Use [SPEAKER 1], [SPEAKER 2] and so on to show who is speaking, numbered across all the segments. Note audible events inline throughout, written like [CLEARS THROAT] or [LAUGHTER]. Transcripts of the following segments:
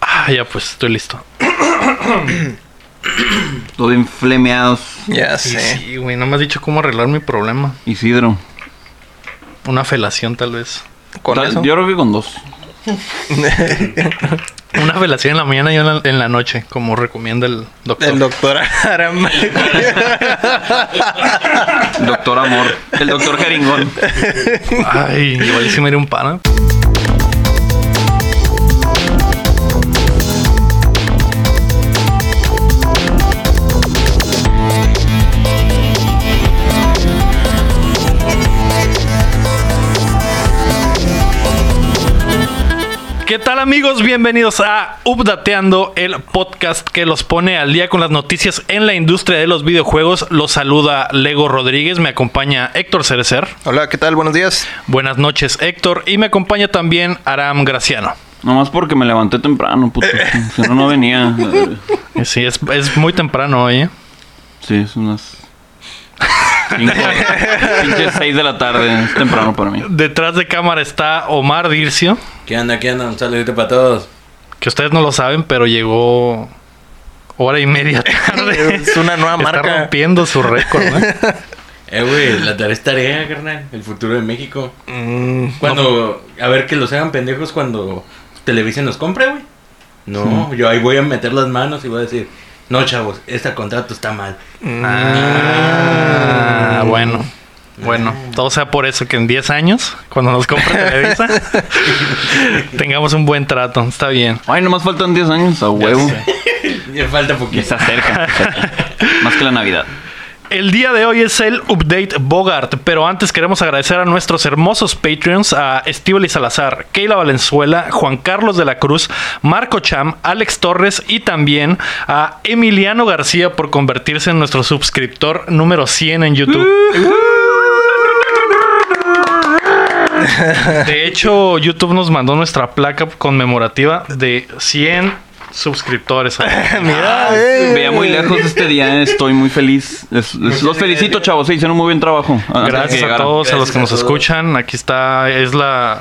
[SPEAKER 1] Ah, ya pues, estoy listo.
[SPEAKER 2] Todo inflemeados.
[SPEAKER 3] Ya
[SPEAKER 1] Sí,
[SPEAKER 3] sé.
[SPEAKER 1] sí, güey, no me has dicho cómo arreglar mi problema.
[SPEAKER 2] Isidro.
[SPEAKER 1] Una felación tal vez.
[SPEAKER 3] Con
[SPEAKER 2] Tal-
[SPEAKER 3] eso.
[SPEAKER 2] Yo creo que con dos.
[SPEAKER 1] Una [LAUGHS] felación en la mañana y una en la noche, como recomienda el doctor.
[SPEAKER 3] El doctor Aram.
[SPEAKER 2] Doctor Amor. El doctor Jeringón.
[SPEAKER 1] Ay, igual si me dio un pana. ¿Qué tal amigos? Bienvenidos a Updateando, el podcast que los pone al día con las noticias en la industria de los videojuegos. Los saluda Lego Rodríguez, me acompaña Héctor Cerecer.
[SPEAKER 3] [LAUGHS] Hola, ¿qué tal? Buenos días.
[SPEAKER 1] Buenas noches, Héctor. Y me acompaña también Aram Graciano.
[SPEAKER 2] Nomás porque me levanté temprano, puto. Si no, no venía.
[SPEAKER 1] Eh, Sí, es, es muy temprano hoy, ¿eh?
[SPEAKER 2] Sí, es unas. Cinco, pinche seis de la tarde. Es temprano para mí.
[SPEAKER 1] Detrás de cámara está Omar Dircio,
[SPEAKER 4] ¿Qué onda? ¿Qué onda? Un saludito para todos.
[SPEAKER 1] que ustedes no lo saben, pero llegó hora y media tarde.
[SPEAKER 3] [LAUGHS] Es una nueva
[SPEAKER 1] Está
[SPEAKER 3] marca.
[SPEAKER 1] rompiendo su récord, ¿eh?
[SPEAKER 4] Eh, güey, la tarea es tarea, carnal. El futuro de México.
[SPEAKER 3] Mm,
[SPEAKER 4] Cuando, a ver, que los hagan pendejos cuando Televisa nos compre, güey. No, yo ahí voy a meter las manos y voy a decir, no, chavos, este contrato está mal. [LAUGHS]
[SPEAKER 1] Ah, bueno. Bueno, todo sea por eso que en 10 años, cuando nos compre
[SPEAKER 3] [LAUGHS]
[SPEAKER 1] Televisa, tengamos un buen trato. Está bien.
[SPEAKER 2] Ay, nomás faltan 10 años a huevo.
[SPEAKER 4] Ya falta
[SPEAKER 2] Y se
[SPEAKER 4] poquito.
[SPEAKER 2] acerca. Más que la Navidad.
[SPEAKER 1] El día de hoy es el Update Bogart, pero antes queremos agradecer a nuestros hermosos Patreons, a Estíbaliz Salazar, Keila Valenzuela, Juan Carlos de la Cruz, Marco Cham, Alex Torres y también a Emiliano García por convertirse en nuestro suscriptor número 100 en YouTube. De hecho, YouTube nos mandó nuestra placa conmemorativa de 100 suscriptores.
[SPEAKER 3] Mira, eh.
[SPEAKER 2] Veía muy lejos este día. eh. Estoy muy feliz. Les- les- los felicito, chavos. Se hicieron muy buen trabajo. Ah, antes de que
[SPEAKER 1] Gracias a
[SPEAKER 2] llegaran.
[SPEAKER 1] todos, a los
[SPEAKER 4] Gracias
[SPEAKER 1] que
[SPEAKER 4] a
[SPEAKER 1] nos
[SPEAKER 4] todos.
[SPEAKER 1] escuchan. Aquí está, es la,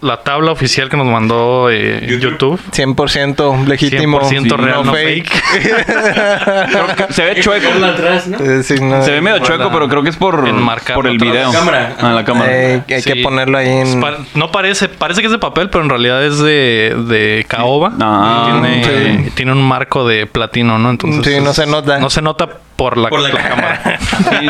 [SPEAKER 1] la tabla oficial que nos mandó eh, YouTube.
[SPEAKER 3] 100% legítimo.
[SPEAKER 1] 100% real, no
[SPEAKER 2] Creo que se ve chueco.
[SPEAKER 4] Ponla atrás, ¿no?
[SPEAKER 3] Eh, sí, no.
[SPEAKER 2] Se ve medio chueco, pero creo que es por,
[SPEAKER 1] Enmarcarlo
[SPEAKER 2] por el
[SPEAKER 1] atrás.
[SPEAKER 2] video.
[SPEAKER 4] Cámara.
[SPEAKER 2] Ah, la cámara.
[SPEAKER 3] Eh, hay
[SPEAKER 1] Sí.
[SPEAKER 3] [LAUGHS] que ponerlo ahí
[SPEAKER 1] Es
[SPEAKER 3] en.
[SPEAKER 1] pa- no parece, parece que es de papel, pero en realidad es de, de caoba.
[SPEAKER 2] Ah,
[SPEAKER 1] tiene,
[SPEAKER 2] sí.
[SPEAKER 1] tiene un marco de platino, ¿no? Entonces,
[SPEAKER 3] Sí, no se nota.
[SPEAKER 1] No se nota por la,
[SPEAKER 4] Por la
[SPEAKER 1] la cámara.
[SPEAKER 2] Sí.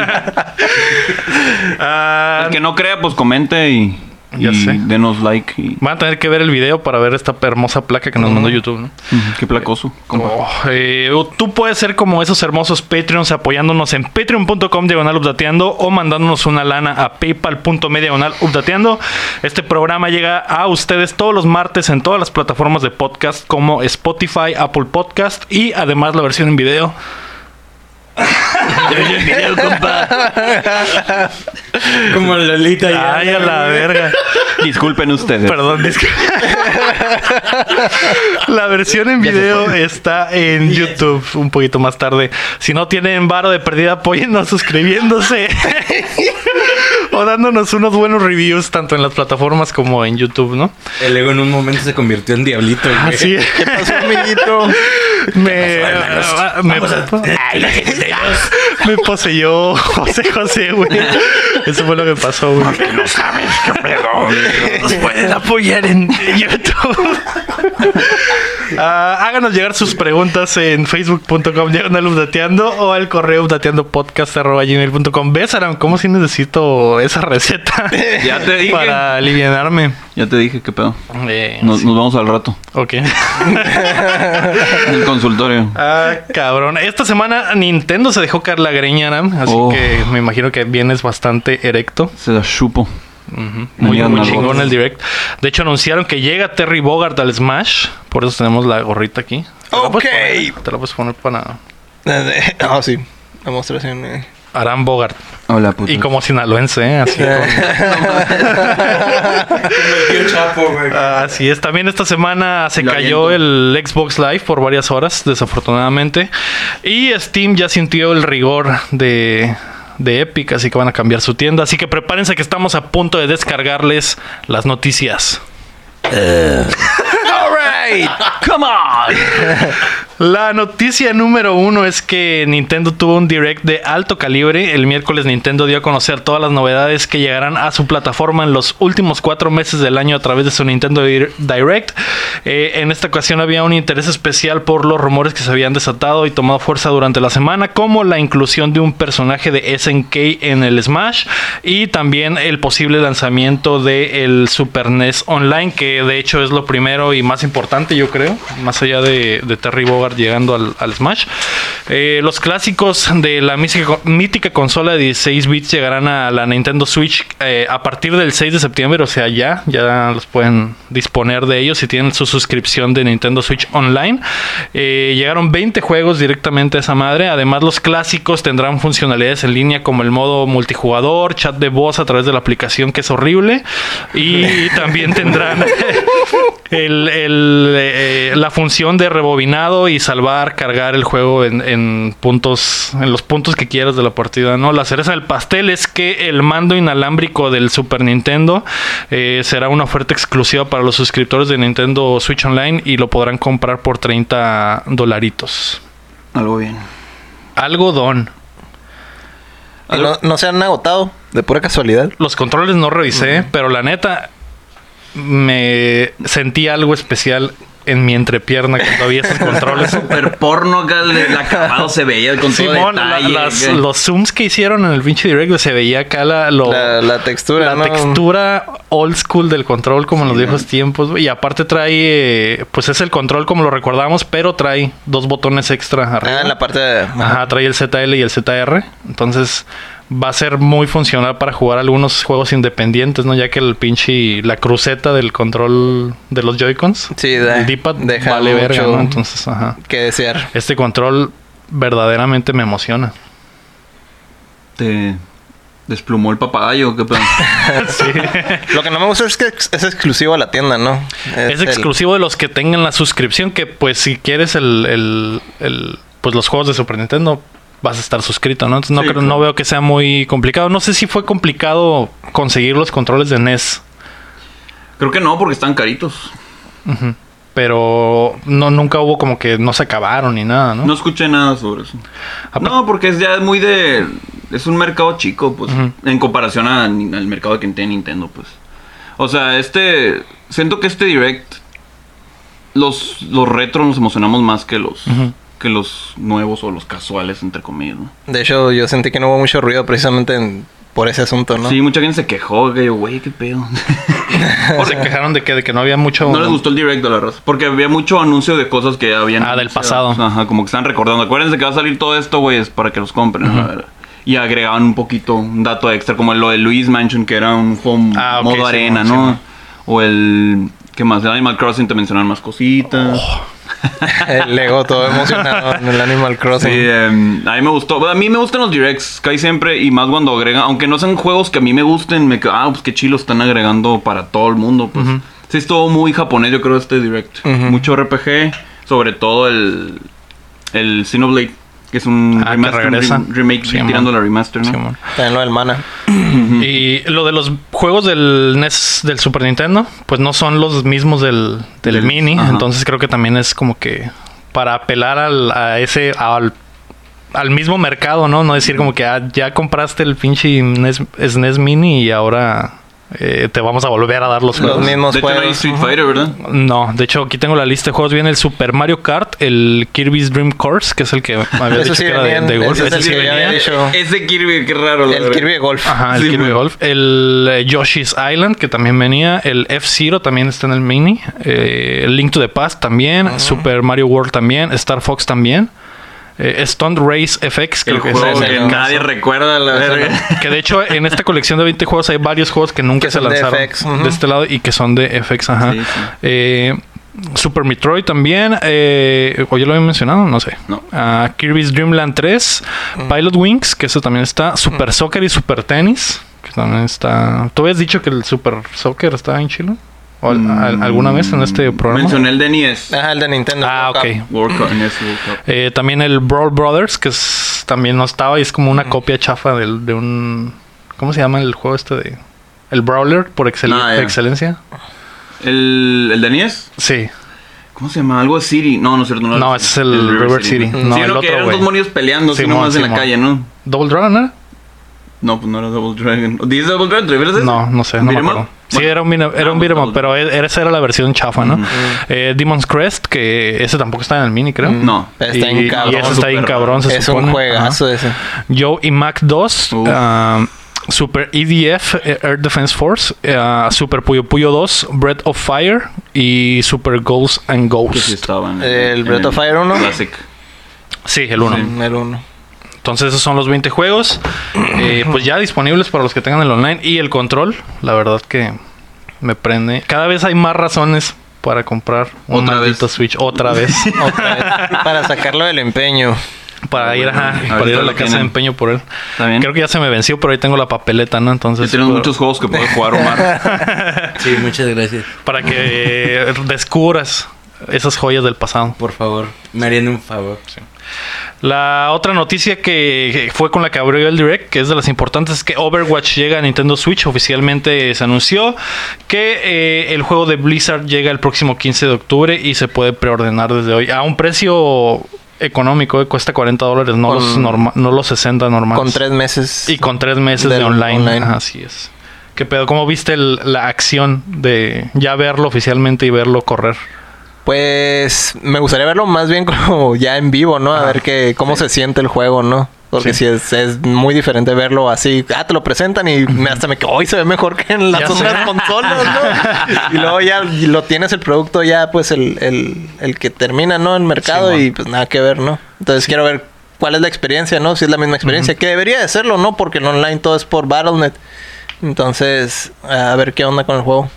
[SPEAKER 1] Ah.
[SPEAKER 2] El que no crea, pues comente y,
[SPEAKER 1] Ya
[SPEAKER 2] y
[SPEAKER 1] sé.
[SPEAKER 2] denos like. y-
[SPEAKER 1] Van a tener que ver el video para ver esta hermosa placa que nos mandó YouTube, ¿no?
[SPEAKER 2] Qué placoso. compa.
[SPEAKER 1] Oh, eh, tú puedes ser como esos hermosos Patreons apoyándonos en patreon.com diagonal updateando o mandándonos una lana a paypal.me diagonal updateando. Este programa llega a ustedes todos los martes en todas las plataformas de podcast como Spotify, Apple Podcast y además la versión en video.
[SPEAKER 4] Como Lolita ya.
[SPEAKER 1] Ay, a la verga.
[SPEAKER 2] [LAUGHS] Disculpen ustedes.
[SPEAKER 1] Perdón, es que- La versión en video está en YouTube un poquito más tarde. Si no tienen varo de perdida, apóyennos [LAUGHS] suscribiéndose o dándonos unos buenos reviews tanto en las plataformas como en YouTube, ¿no?
[SPEAKER 4] El ego en un momento se convirtió en diablito, güey.
[SPEAKER 1] Así
[SPEAKER 3] ¿Qué pasó, amiguito?
[SPEAKER 1] me, ah,
[SPEAKER 4] hermanos?
[SPEAKER 1] me, me
[SPEAKER 2] [LAUGHS]
[SPEAKER 1] poseyó José José, güey. Eso fue lo que pasó, güey.
[SPEAKER 2] No sabes qué pedo. [LAUGHS]
[SPEAKER 1] nos pueden apoyar en YouTube. Ah, háganos llegar sus preguntas en facebook.com diagonal updateando o al correo updateandopodcast.gmail.com. ¿Ves, Aram? ¿Cómo si necesito esa receta?
[SPEAKER 2] Ya te dije.
[SPEAKER 1] Para aliviarme.
[SPEAKER 2] Ya te dije qué pedo. Nos, nos vamos al rato.
[SPEAKER 1] Ok.
[SPEAKER 2] En el consultorio.
[SPEAKER 1] Ah, cabrón. Esta semana Nintendo se dejó caer la greña, Aram. Así
[SPEAKER 2] Oh.
[SPEAKER 1] que me imagino que vienes bastante erecto.
[SPEAKER 2] Se la chupo.
[SPEAKER 1] Muy,
[SPEAKER 2] Mañana
[SPEAKER 1] muy
[SPEAKER 2] las
[SPEAKER 1] chingón
[SPEAKER 2] gorras.
[SPEAKER 1] el direct. De hecho, anunciaron que llega Terry Bogart al Smash. Por eso tenemos la gorrita aquí. Te la puedes
[SPEAKER 3] Ok.
[SPEAKER 1] poner- Te la puedes poner para
[SPEAKER 3] [LAUGHS] Ah, sí. La mostración. eh.
[SPEAKER 1] Aram Bogart.
[SPEAKER 2] Hola, puto.
[SPEAKER 1] Y como sinaloense, ¿eh? Así, con-
[SPEAKER 4] Tío Chapo, güey.
[SPEAKER 1] así es. También esta semana se
[SPEAKER 2] Lo
[SPEAKER 1] cayó
[SPEAKER 2] aliento.
[SPEAKER 1] el Xbox Live por varias horas, desafortunadamente. Y Steam ya sintió el rigor de, de Epic, así que van a cambiar su tienda. Así que prepárense que estamos a punto de descargarles las noticias.
[SPEAKER 3] All right. Wait, come on.
[SPEAKER 1] La noticia número uno es que Nintendo tuvo un direct de alto calibre. El miércoles Nintendo dio a conocer todas las novedades que llegarán a su plataforma en los últimos cuatro meses del año a través de su Nintendo Dir- Direct. Eh, en esta ocasión había un interés especial por los rumores que se habían desatado y tomado fuerza durante la semana, como la inclusión de un personaje de SNK en el Smash y también el posible lanzamiento del Super E NES Online, que de hecho es lo primero y más importante, yo creo, más allá de, de Terry Bogard llegando al, al Smash. Eh, los clásicos de la mística- mítica consola de 16 bits llegarán a la Nintendo Switch eh, a partir del 6 de septiembre, o sea, ya, ya los pueden disponer de ellos si tienen su suscripción de Nintendo Switch Online. Eh, llegaron 20 juegos directamente a esa madre, además los clásicos tendrán funcionalidades en línea como el modo multijugador, chat de voz a través de la aplicación que es horrible y también tendrán [LAUGHS] el- el, eh, la función de rebobinado y salvar, cargar el juego en, en puntos, en los puntos que quieras de la partida, ¿no? La cereza del pastel es que el mando inalámbrico del Super Nintendo eh, será una oferta exclusiva para los suscriptores de Nintendo Switch Online y lo podrán comprar por 30 dolaritos.
[SPEAKER 2] Algo bien.
[SPEAKER 1] Algodón.
[SPEAKER 3] No, no se han agotado, de pura casualidad.
[SPEAKER 1] Los controles no revisé, pero la neta me sentí algo especial en mi entrepierna cuando vi esos controles.
[SPEAKER 2] Super porno acá, el, el acabado se veía con todo
[SPEAKER 1] Simón, la-
[SPEAKER 2] detalle.
[SPEAKER 1] las-
[SPEAKER 2] acá.
[SPEAKER 1] los zooms que hicieron en el pinche directo se veía acá la, lo-
[SPEAKER 3] La, la textura,
[SPEAKER 1] Oh. la
[SPEAKER 3] ¿no?
[SPEAKER 1] textura old school del control como en los viejos tiempos. güey. Y aparte trae, eh, pues es el control como lo recordamos, pero trae dos botones extra arriba.
[SPEAKER 3] Ah, en la parte de...
[SPEAKER 1] Ajá, trae el ZL y el ZR. Entonces va a ser muy funcional para jugar algunos juegos independientes, ¿no? Ya que el pinche, la cruceta del control de los Joy-Cons,
[SPEAKER 3] Sí, da-
[SPEAKER 1] el D-pad,
[SPEAKER 3] deja
[SPEAKER 1] vale verga,
[SPEAKER 3] mucho
[SPEAKER 1] ¿no? Entonces, ajá.
[SPEAKER 3] que
[SPEAKER 1] [LAUGHS]
[SPEAKER 3] desear.
[SPEAKER 1] Este control verdaderamente me emociona.
[SPEAKER 2] Te desplumó el papagayo,
[SPEAKER 1] [LAUGHS]
[SPEAKER 2] qué pedo.
[SPEAKER 3] Lo que no me gusta es que ex- es exclusivo a la tienda, ¿no?
[SPEAKER 1] Es
[SPEAKER 3] el-
[SPEAKER 1] exclusivo de los que tengan la suscripción, que pues si quieres el, el- el- pues los juegos de Super Nintendo vas a estar suscrito, ¿no? Entonces no,
[SPEAKER 2] Sí,
[SPEAKER 1] creo- no
[SPEAKER 2] claro.
[SPEAKER 1] veo que sea muy complicado. No sé si fue complicado conseguir los controles de E NES,
[SPEAKER 2] Creo que no, porque están caritos.
[SPEAKER 1] pero no nunca hubo como que no se acabaron ni nada, ¿no? Ah,
[SPEAKER 2] No escuché nada sobre eso.
[SPEAKER 1] Apa-
[SPEAKER 2] No, porque es ya muy de... Es un mercado chico, pues.
[SPEAKER 1] Ujú.
[SPEAKER 2] En comparación a ni- al mercado que tiene Nintendo, pues. O sea, este... Siento que este Direct... Los, los retro nos emocionamos más que los...
[SPEAKER 1] Ujú.
[SPEAKER 2] Que los nuevos o los casuales, entre comillas, ¿no?
[SPEAKER 3] De hecho, yo sentí que no hubo mucho ruido precisamente en- por ese asunto, ¿no?
[SPEAKER 2] Sí, mucha gente se quejó, que yo, güey,
[SPEAKER 1] [LAUGHS]
[SPEAKER 2] qué pedo. [LAUGHS]
[SPEAKER 1] ¿O [LAUGHS] se quejaron de que de que no había mucho
[SPEAKER 2] No les gustó el directo, la raza. Porque había mucho anuncio de cosas que ya habían.
[SPEAKER 1] Ah, del
[SPEAKER 2] anunciado.
[SPEAKER 1] pasado.
[SPEAKER 2] Ajá, como que están recordando. Acuérdense que va a salir todo esto, güey, es para que los compren, la verdad. Y agregaban un poquito, un dato extra, como lo de Luis Mansion, que era un juego
[SPEAKER 1] Ah, ok,
[SPEAKER 2] modo
[SPEAKER 1] sí,
[SPEAKER 2] arena,
[SPEAKER 1] sí,
[SPEAKER 2] ¿no?
[SPEAKER 1] sí.
[SPEAKER 2] O el. ¿Qué más? El Animal Crossing te mencionan más cositas.
[SPEAKER 1] Oh,
[SPEAKER 3] El Lego todo emocionado en el Animal
[SPEAKER 2] Sí,
[SPEAKER 3] Crossing.
[SPEAKER 2] em, a mí me gustó. Bueno, A mí me gustan los directs, casi siempre, y más cuando agregan, aunque no sean juegos que a mí me gusten, me quedo, ah, pues qué chilo están agregando para todo el mundo, pues. Sí, estuvo muy japonés, yo creo, este direct.
[SPEAKER 3] Ujú.
[SPEAKER 2] Mucho RPG, sobre todo el, el Xenoblade, que es un
[SPEAKER 1] Ah, que
[SPEAKER 2] remaster, un
[SPEAKER 1] regresa.
[SPEAKER 2] rem- remake,
[SPEAKER 1] Sí,
[SPEAKER 2] tirando
[SPEAKER 1] mon.
[SPEAKER 2] la remaster, ¿no?
[SPEAKER 1] Simón.
[SPEAKER 3] También lo del Mana.
[SPEAKER 1] Y lo de los juegos del NES del Super Nintendo, pues no son los mismos del, del
[SPEAKER 2] Del-
[SPEAKER 1] mini.
[SPEAKER 2] ajá.
[SPEAKER 1] Entonces creo que también es como que para apelar al, a ese, al, al mismo mercado, ¿no? No decir como que ah, ya compraste el pinche E NES, SNES mini y ahora eh, te vamos a volver a dar los
[SPEAKER 3] Los
[SPEAKER 1] juegos.
[SPEAKER 3] mismos.
[SPEAKER 2] de hecho, no hay
[SPEAKER 3] juegos,
[SPEAKER 2] Street
[SPEAKER 3] ajá.
[SPEAKER 2] Fighter, ¿verdad?
[SPEAKER 1] No, de hecho aquí tengo la lista de juegos. Viene el Super Mario Kart, el Kirby's Dream Course, que es el que había
[SPEAKER 3] Eso
[SPEAKER 1] dicho
[SPEAKER 3] sí
[SPEAKER 1] que era de,
[SPEAKER 3] venían,
[SPEAKER 1] de golf.
[SPEAKER 3] ese es
[SPEAKER 1] Ese
[SPEAKER 3] el
[SPEAKER 1] sí
[SPEAKER 3] que ya
[SPEAKER 1] venía.
[SPEAKER 3] había dicho.
[SPEAKER 2] Ese Kirby, qué raro. la
[SPEAKER 3] El
[SPEAKER 2] verdad.
[SPEAKER 3] Kirby de Golf.
[SPEAKER 1] Ajá, el
[SPEAKER 2] Sí,
[SPEAKER 1] Kirby
[SPEAKER 2] güey.
[SPEAKER 1] Golf. El eh, Yoshi's Island, que también venía. El F-Zero también está en el mini. eh, el Link to the Past también.
[SPEAKER 3] Ah.
[SPEAKER 1] Super Mario World también. Star Fox también. eh, Stunt Race FX,
[SPEAKER 2] El
[SPEAKER 1] creo que es
[SPEAKER 2] juego
[SPEAKER 3] ese
[SPEAKER 1] ese.
[SPEAKER 2] que
[SPEAKER 3] no.
[SPEAKER 2] nadie recuerda, la
[SPEAKER 3] Ese
[SPEAKER 2] verga.
[SPEAKER 1] Que de hecho en esta colección de 20 juegos hay varios juegos que nunca
[SPEAKER 3] Que
[SPEAKER 1] se
[SPEAKER 3] son de
[SPEAKER 1] lanzaron de,
[SPEAKER 3] FX, ujú.
[SPEAKER 1] este lado y que son de FX, ajá.
[SPEAKER 2] Sí, sí.
[SPEAKER 1] Eh, Super Metroid también, eh, o yo lo había mencionado, no sé.
[SPEAKER 2] No.
[SPEAKER 1] Ah, Kirby's Dream Land 3,
[SPEAKER 3] Mm.
[SPEAKER 1] Pilot Wings, que eso también está, Super Soccer y Super Tennis, que también está. ¿Tú habías dicho que el Super Soccer estaba en Chile? ¿O al- al- ¿Alguna vez en este programa?
[SPEAKER 2] Mm. Mencioné el de NES.
[SPEAKER 3] Ajá, el de Nintendo.
[SPEAKER 1] Ah,
[SPEAKER 3] World Cup.
[SPEAKER 1] ok.
[SPEAKER 2] World Cup, NES World Cup.
[SPEAKER 1] Eh, también el Brawl Brothers, que es- también no estaba y es como una copia chafa del- de, un... ¿Cómo se llama el juego este de...? El Brawler por excel-
[SPEAKER 2] Ah, ya.
[SPEAKER 1] excelencia.
[SPEAKER 2] ¿El, el de NES?
[SPEAKER 1] Sí.
[SPEAKER 2] ¿Cómo se llama? Algo de City. No, no es cierto. No,
[SPEAKER 1] No,
[SPEAKER 2] era
[SPEAKER 1] ese es el River City. No,
[SPEAKER 2] sí,
[SPEAKER 1] el
[SPEAKER 2] lo que
[SPEAKER 1] otro,
[SPEAKER 2] eran
[SPEAKER 1] güey.
[SPEAKER 2] dos monios peleando, así
[SPEAKER 1] Simón,
[SPEAKER 2] nomás en la
[SPEAKER 1] Simón.
[SPEAKER 2] calle, ¿no?
[SPEAKER 1] ¿Double Dragon era?
[SPEAKER 2] No, pues no era Double Dragon. ¿Dices Double Dragon? ¿Te refieres a ese?
[SPEAKER 1] No, no sé, no me
[SPEAKER 2] ¿Beat'em up?
[SPEAKER 1] acuerdo. Sí,
[SPEAKER 2] Bueno, Ah,
[SPEAKER 1] era un, beat'em- era un
[SPEAKER 2] no,
[SPEAKER 1] beat'em up,
[SPEAKER 2] no.
[SPEAKER 1] pero e- esa era la versión chafa, ¿no? Eh, Demon's Crest, que ese tampoco está en el mini, creo.
[SPEAKER 2] No.
[SPEAKER 3] Pero está
[SPEAKER 1] y,
[SPEAKER 3] bien cabrón.
[SPEAKER 1] y ese está bien
[SPEAKER 2] súper
[SPEAKER 1] cabrón, se
[SPEAKER 3] es
[SPEAKER 1] supone.
[SPEAKER 3] un juegazo ese.
[SPEAKER 1] Ajá. Joe y Mac 2,
[SPEAKER 2] Uf.
[SPEAKER 1] um, Super EDF, eh, Air Defense Force, eh, Super Puyo Puyo 2, Breath of Fire y Super Ghosts and
[SPEAKER 2] Que sí
[SPEAKER 1] Ghosts.
[SPEAKER 2] estaba en
[SPEAKER 3] El
[SPEAKER 2] en
[SPEAKER 3] Breath of Fire uno.
[SPEAKER 2] Classic.
[SPEAKER 1] Sí, el 1.
[SPEAKER 3] Mm, El uno.
[SPEAKER 1] Entonces esos son los 20 juegos.
[SPEAKER 2] [CLEARS THROAT]
[SPEAKER 1] eh, pues ya disponibles para los que tengan el online. Y el control, la verdad que me prende. Cada vez hay más razones para comprar un
[SPEAKER 2] Otra
[SPEAKER 1] maldito
[SPEAKER 2] vez.
[SPEAKER 1] Switch. Otra
[SPEAKER 2] [LAUGHS]
[SPEAKER 1] vez.
[SPEAKER 3] Otra vez, Para sacarlo del empeño.
[SPEAKER 1] para ir, ajá,
[SPEAKER 2] Ahorita
[SPEAKER 1] para ir a
[SPEAKER 2] lo
[SPEAKER 1] la casa de
[SPEAKER 2] tienen.
[SPEAKER 1] empeño por él.
[SPEAKER 2] ¿Está bien?
[SPEAKER 1] Creo que ya se me venció, pero ahí tengo la papeleta, ¿no?
[SPEAKER 2] Ya
[SPEAKER 1] Entonces...
[SPEAKER 2] tenemos
[SPEAKER 1] pero-
[SPEAKER 2] muchos juegos que puedes jugar,
[SPEAKER 3] [LAUGHS]
[SPEAKER 2] Omar.
[SPEAKER 4] Sí, muchas gracias.
[SPEAKER 1] Para que [LAUGHS] eh, descubras esas joyas del pasado.
[SPEAKER 4] Por favor, me harían un favor.
[SPEAKER 1] La otra noticia que fue con la que abrió el direct, que es de las importantes, es que Overwatch llega a Nintendo Switch. Oficialmente se anunció que eh, el juego de Blizzard llega el próximo 15 de octubre y se puede preordenar desde hoy a un precio económico, eh, cuesta 40 dólares, no,
[SPEAKER 3] Con-
[SPEAKER 1] los, norma- no los 60 normales.
[SPEAKER 3] Con tres meses.
[SPEAKER 1] Y con tres meses de,
[SPEAKER 3] Del
[SPEAKER 1] online.
[SPEAKER 3] online.
[SPEAKER 1] Ajá, así es. ¿Qué pedo? ¿Cómo viste el- la acción de ya verlo oficialmente y verlo correr?
[SPEAKER 3] Pues me gustaría verlo más bien [LAUGHS] como ya en vivo, ¿no? A ver que, cómo se siente el juego, ¿no? Porque
[SPEAKER 1] Sí.
[SPEAKER 3] si es, es muy diferente verlo así. Ah, te lo presentan y me- hasta me quedo, hoy se ve mejor que en las
[SPEAKER 1] Ya sé.
[SPEAKER 3] otras consolas,
[SPEAKER 1] [LAUGHS]
[SPEAKER 3] ¿no? y luego ya y lo tienes el producto ya, pues el, el, el que termina, ¿no? El mercado
[SPEAKER 1] Sí,
[SPEAKER 3] y pues nada que ver, ¿no? Entonces quiero ver cuál es la experiencia, ¿no? Si es la misma experiencia, que debería de serlo, ¿no? Porque el online todo es por BattleNet. Entonces, a ver qué onda con el juego.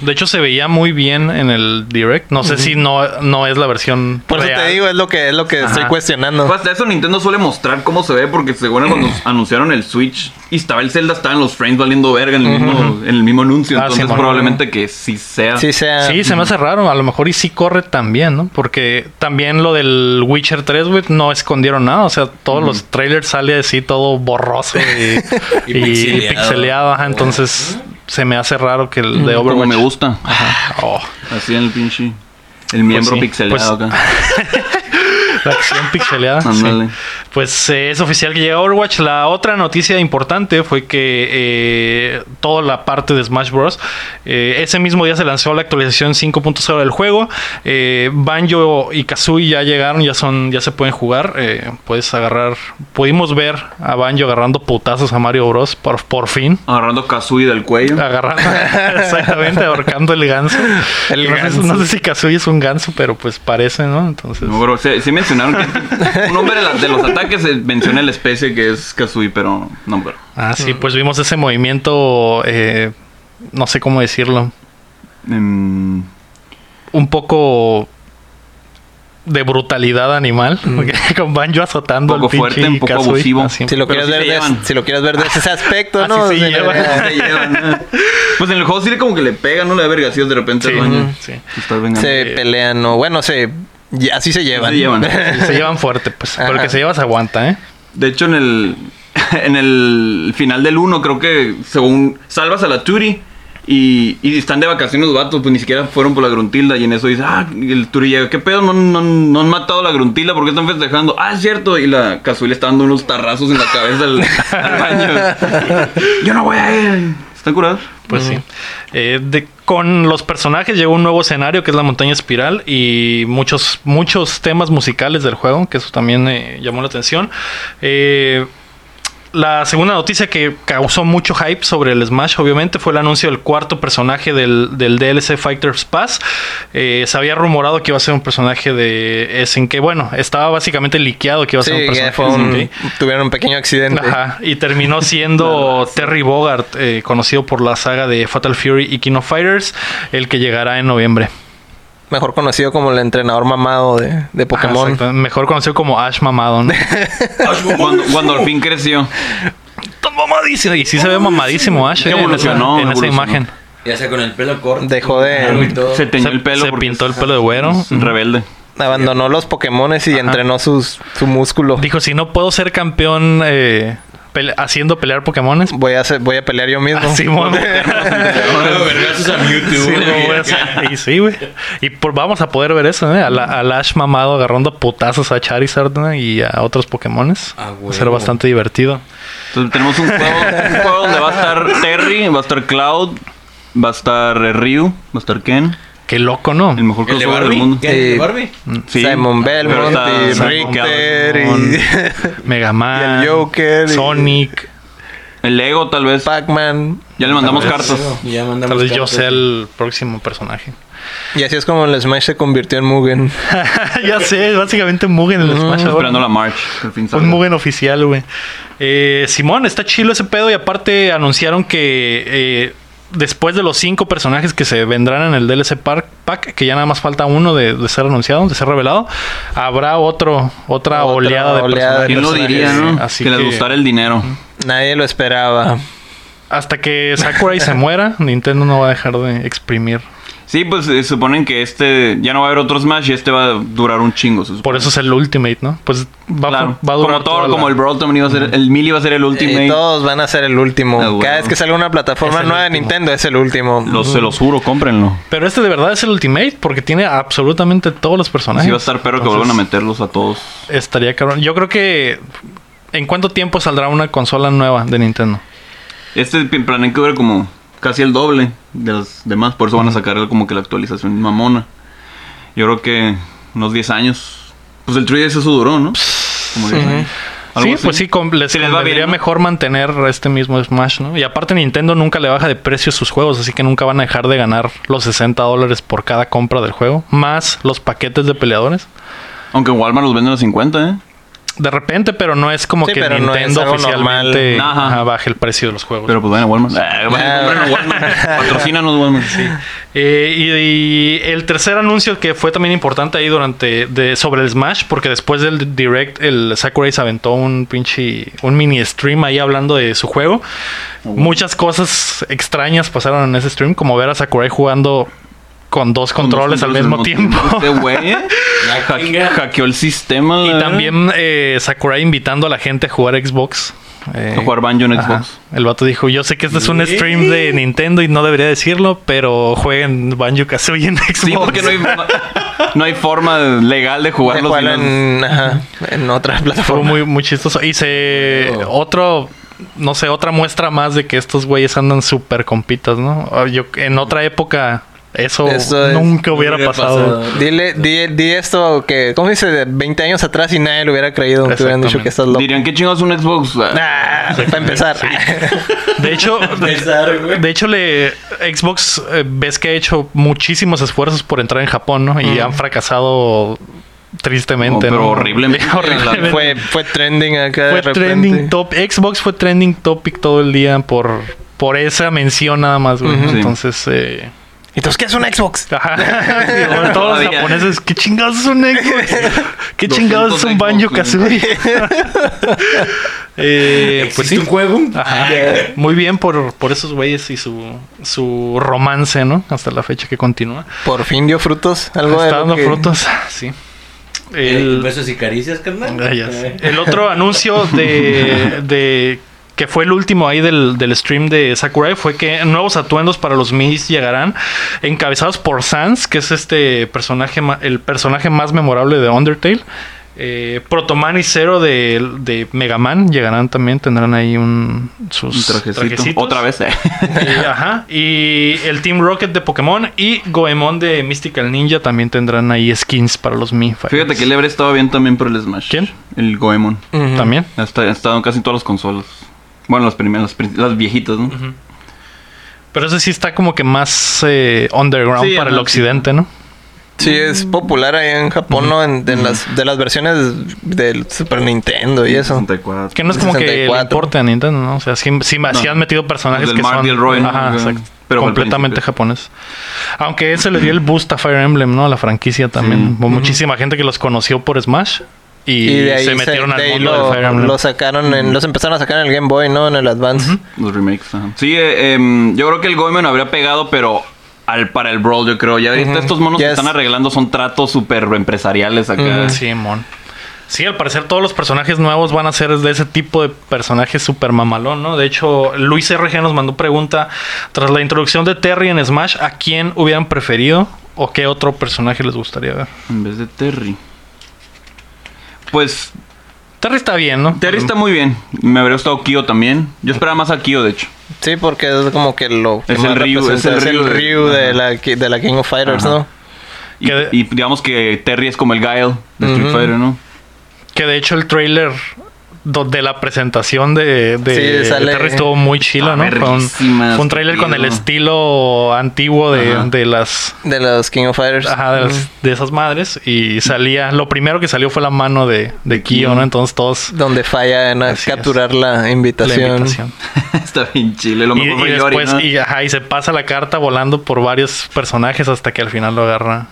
[SPEAKER 1] De hecho, se veía muy bien en el direct. No sé si no, no es la versión.
[SPEAKER 3] Por eso
[SPEAKER 1] real.
[SPEAKER 3] te digo, es lo que, es lo que estoy
[SPEAKER 1] Ajá.
[SPEAKER 3] cuestionando.
[SPEAKER 2] Pues hasta eso Nintendo suele mostrar cómo se ve, porque según cuando
[SPEAKER 1] [CLEARS THROAT]
[SPEAKER 2] anunciaron el Switch y estaba el Zelda, estaban los frames valiendo verga en el mismo, en el mismo anuncio.
[SPEAKER 1] Ah,
[SPEAKER 2] Entonces
[SPEAKER 1] Simón.
[SPEAKER 2] probablemente que sí sea.
[SPEAKER 3] Sí, sea.
[SPEAKER 1] Sí, se me hace raro. A lo mejor y sí corre también, ¿no? Porque también lo del Witcher 3, güey, no escondieron nada. O sea, todos los trailers sale así todo borroso y,
[SPEAKER 3] [LAUGHS]
[SPEAKER 4] Y
[SPEAKER 1] y
[SPEAKER 4] pixeleado.
[SPEAKER 1] pixeleado, ajá. Entonces, se me hace raro que el de
[SPEAKER 2] Como
[SPEAKER 1] Overwatch...
[SPEAKER 2] me gusta.
[SPEAKER 1] Oh.
[SPEAKER 2] Así en el pinche. El miembro
[SPEAKER 1] sí,
[SPEAKER 2] pixelado
[SPEAKER 1] pues-
[SPEAKER 2] acá.
[SPEAKER 1] La acción pixeleada.
[SPEAKER 2] Ándale.
[SPEAKER 1] Ah, sí. Pues eh, es oficial que llega Overwatch. La otra noticia importante fue que eh, toda la parte de Smash Bros. eh, ese mismo día se lanzó la actualización 5.0 del juego. Eh, Banjo y Kazooie ya llegaron, ya son, ya se pueden jugar. Eh, puedes agarrar. Pudimos ver a Banjo agarrando putazos a Mario Bros. por, por fin.
[SPEAKER 2] Agarrando Kazooie del cuello.
[SPEAKER 1] Agarrando, [LAUGHS] exactamente, ahorcando el ganso.
[SPEAKER 3] El
[SPEAKER 1] no, sé-
[SPEAKER 3] ganso.
[SPEAKER 1] no sé si Kazooie es un ganso, pero pues parece, ¿no? Entonces.
[SPEAKER 2] No, bro, sí, sí mencionaron que un hombre de, la- de los ataques eh, menciona la especie que es Kazooie, pero no, bro.
[SPEAKER 1] Ah, sí, pues vimos ese movimiento, eh, no sé cómo decirlo,
[SPEAKER 2] Em,
[SPEAKER 1] un poco de brutalidad animal, porque [LAUGHS] con Banjo azotando
[SPEAKER 2] Un poco
[SPEAKER 1] al pinche
[SPEAKER 2] fuerte, un poco
[SPEAKER 1] Kazooy,
[SPEAKER 2] abusivo.
[SPEAKER 1] así.
[SPEAKER 3] Si lo,
[SPEAKER 2] Pero
[SPEAKER 3] quieres
[SPEAKER 2] sí
[SPEAKER 3] ver
[SPEAKER 2] se
[SPEAKER 3] de,
[SPEAKER 2] llevan.
[SPEAKER 3] si lo quieres ver de ese aspecto,
[SPEAKER 1] Así
[SPEAKER 3] ¿no?
[SPEAKER 1] Ah, se
[SPEAKER 3] O sea,
[SPEAKER 1] llevan.
[SPEAKER 2] se llevan, ¿no? [LAUGHS] Pues en el juego sí como que le pegan, ¿no? La verga, así de repente.
[SPEAKER 1] Sí,
[SPEAKER 2] al baño.
[SPEAKER 1] sí.
[SPEAKER 2] Estás vengando.
[SPEAKER 3] Se pelean, o bueno, se, y así se llevan.
[SPEAKER 2] Se
[SPEAKER 3] [LAUGHS]
[SPEAKER 2] llevan.
[SPEAKER 1] Sí, se llevan fuerte, pues, pero el
[SPEAKER 3] Ajá.
[SPEAKER 1] que se lleva se aguanta, ¿eh?
[SPEAKER 2] De hecho, en el, [LAUGHS] en el final del 1, creo que según salvas a la Turi y, y están de vacaciones los vatos, pues ni siquiera fueron por la Gruntilda. Y en eso dice, ah, y el Turi llega, ¿qué pedo? No, no, no han matado a la Gruntilda, ¿por qué están festejando? Ah, es cierto. Y la Kazuy le está dando unos tarrazos en la cabeza al, al baño. Yo no voy a ir. ¿Están curados?
[SPEAKER 1] Pues sí. Eh, de- con los personajes llegó un nuevo escenario que es la montaña espiral y muchos, muchos temas musicales del juego, que eso también eh, llamó la atención. Eh, la segunda noticia que causó mucho hype sobre el Smash, obviamente, fue el anuncio del cuarto personaje del, del DLC Fighters Pass. Eh, se había rumorado que iba a ser un personaje de SNK. Bueno, estaba básicamente liqueado que iba a
[SPEAKER 3] Sí,
[SPEAKER 1] ser un
[SPEAKER 3] que
[SPEAKER 1] personaje
[SPEAKER 3] fue
[SPEAKER 1] de
[SPEAKER 3] un-
[SPEAKER 1] SNK.
[SPEAKER 3] tuvieron un pequeño accidente.
[SPEAKER 1] Ajá, y terminó
[SPEAKER 2] [LAUGHS]
[SPEAKER 1] siendo Terry Bogart, eh, conocido por la saga de Fatal Fury y King of Fighters, el que llegará en noviembre.
[SPEAKER 3] Mejor conocido como el entrenador mamado de, de
[SPEAKER 1] Ajá,
[SPEAKER 3] Pokémon.
[SPEAKER 1] Ah, exacto. Mejor conocido como Ash Mamado,
[SPEAKER 2] [LAUGHS]
[SPEAKER 1] ¿no?
[SPEAKER 2] Cuando, cuando al fin creció.
[SPEAKER 1] Está mamadísimo. Y sí se ve mamadísimo Ash
[SPEAKER 2] Que
[SPEAKER 1] eh, en, esa,
[SPEAKER 2] evolucionó,
[SPEAKER 1] en esa
[SPEAKER 2] evolucionó.
[SPEAKER 1] imagen.
[SPEAKER 4] Ya sea con el pelo corto.
[SPEAKER 3] Dejó de-
[SPEAKER 4] largo y todo.
[SPEAKER 2] Se teñió el pelo.
[SPEAKER 1] se
[SPEAKER 2] porque
[SPEAKER 1] pintó el
[SPEAKER 2] es- pues,
[SPEAKER 1] pelo de güero.
[SPEAKER 2] es Rebelde.
[SPEAKER 3] Abandonó los Pokémones y entrenó sus, su músculo.
[SPEAKER 1] Dijo, si no puedo ser campeón eh, pele- haciendo pelear
[SPEAKER 2] [LAUGHS]
[SPEAKER 1] Pokémones.
[SPEAKER 3] Voy a, hacer- voy a pelear yo mismo.
[SPEAKER 1] Ah, sí,
[SPEAKER 3] [LAUGHS]
[SPEAKER 1] mon. [LAUGHS]
[SPEAKER 4] Vergazos a YouTube.
[SPEAKER 1] Sí,
[SPEAKER 4] güey.
[SPEAKER 1] güey, voy a hacer- y sí, güey. Y por, vamos a poder ver eso, ¿eh? A la- Al Ash mamado agarrando putazos a Charizard ¿no? y a otros Pokémones.
[SPEAKER 4] Ah,
[SPEAKER 1] va a ser
[SPEAKER 4] huevo.
[SPEAKER 1] bastante divertido.
[SPEAKER 2] Entonces tenemos un juego, un
[SPEAKER 3] [LAUGHS]
[SPEAKER 2] juego donde va a estar Terry, va a estar Cloud, va a estar eh, Ryu, va a estar Ken,
[SPEAKER 1] Qué loco, ¿no?
[SPEAKER 2] el mejor
[SPEAKER 4] ¿El de
[SPEAKER 2] crossover del
[SPEAKER 4] Barbie?
[SPEAKER 2] mundo.
[SPEAKER 4] ¿Qué? ¿El de
[SPEAKER 3] Sí.
[SPEAKER 4] Barbie?
[SPEAKER 2] Sí.
[SPEAKER 3] Simon
[SPEAKER 2] Pero
[SPEAKER 3] Belmont
[SPEAKER 2] está
[SPEAKER 3] y
[SPEAKER 2] Simon
[SPEAKER 3] Richter [LAUGHS]
[SPEAKER 1] Belmont,
[SPEAKER 3] y
[SPEAKER 1] Mega Man,
[SPEAKER 3] Y el Joker y-
[SPEAKER 1] Sonic,
[SPEAKER 2] El Lego tal vez.
[SPEAKER 3] Pac-Man.
[SPEAKER 2] Ya le mandamos
[SPEAKER 4] Tal vez,
[SPEAKER 2] cartas.
[SPEAKER 4] luego, Pues Ya mandamos
[SPEAKER 1] tal vez yo
[SPEAKER 4] cartas.
[SPEAKER 1] sea el próximo personaje. [LAUGHS]
[SPEAKER 3] Y así es como el Smash se convirtió en Mugen.
[SPEAKER 1] ya sé, básicamente Mugen en el Smash ahora.
[SPEAKER 2] Esperando la March. que al fin salga.
[SPEAKER 1] Un Mugen oficial, güey. Eh, Simón, está chilo ese pedo. Y aparte anunciaron que eh, después de los cinco personajes que se vendrán en el DLC par- pack, que ya nada más falta uno de, de ser anunciado, de ser revelado, habrá otro, otra,
[SPEAKER 3] Otra
[SPEAKER 1] oleada de
[SPEAKER 3] oleada de
[SPEAKER 1] personajes.
[SPEAKER 2] ¿Quién lo diría,
[SPEAKER 1] Sí,
[SPEAKER 2] no?
[SPEAKER 1] Así
[SPEAKER 2] que,
[SPEAKER 1] que,
[SPEAKER 2] les gustara el dinero.
[SPEAKER 3] Nadie lo esperaba.
[SPEAKER 1] hasta que Sakurai [LAUGHS] se muera, Nintendo no va a dejar de exprimir.
[SPEAKER 2] Sí, pues eh, suponen que este ya no va a haber otro Smash y este va a durar un chingo. se supone.
[SPEAKER 1] Por eso es el Ultimate, ¿no? Pues va,
[SPEAKER 2] Claro.
[SPEAKER 1] va a durar
[SPEAKER 2] como todo,
[SPEAKER 1] toda la-
[SPEAKER 2] como el Brawl también iba a ser, el Mil iba a ser el Ultimate.
[SPEAKER 3] Y todos van a ser el último.
[SPEAKER 2] Ah, bueno.
[SPEAKER 3] Cada vez que sale una plataforma
[SPEAKER 1] Es el
[SPEAKER 3] nueva de
[SPEAKER 1] último.
[SPEAKER 3] Nintendo es el último.
[SPEAKER 2] Los- se los juro, cómprenlo.
[SPEAKER 1] Pero este de verdad es el Ultimate porque tiene absolutamente todos los personajes.
[SPEAKER 2] Sí va a estar pero que
[SPEAKER 1] Entonces,
[SPEAKER 2] vuelvan a meterlos a todos.
[SPEAKER 1] Estaría cabrón. Yo creo que. ¿En cuánto tiempo saldrá una consola nueva de Nintendo?
[SPEAKER 2] Este pi- planean que dure como casi el doble de las demás. Por eso van a sacar el- como que la actualización mamona. Yo creo que unos 10 años. Pues el 3DS eso duró, ¿no? Como 10 años. Algo
[SPEAKER 1] Sí,
[SPEAKER 2] así.
[SPEAKER 1] pues sí, com- les
[SPEAKER 2] Sí les va
[SPEAKER 1] convendría
[SPEAKER 2] bien, ¿no?
[SPEAKER 1] mejor mantener este mismo Smash, ¿no? Y aparte Nintendo nunca le baja de precio sus juegos, así que nunca van a dejar de ganar los 60 dólares por cada compra del juego, más los paquetes de peleadores.
[SPEAKER 2] Aunque Walmart los venden a 50, ¿eh?
[SPEAKER 1] De repente, pero no es como
[SPEAKER 3] Sí,
[SPEAKER 1] que
[SPEAKER 3] pero no es
[SPEAKER 1] Nintendo
[SPEAKER 3] algo normal.
[SPEAKER 1] oficialmente
[SPEAKER 2] Ajá.
[SPEAKER 1] ajá, baje el precio de los juegos.
[SPEAKER 2] Pero pues vayan a Walmart. Eh, vayan,
[SPEAKER 3] Ah.
[SPEAKER 2] compren a
[SPEAKER 1] [LAUGHS]
[SPEAKER 2] Walmart. Patrocínanos Walmart.
[SPEAKER 1] Eh, y, y el tercer anuncio que fue también importante ahí durante de, sobre el Smash, porque después del direct el Sakurai se aventó un pinche un mini stream ahí hablando de su juego. Muchas cosas extrañas pasaron en ese stream, como ver a Sakurai jugando con dos
[SPEAKER 2] Con dos
[SPEAKER 1] controles al mismo tiempo.
[SPEAKER 2] Este güey eh, hack- hackeó el sistema. la
[SPEAKER 1] [LAUGHS] y
[SPEAKER 2] verdad.
[SPEAKER 1] también eh, Sakurai invitando a la gente a jugar Xbox. eh,
[SPEAKER 2] A jugar banjo en Xbox.
[SPEAKER 1] Ajá. El vato dijo, yo sé que este es un stream de Nintendo y no debería decirlo, pero jueguen Banjo Kazooie en Xbox.
[SPEAKER 2] Sí, porque no hay, no hay forma legal de
[SPEAKER 3] Se
[SPEAKER 2] jugarlos.
[SPEAKER 3] juegan
[SPEAKER 2] sin-
[SPEAKER 3] en, ajá, en otra
[SPEAKER 1] Fue
[SPEAKER 3] plataforma.
[SPEAKER 1] muy, muy chistoso. Y se...
[SPEAKER 4] Oh.
[SPEAKER 1] Otro... No sé, otra muestra más de que estos güeyes andan súper compitas, ¿no? Ah, Yo, en otra época eso,
[SPEAKER 3] Eso es-
[SPEAKER 1] nunca hubiera,
[SPEAKER 4] hubiera
[SPEAKER 1] pasado.
[SPEAKER 4] pasado.
[SPEAKER 3] Dile, di, di esto que, ¿cómo dice? De 20 años atrás y nadie lo hubiera creído. Te hubieran dicho que estás loco.
[SPEAKER 2] Dirían, ¿qué chingados es un Xbox? Ah,
[SPEAKER 3] Ah, para empezar. [LAUGHS]
[SPEAKER 1] De hecho,
[SPEAKER 4] Empezar, güey.
[SPEAKER 1] de hecho le Xbox eh, ves que ha hecho muchísimos esfuerzos por entrar en Japón, ¿no? Y han fracasado tristemente,
[SPEAKER 2] No, pero
[SPEAKER 1] ¿no?
[SPEAKER 2] horriblemente.
[SPEAKER 1] [LAUGHS] horriblemente.
[SPEAKER 3] fue, fue trending acá
[SPEAKER 1] fue
[SPEAKER 3] de repente.
[SPEAKER 1] trending top Xbox fue trending topic todo el día por por esa mención nada más güey.
[SPEAKER 2] Ujú. Sí.
[SPEAKER 1] entonces eh,
[SPEAKER 3] Entonces, ¿qué es un Xbox?
[SPEAKER 1] ajá. Sí, bueno, todos los
[SPEAKER 2] Todavía.
[SPEAKER 1] japoneses qué chingados es un Xbox qué
[SPEAKER 2] 200
[SPEAKER 1] chingados es un
[SPEAKER 2] Xbox,
[SPEAKER 1] Banjo
[SPEAKER 2] güey.
[SPEAKER 1] Kazooie eh, pues
[SPEAKER 4] ¿Existe
[SPEAKER 1] sí
[SPEAKER 4] un juego?
[SPEAKER 1] Ajá. Muy bien por, por esos güeyes y su, su romance, ¿no? Hasta la fecha que continúa.
[SPEAKER 3] Por fin dio frutos. Algo de
[SPEAKER 1] Está
[SPEAKER 3] lo
[SPEAKER 1] dando
[SPEAKER 3] que-
[SPEAKER 1] frutos, [LAUGHS] sí. [LAUGHS]
[SPEAKER 4] El...
[SPEAKER 1] El-
[SPEAKER 4] Eh, Besos y caricias, carnal.
[SPEAKER 1] Ah, ya sé.
[SPEAKER 4] Eh.
[SPEAKER 1] El otro anuncio de, de- que fue el último ahí del, del stream de Sakurai fue que nuevos atuendos para los Mis llegarán encabezados por Sans, que es este personaje, ma- el personaje más memorable de Undertale. Eh, Protoman y Zero de, de Mega Man llegarán también, tendrán ahí un sus
[SPEAKER 2] un trajecito.
[SPEAKER 1] pues, trajecitos.
[SPEAKER 2] Otra vez, eh.
[SPEAKER 1] Eh, ajá. Y el Team Rocket de Pokémon y Goemon de Mystical Ninja también tendrán ahí skins para los Mi.
[SPEAKER 2] Fíjate que el Ebre estaba bien también por el Smash.
[SPEAKER 1] ¿Quién?
[SPEAKER 2] El Goemon.
[SPEAKER 3] Ujú.
[SPEAKER 1] también.
[SPEAKER 2] Ha esta- ha estado en casi todas las consolas. Bueno, las primeras, las, pri- las viejitas, ¿no?
[SPEAKER 1] Pero eso sí está como que más eh, underground
[SPEAKER 2] Sí,
[SPEAKER 1] para el
[SPEAKER 2] ajá.
[SPEAKER 1] occidente, ¿no?
[SPEAKER 3] Sí, es popular ahí en Japón, ¿no? En, de, las, de las versiones del Super Nintendo y eso.
[SPEAKER 2] 64.
[SPEAKER 1] Que no es como que le
[SPEAKER 3] 64.
[SPEAKER 1] importe a Nintendo, ¿no? O sea, sí, sí, sí han metido personajes
[SPEAKER 2] Del
[SPEAKER 1] que
[SPEAKER 2] Mark
[SPEAKER 1] son
[SPEAKER 2] Gilroy, ¿no?
[SPEAKER 1] ajá,
[SPEAKER 2] Ajá.
[SPEAKER 1] exacto,
[SPEAKER 2] Pero fue al
[SPEAKER 1] completamente
[SPEAKER 2] principio.
[SPEAKER 1] japonés. Aunque eso le dio el boost a Fire Emblem, ¿no? A la franquicia también. Hubo Muchísima gente que los conoció por Smash y,
[SPEAKER 3] Y de ahí
[SPEAKER 1] se metieron
[SPEAKER 3] de
[SPEAKER 1] al
[SPEAKER 3] ahí
[SPEAKER 1] mundo de Fire
[SPEAKER 3] lo,
[SPEAKER 1] Emblem.
[SPEAKER 3] lo sacaron, en, los empezaron a sacar en el Game Boy, ¿no? En el Advance.
[SPEAKER 2] Los remakes, ajá. Sí, eh, em, yo creo que el Goemon habría pegado, pero al para el Brawl, yo creo. Ya ahorita estos monos
[SPEAKER 3] Ya
[SPEAKER 2] que
[SPEAKER 3] es-
[SPEAKER 2] Ah. están arreglando son tratos súper empresariales acá.
[SPEAKER 1] Simón. Sí, al parecer todos los personajes nuevos van a ser de ese tipo de personajes super mamalón, ¿no? De hecho, Luis RG nos mandó pregunta, tras la introducción de Terry en Smash, ¿a quién hubieran preferido o qué otro personaje les gustaría ver?
[SPEAKER 2] En vez de Terry. Pues
[SPEAKER 1] Terry está bien, ¿no?
[SPEAKER 2] Terry está muy bien. Me habría gustado Kyo también. Yo esperaba más a Kyo, de hecho.
[SPEAKER 3] Sí, porque es como que lo que
[SPEAKER 2] Es el
[SPEAKER 3] más
[SPEAKER 2] Ryu,
[SPEAKER 3] representa,
[SPEAKER 2] es el Ryu de-
[SPEAKER 3] Ryu de, la, ki- de la King of Fighters,
[SPEAKER 2] Ajá.
[SPEAKER 3] ¿no?
[SPEAKER 2] Y,
[SPEAKER 1] Que-
[SPEAKER 2] y digamos que Terry es como el Guile de Street
[SPEAKER 3] Ujú.
[SPEAKER 2] Fighter, ¿no? [LAUGHS]
[SPEAKER 1] Que de hecho el trailer do- de la presentación de, de
[SPEAKER 3] Sí, sale-
[SPEAKER 1] Terry estuvo muy chila,
[SPEAKER 2] Ah,
[SPEAKER 1] ¿no? Fue un,
[SPEAKER 2] verguísimas,
[SPEAKER 1] fue un trailer con el
[SPEAKER 2] tío.
[SPEAKER 1] estilo antiguo de,
[SPEAKER 2] Ajá.
[SPEAKER 1] de las...
[SPEAKER 3] De los King of Fighters.
[SPEAKER 1] ajá, de, las-
[SPEAKER 3] Mm.
[SPEAKER 1] de esas madres y salía, lo primero que salió fue la mano de, de Kyo, ¿no? Entonces todos
[SPEAKER 3] Donde falla en
[SPEAKER 1] Así es.
[SPEAKER 3] capturar la
[SPEAKER 1] la
[SPEAKER 3] invitación.
[SPEAKER 1] invitación.
[SPEAKER 2] está bien chile. Lo
[SPEAKER 1] Y,
[SPEAKER 2] mejor
[SPEAKER 1] y
[SPEAKER 2] fue Yori,
[SPEAKER 1] después,
[SPEAKER 2] ¿no?
[SPEAKER 1] y, ajá, y se pasa la carta volando por varios personajes hasta que al final lo agarra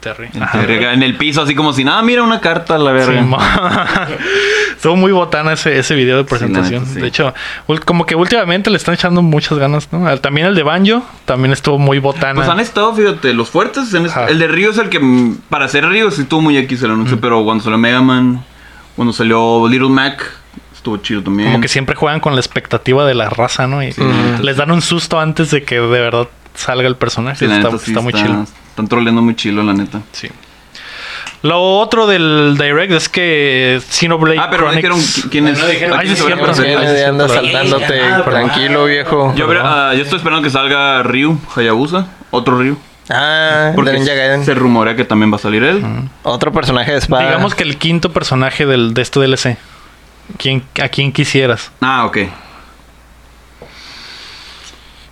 [SPEAKER 1] Terry.
[SPEAKER 2] El
[SPEAKER 1] Ajá.
[SPEAKER 2] Terry en el piso, así como si nada, mira una carta, la verga.
[SPEAKER 1] Sí, mo- [LAUGHS] Estuvo muy botana ese, ese video de presentación.
[SPEAKER 2] neta, sí.
[SPEAKER 1] De hecho, ul- como que últimamente le están echando muchas ganas, ¿no? Al- También el de Banjo, también estuvo muy botana.
[SPEAKER 2] Pues han estado, fíjate, los fuertes. han est-
[SPEAKER 1] Ajá.
[SPEAKER 2] el de Río es el que, mm, para ser Río, sí estuvo muy X el anuncio, pero cuando salió Mega Man, cuando salió Little Mac, estuvo chido también.
[SPEAKER 1] Como que siempre juegan con la expectativa de la raza, ¿no? Y
[SPEAKER 2] Sí, la neta,
[SPEAKER 1] les dan un susto antes de que de verdad salga el personaje.
[SPEAKER 2] Sí, la
[SPEAKER 1] está,
[SPEAKER 2] neta, sí
[SPEAKER 1] está muy chido.
[SPEAKER 2] Están troleando muy chilo, la neta.
[SPEAKER 1] Sí. Lo otro del Direct es que Xenoblade
[SPEAKER 2] Ah, pero no
[SPEAKER 1] Chronicles-
[SPEAKER 2] dijeron qui- quién es.
[SPEAKER 4] No dijeron
[SPEAKER 2] a
[SPEAKER 1] quién
[SPEAKER 2] quién se
[SPEAKER 1] es,
[SPEAKER 2] van a
[SPEAKER 1] cierto,
[SPEAKER 2] parecer.
[SPEAKER 1] sí.
[SPEAKER 3] Viene de andar saltándote.
[SPEAKER 4] Ah, perdón.
[SPEAKER 3] Tranquilo, viejo.
[SPEAKER 2] Yo, habría- ah, yo estoy esperando que salga Ryu Hayabusa, otro Ryu.
[SPEAKER 3] Ah, de
[SPEAKER 2] Porque
[SPEAKER 3] Ninja Gaiden.
[SPEAKER 2] se rumorea que también va a salir él.
[SPEAKER 3] Otro personaje de espada.
[SPEAKER 1] Digamos que el quinto personaje del, de este DLC. ¿Quién, ¿A quién quisieras?
[SPEAKER 2] Ah, ok.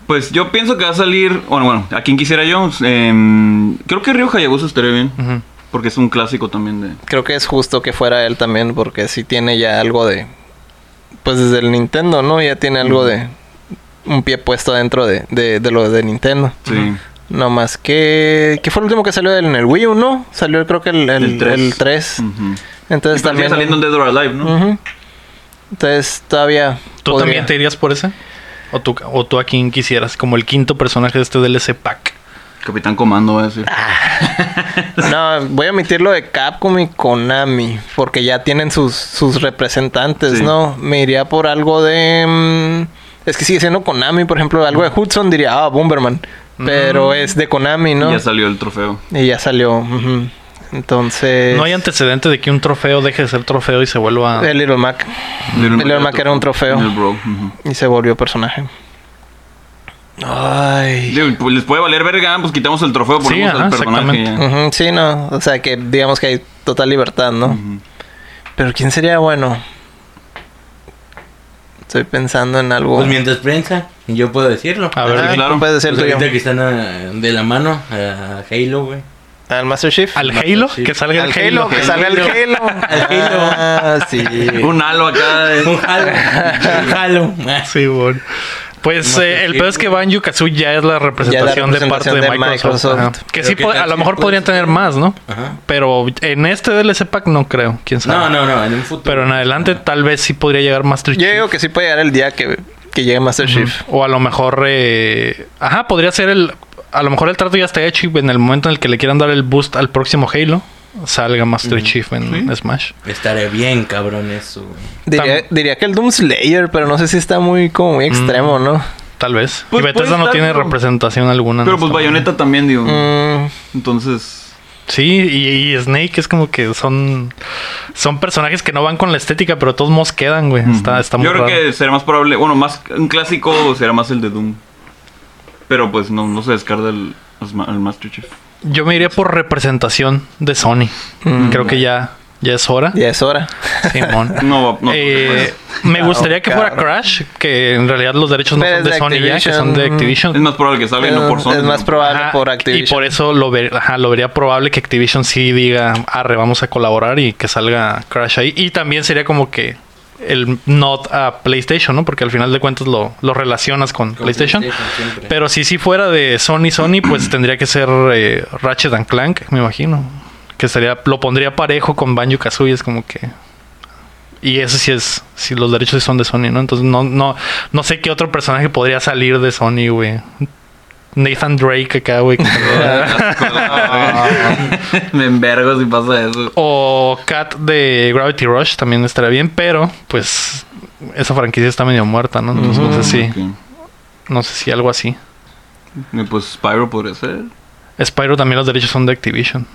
[SPEAKER 2] Pues yo pienso que va a salir. Bueno, bueno, a quien quisiera yo. em, creo que Ryu Hayabusa estaría bien.
[SPEAKER 1] Ujú.
[SPEAKER 2] Porque es un clásico también de.
[SPEAKER 3] Creo que es justo que fuera él también, porque sí tiene ya algo de. Pues desde el Nintendo, ¿no? Ya tiene algo de. Un pie puesto dentro de, de, de lo de Nintendo.
[SPEAKER 2] Sí.
[SPEAKER 3] No más que. ¿Qué fue el último que salió en el Wii U, no? Salió creo que el, el,
[SPEAKER 2] El tres.
[SPEAKER 3] el 3.
[SPEAKER 2] Ujú.
[SPEAKER 3] Entonces
[SPEAKER 2] Y también
[SPEAKER 3] también.
[SPEAKER 2] saliendo en Dead or Alive, ¿no?
[SPEAKER 3] Ujú. Entonces todavía.
[SPEAKER 1] ¿Tú
[SPEAKER 3] podría.
[SPEAKER 1] también te irías por ese? ¿O tú, ¿O tú a quién quisieras? Como el quinto personaje de este DLC pack.
[SPEAKER 2] Capitán Comando, va a decir.
[SPEAKER 3] Ah, No, voy a omitir lo de Capcom y Konami, porque ya tienen sus, sus representantes,
[SPEAKER 2] Sí.
[SPEAKER 3] ¿no? Me iría por algo de... mm, es que sigue siendo Konami, por ejemplo, algo de Hudson diría, ah, Bomberman. Pero es de Konami,
[SPEAKER 2] Y
[SPEAKER 3] ¿no?
[SPEAKER 2] ya salió el trofeo.
[SPEAKER 3] Y ya salió. ujú. Entonces...
[SPEAKER 1] No hay Ah. antecedente de que un trofeo deje de ser trofeo y se vuelva.
[SPEAKER 3] El Little Mac.
[SPEAKER 2] Little
[SPEAKER 3] Little Mac era un trofeo.
[SPEAKER 2] Little Bro. ujú.
[SPEAKER 3] Y se volvió personaje. Ay.
[SPEAKER 2] Digo, pues, les puede valer verga, pues quitamos el trofeo,
[SPEAKER 1] Sí,
[SPEAKER 2] ponemos
[SPEAKER 1] ajá,
[SPEAKER 2] al personaje. y ya.
[SPEAKER 3] Ujú, sí, no. O sea, que digamos que hay total libertad, ¿no?
[SPEAKER 2] Ujú.
[SPEAKER 3] Pero ¿quién sería bueno? Estoy pensando en algo.
[SPEAKER 4] Pues mientras prensa, yo puedo decirlo.
[SPEAKER 1] A ver,
[SPEAKER 3] Ah,
[SPEAKER 1] di.
[SPEAKER 2] claro.
[SPEAKER 3] tú Puedes ser
[SPEAKER 4] Pues
[SPEAKER 3] tuyo.
[SPEAKER 4] ahorita que están ah, de la mano a Halo, güey.
[SPEAKER 3] Al Master Chief.
[SPEAKER 1] ¿Al Halo?
[SPEAKER 4] Sí.
[SPEAKER 1] Que salga
[SPEAKER 3] Al
[SPEAKER 1] el Halo.
[SPEAKER 3] que salga el Halo.
[SPEAKER 4] [LAUGHS]
[SPEAKER 3] Ah, sí.
[SPEAKER 2] Un halo acá. eh.
[SPEAKER 4] Un
[SPEAKER 2] de-
[SPEAKER 4] jalo.
[SPEAKER 3] [LAUGHS]
[SPEAKER 4] Un jalo.
[SPEAKER 1] Sí, bueno. Pues
[SPEAKER 4] Más
[SPEAKER 1] eh, el
[SPEAKER 4] que
[SPEAKER 1] peor es que Banjo Kazooie ya es la representación, de parte de,
[SPEAKER 3] representación de
[SPEAKER 1] Microsoft.
[SPEAKER 3] Microsoft.
[SPEAKER 1] Ajá. Que
[SPEAKER 4] Pero
[SPEAKER 1] sí,
[SPEAKER 4] ¿qué
[SPEAKER 1] po-
[SPEAKER 4] tal
[SPEAKER 1] a lo
[SPEAKER 4] si
[SPEAKER 1] mejor
[SPEAKER 4] puede
[SPEAKER 1] podrían
[SPEAKER 4] ser?
[SPEAKER 1] tener más, ¿no?
[SPEAKER 4] Ajá.
[SPEAKER 1] Pero en este DLC pack no creo. ¿Quién sabe?
[SPEAKER 4] No, no, no, en un futuro.
[SPEAKER 1] Pero en adelante tal vez sí podría llegar Master
[SPEAKER 3] Yo
[SPEAKER 1] Chief.
[SPEAKER 3] digo que sí puede llegar el día que, que llegue Master Chief.
[SPEAKER 1] O a lo mejor... eh, Ajá, podría ser el... A lo mejor el trato ya está hecho y en el momento en el que le quieran dar el boost al próximo Halo, salga Master Chief en Smash.
[SPEAKER 4] Estaré bien, cabrón, eso, güey.
[SPEAKER 3] Diría,
[SPEAKER 1] Tam-
[SPEAKER 3] diría que el Doom Slayer, pero no sé si está muy como muy extremo, ¿no?
[SPEAKER 1] Tal vez.
[SPEAKER 2] Pues
[SPEAKER 1] y
[SPEAKER 2] puede
[SPEAKER 1] Bethesda no
[SPEAKER 2] estar,
[SPEAKER 1] tiene
[SPEAKER 2] pero-
[SPEAKER 1] representación alguna. en
[SPEAKER 2] Pero
[SPEAKER 1] este
[SPEAKER 2] pues
[SPEAKER 1] esta
[SPEAKER 2] Bayonetta también, digo.
[SPEAKER 3] Mm,
[SPEAKER 2] Entonces.
[SPEAKER 1] Sí, y, y Snake es como que son son personajes que no van con la estética, pero de todos modos quedan, güey. Está, está muy
[SPEAKER 2] Yo creo
[SPEAKER 1] raro.
[SPEAKER 2] que será más probable. Bueno, más un clásico será más el de Doom. Pero pues no, no se descarta el, el Master Chief.
[SPEAKER 1] Yo me iría por representación de Sony. Creo que ya, ya es hora.
[SPEAKER 3] Mm. ya es hora. [LAUGHS]
[SPEAKER 1] Simón.
[SPEAKER 2] No, va- no.
[SPEAKER 1] Eh,
[SPEAKER 2] pues,
[SPEAKER 1] me
[SPEAKER 3] Ah,
[SPEAKER 1] gustaría que fuera
[SPEAKER 3] cabrón.
[SPEAKER 1] Crash, que en realidad los derechos no
[SPEAKER 3] Pero
[SPEAKER 1] son de
[SPEAKER 3] es de
[SPEAKER 1] Sony ya, que son de
[SPEAKER 3] Activision.
[SPEAKER 1] Activision.
[SPEAKER 2] es más probable que salga y no por
[SPEAKER 3] Es-
[SPEAKER 2] Sony.
[SPEAKER 3] es más
[SPEAKER 2] ¿no?
[SPEAKER 3] probable
[SPEAKER 1] Ajá,
[SPEAKER 3] por
[SPEAKER 1] Y
[SPEAKER 3] Activision.
[SPEAKER 1] por eso lo, ver- ajá, lo vería probable que Activision sí diga, arre, vamos a colaborar y que salga Crash ahí. Y también sería como que el not a PlayStation, ¿no? Porque al final de cuentas lo, lo relacionas con,
[SPEAKER 4] Con
[SPEAKER 1] PlayStation.
[SPEAKER 4] PlayStation siempre.
[SPEAKER 1] Pero si sí fuera de Sony, Sony, pues tendría que ser eh, Ratchet and Clank, me imagino. Que sería, lo pondría parejo con Banjo Kazooie, es como que. Y eso sí es, si los derechos sí son de Sony, ¿no? Entonces no, no, no sé qué otro personaje podría salir de Sony, güey. Nathan Drake acá, güey.
[SPEAKER 2] Ah. [LAUGHS] Me envergo si pasa eso.
[SPEAKER 1] o Cat de Gravity Rush también estaría bien, pero pues esa franquicia está medio muerta, ¿no? Entonces no sé si,
[SPEAKER 2] Ok.
[SPEAKER 1] no sé si algo así.
[SPEAKER 2] Y Pues Spyro podría ser.
[SPEAKER 1] Spyro también los derechos son de Activision.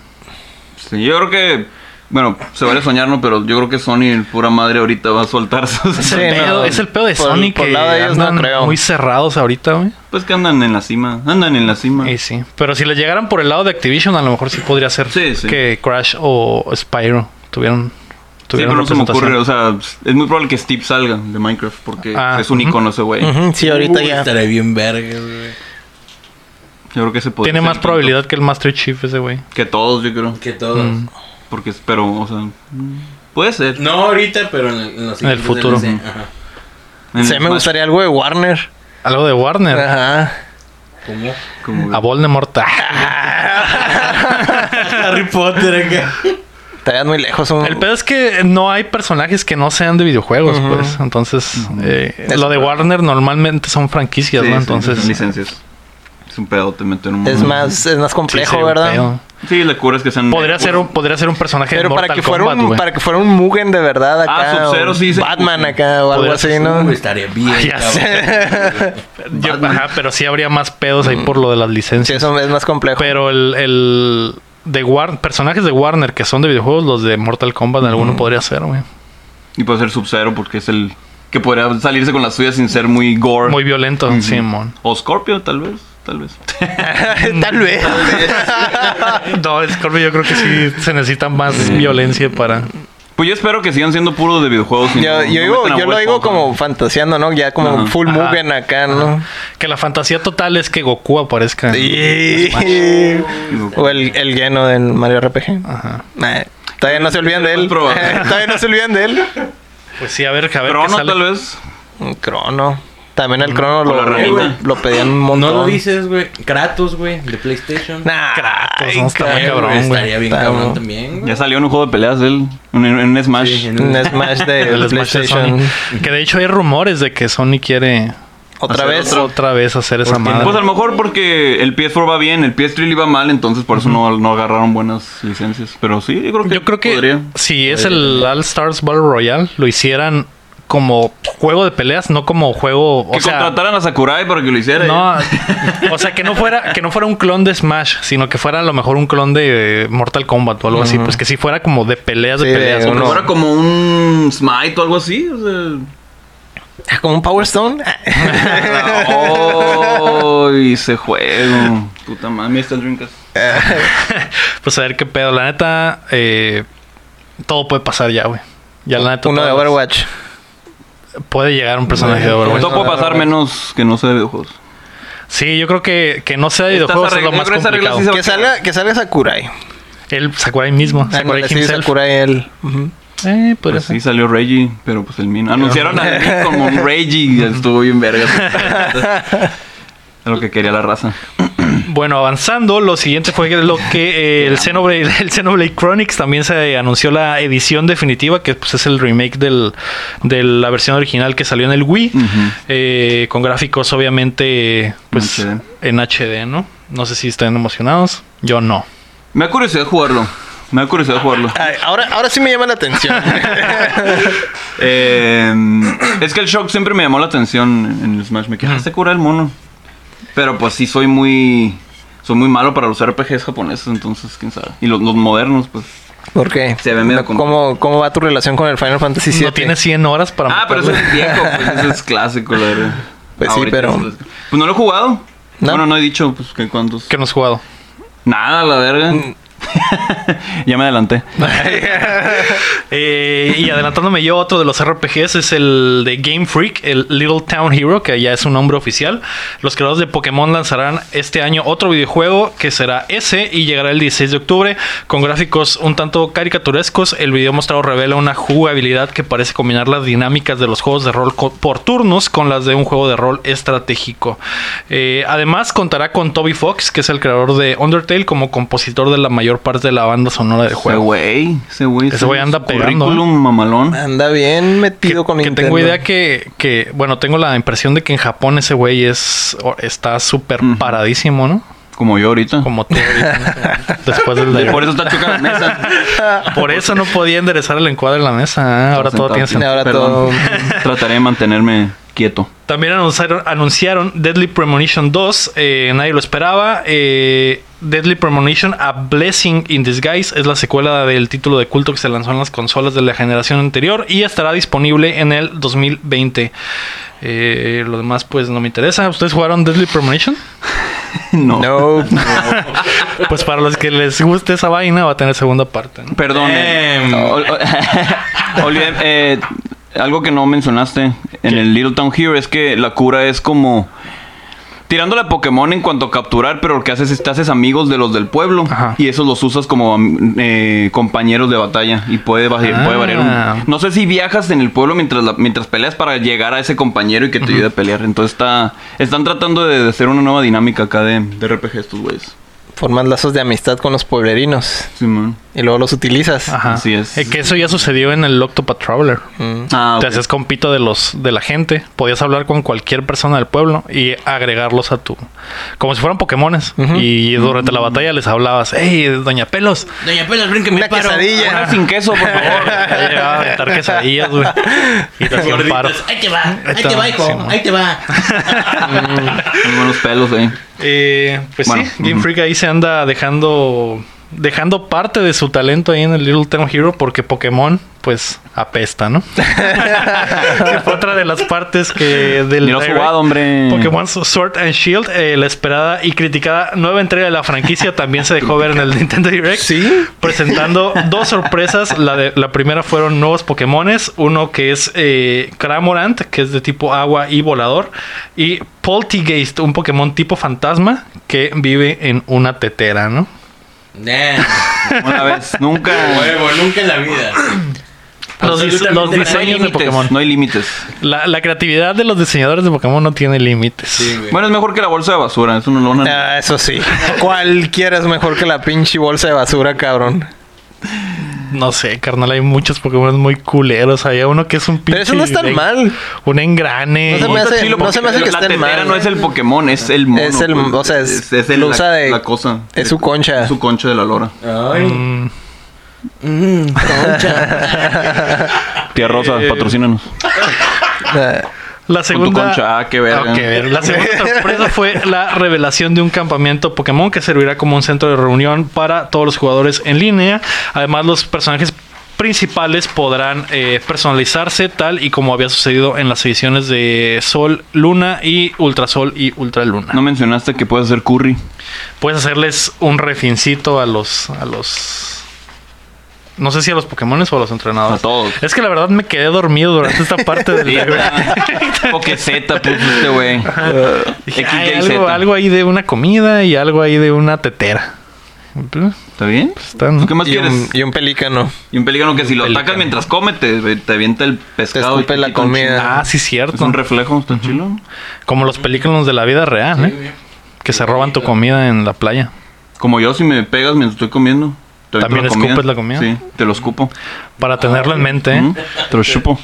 [SPEAKER 2] Sí, yo creo que. Bueno, se vale soñar, ¿no? Pero yo creo que Sony, pura madre, ahorita va a soltar sus.
[SPEAKER 1] Es,
[SPEAKER 3] Sí,
[SPEAKER 1] el, pedo,
[SPEAKER 3] no,
[SPEAKER 1] es el pedo de
[SPEAKER 3] por-
[SPEAKER 1] Sony
[SPEAKER 3] por
[SPEAKER 1] que
[SPEAKER 3] lado de ellos no
[SPEAKER 1] andan
[SPEAKER 3] creo.
[SPEAKER 1] muy cerrados ahorita, güey.
[SPEAKER 2] [LAUGHS] Pues que andan en la cima. Andan en la cima.
[SPEAKER 1] Y sí. Pero si le llegaran por el lado de Activision, a lo mejor sí podría ser
[SPEAKER 2] Sí, sí.
[SPEAKER 1] que Crash o Spyro tuvieran.
[SPEAKER 2] Sí, pero
[SPEAKER 1] tuvieran
[SPEAKER 2] no se me
[SPEAKER 1] representación.
[SPEAKER 2] ocurre. O sea, es muy probable que Steve salga de Minecraft porque
[SPEAKER 1] Ah,
[SPEAKER 2] es un
[SPEAKER 1] ujú.
[SPEAKER 2] icono ese güey.
[SPEAKER 3] Ujú, sí, ahorita
[SPEAKER 4] Uy,
[SPEAKER 3] ya.
[SPEAKER 4] Estaré bien verga, güey.
[SPEAKER 2] Yo creo que se podría.
[SPEAKER 1] Tiene
[SPEAKER 2] ser
[SPEAKER 1] más
[SPEAKER 2] el quinto.
[SPEAKER 1] probabilidad que el Master Chief ese, güey.
[SPEAKER 2] Que todos, yo creo.
[SPEAKER 4] Que todos.
[SPEAKER 1] Mm.
[SPEAKER 2] Porque, es- pero, o sea. Puede ser.
[SPEAKER 4] No ahorita, pero en, en los
[SPEAKER 1] En el
[SPEAKER 4] siguientes
[SPEAKER 1] futuro. Mm.
[SPEAKER 4] DLC, ajá.
[SPEAKER 2] En
[SPEAKER 3] Mm, Se me
[SPEAKER 2] Smash,
[SPEAKER 3] gustaría algo de Warner.
[SPEAKER 1] Algo de Warner.
[SPEAKER 3] Ah. Ajá.
[SPEAKER 4] ¿Cómo?
[SPEAKER 2] como-
[SPEAKER 1] A Voldemort. Ah.
[SPEAKER 4] Harry Potter acá.
[SPEAKER 3] Estarían muy lejos. un-
[SPEAKER 1] El pedo es que no hay personajes que no sean de videojuegos, pues. Entonces, eh,
[SPEAKER 3] Es
[SPEAKER 1] lo de Warner normalmente son franquicias,
[SPEAKER 2] Sí,
[SPEAKER 1] ¿no?
[SPEAKER 2] sí,
[SPEAKER 1] Entonces,
[SPEAKER 2] son licencias. Es un pedo, te meten un
[SPEAKER 3] es más, es más
[SPEAKER 1] sí,
[SPEAKER 3] complejo,
[SPEAKER 1] sería un
[SPEAKER 3] ¿verdad?
[SPEAKER 1] pedo.
[SPEAKER 2] Sí, la cura es que sean.
[SPEAKER 1] Podría ser un, podría ser un personaje de
[SPEAKER 3] Pero para
[SPEAKER 1] Mortal
[SPEAKER 3] que, fuera
[SPEAKER 1] Kombat,
[SPEAKER 3] un,
[SPEAKER 1] güey.
[SPEAKER 3] para que fuera un Mugen de verdad acá.
[SPEAKER 2] Ah, Sub-Zero
[SPEAKER 3] o
[SPEAKER 2] sí se-
[SPEAKER 3] Batman acá o algo
[SPEAKER 1] Podría
[SPEAKER 3] así,
[SPEAKER 1] ser
[SPEAKER 3] ¿no?
[SPEAKER 4] Uy, estaría bien.
[SPEAKER 1] Ya
[SPEAKER 4] cabrón.
[SPEAKER 1] Yo- ajá, pero sí habría más pedos ahí por lo de las licencias.
[SPEAKER 3] Sí, eso es más complejo.
[SPEAKER 1] Pero el, el de War- personajes de Warner que son de videojuegos, los de Mortal Kombat, alguno podría ser, güey.
[SPEAKER 2] Y puede ser Sub-Zero porque es el. Que podría salirse con la suya sin ser muy gore.
[SPEAKER 1] Muy violento, Simón.
[SPEAKER 2] O Scorpio, tal vez. Tal vez.
[SPEAKER 3] [LAUGHS] Tal vez.
[SPEAKER 1] No, Scorpio, yo creo que sí se necesita más violencia para.
[SPEAKER 2] Pues yo espero que sigan siendo puros de videojuegos. y
[SPEAKER 3] [LAUGHS] Yo,
[SPEAKER 2] no- no
[SPEAKER 3] yo digo,
[SPEAKER 2] metan a
[SPEAKER 3] yo lo
[SPEAKER 2] Wes
[SPEAKER 3] digo
[SPEAKER 2] Bowser.
[SPEAKER 3] como fantaseando, ¿no? Ya como
[SPEAKER 2] Ajá.
[SPEAKER 3] full
[SPEAKER 1] Ajá.
[SPEAKER 3] Mugen acá, ¿no?
[SPEAKER 1] Que la fantasía total es que Goku aparezca.
[SPEAKER 3] Y- O el, el lleno del Mario RPG.
[SPEAKER 1] Ajá.
[SPEAKER 3] Nah, todavía no se olvidan de él.
[SPEAKER 2] Muy probable.
[SPEAKER 3] [LAUGHS] todavía no se olvidan de él.
[SPEAKER 1] Pues sí, a ver, a ver. qué
[SPEAKER 2] Crono,
[SPEAKER 1] sale.
[SPEAKER 2] tal vez.
[SPEAKER 3] Un Crono. También el crono
[SPEAKER 2] la
[SPEAKER 3] lo,
[SPEAKER 2] ranita.
[SPEAKER 3] lo, lo pedían un
[SPEAKER 4] No
[SPEAKER 3] montón.
[SPEAKER 4] lo dices, güey. Kratos, güey, de PlayStation.
[SPEAKER 3] Nah,
[SPEAKER 1] Kratos,
[SPEAKER 3] ay,
[SPEAKER 1] no, está muy
[SPEAKER 4] Eh,
[SPEAKER 3] Kratos.
[SPEAKER 1] cabrón, güey.
[SPEAKER 4] Estaría bien
[SPEAKER 3] Está
[SPEAKER 4] cabrón
[SPEAKER 3] bueno.
[SPEAKER 4] también, güey.
[SPEAKER 2] Ya salió en un juego de peleas de él. En, en- en Smash.
[SPEAKER 4] Sí, en un-
[SPEAKER 3] Un Smash de
[SPEAKER 1] El Smash [LAUGHS] de
[SPEAKER 3] PlayStation.
[SPEAKER 1] Sony. Que de hecho hay rumores de que Sony quiere
[SPEAKER 3] Otra
[SPEAKER 2] Hacer
[SPEAKER 3] vez.
[SPEAKER 2] otro.
[SPEAKER 1] otra vez hacer esa
[SPEAKER 4] Porque,
[SPEAKER 1] madre.
[SPEAKER 2] Pues a lo mejor porque el PS4 va bien, el PS3 le iba mal, entonces por eso no, no agarraron buenas licencias. Pero sí, yo creo que,
[SPEAKER 1] Yo creo que
[SPEAKER 2] podría.
[SPEAKER 1] si es el All Stars Battle Royale, lo hicieran como juego de peleas, no como juego. O
[SPEAKER 2] que
[SPEAKER 1] sea,
[SPEAKER 2] contrataran a Sakurai para que lo hiciera. ¿eh?
[SPEAKER 1] no, o sea que no fuera que no fuera un clon de Smash, sino que fuera a lo mejor un clon de eh, Mortal Kombat o algo así. Pues que si fuera como de peleas de
[SPEAKER 3] Sí, de
[SPEAKER 1] peleas.
[SPEAKER 2] O que
[SPEAKER 3] uno-
[SPEAKER 2] fuera como un Smite o algo así.
[SPEAKER 1] [LAUGHS]
[SPEAKER 2] O sea.
[SPEAKER 3] Ah, Como un Power Stone.
[SPEAKER 2] Oh, y se juego. Puta madre, ahí está el Dreamcast.
[SPEAKER 1] Pues a ver qué pedo. La neta, eh, todo puede pasar ya, güey. Ya la neta.
[SPEAKER 3] Uno de
[SPEAKER 1] todas-
[SPEAKER 3] Overwatch.
[SPEAKER 1] Puede llegar un personaje de Overwatch.
[SPEAKER 2] Todo puede pasar menos que no sea de videojuegos.
[SPEAKER 1] Sí, yo creo que, que no sea de
[SPEAKER 2] Estas
[SPEAKER 1] videojuegos es
[SPEAKER 2] arreglas-
[SPEAKER 1] lo más
[SPEAKER 2] yo creo que esas arreglas
[SPEAKER 1] complicado.
[SPEAKER 2] sí
[SPEAKER 3] Que salga, que salga Sakurai.
[SPEAKER 1] El Sakurai mismo. Sakurai
[SPEAKER 3] Ándale, sí,
[SPEAKER 1] himself.
[SPEAKER 3] Sakurai él. Ujú.
[SPEAKER 1] Eh, podría
[SPEAKER 2] Pues
[SPEAKER 1] ser.
[SPEAKER 2] sí, salió Reggie, pero pues el Min. Anunciaron a Reggie como un Reggie y estuvo bien verga. Es lo que quería la raza.
[SPEAKER 1] Bueno, avanzando, lo siguiente fue que lo
[SPEAKER 2] [LAUGHS]
[SPEAKER 1] que eh, el, Xenoblade, [LAUGHS] el Xenoblade Chronicles también se anunció la edición definitiva, que pues, es el remake del, de la versión original que salió en el Wii,
[SPEAKER 2] Ujú.
[SPEAKER 1] eh, con gráficos obviamente pues,
[SPEAKER 2] En
[SPEAKER 1] en,
[SPEAKER 2] HD.
[SPEAKER 1] HD. ¿no? No sé si están emocionados, yo no.
[SPEAKER 2] Me da curiosidad jugarlo. Me da curiosidad jugarlo.
[SPEAKER 3] Ay, ahora, ahora sí me llama la atención.
[SPEAKER 1] [LAUGHS]
[SPEAKER 2] Eh, es que el shock siempre me llamó la atención en el Smash. Me quedé, "Ah, se cura el mono. Pero pues sí, soy muy. Soy muy malo para los RPGs japoneses, entonces quién sabe. Y los, los modernos, pues.
[SPEAKER 3] ¿Por qué?
[SPEAKER 2] Se ve medio
[SPEAKER 3] ¿Cómo, ¿Cómo va tu relación con el Final Fantasy VII?
[SPEAKER 1] No tiene 100 horas para...
[SPEAKER 2] Ah, pero
[SPEAKER 1] meterle.
[SPEAKER 2] ese es viejo, pues ese es clásico, la verdad.
[SPEAKER 3] Pues sí,
[SPEAKER 2] Ahorita
[SPEAKER 3] pero-
[SPEAKER 2] es- Pues no lo he jugado.
[SPEAKER 3] ¿No?
[SPEAKER 2] Bueno, no he dicho, pues que cuántos.
[SPEAKER 1] [LAUGHS] que no has jugado.
[SPEAKER 2] Nada, la verga.
[SPEAKER 3] Mm.
[SPEAKER 2] [LAUGHS] ya me adelanté.
[SPEAKER 1] [LAUGHS] Eh, y adelantándome yo, otro de los RPGs es el de Game Freak, el Little Town Hero, que ya es un nombre oficial. Los creadores de Pokémon lanzarán este año otro videojuego que será ese y llegará el 16 de octubre con gráficos un tanto caricaturescos. El video mostrado revela una jugabilidad que parece combinar las dinámicas de los juegos de rol co- por turnos con las de un juego de rol estratégico. Eh, además, contará con Toby Fox, que es el creador de Undertale, como compositor de la mayor mayor parte de la banda sonora del
[SPEAKER 2] Ese
[SPEAKER 1] juego.
[SPEAKER 2] güey, ese güey.
[SPEAKER 1] Ese
[SPEAKER 2] es
[SPEAKER 1] güey
[SPEAKER 2] un
[SPEAKER 1] anda pegando, ¿eh?
[SPEAKER 2] Currículum mamalón.
[SPEAKER 3] Anda bien
[SPEAKER 1] Que,
[SPEAKER 3] metido con
[SPEAKER 1] que
[SPEAKER 3] Nintendo.
[SPEAKER 1] tengo idea que, que, bueno, tengo la impresión de que en Japón ese güey es, o- está súper
[SPEAKER 2] Ujú.
[SPEAKER 1] paradísimo, ¿no?
[SPEAKER 2] Como yo ahorita.
[SPEAKER 1] Como tú. ahorita, ¿no? Después del
[SPEAKER 2] Y
[SPEAKER 1] de-
[SPEAKER 2] Por eso está chocando la mesa.
[SPEAKER 1] Por eso no podía enderezar el encuadre en la mesa. ¿eh? [LAUGHS] Ahora todo tiene
[SPEAKER 2] Sentado.
[SPEAKER 1] sentido.
[SPEAKER 3] Ahora
[SPEAKER 2] Perdón.
[SPEAKER 3] todo-
[SPEAKER 2] Trataré de mantenerme quieto. [LAUGHS]
[SPEAKER 1] También anunciaron, anunciaron Deadly Premonition 2. eh, nadie lo esperaba. eh, Deadly Premonition A Blessing in Disguise es la secuela del título de culto que se lanzó en las consolas de la generación anterior y estará disponible en el 2020. Eh, lo demás, pues no me interesa. ¿Ustedes jugaron Deadly Premonition?
[SPEAKER 2] No.
[SPEAKER 3] [LAUGHS] No.
[SPEAKER 1] Pues para los que les guste esa vaina, va a tener segunda parte. ¿no?
[SPEAKER 2] Perdón. eh, [LAUGHS]
[SPEAKER 4] Em.
[SPEAKER 2] ol- ol- [LAUGHS] olvidé, eh, algo que no mencionaste en el Little Town Hero es que la cura es como tirándole a Pokémon en cuanto a capturar, pero lo que haces es te haces amigos de los del pueblo
[SPEAKER 1] Ajá.
[SPEAKER 2] y esos los usas como am- eh, compañeros de batalla y puede, va-
[SPEAKER 1] Ah.
[SPEAKER 2] puede variar. un- no sé si viajas en el pueblo mientras la- mientras peleas para llegar a ese compañero y que te ayude a pelear. Entonces está están tratando de hacer una nueva dinámica acá de, de RPG estos güeyes.
[SPEAKER 3] Formas lazos de amistad con los pueblerinos.
[SPEAKER 2] Simón.
[SPEAKER 3] Y luego los utilizas.
[SPEAKER 1] Ajá.
[SPEAKER 2] Así es.
[SPEAKER 1] Eh, que eso ya sucedió en el Octopath Traveler.
[SPEAKER 3] Mm.
[SPEAKER 2] Ah,
[SPEAKER 1] Te
[SPEAKER 2] ok.
[SPEAKER 1] hacías compito de los de la gente. Podías hablar con cualquier persona del pueblo y agregarlos a tu. Como si fueran Pokémones.
[SPEAKER 3] Ujú.
[SPEAKER 1] Y durante la batalla les hablabas, ¡Ey, Doña [LAUGHS] Pelos!
[SPEAKER 4] Doña Pelas, brinque
[SPEAKER 3] Una quesadilla.
[SPEAKER 2] Una sin queso, por
[SPEAKER 1] [LAUGHS]
[SPEAKER 2] favor.
[SPEAKER 1] Ahí llegaba a aventar quesadillas, güey. Y te hacían paro.
[SPEAKER 4] Ahí te va, ahí
[SPEAKER 1] Está
[SPEAKER 4] te va, hijo,
[SPEAKER 1] buenísimo.
[SPEAKER 4] ahí te
[SPEAKER 1] [LAUGHS]
[SPEAKER 4] va.
[SPEAKER 2] Muy buenos pelos, eh.
[SPEAKER 1] Eh, pues
[SPEAKER 2] Bueno,
[SPEAKER 1] sí, Game
[SPEAKER 2] ujú.
[SPEAKER 1] Freak ahí se anda dejando. Dejando parte de su talento ahí en el Little Town Hero porque Pokémon, pues, apesta, ¿no? [LAUGHS] que fue otra de las partes que del
[SPEAKER 2] Ni lo has
[SPEAKER 1] Direct.
[SPEAKER 2] jugado,
[SPEAKER 3] Mm.
[SPEAKER 2] hombre.
[SPEAKER 1] Pokémon Sword and Shield, eh, la esperada y criticada nueva entrega de la franquicia, también se dejó ver
[SPEAKER 3] [LAUGHS]
[SPEAKER 1] en el Nintendo Direct.
[SPEAKER 3] Sí.
[SPEAKER 1] Presentando dos sorpresas. La, de, la primera fueron nuevos Pokémones. Uno que es eh, Cramorant, que es de tipo agua y volador. Y Poltegeist, un Pokémon tipo fantasma que vive en una tetera, ¿no?
[SPEAKER 4] Nah,
[SPEAKER 2] Una vez. Nunca.
[SPEAKER 4] huevo, nunca en la vida.
[SPEAKER 1] Los, dis-
[SPEAKER 4] Absolutamente
[SPEAKER 1] los
[SPEAKER 4] no hay
[SPEAKER 2] No hay
[SPEAKER 1] diseños de Pokémon.
[SPEAKER 2] límites. No hay límites.
[SPEAKER 1] La, la creatividad de los diseñadores de Pokémon no tiene límites.
[SPEAKER 4] Sí, güey.
[SPEAKER 2] Bueno, es mejor que la bolsa de basura. Eso no lo van a...
[SPEAKER 3] Ah, eso sí. Cualquiera es mejor que la pinche bolsa de basura, cabrón.
[SPEAKER 1] No sé, carnal, hay muchos Pokémon muy culeros. Había uno que es un
[SPEAKER 3] Pero eso no es tan
[SPEAKER 1] de-
[SPEAKER 3] mal.
[SPEAKER 1] Un engrane.
[SPEAKER 3] No se me hace- no se me hace que
[SPEAKER 2] la
[SPEAKER 3] estén
[SPEAKER 2] tetera
[SPEAKER 3] mal.
[SPEAKER 2] no es el Pokémon, es el mono.
[SPEAKER 3] Es el-
[SPEAKER 2] pues.
[SPEAKER 3] o sea, es-
[SPEAKER 2] el-
[SPEAKER 3] lo usa
[SPEAKER 2] la,
[SPEAKER 3] de-
[SPEAKER 2] la cosa.
[SPEAKER 3] es su concha.
[SPEAKER 2] Es su concha de la lora.
[SPEAKER 4] Ay,
[SPEAKER 1] Mm,
[SPEAKER 4] mm, concha.
[SPEAKER 2] Tía Rosa,
[SPEAKER 4] Eh,
[SPEAKER 2] patrocínanos.
[SPEAKER 3] Ah,
[SPEAKER 1] La
[SPEAKER 2] Con tu
[SPEAKER 1] segunda.
[SPEAKER 2] concha, ah, qué verga.
[SPEAKER 1] Ah, qué ver. La segunda sorpresa fue la revelación de un campamento Pokémon que servirá como un centro de reunión para todos los jugadores en línea. Además, los personajes principales podrán eh, personalizarse tal y como había sucedido en las ediciones de Sol, Luna y Ultrasol y Ultraluna.
[SPEAKER 2] No mencionaste que puedes hacer curry.
[SPEAKER 1] Puedes hacerles un refincito a los. a los. No sé si a los Pokémones o a los
[SPEAKER 2] A
[SPEAKER 3] Ah.
[SPEAKER 1] entrenadores.
[SPEAKER 2] todos.
[SPEAKER 1] Es que la verdad me quedé dormido durante esta parte del
[SPEAKER 2] Poké Z, pues este güey.
[SPEAKER 1] Dije,
[SPEAKER 2] X,
[SPEAKER 1] "Ay,
[SPEAKER 2] Y,
[SPEAKER 1] algo,
[SPEAKER 2] Z.
[SPEAKER 1] algo ahí de una comida y algo ahí de una tetera. Pues,
[SPEAKER 2] ¿Está bien?
[SPEAKER 1] está, ¿no?
[SPEAKER 2] ¿Qué más
[SPEAKER 3] y, un,
[SPEAKER 2] quieres?
[SPEAKER 3] y un pelícano.
[SPEAKER 2] Y un pelícano que si lo
[SPEAKER 1] pelícano.
[SPEAKER 2] atacas mientras come, te, te avienta el pescado. y
[SPEAKER 3] escupe la
[SPEAKER 2] quita un
[SPEAKER 3] comida.
[SPEAKER 2] chingo.
[SPEAKER 1] Ah, sí,
[SPEAKER 2] Es
[SPEAKER 1] cierto.
[SPEAKER 2] un reflejo, está chilo.
[SPEAKER 1] Como los películas de la vida real, ¿eh? Que se roban tu comida en la playa.
[SPEAKER 2] Como yo, si me pegas mientras estoy comiendo. te aviento
[SPEAKER 1] ¿También escupes la comida?
[SPEAKER 2] Sí, te lo escupo.
[SPEAKER 1] Para tenerlo en mente, ¿eh?
[SPEAKER 2] Mm, Te lo chupo.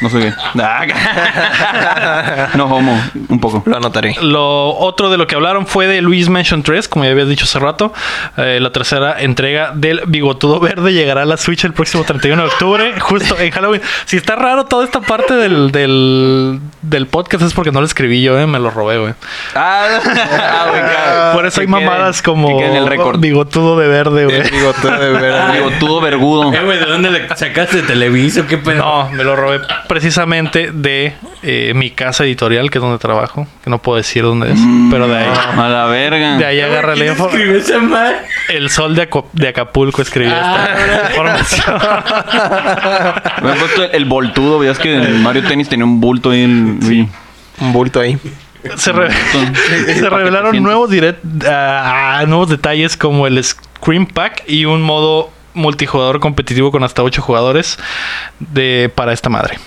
[SPEAKER 2] No
[SPEAKER 3] [LAUGHS]
[SPEAKER 2] sé qué. Ah, no, homo, un poco.
[SPEAKER 3] Lo anotaré.
[SPEAKER 1] Lo otro de lo que hablaron fue de Luis Mansion 3, como ya habías dicho hace rato. Eh, la tercera entrega del Bigotudo Verde llegará a la Switch el próximo 31 de octubre, justo en Halloween. Si está raro toda esta parte del, del, del podcast es porque no lo escribí yo, eh, me lo robé, güey.
[SPEAKER 2] Ah, ah, güey, claro.
[SPEAKER 1] Por eso hay
[SPEAKER 2] Que quede-
[SPEAKER 1] mamadas
[SPEAKER 2] Que
[SPEAKER 1] como
[SPEAKER 2] quede en el récord.
[SPEAKER 1] Bigotudo de Verde, güey.
[SPEAKER 2] [LAUGHS] Bigotudo vergudo.
[SPEAKER 4] Eh, güey, ¿de dónde le sacaste televiso? ¿Qué pedo?
[SPEAKER 1] No, me lo robé precisamente de eh, mi casa editorial, que es donde trabajo, que no puedo decir dónde es,
[SPEAKER 2] Mm.
[SPEAKER 1] pero de ahí,
[SPEAKER 2] A la
[SPEAKER 1] de
[SPEAKER 2] verga.
[SPEAKER 1] ahí agarra el
[SPEAKER 4] ¿Quién
[SPEAKER 1] info.
[SPEAKER 4] escribió esa madre?
[SPEAKER 1] El sol de, Acu- de Acapulco escribió esta información.
[SPEAKER 2] Me han puesto el, el voltudo. Veías que el Mario Tennis tenía un bulto ahí. El, sí.
[SPEAKER 3] Un bulto ahí.
[SPEAKER 1] Se, re- [LAUGHS] se
[SPEAKER 2] te
[SPEAKER 1] revelaron
[SPEAKER 2] sientes.
[SPEAKER 1] nuevos, direct- ah, nuevos detalles como el Screen Pack y un modo multijugador competitivo con hasta 8 jugadores de para esta madre.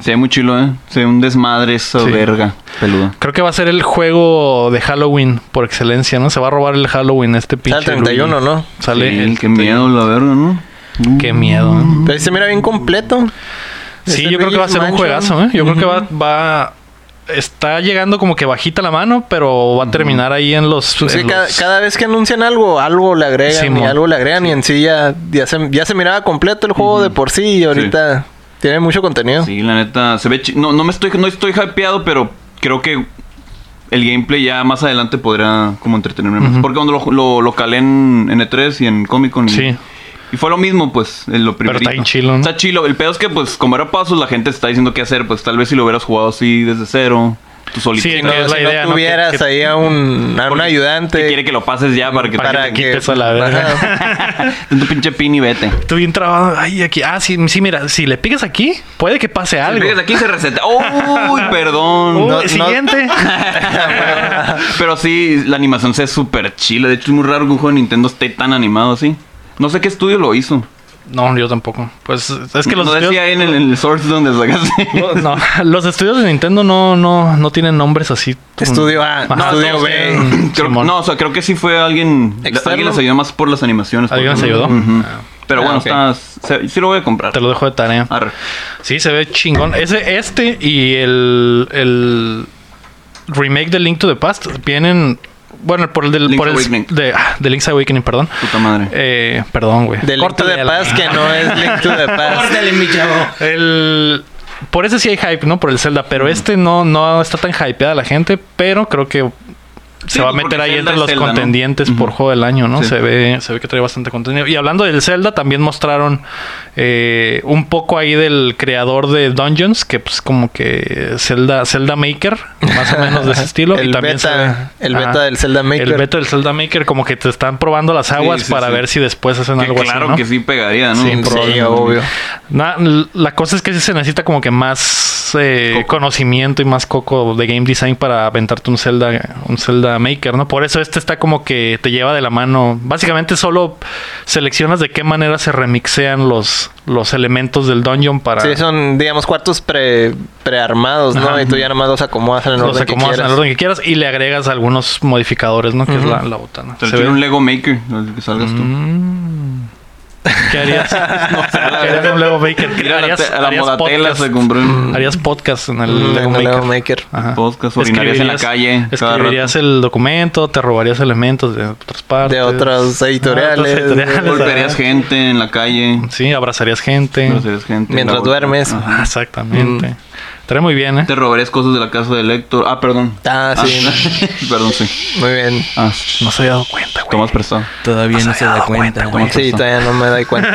[SPEAKER 2] Se ve muy chilo, ¿eh? Se ve un desmadre esa
[SPEAKER 1] Sí.
[SPEAKER 2] verga peluda.
[SPEAKER 1] Creo que va a ser el juego de Halloween por excelencia, ¿no? Se va a robar el Halloween este
[SPEAKER 3] Está
[SPEAKER 1] pinche.
[SPEAKER 3] el 31,
[SPEAKER 1] Luigi.
[SPEAKER 3] ¿no?
[SPEAKER 1] Sale
[SPEAKER 2] Sí,
[SPEAKER 1] el
[SPEAKER 2] qué miedo la verga, ¿no? Mm.
[SPEAKER 1] Qué miedo. ¿eh?
[SPEAKER 3] Pero ahí se mira bien completo.
[SPEAKER 1] Sí,
[SPEAKER 3] Ese
[SPEAKER 1] yo creo que va a ser un
[SPEAKER 3] Luigi's
[SPEAKER 1] juegazo,
[SPEAKER 3] Mansion.
[SPEAKER 1] ¿eh? Yo creo que va, va... Está llegando como que bajita la mano, pero va a terminar ahí en los...
[SPEAKER 3] Pues Sí,
[SPEAKER 1] en
[SPEAKER 3] cada,
[SPEAKER 1] los-
[SPEAKER 3] cada vez que anuncian algo, algo le agregan y
[SPEAKER 1] Simón.
[SPEAKER 3] algo le agregan y en sí ya, ya, se, ya se miraba completo el juego de por sí y ahorita tiene mucho contenido.
[SPEAKER 2] Sí, la neta, se ve chi- No, no me estoy, no estoy hypeado, pero creo que el gameplay ya más adelante podrá como entretenerme más.
[SPEAKER 1] Ujú.
[SPEAKER 2] Porque cuando lo, lo, lo calé en, en E3 y en Comic Con. y-
[SPEAKER 1] Sí.
[SPEAKER 2] Y fue lo mismo, pues, en
[SPEAKER 1] Pero
[SPEAKER 2] lo primero.
[SPEAKER 1] está bien chilo, ¿no?
[SPEAKER 2] Está chilo. El pedo es que, pues, como era pasos, la gente está diciendo qué hacer. Pues, tal vez si lo hubieras jugado así desde cero, tú solito.
[SPEAKER 1] Sí,
[SPEAKER 3] No,
[SPEAKER 1] que es la
[SPEAKER 3] si
[SPEAKER 1] idea, ¿no?
[SPEAKER 3] no
[SPEAKER 1] Que-
[SPEAKER 3] tuvieras
[SPEAKER 1] que-
[SPEAKER 3] ahí a un, a un
[SPEAKER 2] Porque
[SPEAKER 3] ayudante
[SPEAKER 2] Te quiere que lo pases ya para que
[SPEAKER 1] Para
[SPEAKER 2] te
[SPEAKER 1] que- quites a la verga.
[SPEAKER 3] Ajá.
[SPEAKER 2] Ten tu pinche pin y vete.
[SPEAKER 1] Estoy bien trabado. Ay, aquí. Ah, sí, sí, mira, si le picas aquí, puede que pase algo.
[SPEAKER 2] Fíjate, aquí se [LAUGHS] receta. ¡Uy, perdón!
[SPEAKER 1] Uy,
[SPEAKER 2] No,
[SPEAKER 3] no.
[SPEAKER 1] siguiente.
[SPEAKER 2] Pero sí, la animación se ve súper chila. De hecho, es muy raro que un juego de Nintendo esté tan animado así. No sé qué estudio lo hizo.
[SPEAKER 1] No, yo tampoco. Pues es que los
[SPEAKER 2] no
[SPEAKER 1] estudios...
[SPEAKER 2] decía ahí en el, en el source donde sacaste.
[SPEAKER 1] [LAUGHS] No, no, los estudios de Nintendo no, no, no tienen nombres así.
[SPEAKER 3] [LAUGHS] Estudio A,
[SPEAKER 1] Ajá.
[SPEAKER 3] no, estudio
[SPEAKER 2] todos
[SPEAKER 3] B.
[SPEAKER 2] tienen- creo-
[SPEAKER 1] Simón.
[SPEAKER 2] no, o sea, creo que sí fue alguien.
[SPEAKER 3] ¿Externo?
[SPEAKER 2] Alguien les ayudó más por las animaciones.
[SPEAKER 1] ¿Alguien
[SPEAKER 2] por
[SPEAKER 1] les
[SPEAKER 2] ejemplo.
[SPEAKER 1] ayudó?
[SPEAKER 2] Ujú. Pero
[SPEAKER 3] Ah,
[SPEAKER 2] bueno,
[SPEAKER 3] ok.
[SPEAKER 2] está, se- sí lo voy a comprar.
[SPEAKER 1] Te lo dejo de tarea.
[SPEAKER 2] Arre.
[SPEAKER 1] Sí, se ve chingón. Ese, este y el, el remake de Link to the Past vienen. Bueno, por el del.
[SPEAKER 2] Link's
[SPEAKER 1] por el-
[SPEAKER 2] Awakening.
[SPEAKER 1] De, ah, de Link's Awakening, perdón.
[SPEAKER 2] Puta madre.
[SPEAKER 1] Eh, perdón, güey.
[SPEAKER 3] De Link to
[SPEAKER 1] Córtale
[SPEAKER 3] the
[SPEAKER 1] a la-
[SPEAKER 3] Past, que no es Link
[SPEAKER 1] [LAUGHS]
[SPEAKER 3] to the Past.
[SPEAKER 4] Córtale, mi chavo.
[SPEAKER 1] El. Por ese sí hay hype, ¿no? Por el Zelda. Pero este no, no está tan hypeada la gente. Pero creo que se
[SPEAKER 2] Sí,
[SPEAKER 1] va a
[SPEAKER 2] pues,
[SPEAKER 1] meter
[SPEAKER 2] porque
[SPEAKER 1] ahí
[SPEAKER 2] Zelda
[SPEAKER 1] entre
[SPEAKER 2] es
[SPEAKER 1] los
[SPEAKER 2] Zelda, ¿no?
[SPEAKER 1] contendientes
[SPEAKER 2] Ujú.
[SPEAKER 1] por juego del año, ¿no?
[SPEAKER 2] Sí.
[SPEAKER 1] Se ve, se ve que trae bastante contenido. Y hablando del Zelda, también mostraron eh, un poco ahí del creador de Dungeons, que pues como que Zelda, Zelda Maker, más o menos de
[SPEAKER 2] [LAUGHS]
[SPEAKER 1] ese estilo.
[SPEAKER 3] El
[SPEAKER 1] y también se ve-
[SPEAKER 3] beta, el beta
[SPEAKER 1] Ajá.
[SPEAKER 3] del Zelda Maker.
[SPEAKER 1] El beta del Zelda Maker, como que te están probando las aguas
[SPEAKER 2] sí,
[SPEAKER 1] para
[SPEAKER 2] sí.
[SPEAKER 1] ver si después hacen
[SPEAKER 2] Que
[SPEAKER 1] algo así,
[SPEAKER 2] claro
[SPEAKER 1] ¿no?
[SPEAKER 2] que sí pegaría, ¿no?
[SPEAKER 1] Sí,
[SPEAKER 2] Un-
[SPEAKER 3] sí,
[SPEAKER 1] probablemente.
[SPEAKER 3] obvio.
[SPEAKER 1] Na- l- la cosa es que sí se necesita como que más eh,
[SPEAKER 2] Coco.
[SPEAKER 1] conocimiento y más coco de game design para aventarte un Zelda, un Zelda Maker, ¿no? Por eso este está como que te lleva de la mano. Básicamente solo seleccionas de qué manera se remixean los, los elementos del dungeon para
[SPEAKER 3] Sí, son, digamos, cuartos pre, prearmados, ¿no?
[SPEAKER 1] Ajá.
[SPEAKER 3] Y tú ya nomás los acomodas en el
[SPEAKER 1] los
[SPEAKER 3] orden que
[SPEAKER 1] acomodas en el
[SPEAKER 3] quieras.
[SPEAKER 1] orden que quieras y le agregas algunos modificadores, ¿no? Que es
[SPEAKER 3] Ujú.
[SPEAKER 1] la, la botana.
[SPEAKER 2] Te
[SPEAKER 1] Se
[SPEAKER 2] tiro
[SPEAKER 1] ve-
[SPEAKER 2] un Lego Maker, al que salgas tú.
[SPEAKER 1] Mm. ¿Qué harías? no sé,
[SPEAKER 2] la
[SPEAKER 1] ¿Qué harías
[SPEAKER 2] verdad.
[SPEAKER 1] un Lego Maker? ¿Qué
[SPEAKER 2] Mira la,
[SPEAKER 1] harías-
[SPEAKER 2] te- a la
[SPEAKER 1] harías
[SPEAKER 2] modatela
[SPEAKER 1] podcast?
[SPEAKER 2] se compró un
[SPEAKER 1] Harías podcast en el
[SPEAKER 3] Mm,
[SPEAKER 1] Lego
[SPEAKER 3] en el
[SPEAKER 1] Maker.
[SPEAKER 3] Lego Maker.
[SPEAKER 1] Ajá.
[SPEAKER 2] podcast, orinarías en la calle. cada rato.
[SPEAKER 1] Escribirías el documento, te robarías elementos de otras partes.
[SPEAKER 3] De otras editoriales.
[SPEAKER 1] Ah, otras editoriales,
[SPEAKER 2] [LAUGHS]
[SPEAKER 1] [LAUGHS]
[SPEAKER 2] Golpearías
[SPEAKER 1] ajá.
[SPEAKER 2] gente en la calle.
[SPEAKER 1] Sí, abrazarías gente.
[SPEAKER 2] Groserías gente en
[SPEAKER 3] Mientras
[SPEAKER 2] la boca.
[SPEAKER 3] duermes.
[SPEAKER 2] Ajá.
[SPEAKER 1] Ah, exactamente. Trae muy bien, ¿eh?
[SPEAKER 2] Te robarías cosas de la casa de Héctor. Ah, perdón.
[SPEAKER 3] Ah, sí.
[SPEAKER 2] [LAUGHS] perdón, sí.
[SPEAKER 3] [LAUGHS] Muy bien.
[SPEAKER 2] Ah,
[SPEAKER 1] No se había dado cuenta, güey.
[SPEAKER 2] tomas prestado.
[SPEAKER 4] Todavía
[SPEAKER 1] No
[SPEAKER 4] no
[SPEAKER 1] se
[SPEAKER 4] se
[SPEAKER 1] había
[SPEAKER 4] da
[SPEAKER 1] dado Ah,
[SPEAKER 4] cuenta,
[SPEAKER 1] cuenta,
[SPEAKER 2] güey.
[SPEAKER 4] güey.
[SPEAKER 3] Sí, todavía no me doy
[SPEAKER 1] [LAUGHS]
[SPEAKER 3] cuenta.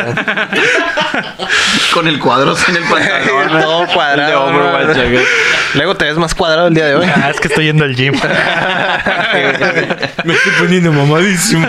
[SPEAKER 2] Con el cuadro así en el pantalón.
[SPEAKER 3] [LAUGHS] Todo cuadrado,
[SPEAKER 2] El de Overwatch,
[SPEAKER 3] ¿no?
[SPEAKER 2] acá.
[SPEAKER 3] Luego te ves más cuadrado el día
[SPEAKER 1] [LAUGHS]
[SPEAKER 3] de hoy. [LAUGHS]
[SPEAKER 1] Ah, es que estoy yendo
[SPEAKER 2] [LAUGHS]
[SPEAKER 1] al gym. [LAUGHS]
[SPEAKER 4] Me estoy poniendo mamadísimo.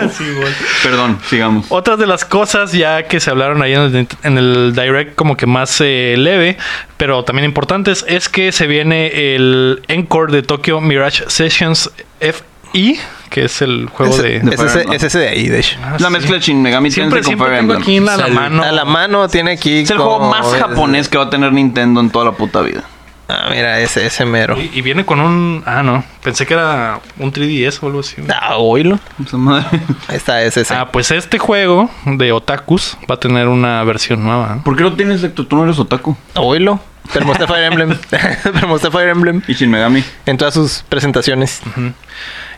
[SPEAKER 2] Perdón, sigamos.
[SPEAKER 1] Otras de las cosas ya que se hablaron ahí en el, en el direct como que más eh, leve, pero también importantes, es que se viene el Encore de Tokyo Mirage Sessions FI, que es el juego
[SPEAKER 3] Ese-
[SPEAKER 1] de...
[SPEAKER 2] de
[SPEAKER 3] es, ese,
[SPEAKER 2] Fire Emblem.
[SPEAKER 3] es ese de ahí, de hecho.
[SPEAKER 1] Ah,
[SPEAKER 2] la
[SPEAKER 1] sí.
[SPEAKER 2] mezcla de Shin Megami
[SPEAKER 1] Siempre,
[SPEAKER 2] Tensei
[SPEAKER 1] siempre
[SPEAKER 2] con Fire
[SPEAKER 1] tengo
[SPEAKER 2] Emblem.
[SPEAKER 1] aquí en la,
[SPEAKER 4] Salud.
[SPEAKER 1] mano.
[SPEAKER 3] A la mano tiene aquí.
[SPEAKER 2] Es el juego
[SPEAKER 3] como-
[SPEAKER 2] más
[SPEAKER 3] es-
[SPEAKER 2] japonés que va a tener Nintendo en toda la puta vida.
[SPEAKER 3] Ah, mira, ese, ese mero.
[SPEAKER 1] Y, y viene con un... Ah, no. Pensé que era un 3DS o algo así.
[SPEAKER 3] Ah, oílo.
[SPEAKER 2] Esa madre.
[SPEAKER 3] Ahí está, ese, ese.
[SPEAKER 1] Ah, pues este juego de Otakus va a tener una versión nueva.
[SPEAKER 2] ¿Por qué no tienes Héctor? Tú no eres otaku.
[SPEAKER 3] Oílo. Pero mostré Fire Emblem. [LAUGHS] Pero mostré Fire Emblem
[SPEAKER 2] Y Shin Megami.
[SPEAKER 3] en todas sus presentaciones.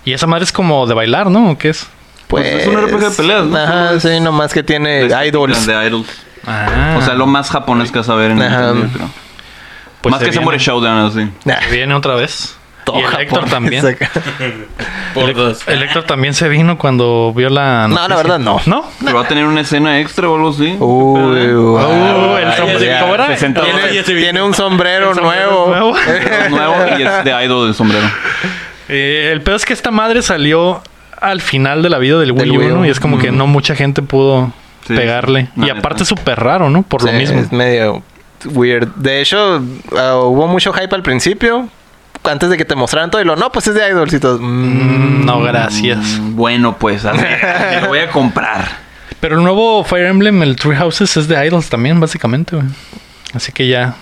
[SPEAKER 1] Y esa madre es como de bailar, ¿no? ¿O qué es?
[SPEAKER 3] Pues,
[SPEAKER 2] Pues es un RPG de peleas, ¿no?
[SPEAKER 3] Ajá, sí, nomás que tiene Eh, idols.
[SPEAKER 2] De Idols.
[SPEAKER 1] Ah,
[SPEAKER 2] O sea, lo más japonés que vas a ver en
[SPEAKER 3] Ajá.
[SPEAKER 2] Nintendo, yo creo.
[SPEAKER 1] pues
[SPEAKER 2] más
[SPEAKER 1] se
[SPEAKER 2] que Samurai
[SPEAKER 1] viene-
[SPEAKER 2] Showdown, así.
[SPEAKER 3] [LAUGHS] Nah,
[SPEAKER 1] se [LAUGHS] Viene otra vez.
[SPEAKER 3] [LAUGHS] todo
[SPEAKER 1] y el Héctor
[SPEAKER 3] japonés
[SPEAKER 1] también. [LAUGHS]
[SPEAKER 3] acá.
[SPEAKER 4] Por
[SPEAKER 1] el,
[SPEAKER 4] dos.
[SPEAKER 1] el Héctor también se vino cuando vio la.
[SPEAKER 3] No, la verdad no.
[SPEAKER 1] ¿No?
[SPEAKER 2] Pero va a tener una escena extra o algo así.
[SPEAKER 3] Uh. Uy, wow.
[SPEAKER 1] el
[SPEAKER 3] Ay,
[SPEAKER 1] sombrero-
[SPEAKER 3] ya.
[SPEAKER 1] ¿cómo era?
[SPEAKER 2] Se sentó-
[SPEAKER 3] Tiene,
[SPEAKER 4] Ya se vi.
[SPEAKER 3] tiene un sombrero, nuevo. [LAUGHS]
[SPEAKER 1] nuevo.
[SPEAKER 2] Es nuevo y es de idol del sombrero.
[SPEAKER 1] Eh, el peor es que esta madre salió al final de la vida del
[SPEAKER 3] Del
[SPEAKER 1] Wii U,
[SPEAKER 3] Wii U.
[SPEAKER 1] ¿no? Y es como que no mucha gente pudo
[SPEAKER 2] Sí.
[SPEAKER 1] pegarle.
[SPEAKER 2] La
[SPEAKER 1] y
[SPEAKER 2] neta.
[SPEAKER 1] aparte es súper raro, ¿no? Por lo
[SPEAKER 3] Sí,
[SPEAKER 1] mismo.
[SPEAKER 3] Es medio weird. De hecho, ah, hubo mucho hype al principio. Antes de que te mostraran todo y lo, no, pues es de idols y todo. Mm,
[SPEAKER 1] Mm, No, gracias.
[SPEAKER 2] Mm, Bueno, pues, así. me lo voy a comprar.
[SPEAKER 1] Pero el nuevo Fire Emblem, el Tree Houses, es de Idols también, básicamente, güey. Así que ya.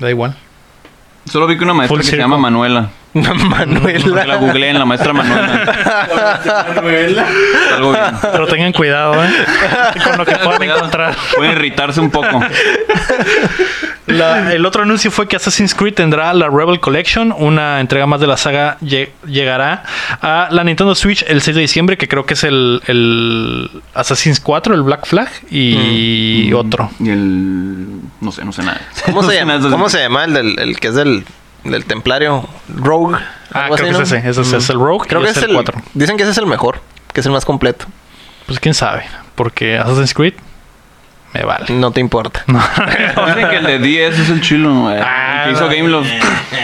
[SPEAKER 1] Da igual.
[SPEAKER 2] Solo vi que una maestra
[SPEAKER 1] Full
[SPEAKER 2] que se
[SPEAKER 1] circle.
[SPEAKER 2] llama Manuela. Porque Mm, la
[SPEAKER 3] Manuela.
[SPEAKER 2] googleé en la maestra Manuela.
[SPEAKER 4] Manuela.
[SPEAKER 2] Algo bien.
[SPEAKER 1] Pero tengan cuidado,
[SPEAKER 3] [LAUGHS]
[SPEAKER 1] ¿eh? Con lo que puedan encontrar.
[SPEAKER 2] Pueden irritarse un poco.
[SPEAKER 1] La- el otro anuncio fue que Assassin's Creed tendrá la Rebel Collection, una entrega más de la saga lle- llegará a la Nintendo Switch el 6 de diciembre, que creo que es el, el Assassin's 4, el Black Flag y
[SPEAKER 2] Mm.
[SPEAKER 1] otro.
[SPEAKER 2] Y el. No sé, no sé nada.
[SPEAKER 3] [LAUGHS] ¿Cómo
[SPEAKER 2] No [LAUGHS]
[SPEAKER 3] se
[SPEAKER 2] sé
[SPEAKER 3] llama?
[SPEAKER 2] nada de eso.
[SPEAKER 3] ¿Cómo se llama el, del, el que es del, del templario? Rogue.
[SPEAKER 1] Ah,
[SPEAKER 3] algo
[SPEAKER 1] creo
[SPEAKER 3] así,
[SPEAKER 1] que es ese,
[SPEAKER 3] ¿no?
[SPEAKER 1] ese, es el Rogue
[SPEAKER 3] Creo
[SPEAKER 1] y
[SPEAKER 3] que
[SPEAKER 1] es el 4.
[SPEAKER 3] Dicen que ese es el mejor, que es el más completo.
[SPEAKER 1] Pues quién sabe, porque Assassin's Creed me
[SPEAKER 3] [LAUGHS]
[SPEAKER 1] vale. [LAUGHS]
[SPEAKER 3] No te importa.
[SPEAKER 1] No.
[SPEAKER 2] Dicen que el de 10 es el chilo. eh,
[SPEAKER 1] Ah,
[SPEAKER 2] el que hizo
[SPEAKER 1] no.
[SPEAKER 2] Gameloft.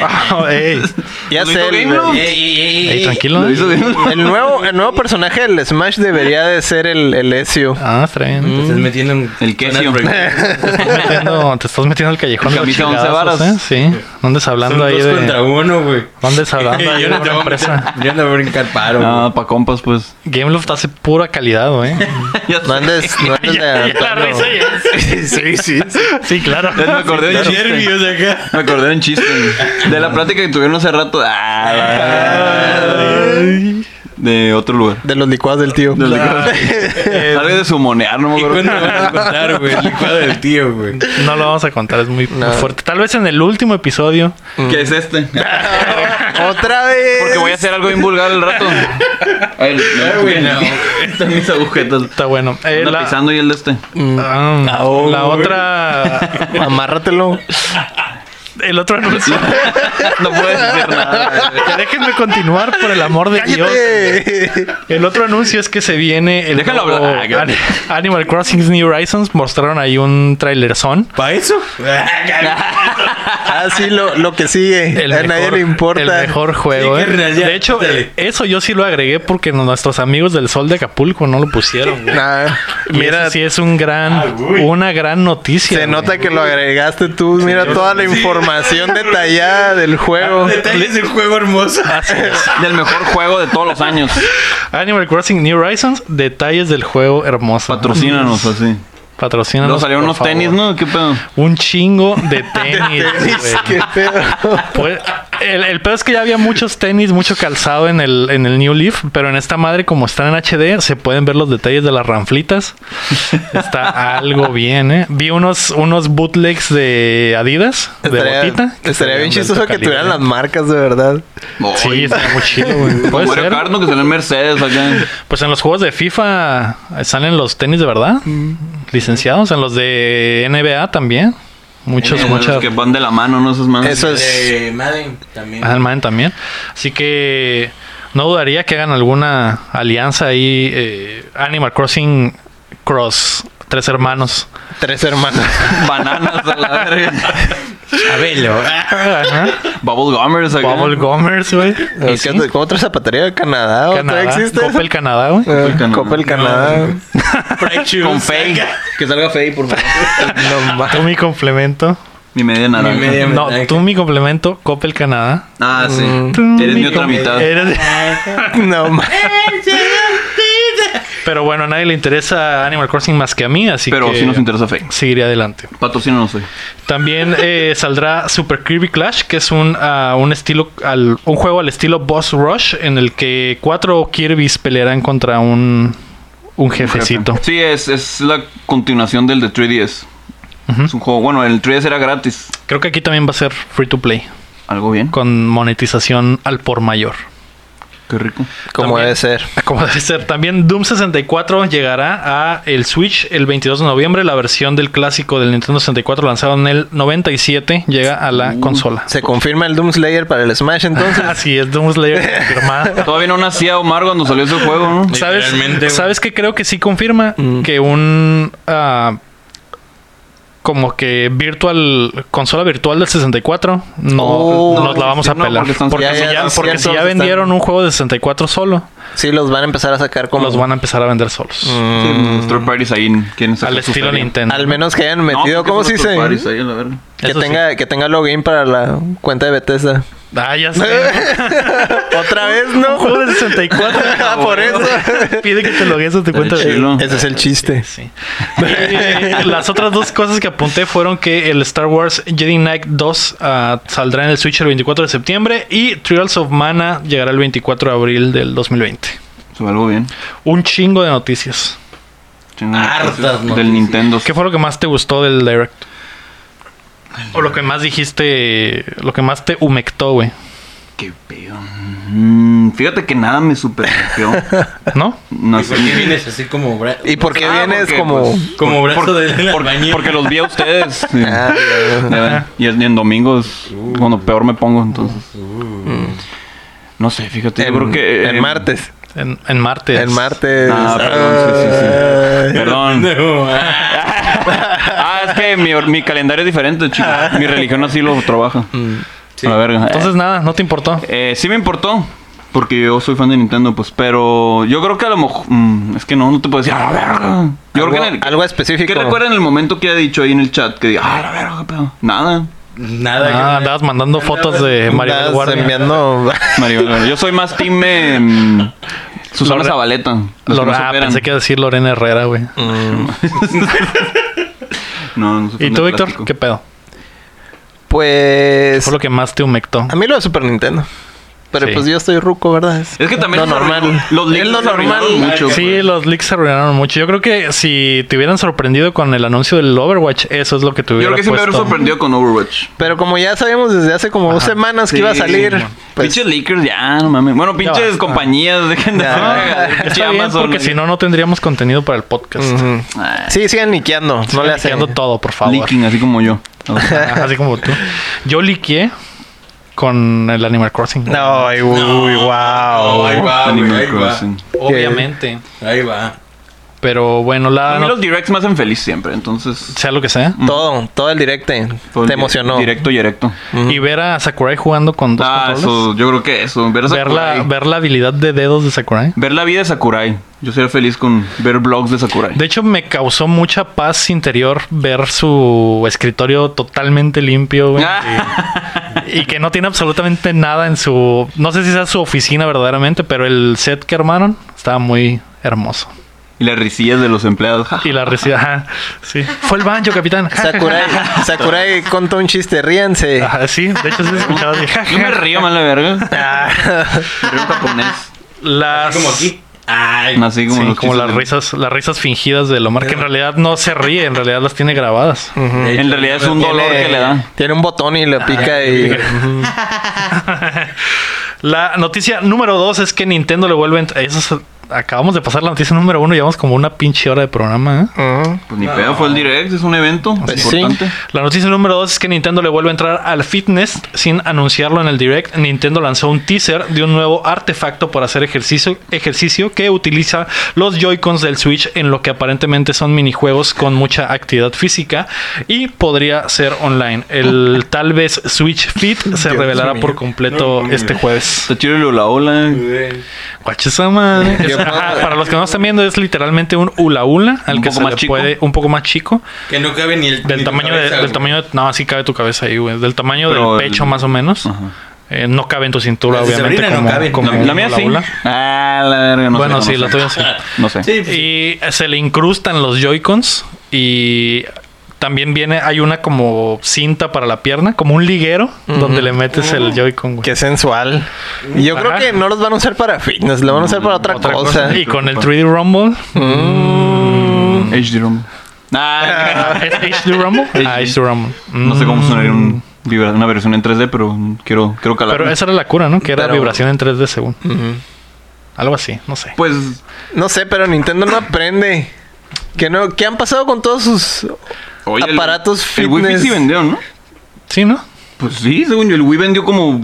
[SPEAKER 1] Ah, ey.
[SPEAKER 3] Ya
[SPEAKER 2] ¿Lo
[SPEAKER 3] sé,
[SPEAKER 2] hizo
[SPEAKER 3] el,
[SPEAKER 2] Gameloft?
[SPEAKER 4] Ey, ey, ey,
[SPEAKER 1] Ey,
[SPEAKER 4] ey.
[SPEAKER 1] tranquilo.
[SPEAKER 2] Lo hizo Gameloft.
[SPEAKER 3] [LAUGHS] el nuevo, el nuevo personaje del Smash debería de ser el, el Ezio.
[SPEAKER 1] Ah, está bien.
[SPEAKER 4] Estás metiendo en-
[SPEAKER 2] El queso.
[SPEAKER 4] Son
[SPEAKER 1] Te estás metiendo, te estás metiendo al callejón de los
[SPEAKER 2] Camisa once
[SPEAKER 1] chingazos,
[SPEAKER 2] varas.
[SPEAKER 1] ¿eh? Sí. No andes hablando ahí
[SPEAKER 4] dos
[SPEAKER 1] de...
[SPEAKER 4] contra uno, güey.
[SPEAKER 1] no
[SPEAKER 4] [LAUGHS]
[SPEAKER 1] andes hablando ahí
[SPEAKER 4] Yo
[SPEAKER 1] de
[SPEAKER 4] no te
[SPEAKER 1] una
[SPEAKER 4] voy a
[SPEAKER 1] empresa.
[SPEAKER 4] meter- yo no voy a brincar paro.
[SPEAKER 2] Ah, pa' compas, pues.
[SPEAKER 1] Gameloft hace pura calidad, [LAUGHS] güey.
[SPEAKER 2] Ya
[SPEAKER 3] No andes, no andes adelantando.
[SPEAKER 1] sí, sí, [LAUGHS] sí. Sí, claro.
[SPEAKER 2] me acordé de un
[SPEAKER 4] Estoy
[SPEAKER 2] chiste.
[SPEAKER 4] nervios acá.
[SPEAKER 2] Me acordé de un chiste.
[SPEAKER 1] [LAUGHS]
[SPEAKER 2] güey. De la plática que tuvieron hace rato. Ah, la-
[SPEAKER 1] Ay.
[SPEAKER 2] de otro lugar.
[SPEAKER 3] De los licuados del tío. Ah,
[SPEAKER 1] [LAUGHS]
[SPEAKER 2] Del Algo de sumonear, no me
[SPEAKER 4] ¿Y
[SPEAKER 2] acuerdo. [LAUGHS]
[SPEAKER 4] cuándo lo van a contar, güey? El licuado del tío, güey.
[SPEAKER 1] No lo vamos a contar, es muy, muy
[SPEAKER 3] No.
[SPEAKER 1] fuerte. Tal vez en el último episodio.
[SPEAKER 2] ¿Qué
[SPEAKER 1] [LAUGHS]
[SPEAKER 2] es este?
[SPEAKER 3] Otra vez.
[SPEAKER 2] Porque voy a hacer algo bien vulgar
[SPEAKER 1] [LAUGHS]
[SPEAKER 2] al rato. Ay, no,
[SPEAKER 4] güey, no.
[SPEAKER 2] Están mis agujetas.
[SPEAKER 1] Está bueno. Eh,
[SPEAKER 2] Anda
[SPEAKER 1] la,
[SPEAKER 2] pisando oh, y el de
[SPEAKER 1] [LAUGHS]
[SPEAKER 2] este.
[SPEAKER 1] Ah, la
[SPEAKER 2] [LAUGHS]
[SPEAKER 4] güey.
[SPEAKER 1] otra.
[SPEAKER 3] Amárratelo.
[SPEAKER 1] El otro anuncio.
[SPEAKER 2] No puedes decir nada. güey.
[SPEAKER 1] Ya Déjenme continuar, por el amor de Dios. El otro anuncio es que se viene el
[SPEAKER 2] Déjalo
[SPEAKER 1] nuevo
[SPEAKER 2] hablar. Ah,
[SPEAKER 1] Ani- Animal Crossing New Horizons. Mostraron ahí un trailer son.
[SPEAKER 4] ¿Para [LAUGHS] eso?
[SPEAKER 3] [LAUGHS] Ah, sí, lo, lo que sigue. a nadie le importa.
[SPEAKER 1] el mejor juego.
[SPEAKER 4] Sí,
[SPEAKER 1] ¿eh?
[SPEAKER 4] carnal, ya,
[SPEAKER 1] de hecho,
[SPEAKER 4] dale.
[SPEAKER 1] eso yo sí lo agregué porque nuestros amigos del Sol de Acapulco no lo pusieron. güey.
[SPEAKER 3] Nah,
[SPEAKER 1] Y
[SPEAKER 3] mira,
[SPEAKER 1] eso sí es un gran,
[SPEAKER 4] Ah, güey.
[SPEAKER 1] una gran noticia. güey.
[SPEAKER 3] se nota que lo agregaste tú. Mira toda la
[SPEAKER 4] sí.
[SPEAKER 3] información detallada del juego.
[SPEAKER 4] Detalles del juego hermoso.
[SPEAKER 2] Ah,
[SPEAKER 1] Así es.
[SPEAKER 2] Del mejor juego de todos los años.
[SPEAKER 1] Animal Crossing New Horizons, detalles del juego hermoso.
[SPEAKER 2] Patrocínanos así.
[SPEAKER 1] Patrocínanos.
[SPEAKER 2] Luego salieron
[SPEAKER 1] Ah, por
[SPEAKER 2] unos
[SPEAKER 1] favor.
[SPEAKER 2] tenis, ¿no? ¿Qué pedo?
[SPEAKER 1] Un chingo
[SPEAKER 2] [LAUGHS]
[SPEAKER 1] de tenis.
[SPEAKER 3] Tenis,
[SPEAKER 1] güey.
[SPEAKER 3] qué pedo.
[SPEAKER 1] Pues, el, el pedo es que ya había muchos tenis, mucho calzado en el, en el New Leaf, pero en esta madre, como están en HD, se pueden ver los detalles de las ranflitas. Está algo bien, ¿eh? Vi unos, unos bootlegs de Adidas, de
[SPEAKER 3] Estaría,
[SPEAKER 1] botita. que
[SPEAKER 3] estaría
[SPEAKER 1] se
[SPEAKER 3] bien
[SPEAKER 1] veían de
[SPEAKER 3] chistoso
[SPEAKER 1] alto
[SPEAKER 3] que
[SPEAKER 1] calibre.
[SPEAKER 3] tuvieran las marcas de verdad.
[SPEAKER 1] Sí,
[SPEAKER 2] Ay,
[SPEAKER 1] está muy chido, güey.
[SPEAKER 2] Como
[SPEAKER 1] Puede
[SPEAKER 2] Mario
[SPEAKER 1] ser.
[SPEAKER 2] Kart, ¿no? Que salió en Mercedes acá.
[SPEAKER 1] Pues en los juegos de FIFA eh, salen los tenis de verdad,
[SPEAKER 3] Mm.
[SPEAKER 1] licenciados. En los de NBA también. Muchos,
[SPEAKER 2] Eh,
[SPEAKER 1] muchas.
[SPEAKER 2] Los que van de la mano, ¿no? Esas manos.
[SPEAKER 3] Eso es.
[SPEAKER 4] De Madden también.
[SPEAKER 1] Al Madden también. Así que no dudaría que hagan alguna alianza ahí. eh, Animal Crossing Cross. Tres hermanos.
[SPEAKER 3] Tres hermanos.
[SPEAKER 2] Bananas a la verga.
[SPEAKER 4] Chabelo.
[SPEAKER 1] Ajá.
[SPEAKER 2] Bubble Gummers acá.
[SPEAKER 1] Bubble Gummers, güey.
[SPEAKER 3] ¿Qué
[SPEAKER 1] Y sí,
[SPEAKER 3] onda? ¿Cómo otra zapatería de Canadá? ¿Otra
[SPEAKER 1] Canadá.
[SPEAKER 3] existe?
[SPEAKER 1] Coppel Canadá, güey.
[SPEAKER 3] Ah,
[SPEAKER 2] Coppel Canadá.
[SPEAKER 3] Coppel Canadá.
[SPEAKER 2] Con Fey. Que salga Fey, por
[SPEAKER 4] [LAUGHS]
[SPEAKER 2] favor.
[SPEAKER 3] No ma- [LAUGHS]
[SPEAKER 1] Tú mi complemento.
[SPEAKER 2] Mi media naranja.
[SPEAKER 4] Mi media-
[SPEAKER 1] No,
[SPEAKER 4] Ay,
[SPEAKER 1] tú mi complemento. Coppel Canadá.
[SPEAKER 2] Ah, sí.
[SPEAKER 1] Tú
[SPEAKER 2] Eres mi otra
[SPEAKER 1] com-
[SPEAKER 2] mitad.
[SPEAKER 1] eres-
[SPEAKER 3] No ma-
[SPEAKER 1] Pero bueno, a nadie le interesa Animal Crossing más que a mí, así
[SPEAKER 2] Pero
[SPEAKER 1] que
[SPEAKER 2] sí nos interesa Fey.
[SPEAKER 1] seguiré adelante.
[SPEAKER 2] Patrocino no soy.
[SPEAKER 1] También eh, saldrá Super Kirby Clash, que es un, ah, un estilo al, un juego al estilo Boss Rush, en el que cuatro Kirby's pelearán contra un, un jefecito.
[SPEAKER 2] Sí, es, es la continuación del de 3DS.
[SPEAKER 1] Ujú.
[SPEAKER 2] Es un juego. Bueno, el 3DS era gratis.
[SPEAKER 1] Creo que aquí también va a ser free to play,
[SPEAKER 2] Algo bien.
[SPEAKER 1] con monetización al por mayor. [LAUGHS]
[SPEAKER 2] Qué rico.
[SPEAKER 3] Como
[SPEAKER 1] También.
[SPEAKER 3] debe ser.
[SPEAKER 1] Como debe ser. También Doom 64 llegará a el Switch el 22 de noviembre. La versión del clásico del Nintendo 64 lanzado en el 97 llega a la consola.
[SPEAKER 3] ¿Se confirma el Doom Slayer para el Smash entonces?
[SPEAKER 1] [LAUGHS] Así es, Doom Slayer confirmado.
[SPEAKER 2] Todavía no nacía Omar cuando salió ese juego, ¿no?
[SPEAKER 1] ¿Sabes,
[SPEAKER 4] Literalmente, güey.
[SPEAKER 1] ¿sabes que creo que sí confirma?
[SPEAKER 3] Mm.
[SPEAKER 1] Que un... ah, como que virtual... Consola virtual del 64. No,
[SPEAKER 3] Oh,
[SPEAKER 1] nos la vamos a
[SPEAKER 2] no,
[SPEAKER 1] pelar.
[SPEAKER 2] porque
[SPEAKER 1] Porque,
[SPEAKER 2] están-
[SPEAKER 3] Ya,
[SPEAKER 1] si
[SPEAKER 3] ya,
[SPEAKER 1] ya,
[SPEAKER 3] sí,
[SPEAKER 1] porque
[SPEAKER 3] ya
[SPEAKER 1] si ya
[SPEAKER 3] todos
[SPEAKER 1] vendieron
[SPEAKER 3] están-
[SPEAKER 1] un juego de 64 solo,
[SPEAKER 3] Sí, los van a empezar a sacar como... Mm,
[SPEAKER 1] los van a empezar a vender solos.
[SPEAKER 2] Sí, los third parties ahí quieren sacar
[SPEAKER 1] al
[SPEAKER 2] su
[SPEAKER 1] estilo
[SPEAKER 2] feria.
[SPEAKER 1] Nintendo.
[SPEAKER 3] Al menos que hayan
[SPEAKER 2] No,
[SPEAKER 3] metido,
[SPEAKER 2] porque
[SPEAKER 3] ¿cómo
[SPEAKER 2] son
[SPEAKER 3] se
[SPEAKER 2] los third
[SPEAKER 3] dice?
[SPEAKER 2] parties ahí, a la verga.
[SPEAKER 3] Que
[SPEAKER 1] Eso sí.
[SPEAKER 2] [LAUGHS]
[SPEAKER 3] tenga, que tenga login para la cuenta de Bethesda.
[SPEAKER 1] Ah, ya sé.
[SPEAKER 3] Otra vez, [LAUGHS] ¿no?
[SPEAKER 1] Un juego de 64.
[SPEAKER 3] [LAUGHS] Ah, por eso.
[SPEAKER 1] Pide que te logues a tu cuenta de
[SPEAKER 2] chilo.
[SPEAKER 3] Ese es el chiste.
[SPEAKER 1] Sí. Eh, [LAUGHS] las otras dos cosas que apunté fueron que el Star Wars Jedi Knight 2 ah, saldrá en el Switch el 24 de septiembre y Trials of Mana llegará el 24 de abril del 2020.
[SPEAKER 2] Se algo bien.
[SPEAKER 1] Un chingo de noticias.
[SPEAKER 4] Hartas noticias.
[SPEAKER 2] Del Nintendo.
[SPEAKER 1] ¿Qué fue lo que más te gustó del Direct? O lo que más dijiste, lo que más te humectó, güey.
[SPEAKER 2] Qué pedo. Mm, fíjate que nada me superó.
[SPEAKER 1] ¿No?
[SPEAKER 2] No
[SPEAKER 4] ¿Y por qué vienes así como bra-
[SPEAKER 3] ¿Y por qué
[SPEAKER 2] Ah,
[SPEAKER 3] vienes
[SPEAKER 2] porque,
[SPEAKER 3] como.?
[SPEAKER 2] pues,
[SPEAKER 4] como brazo
[SPEAKER 2] Por-
[SPEAKER 4] del
[SPEAKER 2] por-
[SPEAKER 4] albañil?
[SPEAKER 2] porque los vi a ustedes. Sí.
[SPEAKER 3] [LAUGHS] Ah, Dios.
[SPEAKER 2] Ya ven, Y, es- y en domingos,
[SPEAKER 4] Uh.
[SPEAKER 2] cuando peor me pongo, entonces. No sé, fíjate. yo creo
[SPEAKER 3] En-
[SPEAKER 2] que.
[SPEAKER 3] en
[SPEAKER 2] eh,
[SPEAKER 3] martes.
[SPEAKER 1] En, en martes.
[SPEAKER 3] El martes.
[SPEAKER 2] Ah, perdón, sí, sí, sí.
[SPEAKER 3] Ay.
[SPEAKER 2] Perdón.
[SPEAKER 4] [LAUGHS] No, ah,
[SPEAKER 2] ah, es que mi, or- mi calendario es diferente, chico. Mi religión así lo trabaja.
[SPEAKER 3] Mm.
[SPEAKER 4] sí.
[SPEAKER 2] A la verga.
[SPEAKER 1] Entonces nada, no te importó.
[SPEAKER 2] Eh, sí me importó. Porque yo soy fan de Nintendo, pues, pero yo creo que a lo mejor... mm, es que no, no te puedo decir, a la verga. Yo creo
[SPEAKER 3] Algo,
[SPEAKER 2] que en el-
[SPEAKER 3] algo específico.
[SPEAKER 2] ¿Qué recuerdan el momento que ha dicho ahí en el chat? Que diga, ah, la verga, qué pedo. Nada.
[SPEAKER 4] Nada. que-
[SPEAKER 1] Ah, andabas mandando fotos de Eh, Mario del
[SPEAKER 3] Andas
[SPEAKER 1] Guardia.
[SPEAKER 3] enviando- [LAUGHS]
[SPEAKER 2] Maribel, bueno, yo soy más team eh, mm, Susana
[SPEAKER 1] Lore-
[SPEAKER 2] Zabaleta. los que
[SPEAKER 1] Lor-
[SPEAKER 2] no se
[SPEAKER 1] ah,
[SPEAKER 2] operan.
[SPEAKER 1] pensé que iba a decir Lorena Herrera, güey.
[SPEAKER 2] No, no soy
[SPEAKER 1] ¿Y
[SPEAKER 2] fan
[SPEAKER 1] tú,
[SPEAKER 2] de
[SPEAKER 1] Víctor?
[SPEAKER 2] plástico.
[SPEAKER 1] ¿Qué pedo?
[SPEAKER 3] Pues.
[SPEAKER 1] Fue lo que más te humectó.
[SPEAKER 3] A mí lo de Super Nintendo. Pero
[SPEAKER 1] Sí.
[SPEAKER 3] pues yo estoy ruco, ¿verdad?
[SPEAKER 2] Es que también
[SPEAKER 3] lo
[SPEAKER 2] se
[SPEAKER 3] normal.
[SPEAKER 2] arruinó. Los
[SPEAKER 3] es
[SPEAKER 2] links
[SPEAKER 3] lo
[SPEAKER 2] se
[SPEAKER 3] normal.
[SPEAKER 2] arruinaron mucho.
[SPEAKER 1] Sí,
[SPEAKER 2] güey.
[SPEAKER 1] los leaks se arruinaron mucho. Yo creo que si te hubieran sorprendido con el anuncio del Overwatch, eso es lo que te
[SPEAKER 2] Yo
[SPEAKER 1] hubiera
[SPEAKER 2] creo que sí me hubiera
[SPEAKER 1] puesto.
[SPEAKER 2] sorprendido con Overwatch.
[SPEAKER 3] Pero como ya sabemos desde hace como dos semanas que iba a
[SPEAKER 2] Sí,
[SPEAKER 3] salir.
[SPEAKER 2] bueno.
[SPEAKER 3] pues,
[SPEAKER 2] pinches leakers, ya, no mames. Bueno, pinches
[SPEAKER 1] basta.
[SPEAKER 2] compañías, dejen de
[SPEAKER 3] Ya.
[SPEAKER 2] Ah,
[SPEAKER 1] Está
[SPEAKER 2] pinche
[SPEAKER 1] bien,
[SPEAKER 2] Amazon,
[SPEAKER 1] porque
[SPEAKER 2] güey.
[SPEAKER 1] si no, no tendríamos contenido para el podcast.
[SPEAKER 3] ujú.
[SPEAKER 2] Ah,
[SPEAKER 3] Sí, sigan niqueando. no le hacen.
[SPEAKER 1] Liqueando todo, por favor.
[SPEAKER 2] Leaking, así como [LAUGHS] yo.
[SPEAKER 1] Ajá, Así como tú. Yo liqueé con el Animal Crossing.
[SPEAKER 3] No, ay, uy,
[SPEAKER 4] No, Oh, ahí
[SPEAKER 3] wow.
[SPEAKER 4] va, güey,
[SPEAKER 2] Animal
[SPEAKER 4] ahí va.
[SPEAKER 2] Crossing.
[SPEAKER 1] Obviamente.
[SPEAKER 4] Ahí va.
[SPEAKER 1] Pero bueno,
[SPEAKER 2] A
[SPEAKER 1] la
[SPEAKER 2] mí
[SPEAKER 1] Ah, no-
[SPEAKER 2] los directs me hacen feliz siempre, entonces.
[SPEAKER 1] sea lo que sea.
[SPEAKER 3] Mm. Todo, todo el directo.
[SPEAKER 2] fue
[SPEAKER 3] Te
[SPEAKER 2] un
[SPEAKER 3] emocionó.
[SPEAKER 2] Directo y directo.
[SPEAKER 1] Y ver a Sakurai jugando con dos
[SPEAKER 2] Ah,
[SPEAKER 1] controles.
[SPEAKER 2] eso, yo creo que eso. Ver, a
[SPEAKER 1] Ver la,
[SPEAKER 2] Sakurai.
[SPEAKER 1] ver la habilidad de dedos de Sakurai.
[SPEAKER 2] Ver la vida de Sakurai. Yo sería feliz con ver blogs de Sakurai. [LAUGHS]
[SPEAKER 1] De hecho, me causó mucha paz interior ver su escritorio totalmente limpio, güey.
[SPEAKER 2] Ah,
[SPEAKER 1] Y que no tiene absolutamente nada en su. No sé si sea su oficina verdaderamente, pero el set que armaron estaba muy hermoso.
[SPEAKER 2] Y las risillas de los empleados. ja,
[SPEAKER 1] Y
[SPEAKER 2] ja.
[SPEAKER 1] la reciba. ajá, sí. Fue el baño, capitán. Ja, ja, ja.
[SPEAKER 2] [LAUGHS]
[SPEAKER 3] Sakurai, Sakurai contó un chiste, ríanse.
[SPEAKER 1] Ajá, sí, de hecho sí se escuchaba así, ja,
[SPEAKER 2] Yo me
[SPEAKER 1] ja. [LAUGHS]
[SPEAKER 2] río más la verga.
[SPEAKER 3] Ah,
[SPEAKER 2] Me río en japonés.
[SPEAKER 1] Las.
[SPEAKER 4] Como aquí. Ay,
[SPEAKER 2] Así como,
[SPEAKER 1] sí,
[SPEAKER 2] los
[SPEAKER 1] como
[SPEAKER 2] chistes
[SPEAKER 1] las
[SPEAKER 2] de-
[SPEAKER 1] risas, las risas fingidas de Omar, que en realidad no se ríe, en realidad las tiene grabadas.
[SPEAKER 4] de hecho,
[SPEAKER 2] En realidad es un
[SPEAKER 4] tiene-
[SPEAKER 2] dolor que le Ah, da.
[SPEAKER 3] tiene un botón y le pica y.
[SPEAKER 1] La noticia número dos es que Nintendo le vuelve. a- Eso es- acabamos de pasar la noticia número uno, llevamos como una pinche hora de programa. ¿eh?
[SPEAKER 4] Mm.
[SPEAKER 3] Ujú.
[SPEAKER 2] Pues ni pedo, fue el direct, es un evento
[SPEAKER 3] Pues sí.
[SPEAKER 2] importante.
[SPEAKER 1] La noticia número dos es que Nintendo le vuelve a entrar al fitness sin anunciarlo en el direct. Nintendo lanzó un teaser de un nuevo artefacto para hacer ejercicio, ejercicio que utiliza los Joy-Cons del Switch en lo que aparentemente son minijuegos con mucha actividad física y podría ser online. El tal vez Switch Fit se revelará por completo
[SPEAKER 4] No, no, no.
[SPEAKER 1] este jueves.
[SPEAKER 2] Está chido el hula hula.
[SPEAKER 1] Guacha esa madre.
[SPEAKER 3] Yo
[SPEAKER 1] Es-
[SPEAKER 3] puedo-
[SPEAKER 1] ajá, para los que no están viendo, es literalmente un hula hula al
[SPEAKER 2] Un
[SPEAKER 1] que
[SPEAKER 2] poco
[SPEAKER 1] se
[SPEAKER 2] más
[SPEAKER 1] le
[SPEAKER 2] chico.
[SPEAKER 1] puede un poco más chico.
[SPEAKER 4] Que no cabe ni el. ni
[SPEAKER 1] Del
[SPEAKER 4] tu
[SPEAKER 1] tamaño de,
[SPEAKER 4] cabeza,
[SPEAKER 1] del
[SPEAKER 4] güey.
[SPEAKER 1] tamaño de- no, sí cabe tu cabeza ahí, güey. Del tamaño
[SPEAKER 2] Pero
[SPEAKER 1] del
[SPEAKER 2] el-
[SPEAKER 1] pecho más o menos. Eh, no cabe en tu cintura,
[SPEAKER 4] Las de
[SPEAKER 1] obviamente.
[SPEAKER 4] Sabrina no
[SPEAKER 1] como,
[SPEAKER 4] caben.
[SPEAKER 1] como
[SPEAKER 2] La, la mía
[SPEAKER 1] hula
[SPEAKER 2] sí.
[SPEAKER 1] hula.
[SPEAKER 2] Ah, la verga, no
[SPEAKER 1] bueno,
[SPEAKER 2] sé.
[SPEAKER 1] sí,
[SPEAKER 2] no
[SPEAKER 1] la
[SPEAKER 2] sé.
[SPEAKER 1] tuya sí.
[SPEAKER 2] No sé.
[SPEAKER 4] Sí, pues, sí.
[SPEAKER 1] Y se le incrustan los Joy-Cons y también viene, hay una como cinta para la pierna, como un liguero, donde le metes el Joy-Con, güey.
[SPEAKER 3] Qué sensual. Y yo
[SPEAKER 1] Ajá.
[SPEAKER 3] creo que no los van a usar para fitness, lo van a usar para otra,
[SPEAKER 1] Otra
[SPEAKER 3] cosa.
[SPEAKER 1] cosa. Y con el 3D Rumble.
[SPEAKER 2] HD-ROM. Ah,
[SPEAKER 1] ¿Es HD Rumble? Ah,
[SPEAKER 2] HD.
[SPEAKER 1] HD Rumble.
[SPEAKER 2] no sé cómo
[SPEAKER 1] Mm.
[SPEAKER 2] sonaría un vibra- una versión en 3D, pero quiero, quiero calar.
[SPEAKER 1] Pero esa era la cura, ¿no? Que era
[SPEAKER 3] Pero-
[SPEAKER 1] vibración en 3D según. Algo así, no sé.
[SPEAKER 2] Pues,
[SPEAKER 3] No sé, pero Nintendo no aprende. ¿Qué, no, ¿Qué han pasado con todos sus...?
[SPEAKER 2] oye, el-
[SPEAKER 3] Aparatos
[SPEAKER 2] El, Wi-Fi
[SPEAKER 3] fitness.
[SPEAKER 2] sí vendió, ¿no?
[SPEAKER 1] Sí, ¿no?
[SPEAKER 2] Pues sí, según yo, el Wii vendió como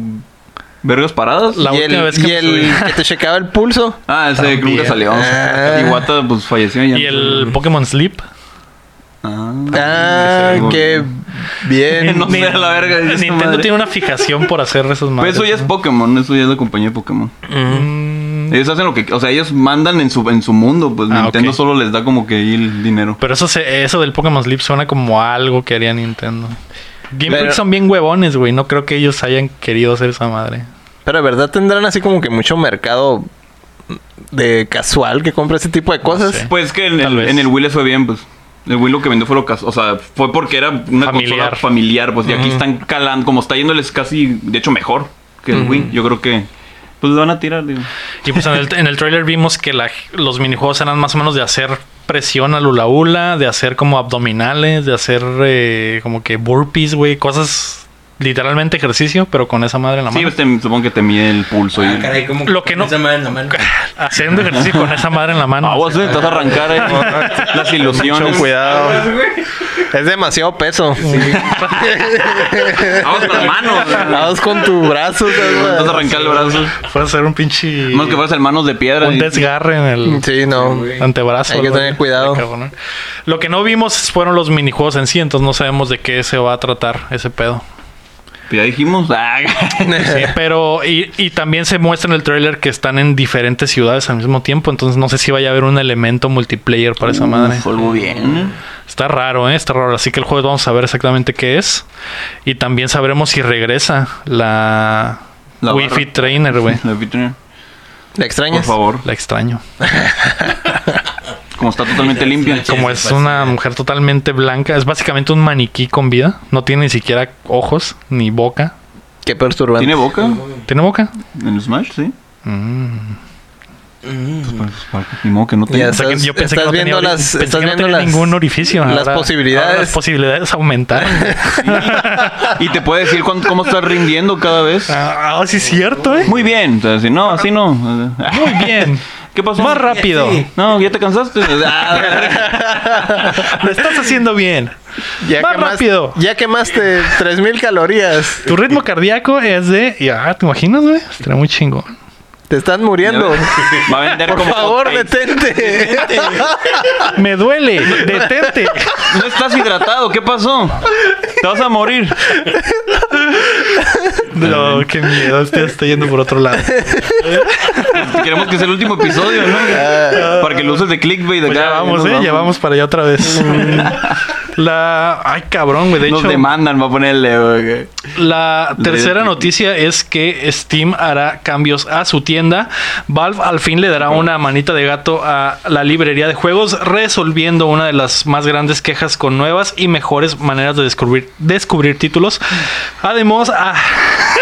[SPEAKER 2] vergas paradas.
[SPEAKER 1] La
[SPEAKER 3] y
[SPEAKER 1] última
[SPEAKER 3] el,
[SPEAKER 1] vez que
[SPEAKER 3] y
[SPEAKER 1] me
[SPEAKER 3] el
[SPEAKER 1] subí.
[SPEAKER 3] que te checaba el pulso.
[SPEAKER 2] Ah, ese
[SPEAKER 1] También.
[SPEAKER 2] nunca salió.
[SPEAKER 3] Ah.
[SPEAKER 2] Iwata pues falleció ya.
[SPEAKER 1] Y el Pokémon Sleep.
[SPEAKER 2] Ah,
[SPEAKER 3] Ah,
[SPEAKER 2] que se-
[SPEAKER 3] qué
[SPEAKER 2] [LAUGHS]
[SPEAKER 3] bien.
[SPEAKER 2] No sé, a la verga, dice [LAUGHS] esa
[SPEAKER 1] Nintendo
[SPEAKER 2] madre.
[SPEAKER 1] tiene una fijación por hacer esas
[SPEAKER 2] Pues
[SPEAKER 1] madres. Mm,
[SPEAKER 2] eso ya es
[SPEAKER 1] ¿no?
[SPEAKER 2] Pokémon, eso ya es la compañía de Pokémon. Ellos hacen lo que, o sea, ellos mandan en su en su mundo, pues
[SPEAKER 1] Ah,
[SPEAKER 2] Nintendo
[SPEAKER 1] ok.
[SPEAKER 2] solo les da como que ahí el dinero.
[SPEAKER 1] Pero eso, se- eso del Pokémon Sleep suena como algo que haría Nintendo. Game
[SPEAKER 3] Pero-
[SPEAKER 1] Freak son bien huevones, güey. No creo que ellos hayan querido hacer esa madre.
[SPEAKER 3] Pero de verdad tendrán así como que mucho mercado de casual que compra ese tipo de cosas.
[SPEAKER 1] sé.
[SPEAKER 2] Pues que en
[SPEAKER 1] Tal
[SPEAKER 2] el,
[SPEAKER 1] vez.
[SPEAKER 2] en el Wii les fue bien, pues. El Wii lo que vendió fue lo cas- O sea, fue porque era una
[SPEAKER 1] Familiar.
[SPEAKER 2] consola familiar, pues. Y aquí están calando. Como está yéndoles casi, de hecho, mejor que el Wii. Yo creo que. Pues lo van a tirar, digo.
[SPEAKER 1] Y pues en el, en el trailer vimos que la- los minijuegos eran más o menos de hacer presión al hula hula, de hacer como abdominales, de hacer eh, como que burpees, güey. Cosas literalmente ejercicio, pero con esa madre en la
[SPEAKER 2] Sí,
[SPEAKER 1] mano.
[SPEAKER 2] pues, te- supongo que te mide el pulso. y
[SPEAKER 4] Ah,
[SPEAKER 2] el-
[SPEAKER 4] caray, ¿cómo
[SPEAKER 1] Lo que
[SPEAKER 4] con
[SPEAKER 1] no-
[SPEAKER 4] esa madre en
[SPEAKER 1] [LAUGHS]
[SPEAKER 4] la mano?
[SPEAKER 1] Haciendo ejercicio con esa madre en la mano.
[SPEAKER 2] Ah, vos eh, te vas [LAUGHS] a arrancar [LAUGHS] ahí las ilusiones.
[SPEAKER 3] Mucho cuidado. Es demasiado peso. [LAUGHS]
[SPEAKER 2] Vamos con las manos. güey.
[SPEAKER 3] Vamos con tu brazo. ¿sabes?
[SPEAKER 2] Te vas a arrancar el brazo.
[SPEAKER 1] Fue hacer un pinche.
[SPEAKER 2] Más que fueras el manos de piedra.
[SPEAKER 1] un
[SPEAKER 2] y-
[SPEAKER 1] desgarre en el.
[SPEAKER 3] Sí, no.
[SPEAKER 4] Sí, güey.
[SPEAKER 1] Antebrazo.
[SPEAKER 3] Hay que
[SPEAKER 1] algo
[SPEAKER 3] tener
[SPEAKER 1] así.
[SPEAKER 3] cuidado.
[SPEAKER 1] Ay, cabrón, ¿eh? Lo que no vimos fueron los minijuegos en sí, entonces no sabemos de qué se va a tratar ese pedo.
[SPEAKER 2] Ya dijimos. Ah, [LAUGHS]
[SPEAKER 3] [LAUGHS]
[SPEAKER 1] Sí, pero y, y también se muestra en el tráiler que están en diferentes ciudades al mismo tiempo, entonces no sé si vaya a haber un elemento multiplayer para esa madre.
[SPEAKER 2] Uf, algo bien. ¿eh?
[SPEAKER 1] Está raro, ¿eh? está raro. Así que el jueves vamos a ver exactamente qué es y también sabremos si regresa la,
[SPEAKER 2] La
[SPEAKER 1] Wi-Fi
[SPEAKER 2] barra.
[SPEAKER 1] Trainer,
[SPEAKER 3] [LAUGHS]
[SPEAKER 1] güey.
[SPEAKER 2] La vitrina.
[SPEAKER 3] ¿Le
[SPEAKER 2] Por
[SPEAKER 3] extrañas?
[SPEAKER 2] favor.
[SPEAKER 1] La extraño.
[SPEAKER 2] Como está totalmente limpia.
[SPEAKER 4] Sí,
[SPEAKER 1] Como
[SPEAKER 4] sí,
[SPEAKER 1] es
[SPEAKER 4] sí.
[SPEAKER 1] una mujer totalmente blanca, es básicamente un maniquí con vida. No tiene ni siquiera ojos ni boca.
[SPEAKER 3] Qué perturbante.
[SPEAKER 2] ¿Tiene boca?
[SPEAKER 1] ¿Tiene boca?
[SPEAKER 2] En Smash, sí.
[SPEAKER 4] Mm.
[SPEAKER 2] Pues, para- ni modo que no tenga.
[SPEAKER 3] Ya
[SPEAKER 1] O
[SPEAKER 3] sé.
[SPEAKER 1] sea, que
[SPEAKER 3] Estás-
[SPEAKER 1] yo pensé
[SPEAKER 3] estás
[SPEAKER 1] que no tenía
[SPEAKER 3] viendo
[SPEAKER 1] ori-
[SPEAKER 3] las-
[SPEAKER 1] pensé
[SPEAKER 3] estás
[SPEAKER 1] que no
[SPEAKER 3] viendo
[SPEAKER 1] tenía
[SPEAKER 3] las-
[SPEAKER 1] ningún orificio.
[SPEAKER 3] las
[SPEAKER 1] Ahora-
[SPEAKER 3] posibilidades.
[SPEAKER 1] ahora las posibilidades aumentaron.
[SPEAKER 3] [LAUGHS]
[SPEAKER 2] Y te puede decir cuánto- cómo estás rindiendo cada vez.
[SPEAKER 1] ah, ah, sí, es cierto, ¿eh?
[SPEAKER 2] Muy bien. O sea, si no, así no.
[SPEAKER 1] Muy [LAUGHS] bien.
[SPEAKER 2] ¿Qué pasó?
[SPEAKER 1] Más rápido.
[SPEAKER 4] Sí.
[SPEAKER 2] No, ¿ya te cansaste?
[SPEAKER 3] [LAUGHS]
[SPEAKER 2] Ah,
[SPEAKER 1] Lo estás haciendo bien.
[SPEAKER 3] Ya
[SPEAKER 1] Más
[SPEAKER 3] quemaste-
[SPEAKER 1] rápido.
[SPEAKER 3] Ya quemaste 3000 calorías.
[SPEAKER 1] Tu ritmo cardíaco es de. Ya, ¿te imaginas, güey? Estará muy chingón.
[SPEAKER 3] Te estás muriendo.
[SPEAKER 2] Va a vender
[SPEAKER 3] Por
[SPEAKER 2] como
[SPEAKER 3] favor,
[SPEAKER 2] hotcakes.
[SPEAKER 3] detente.
[SPEAKER 1] Me duele. Detente.
[SPEAKER 2] No estás hidratado, ¿qué pasó? Te vas a morir.
[SPEAKER 1] [LAUGHS] No, qué miedo. Este está yendo por otro lado.
[SPEAKER 2] Queremos que sea el último episodio, ¿no?
[SPEAKER 3] Ah.
[SPEAKER 2] Para que lo uses de clickbait de
[SPEAKER 1] Pues ya
[SPEAKER 2] acá.
[SPEAKER 1] vamos,
[SPEAKER 2] Nos
[SPEAKER 1] ¿eh? Ya vamos para allá otra [LAUGHS] vez. La. Ay, cabrón, güey. De
[SPEAKER 2] Nos
[SPEAKER 1] hecho,
[SPEAKER 2] demandan, va a ponerle. eh, güey.
[SPEAKER 1] La tercera
[SPEAKER 2] Le-
[SPEAKER 1] noticia es que Steam hará cambios a su tienda. Valve al fin le dará una manita de gato a la librería de juegos, resolviendo una de las más grandes quejas con nuevas y mejores maneras de descubrir, descubrir títulos. Además, ah,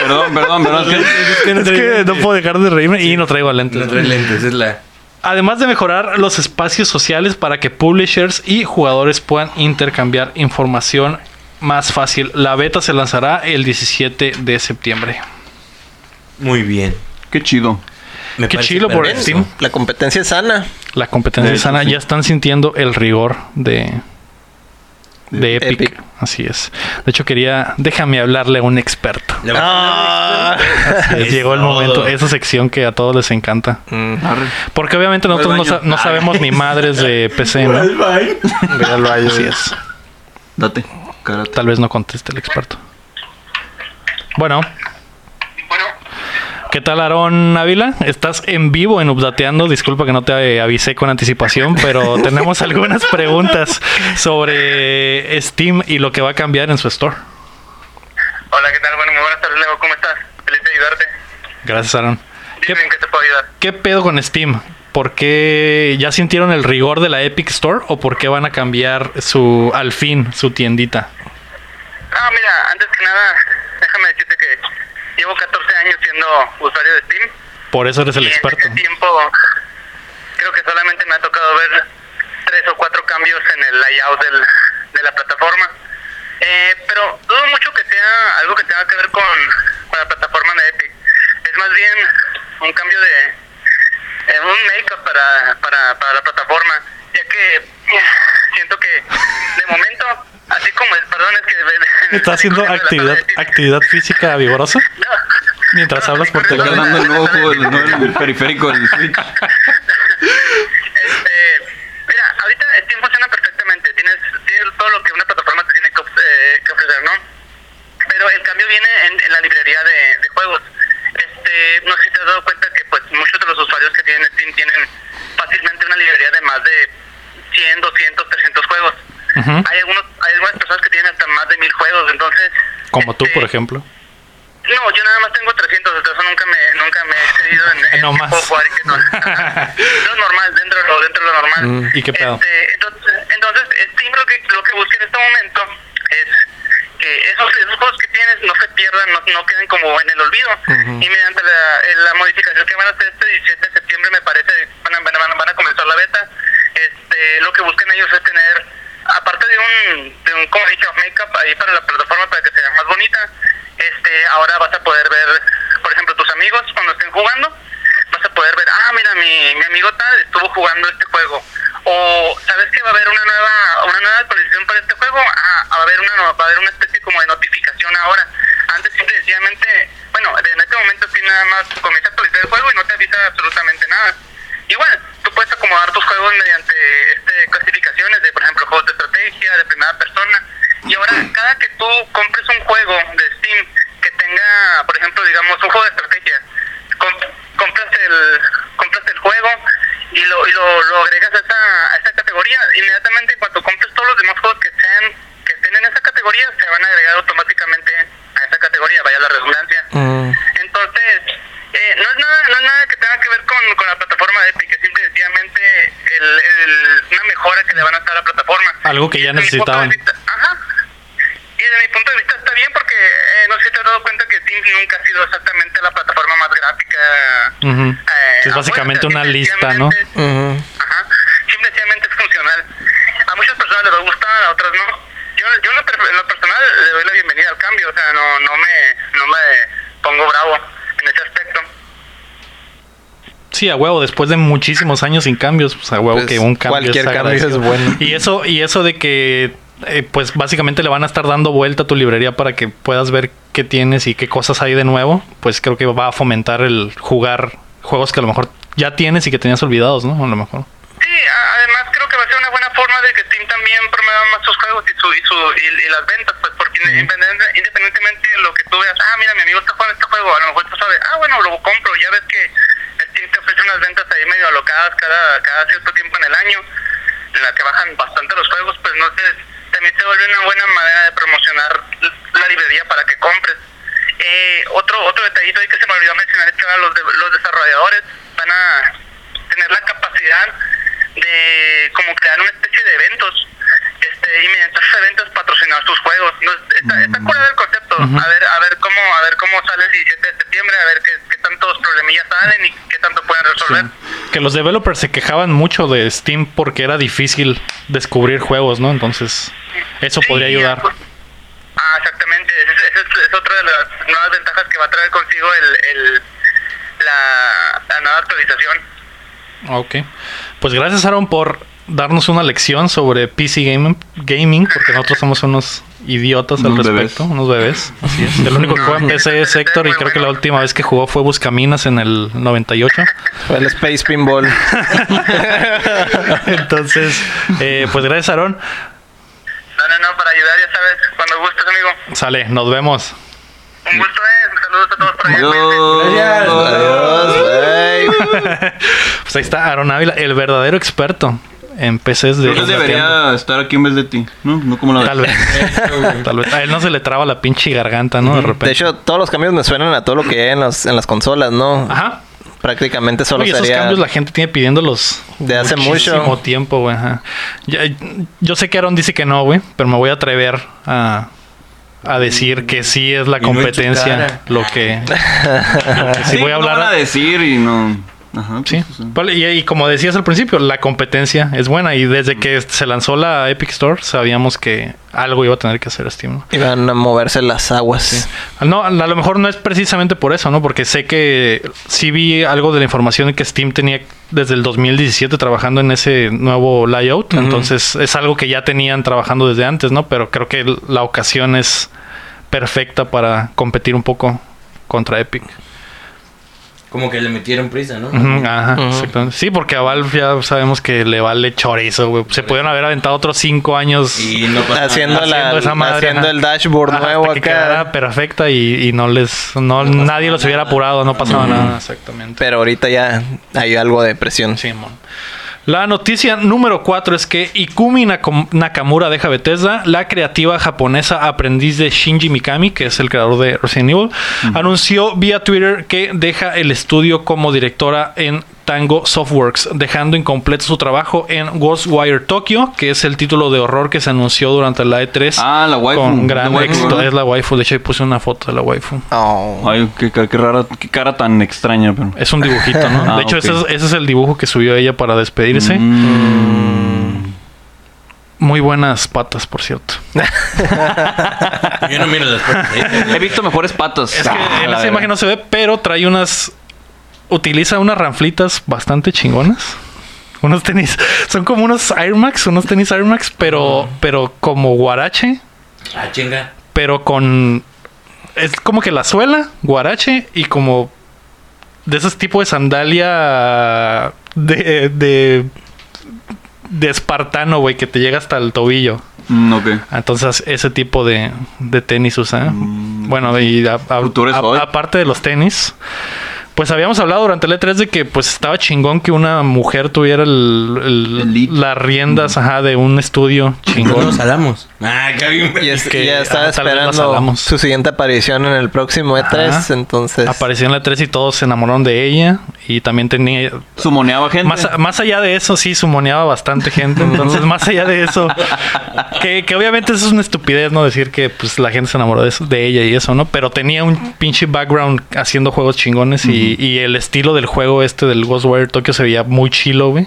[SPEAKER 2] Perdón, perdón, perdón.
[SPEAKER 3] [LAUGHS]
[SPEAKER 2] es que-
[SPEAKER 1] [LAUGHS] es que no puedo dejar de reírme y no traigo lentes.
[SPEAKER 4] No trae lentes, es la...
[SPEAKER 1] Además de mejorar los espacios sociales para que publishers y jugadores puedan intercambiar información más fácil. La beta se lanzará el 17 de septiembre.
[SPEAKER 4] Muy bien.
[SPEAKER 2] Qué chido.
[SPEAKER 4] Me
[SPEAKER 1] Qué
[SPEAKER 4] parece
[SPEAKER 1] chilo por
[SPEAKER 4] perfecto.
[SPEAKER 1] Steam.
[SPEAKER 3] La competencia es sana.
[SPEAKER 1] La competencia
[SPEAKER 2] De hecho,
[SPEAKER 1] sana
[SPEAKER 2] sí.
[SPEAKER 1] ya están sintiendo el rigor de, de Epic.
[SPEAKER 3] Epic.
[SPEAKER 1] Así es. De hecho, quería. Déjame hablarle a un
[SPEAKER 2] [LAUGHS]
[SPEAKER 1] experto.
[SPEAKER 4] Le voy a
[SPEAKER 3] Ah.
[SPEAKER 1] Así es, Llegó el
[SPEAKER 4] Eso.
[SPEAKER 1] momento. Esa sección que a todos les encanta.
[SPEAKER 2] Arre.
[SPEAKER 1] Porque obviamente nosotros no,
[SPEAKER 2] Mm. baño.
[SPEAKER 1] sa- no
[SPEAKER 2] Ah.
[SPEAKER 1] sabemos ni madres
[SPEAKER 2] [LAUGHS]
[SPEAKER 1] de PC, ¿no? Así es.
[SPEAKER 2] Date. Karate.
[SPEAKER 1] Tal vez no conteste el experto. Bueno. ¿Qué tal, Aarón Ávila? Estás en vivo en Updateando. Disculpa que no te eh, avisé con anticipación,
[SPEAKER 5] [LAUGHS]
[SPEAKER 1] pero tenemos algunas preguntas sobre Steam y lo que va a cambiar en su store.
[SPEAKER 5] Hola, ¿qué tal? Bueno, muy buenas tardes, Leo. ¿Cómo estás? Feliz de ayudarte.
[SPEAKER 1] Gracias, Aarón. ¿Qué,
[SPEAKER 5] Dime en qué te puedo ayudar.
[SPEAKER 1] ¿Qué pedo con Steam? ¿Por qué ya sintieron el rigor de la Epic Store o por qué van a cambiar su al fin su tiendita?
[SPEAKER 5] Ah, mira, antes que nada, déjame decirte que llevo 14 años siendo usuario de Steam.
[SPEAKER 1] Por eso eres el
[SPEAKER 5] y
[SPEAKER 1] experto.
[SPEAKER 5] En este tiempo, creo que solamente me ha tocado ver tres o cuatro cambios en el layout del- de la plataforma. Eh, pero dudo mucho que sea algo que tenga que ver con, con la plataforma de Epic. Es más bien un cambio de, eh, un make-up para, para, para la plataforma, ya que eh, siento que de momento, así como el perdón es que...
[SPEAKER 1] ¿Estás haciendo
[SPEAKER 5] discurriendo la sala
[SPEAKER 1] actividad,
[SPEAKER 5] de Epic.
[SPEAKER 1] actividad física vigorosa? Mientras hablas por
[SPEAKER 2] Te está
[SPEAKER 1] teléfono.
[SPEAKER 2] dando el nuevo juego, el nuevo periférico del Switch.
[SPEAKER 5] Este, mira, ahorita Steam funciona perfectamente. Tienes, tienes todo lo que una plataforma te tiene que, of- eh, que ofrecer, ¿no? Pero el cambio viene en, en la librería de, de juegos. Este, no sé si te has dado cuenta que pues muchos de los usuarios que tienen Steam tienen fácilmente una librería de más de 100, 200, 300 juegos.
[SPEAKER 1] Ujú. ¿Mm?
[SPEAKER 5] Hay algunos, hay algunos algunas personas que tienen hasta más de mil juegos, entonces...
[SPEAKER 1] Como tú,
[SPEAKER 5] este,
[SPEAKER 1] por ejemplo.
[SPEAKER 5] No, yo nada más tengo 300, entonces nunca me, nunca me he excedido en, en
[SPEAKER 1] [LAUGHS] No
[SPEAKER 5] qué
[SPEAKER 1] más.
[SPEAKER 5] puedo jugar y qué
[SPEAKER 1] [LAUGHS]
[SPEAKER 5] no. Lo es normal, dentro de lo, dentro de lo normal.
[SPEAKER 1] Mm, ¿y qué pedo?
[SPEAKER 5] Este, entonces, entonces Steam lo que, lo que busca en este momento es que esos, esos juegos que tienes no se pierdan, no, no queden como en el olvido. Y mediante la, eh, la modificación que van a hacer este 17 de septiembre, me parece, van a, van a- van a comenzar la beta, este, lo que buscan ellos es tener, aparte de un, de un como dije, make-up ahí para la plataforma para que sea más bonita, este, ahora vas a poder ver, por ejemplo, tus amigos cuando estén jugando, vas a poder ver, ah, mira, mi, mi amigo tal estuvo jugando este juego. O, ¿sabes que va a haber una nueva una nueva actualización para este juego? Ah, va a haber una, nueva- va a haber una especie como de notificación ahora. Antes simple y sencillamente, bueno, en este momento sí nada más comienza a actualizar el juego y no te avisa absolutamente nada. Igual, tú puedes acomodar tus juegos mediante este, clasificaciones de, por ejemplo, juegos de estrategia, de primera persona. Y ahora, cada que tú compres un juego de Steam que tenga, por ejemplo, digamos, un juego de estrategia, comp- compras el compras el juego y lo, y lo, lo agregas a esta, a esta categoría, inmediatamente en cuanto compres todos los demás juegos que sean que estén en esa categoría, se van a agregar automáticamente a esa categoría, vaya la redundancia.
[SPEAKER 3] Mm.
[SPEAKER 5] Entonces, eh, no, es nada, no es nada que tenga que ver con, con la plataforma de Epic, es simplemente el, el- una mejora que le van a hacer a la plataforma.
[SPEAKER 1] Algo que ya
[SPEAKER 5] Desde mi punto de
[SPEAKER 1] necesitaban.
[SPEAKER 5] vista- Ajá. Y desde mi punto de vista está bien porque eh, no sé si te has dado cuenta que Steam nunca ha sido exactamente la plataforma más gráfica.
[SPEAKER 1] Ujú.
[SPEAKER 5] eh,
[SPEAKER 1] Es básicamente
[SPEAKER 5] afuera,
[SPEAKER 1] una
[SPEAKER 5] simple y
[SPEAKER 1] lista, ¿no?
[SPEAKER 5] sencillamente-
[SPEAKER 3] Ujú.
[SPEAKER 5] Ajá. Simple y sencillamente es funcional. A muchas personas les va a gustar, a otras no. Yo, yo en, lo, per- en lo personal le doy la bienvenida al cambio, o sea, no, no, me, no me pongo bravo en ese aspecto.
[SPEAKER 1] Sí, a huevo, después de muchísimos años sin cambios, pues a huevo
[SPEAKER 3] Pues,
[SPEAKER 1] que un cambio
[SPEAKER 3] cualquier cambio
[SPEAKER 1] agradecido.
[SPEAKER 3] es bueno.
[SPEAKER 1] Y eso, y eso de que eh, pues básicamente le van a estar dando vuelta a tu librería para que puedas ver qué tienes y qué cosas hay de nuevo, pues creo que va a fomentar el jugar juegos que a lo mejor ya tienes y que tenías olvidados, ¿no? A lo mejor.
[SPEAKER 5] Sí, a- además creo que va a ser una buena forma de que Steam también promueva más sus juegos y, su, y, su, y, y las ventas, pues porque independen- independientemente de lo que tú veas, ah, mira, mi amigo está jugando este juego, a lo mejor tú sabes, ah, bueno, lo compro, ya ves que Steam te ofrece unas ventas ahí medio alocadas cada, cada cierto tiempo en el año, en la que bajan bastante los juegos, pues no sé, también se vuelve una buena manera de promocionar la librería para que compres. Eh, otro otro detallito ahí que se me olvidó mencionar es que ahora los, de- los desarrolladores van a tener la capacidad de como crear una especie de eventos este, y mediante esos eventos patrocinar sus juegos. No, está, está curado el concepto. A ver a ver cómo a ver cómo sale el 17 de septiembre, a ver qué, qué tantos problemillas salen y qué tanto pueden resolver.
[SPEAKER 1] Que los developers se quejaban mucho de Steam porque era difícil descubrir juegos, ¿no? Entonces, eso
[SPEAKER 5] Sí, pues,
[SPEAKER 1] podría
[SPEAKER 5] y
[SPEAKER 1] ayudar.
[SPEAKER 5] acu- Ah, exactamente. Esa es, esa es otra de las nuevas ventajas que va a traer consigo el, el, la, la nueva actualización.
[SPEAKER 1] Ah, Ok. Pues gracias, Aaron, por darnos una lección sobre PC gaming, gaming porque nosotros somos unos idiotas al
[SPEAKER 2] Unos
[SPEAKER 1] respecto,
[SPEAKER 2] bebés.
[SPEAKER 1] unos bebés. Así es. El único que juega en PC es Héctor y creo que la última vez que jugó fue Buscaminas en el 98.
[SPEAKER 3] Fue el Space [LAUGHS] Pinball.
[SPEAKER 1] [LAUGHS] Entonces, eh, pues gracias, Aaron.
[SPEAKER 5] No, no, no, para ayudar, ya sabes, cuando gustes, amigo.
[SPEAKER 1] Sale, nos vemos.
[SPEAKER 5] Un gusto, eh. Saludos a todos por allá. cuídense.
[SPEAKER 2] Adiós.
[SPEAKER 3] Adiós, güey.
[SPEAKER 1] [LAUGHS] Pues ahí está Aaron Ávila, el verdadero experto en PCs de...
[SPEAKER 2] Creo que debería estar aquí en vez de ti, ¿no? No como la
[SPEAKER 1] Tal vez.
[SPEAKER 2] [LAUGHS]
[SPEAKER 1] Tal vez. A él no se le traba la pinche garganta, ¿no? De repente.
[SPEAKER 3] De hecho, todos los cambios me suenan a todo lo que hay en, los- en las consolas, ¿no?
[SPEAKER 1] Ajá.
[SPEAKER 3] Prácticamente solo
[SPEAKER 1] Ah. Oye, esos
[SPEAKER 3] sería...
[SPEAKER 1] cambios la gente tiene pidiéndolos
[SPEAKER 3] De hace
[SPEAKER 1] muchísimo
[SPEAKER 3] mucho.
[SPEAKER 1] tiempo, güey. ajá. Ya- Yo sé que Aaron dice que no, güey, pero me voy a atrever a, a decir que sí es la
[SPEAKER 4] Y no en tu
[SPEAKER 1] competencia
[SPEAKER 4] cara.
[SPEAKER 1] lo que, lo que sí, voy a hablar.
[SPEAKER 2] No van a decir y no. Ajá. pues,
[SPEAKER 1] Sí.
[SPEAKER 2] o sea.
[SPEAKER 1] Vale, y, y como decías al principio, la competencia es buena y desde que se lanzó la Epic Store sabíamos que algo iba a tener que hacer Steam. ¿no?
[SPEAKER 3] Iban a moverse las aguas.
[SPEAKER 1] No, a lo mejor no es precisamente por eso, ¿no? Porque sé que sí vi algo de la información que Steam tenía desde el 2017 trabajando en ese nuevo layout. Entonces es algo que ya tenían trabajando desde antes, ¿no? Pero creo que la ocasión es perfecta para competir un poco contra Epic.
[SPEAKER 4] Como que le metieron prisa, ¿no?
[SPEAKER 1] Ujú, ajá,
[SPEAKER 3] Ujú.
[SPEAKER 1] exactamente. Sí, porque a Valve ya sabemos que le vale chorizo, güey. Se pudieron haber aventado otros cinco años.
[SPEAKER 4] Y no pasa
[SPEAKER 3] Haciendo,
[SPEAKER 4] nada.
[SPEAKER 3] la,
[SPEAKER 1] haciendo esa madre,
[SPEAKER 3] haciendo
[SPEAKER 1] ajá.
[SPEAKER 3] el dashboard
[SPEAKER 1] Ajá,
[SPEAKER 3] nuevo
[SPEAKER 1] hasta que quedara
[SPEAKER 3] acá.
[SPEAKER 1] perfecta y, y no les no, nadie los hubiera apurado no pasaba nada exactamente
[SPEAKER 3] Pero ahorita ya hay algo de presión.
[SPEAKER 1] Simón La noticia número 4 es que Ikumi Nako- Nakamura deja Bethesda. La creativa japonesa aprendiz de Shinji Mikami, que es el creador de Resident Evil, anunció vía Twitter que deja el estudio como directora en Tango Softworks, dejando incompleto su trabajo en Ghostwire Tokyo, que es el título de horror que se anunció durante la E3
[SPEAKER 2] Ah, la waifu,
[SPEAKER 1] con
[SPEAKER 2] la
[SPEAKER 1] gran
[SPEAKER 2] waifu,
[SPEAKER 1] éxito.
[SPEAKER 2] ¿verdad?
[SPEAKER 1] Es la waifu, de hecho ahí puse una foto de la waifu.
[SPEAKER 3] Oh.
[SPEAKER 2] Ay, qué, ca- qué rara, qué cara tan extraña, pero.
[SPEAKER 1] Es un dibujito,
[SPEAKER 2] [LAUGHS]
[SPEAKER 1] ¿no?
[SPEAKER 2] Ah,
[SPEAKER 1] de hecho,
[SPEAKER 2] ok.
[SPEAKER 1] ese, es, ese es el dibujo que subió ella para despedirse.
[SPEAKER 2] Mm,
[SPEAKER 1] Muy buenas patas, por cierto.
[SPEAKER 4] Yo no miro las ¿eh? fotos de ella.
[SPEAKER 2] He visto mejores patas.
[SPEAKER 1] Es que
[SPEAKER 2] Ah,
[SPEAKER 1] en
[SPEAKER 2] la
[SPEAKER 1] esa
[SPEAKER 2] verga.
[SPEAKER 1] imagen no se ve, pero trae unas. Utiliza unas ranflitas bastante chingonas. Unos tenis. Son como unos Air Max, unos tenis Air Max, pero, pero como guarache,
[SPEAKER 4] Ah, chinga.
[SPEAKER 1] pero con. Es como que la suela, guarache y como. De esos tipos de sandalia. De. de de espartano, güey, que te llega hasta el tobillo.
[SPEAKER 2] Mm, ok.
[SPEAKER 1] Entonces, ese tipo de, de tenis usa. bueno, y a- a-
[SPEAKER 2] Mm. Futuro es
[SPEAKER 1] a-
[SPEAKER 2] hoy.
[SPEAKER 1] aparte de los tenis, pues habíamos hablado durante el E3 de que pues estaba chingón que una mujer tuviera el- el-
[SPEAKER 2] El lead. Mm.
[SPEAKER 1] las riendas ajá, de un estudio
[SPEAKER 4] No
[SPEAKER 1] chingón.
[SPEAKER 4] nos salamos. Ah, qué bien.
[SPEAKER 3] Y es-
[SPEAKER 1] que,
[SPEAKER 3] ya estaba
[SPEAKER 1] ah, tal vez la
[SPEAKER 3] esperando
[SPEAKER 1] salamos.
[SPEAKER 3] su siguiente aparición en el próximo E3,
[SPEAKER 1] Ajá.
[SPEAKER 3] entonces...
[SPEAKER 1] Apareció en la E3 y todos se enamoraron de ella y también tenía
[SPEAKER 2] Sumoneaba gente.
[SPEAKER 1] Más, a- más allá de eso, sí, sumoneaba bastante gente. Entonces, más allá de eso, que, que obviamente eso es una estupidez, ¿no? Decir que pues la gente se enamoró de, eso- de ella y eso, ¿no? Pero tenía un pinche background haciendo juegos chingones y, y el estilo del juego este del Ghostwire Tokyo se veía muy chilo, güey.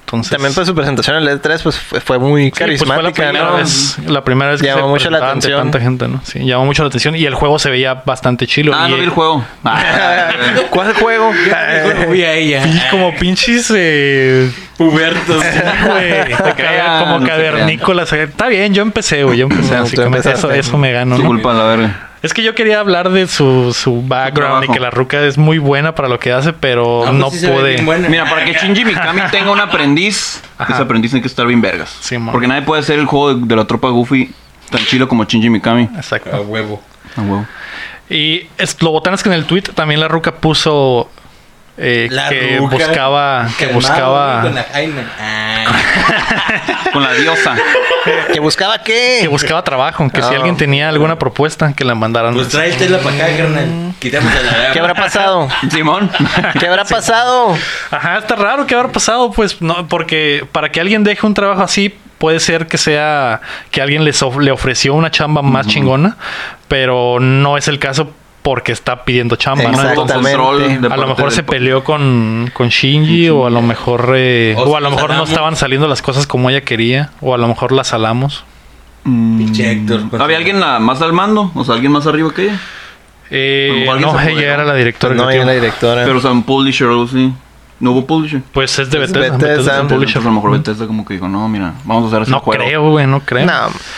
[SPEAKER 1] Entonces,
[SPEAKER 3] También pues su presentación en el E3 pues fue, fue muy
[SPEAKER 1] sí, pues,
[SPEAKER 3] carismática,
[SPEAKER 1] fue la primera
[SPEAKER 3] ¿no?
[SPEAKER 1] vez, la primera vez que
[SPEAKER 3] Llamó mucho la
[SPEAKER 1] presentaba ante
[SPEAKER 3] atención.
[SPEAKER 1] tanta gente, ¿no? Sí, llamó mucho la atención y el juego se veía bastante chilo.
[SPEAKER 2] Ah,
[SPEAKER 1] y,
[SPEAKER 2] no vi el juego. Ah,
[SPEAKER 3] [LAUGHS] ¿Cuál juego? Eh,
[SPEAKER 4] Fui
[SPEAKER 1] eh.
[SPEAKER 4] a ella.
[SPEAKER 1] y como pinches... eh,
[SPEAKER 4] Pubertos.
[SPEAKER 1] güey. Acá
[SPEAKER 2] crean,
[SPEAKER 1] como
[SPEAKER 2] no se
[SPEAKER 1] cavernícolas. Está bien, yo empecé, güey. Yo empecé.
[SPEAKER 3] No,
[SPEAKER 1] así
[SPEAKER 3] tú
[SPEAKER 1] que me-
[SPEAKER 3] empezaste.
[SPEAKER 1] eso, eso me gano, [LAUGHS]
[SPEAKER 2] su
[SPEAKER 1] ¿no?
[SPEAKER 2] culpa, la verga.
[SPEAKER 1] Es que yo quería hablar de su, su background y
[SPEAKER 2] trabajo.
[SPEAKER 1] que la ruca es muy buena para lo que hace, pero
[SPEAKER 4] pues
[SPEAKER 1] no
[SPEAKER 4] sí se ve
[SPEAKER 1] pude.
[SPEAKER 4] bien buena. Ah,
[SPEAKER 2] Mira, para que Shinji Mikami tenga un aprendiz,
[SPEAKER 1] Ajá.
[SPEAKER 2] ese aprendiz tiene que estar bien vergas.
[SPEAKER 1] Sí, mon.
[SPEAKER 2] Porque nadie puede hacer el juego de, de la tropa Goofy tan chilo como Shinji Mikami.
[SPEAKER 1] Exacto.
[SPEAKER 4] A huevo.
[SPEAKER 2] Ah, huevo.
[SPEAKER 1] Y es- lo botan es que en el tweet también la ruca puso eh,
[SPEAKER 4] La
[SPEAKER 1] que
[SPEAKER 4] ruca.
[SPEAKER 1] buscaba. Que
[SPEAKER 4] Calmado,
[SPEAKER 1] buscaba.
[SPEAKER 4] Con la Jaina.
[SPEAKER 1] [LAUGHS]
[SPEAKER 4] Ah,
[SPEAKER 2] Con la diosa.
[SPEAKER 3] ¿Que buscaba qué?
[SPEAKER 1] Que buscaba trabajo, que si
[SPEAKER 3] Ah.
[SPEAKER 1] alguien tenía alguna propuesta, que la mandaran.
[SPEAKER 4] pues tráetela para acá, carnal. Quitamos a la verga.
[SPEAKER 3] ¿Qué habrá pasado?
[SPEAKER 2] Simón.
[SPEAKER 3] ¿Qué habrá pasado?
[SPEAKER 1] Ajá, está raro que haber pasado, pues, no, porque para que alguien deje un trabajo así, puede ser que sea que alguien les of- le ofreció una chamba más chingona, pero no es el caso porque está pidiendo chamba, ¿no?
[SPEAKER 3] Exacto.
[SPEAKER 1] Entonces, a lo mejor se peleó con, con Shinji, o a lo mejor eh,
[SPEAKER 4] O
[SPEAKER 1] o, a
[SPEAKER 4] si
[SPEAKER 1] lo
[SPEAKER 4] la
[SPEAKER 1] mejor no
[SPEAKER 4] salamos.
[SPEAKER 1] estaban saliendo las cosas como ella quería, o a lo mejor la salamos.
[SPEAKER 4] Pinche Héctor, pues, con
[SPEAKER 2] ¿Había
[SPEAKER 4] su-
[SPEAKER 2] alguien la- más al mando? O sea, alguien más arriba que ella.
[SPEAKER 1] Eh,
[SPEAKER 2] Igual que
[SPEAKER 1] no,
[SPEAKER 2] se
[SPEAKER 1] ella
[SPEAKER 2] pudieron.
[SPEAKER 1] era la directora.
[SPEAKER 3] Pues, No, yo
[SPEAKER 1] creativa.
[SPEAKER 3] la directora.
[SPEAKER 2] Pero o sea, un publisher o algo así. No hubo publisher.
[SPEAKER 1] Pues es de
[SPEAKER 3] Es
[SPEAKER 1] Bethesda. Bethesda,
[SPEAKER 3] Bethesda.
[SPEAKER 1] es un publisher. Mm.
[SPEAKER 2] Entonces, pues, a lo mejor Bethesda como que dijo, no, mira, vamos a hacer ese
[SPEAKER 1] No
[SPEAKER 2] juego.
[SPEAKER 1] creo, güey, no creo.
[SPEAKER 3] No,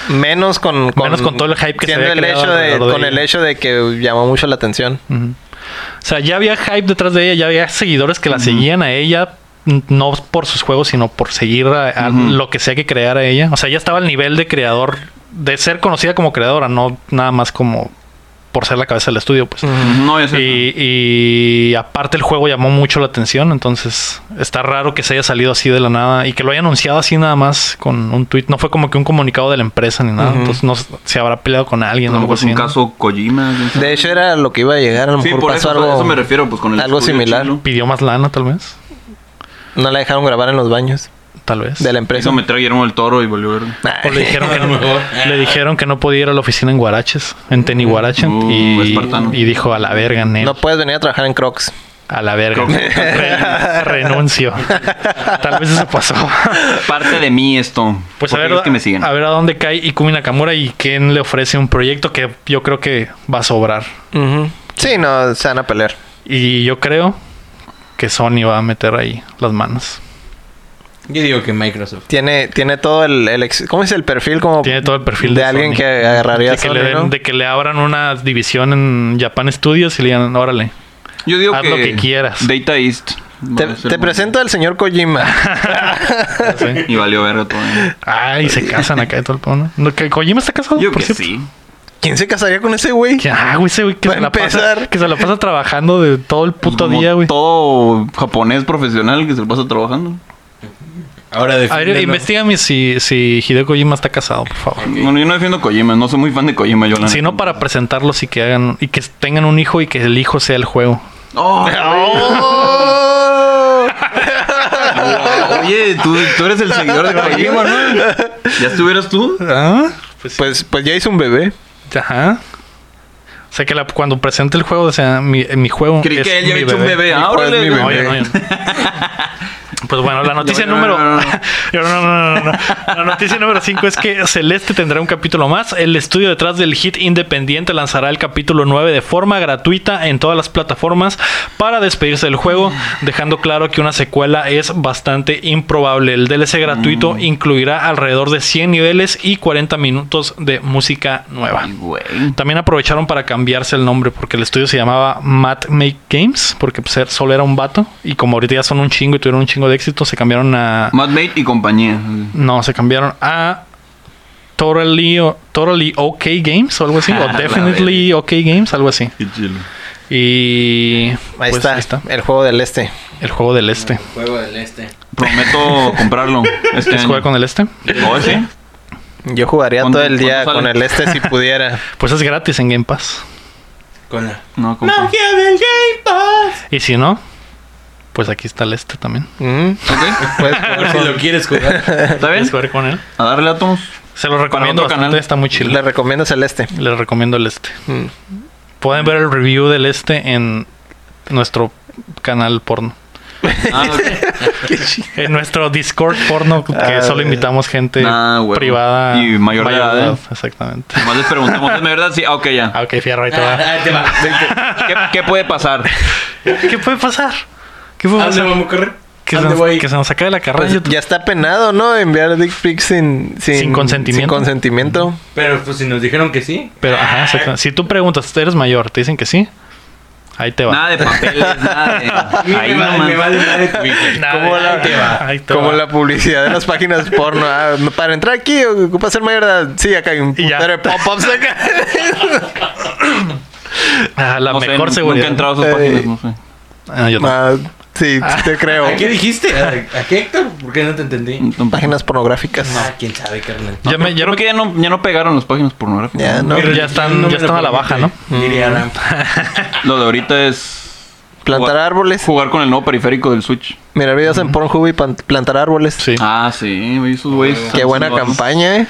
[SPEAKER 3] menos con,
[SPEAKER 1] ¿eh? Menos con todo el hype que se
[SPEAKER 3] siendo
[SPEAKER 1] había
[SPEAKER 3] el
[SPEAKER 1] creado
[SPEAKER 3] hecho de,
[SPEAKER 1] alrededor de
[SPEAKER 3] Con el
[SPEAKER 1] ella.
[SPEAKER 3] hecho de que llamó mucho la atención.
[SPEAKER 1] Ujú. O sea, ya había hype detrás de ella, ya había seguidores que la seguían a ella, n- no por sus juegos, sino por seguir a, a
[SPEAKER 2] Ujú.
[SPEAKER 1] lo que sea que creara ella. O sea, ya estaba al nivel de creador, de ser conocida como creadora, no nada más como por ser la cabeza del estudio, pues.
[SPEAKER 2] No, ya sé.
[SPEAKER 1] Y, y aparte el juego llamó mucho la atención, entonces está raro que se haya salido así de la nada y que lo haya anunciado así nada más con un tweet. No fue como que un comunicado de la empresa ni nada,
[SPEAKER 3] Ujú.
[SPEAKER 1] entonces no s- se habrá peleado con alguien.
[SPEAKER 2] A lo
[SPEAKER 1] algo
[SPEAKER 2] mejor es pues, un
[SPEAKER 1] así, ¿no?
[SPEAKER 2] caso Kojima. quién sabe.
[SPEAKER 3] De hecho, era lo que iba a llegar. A lo
[SPEAKER 2] sí,
[SPEAKER 3] mejor
[SPEAKER 2] por
[SPEAKER 3] pasó
[SPEAKER 2] eso,
[SPEAKER 3] algo.
[SPEAKER 2] a eso me refiero, pues con el
[SPEAKER 3] algo
[SPEAKER 2] estudio
[SPEAKER 3] similar.
[SPEAKER 2] chilo.
[SPEAKER 1] Pidió más lana tal vez,
[SPEAKER 3] No la dejaron grabar en los baños
[SPEAKER 1] tal vez.
[SPEAKER 3] de
[SPEAKER 2] Eso
[SPEAKER 3] la empresa.
[SPEAKER 2] meter a Guillermo del Toro y volvió a
[SPEAKER 1] [LAUGHS]
[SPEAKER 2] ver.
[SPEAKER 3] Nah.
[SPEAKER 1] O Pues le dijeron, que
[SPEAKER 4] A lo mejor.
[SPEAKER 1] no, le dijeron que no podía ir a la oficina en Guaraches, en Teniguarache.
[SPEAKER 2] Uh,
[SPEAKER 1] y,
[SPEAKER 2] espartano.
[SPEAKER 1] y dijo, a la verga, Nel,
[SPEAKER 3] No puedes venir a trabajar en Crocs.
[SPEAKER 1] a la verga.
[SPEAKER 2] Creo
[SPEAKER 1] Re- [LAUGHS] renuncio. Tal vez eso pasó.
[SPEAKER 2] Parte de mí esto.
[SPEAKER 1] Pues a
[SPEAKER 2] Porque
[SPEAKER 1] ver,
[SPEAKER 2] ellos que me siguen.
[SPEAKER 1] a ver a dónde cae Ikumi Nakamura y quién le ofrece un proyecto que yo creo que va a sobrar.
[SPEAKER 3] Ujú. Sí, no, se van a pelear.
[SPEAKER 1] Y yo creo que Sony va a meter ahí las manos.
[SPEAKER 4] Yo digo que Microsoft.
[SPEAKER 3] Tiene, tiene todo el, el ex- ¿cómo es el perfil? Como
[SPEAKER 1] Tiene todo el perfil
[SPEAKER 3] de,
[SPEAKER 1] de
[SPEAKER 3] alguien
[SPEAKER 1] Sony.
[SPEAKER 3] que agarraría
[SPEAKER 1] De que, le
[SPEAKER 3] Sony,
[SPEAKER 1] den-
[SPEAKER 3] ¿no?
[SPEAKER 1] de que le abran una división en Japan Studios y le digan, órale.
[SPEAKER 2] Yo digo
[SPEAKER 1] haz
[SPEAKER 2] que.
[SPEAKER 1] lo que quieras.
[SPEAKER 2] Data East.
[SPEAKER 3] Te,
[SPEAKER 2] Va a ser
[SPEAKER 3] te
[SPEAKER 2] bueno.
[SPEAKER 3] presento al señor
[SPEAKER 1] [LAUGHS]
[SPEAKER 3] Kojima.
[SPEAKER 1] Sí.
[SPEAKER 2] Y valió verga todo.
[SPEAKER 1] [LAUGHS]
[SPEAKER 2] ¿eh?
[SPEAKER 1] Ay, se casan acá de todo el pueblo. ¿no? ¿Que ¿Kojima está casado?
[SPEAKER 2] Yo
[SPEAKER 1] por
[SPEAKER 2] que
[SPEAKER 1] cierto?
[SPEAKER 2] sí.
[SPEAKER 3] ¿Quién se casaría con ese güey?
[SPEAKER 1] Que, ah, güey, ese güey que,
[SPEAKER 3] Para
[SPEAKER 1] se la pasa,
[SPEAKER 3] empezar.
[SPEAKER 1] que se la pasa trabajando de todo el
[SPEAKER 2] Pues
[SPEAKER 1] puto
[SPEAKER 2] como
[SPEAKER 1] día, güey.
[SPEAKER 2] Todo japonés profesional que se lo pasa trabajando.
[SPEAKER 4] Ahora
[SPEAKER 1] A ver,
[SPEAKER 4] defiéndelo.
[SPEAKER 1] investigame si, si Hideo Kojima está casado, por favor.
[SPEAKER 2] Bueno, yo no defiendo Kojima, no soy muy fan de Kojima, yo la
[SPEAKER 1] Si
[SPEAKER 2] neta.
[SPEAKER 1] no, para presentarlos y que hagan y que tengan un hijo y que el hijo sea el juego.
[SPEAKER 2] Oh,
[SPEAKER 1] Ah,
[SPEAKER 2] [LAUGHS] Oye, tú, tú eres el seguidor de Kojima, ¿no? ¿Ya estuvieras tú?
[SPEAKER 1] ¿Ah?
[SPEAKER 3] Pues, pues ya hizo un bebé.
[SPEAKER 2] Pues,
[SPEAKER 1] Ajá. O sea, que la- cuando presente el juego, o sea, mi, mi juego.
[SPEAKER 2] Creí
[SPEAKER 1] es
[SPEAKER 2] que él ya
[SPEAKER 1] mi
[SPEAKER 2] había hecho un bebé. Ah,
[SPEAKER 3] Ahora es
[SPEAKER 2] órale,
[SPEAKER 3] mi
[SPEAKER 1] No,
[SPEAKER 2] güey.
[SPEAKER 1] yo
[SPEAKER 2] [LAUGHS]
[SPEAKER 1] no, yo no. Pues bueno, la noticia
[SPEAKER 2] No, no,
[SPEAKER 1] número.
[SPEAKER 2] no, no,
[SPEAKER 1] Yo [LAUGHS] no, no, no, no, no. La noticia número 5 es que Celeste tendrá un capítulo más. El estudio detrás del hit independiente lanzará el capítulo 9 de forma gratuita en todas las plataformas para despedirse del juego, dejando claro que una secuela es bastante improbable. El DLC
[SPEAKER 2] Mm.
[SPEAKER 1] gratuito incluirá alrededor de 100 niveles y 40 minutos de música nueva.
[SPEAKER 2] Ay, güey.
[SPEAKER 1] También aprovecharon para cambiarse el nombre porque el estudio se llamaba Matt Make Games porque pues, er- solo era un vato y como ahorita ya son un chingo y tuvieron un chingo de éxito, se cambiaron a...
[SPEAKER 2] Mad Mate y compañía.
[SPEAKER 1] No, se cambiaron a Totally, o- totally OK Games o algo así.
[SPEAKER 2] [LAUGHS] A
[SPEAKER 1] o
[SPEAKER 2] la
[SPEAKER 1] Definitely OK Games, algo así.
[SPEAKER 2] Qué chido.
[SPEAKER 1] Y...
[SPEAKER 3] Ahí,
[SPEAKER 1] pues,
[SPEAKER 3] está, El juego del este.
[SPEAKER 1] El juego del este.
[SPEAKER 4] Juego del Este.
[SPEAKER 2] Prometo
[SPEAKER 1] [LAUGHS]
[SPEAKER 2] comprarlo. Este
[SPEAKER 1] ¿Quieres
[SPEAKER 2] año.
[SPEAKER 1] jugar con el este?
[SPEAKER 2] Oh, sí.
[SPEAKER 3] Yo jugaría
[SPEAKER 2] ¿Cuándo-
[SPEAKER 3] todo el día
[SPEAKER 2] cuándo
[SPEAKER 3] con
[SPEAKER 2] sale?
[SPEAKER 3] el este si
[SPEAKER 2] [LAUGHS]
[SPEAKER 3] pudiera.
[SPEAKER 1] Pues es gratis en Game Pass.
[SPEAKER 4] Con la
[SPEAKER 2] No, compro.
[SPEAKER 4] magia del Game Pass.
[SPEAKER 1] Y si no, pues aquí está el este también.
[SPEAKER 3] Mm,
[SPEAKER 2] Ok.
[SPEAKER 3] pues,
[SPEAKER 2] [LAUGHS]
[SPEAKER 4] Por si lo quieres jugar.
[SPEAKER 2] ¿Está bien?
[SPEAKER 1] ¿Quieres jugar con él?
[SPEAKER 2] A darle átomos.
[SPEAKER 1] Se lo recomiendo
[SPEAKER 2] otro
[SPEAKER 1] bastante,
[SPEAKER 2] canal.
[SPEAKER 1] está [LAUGHS] muy chido.
[SPEAKER 3] le recomiendo Celeste.
[SPEAKER 1] Les recomiendo el este.
[SPEAKER 3] Mm.
[SPEAKER 1] Pueden ver el review del este en nuestro canal porno.
[SPEAKER 2] Ah, ok.
[SPEAKER 1] En nuestro Discord porno, que
[SPEAKER 3] Ah,
[SPEAKER 1] solo invitamos gente
[SPEAKER 2] nah, huevo.
[SPEAKER 1] privada.
[SPEAKER 2] Y mayor de edad, ¿eh?
[SPEAKER 1] Exactamente.
[SPEAKER 2] Nomás les preguntamos, ¿es verdad? Sí, ah, ok, ya.
[SPEAKER 1] Ah, ok, fierro, ahí te va.
[SPEAKER 4] Ah, te va.
[SPEAKER 2] ¿Qué, qué puede pasar?
[SPEAKER 1] ¿Qué puede pasar? ¿Qué puede
[SPEAKER 4] ¿A dónde
[SPEAKER 1] pasar?
[SPEAKER 4] vamos a correr?
[SPEAKER 1] Que
[SPEAKER 4] Ah, ¿A
[SPEAKER 1] se,
[SPEAKER 4] dónde voy?
[SPEAKER 1] nos, que se nos saca de la carrera.
[SPEAKER 3] Pues, ya está penado, ¿no? Enviar dick pics sin, sin,
[SPEAKER 1] Sin consentimiento.
[SPEAKER 3] sin consentimiento.
[SPEAKER 4] Pero pues si nos dijeron que sí.
[SPEAKER 1] Pero, ajá, exactamente. Si tú preguntas, ¿eres mayor? ¿Te dicen que sí? Ahí te va.
[SPEAKER 2] Nada de papeles, nada de.
[SPEAKER 4] Ahí
[SPEAKER 2] Ahí
[SPEAKER 4] me, vale, me
[SPEAKER 2] nomás.
[SPEAKER 4] vale madre tu vida.
[SPEAKER 1] Nada
[SPEAKER 3] Como
[SPEAKER 1] de-
[SPEAKER 3] la-
[SPEAKER 1] ahí te
[SPEAKER 3] [LAUGHS]
[SPEAKER 1] va. [LAUGHS] Ahí te
[SPEAKER 3] Como
[SPEAKER 1] va.
[SPEAKER 3] la publicidad de las páginas porno. Ah, para entrar aquí, ocupa ser mayor de edad. Sí, acá hay un
[SPEAKER 1] Y ya.
[SPEAKER 3] putero
[SPEAKER 1] [LAUGHS]
[SPEAKER 3] de pop-ups acá.
[SPEAKER 1] Ah, la
[SPEAKER 2] No sé,
[SPEAKER 1] mejor
[SPEAKER 2] Nunca
[SPEAKER 1] seguridad.
[SPEAKER 2] he entrado a sus
[SPEAKER 3] Eh,
[SPEAKER 2] páginas, no sé.
[SPEAKER 1] Ah, yo no.
[SPEAKER 3] Ah, sí, sí te creo.
[SPEAKER 4] ¿A qué dijiste? ¿A, a qué Héctor? ¿Por qué no te entendí?
[SPEAKER 1] Mm.
[SPEAKER 2] Tampoco.
[SPEAKER 3] Páginas pornográficas.
[SPEAKER 4] Ah, quién sabe, carnal.
[SPEAKER 1] Ya me- ya
[SPEAKER 2] Creo
[SPEAKER 1] me-
[SPEAKER 2] que ya no, ya no pegaron las páginas pornográficas.
[SPEAKER 3] Ya, no.
[SPEAKER 1] Pero ya están-
[SPEAKER 4] me
[SPEAKER 1] ya
[SPEAKER 4] lo
[SPEAKER 1] están a la
[SPEAKER 4] permite,
[SPEAKER 1] baja, Mm.
[SPEAKER 4] Diría Adam.
[SPEAKER 2] Lo de ahorita es
[SPEAKER 3] Plantar árboles.
[SPEAKER 2] jugar con el nuevo periférico del Switch.
[SPEAKER 3] Mirar videos en Pornhub y pan- plantar árboles.
[SPEAKER 1] Sí.
[SPEAKER 2] Ah, sí, güey, esos güeyes.
[SPEAKER 3] Qué
[SPEAKER 2] son-
[SPEAKER 3] buena
[SPEAKER 2] son-
[SPEAKER 3] campaña, ¿eh?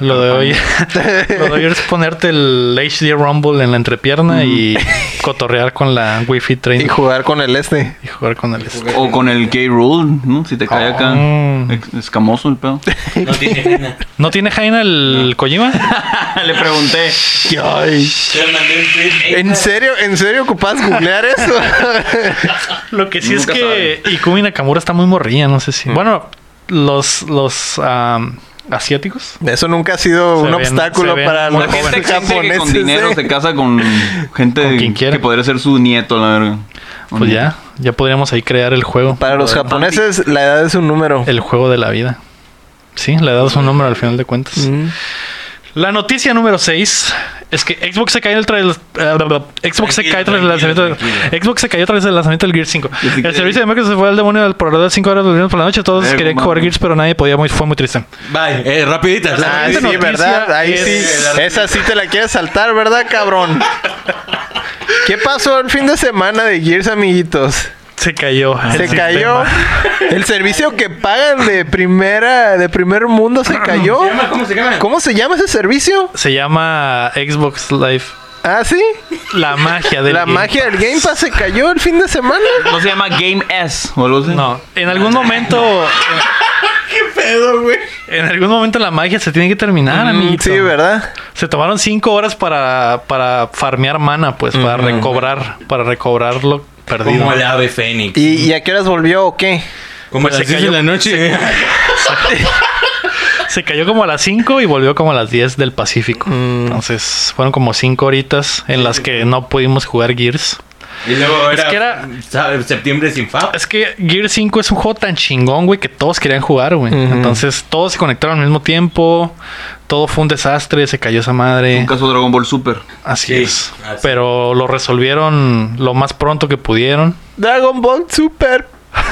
[SPEAKER 1] Lo de hoy,
[SPEAKER 3] Ah,
[SPEAKER 1] lo de hoy es ponerte el HD Rumble en la entrepierna y cotorrear con la Wi-Fi
[SPEAKER 3] Mm. Y
[SPEAKER 1] Train
[SPEAKER 3] jugar con el este.
[SPEAKER 1] y jugar con el este.
[SPEAKER 2] O con el gay rule, ¿no? Si te cae acá.
[SPEAKER 1] Mm.
[SPEAKER 2] ex- Escamoso
[SPEAKER 1] [LAUGHS]
[SPEAKER 2] el pedo.
[SPEAKER 4] No tiene pena.
[SPEAKER 1] ¿No tiene Jaina el Kojima?
[SPEAKER 2] Le pregunté.
[SPEAKER 3] [LAUGHS] Ay.
[SPEAKER 4] Le mandé un tweet. "Ey,
[SPEAKER 3] ¿En serio? ¿En serio ocupas
[SPEAKER 1] [LAUGHS]
[SPEAKER 3] googlear eso?
[SPEAKER 1] Lo que sí
[SPEAKER 2] Nunca
[SPEAKER 1] es que Ikumi Nakamura está muy morrilla, no sé si. Bueno, los los am, asiáticos.
[SPEAKER 3] eso nunca ha sido
[SPEAKER 1] Se
[SPEAKER 3] un
[SPEAKER 1] ven-
[SPEAKER 3] obstáculo
[SPEAKER 1] se ven
[SPEAKER 3] para
[SPEAKER 1] muy
[SPEAKER 3] los
[SPEAKER 2] La
[SPEAKER 3] [LAUGHS]
[SPEAKER 2] gente
[SPEAKER 1] jóvenes.
[SPEAKER 2] existe que
[SPEAKER 3] japoneses.
[SPEAKER 2] con dinero
[SPEAKER 3] ¿eh?
[SPEAKER 2] se casa con gente
[SPEAKER 1] Con quien quiera.
[SPEAKER 2] que podría ser su nieto, la verga.
[SPEAKER 1] Pues ya, ya podríamos ahí crear el juego,
[SPEAKER 3] Mm. Para los japoneses, la edad es un número.
[SPEAKER 1] el juego de la vida. Sí, le dado un nombre al final de cuentas.
[SPEAKER 3] Mm.
[SPEAKER 1] La noticia número 6 es que Xbox se cae el tras- eh, bla, bla, Xbox se
[SPEAKER 4] Tranquilo,
[SPEAKER 1] cae tras el
[SPEAKER 4] tranquilo,
[SPEAKER 1] lanzamiento
[SPEAKER 4] tranquilo.
[SPEAKER 1] Xbox se cayó tras el lanzamiento del Gears 5.
[SPEAKER 2] Yo sí
[SPEAKER 1] El
[SPEAKER 2] que-
[SPEAKER 1] servicio de Microsoft se fue al demonio al alrededor de 5 horas de por la noche. Todos
[SPEAKER 2] Eh,
[SPEAKER 1] querían
[SPEAKER 2] mamá.
[SPEAKER 1] jugar Gears, pero nadie podía. Muy, fue muy triste.
[SPEAKER 4] Bye. Eh, rapidita.
[SPEAKER 3] Ah,
[SPEAKER 1] siguiente
[SPEAKER 3] sí,
[SPEAKER 1] noticia
[SPEAKER 3] ¿verdad? Ahí
[SPEAKER 1] es-
[SPEAKER 3] sí. Esa sí te la quieres saltar, ¿verdad,
[SPEAKER 1] [LAUGHS]
[SPEAKER 3] cabrón? ¿Qué pasó el fin de semana de Gears, amiguitos?
[SPEAKER 1] Se cayó. el
[SPEAKER 3] Se
[SPEAKER 1] sistema.
[SPEAKER 3] cayó. [LAUGHS] El servicio que pagan de primera, de primer mundo se cayó.
[SPEAKER 4] ¿Se llama? ¿Cómo se llama?
[SPEAKER 3] ¿Cómo se llama ese servicio?
[SPEAKER 1] Se llama Xbox Live.
[SPEAKER 3] Ah, sí.
[SPEAKER 1] La magia del
[SPEAKER 3] La
[SPEAKER 1] Game
[SPEAKER 3] magia del
[SPEAKER 1] Pass.
[SPEAKER 3] Game Pass se cayó el fin de semana.
[SPEAKER 2] No se llama Game S, o algo así.
[SPEAKER 1] No, en algún momento. En algún momento la magia se tiene que terminar, amiguito.
[SPEAKER 3] Mm, sí, ¿verdad?
[SPEAKER 1] Se tomaron cinco horas para, para farmear mana, pues, para recobrar, para recobrar lo perdido.
[SPEAKER 4] Como el ave fénix.
[SPEAKER 3] ¿Y, y a qué horas volvió o qué?
[SPEAKER 4] Como
[SPEAKER 1] Pues
[SPEAKER 4] se
[SPEAKER 1] se
[SPEAKER 4] cayó en
[SPEAKER 1] cayó.
[SPEAKER 4] la noche.
[SPEAKER 1] Se cayó como a las 5 y volvió como a las 10 del Pacífico.
[SPEAKER 3] Mm.
[SPEAKER 1] Entonces, fueron como cinco horitas en las que no pudimos jugar Gears.
[SPEAKER 4] [LAUGHS] Y luego era,
[SPEAKER 1] que era-
[SPEAKER 4] ¿sabe? septiembre sin FAP.
[SPEAKER 1] Es que Gears 5 es un juego tan chingón, güey, que todos querían jugar, güey.
[SPEAKER 3] Ujú.
[SPEAKER 1] Entonces, todos se conectaron al mismo tiempo. Todo fue un desastre, se cayó esa madre.
[SPEAKER 2] Un caso Dragon Ball Super.
[SPEAKER 1] Así
[SPEAKER 4] Sí,
[SPEAKER 1] es.
[SPEAKER 4] así.
[SPEAKER 1] Pero lo resolvieron lo más pronto que pudieron.
[SPEAKER 3] Dragon Ball Super. [LAUGHS]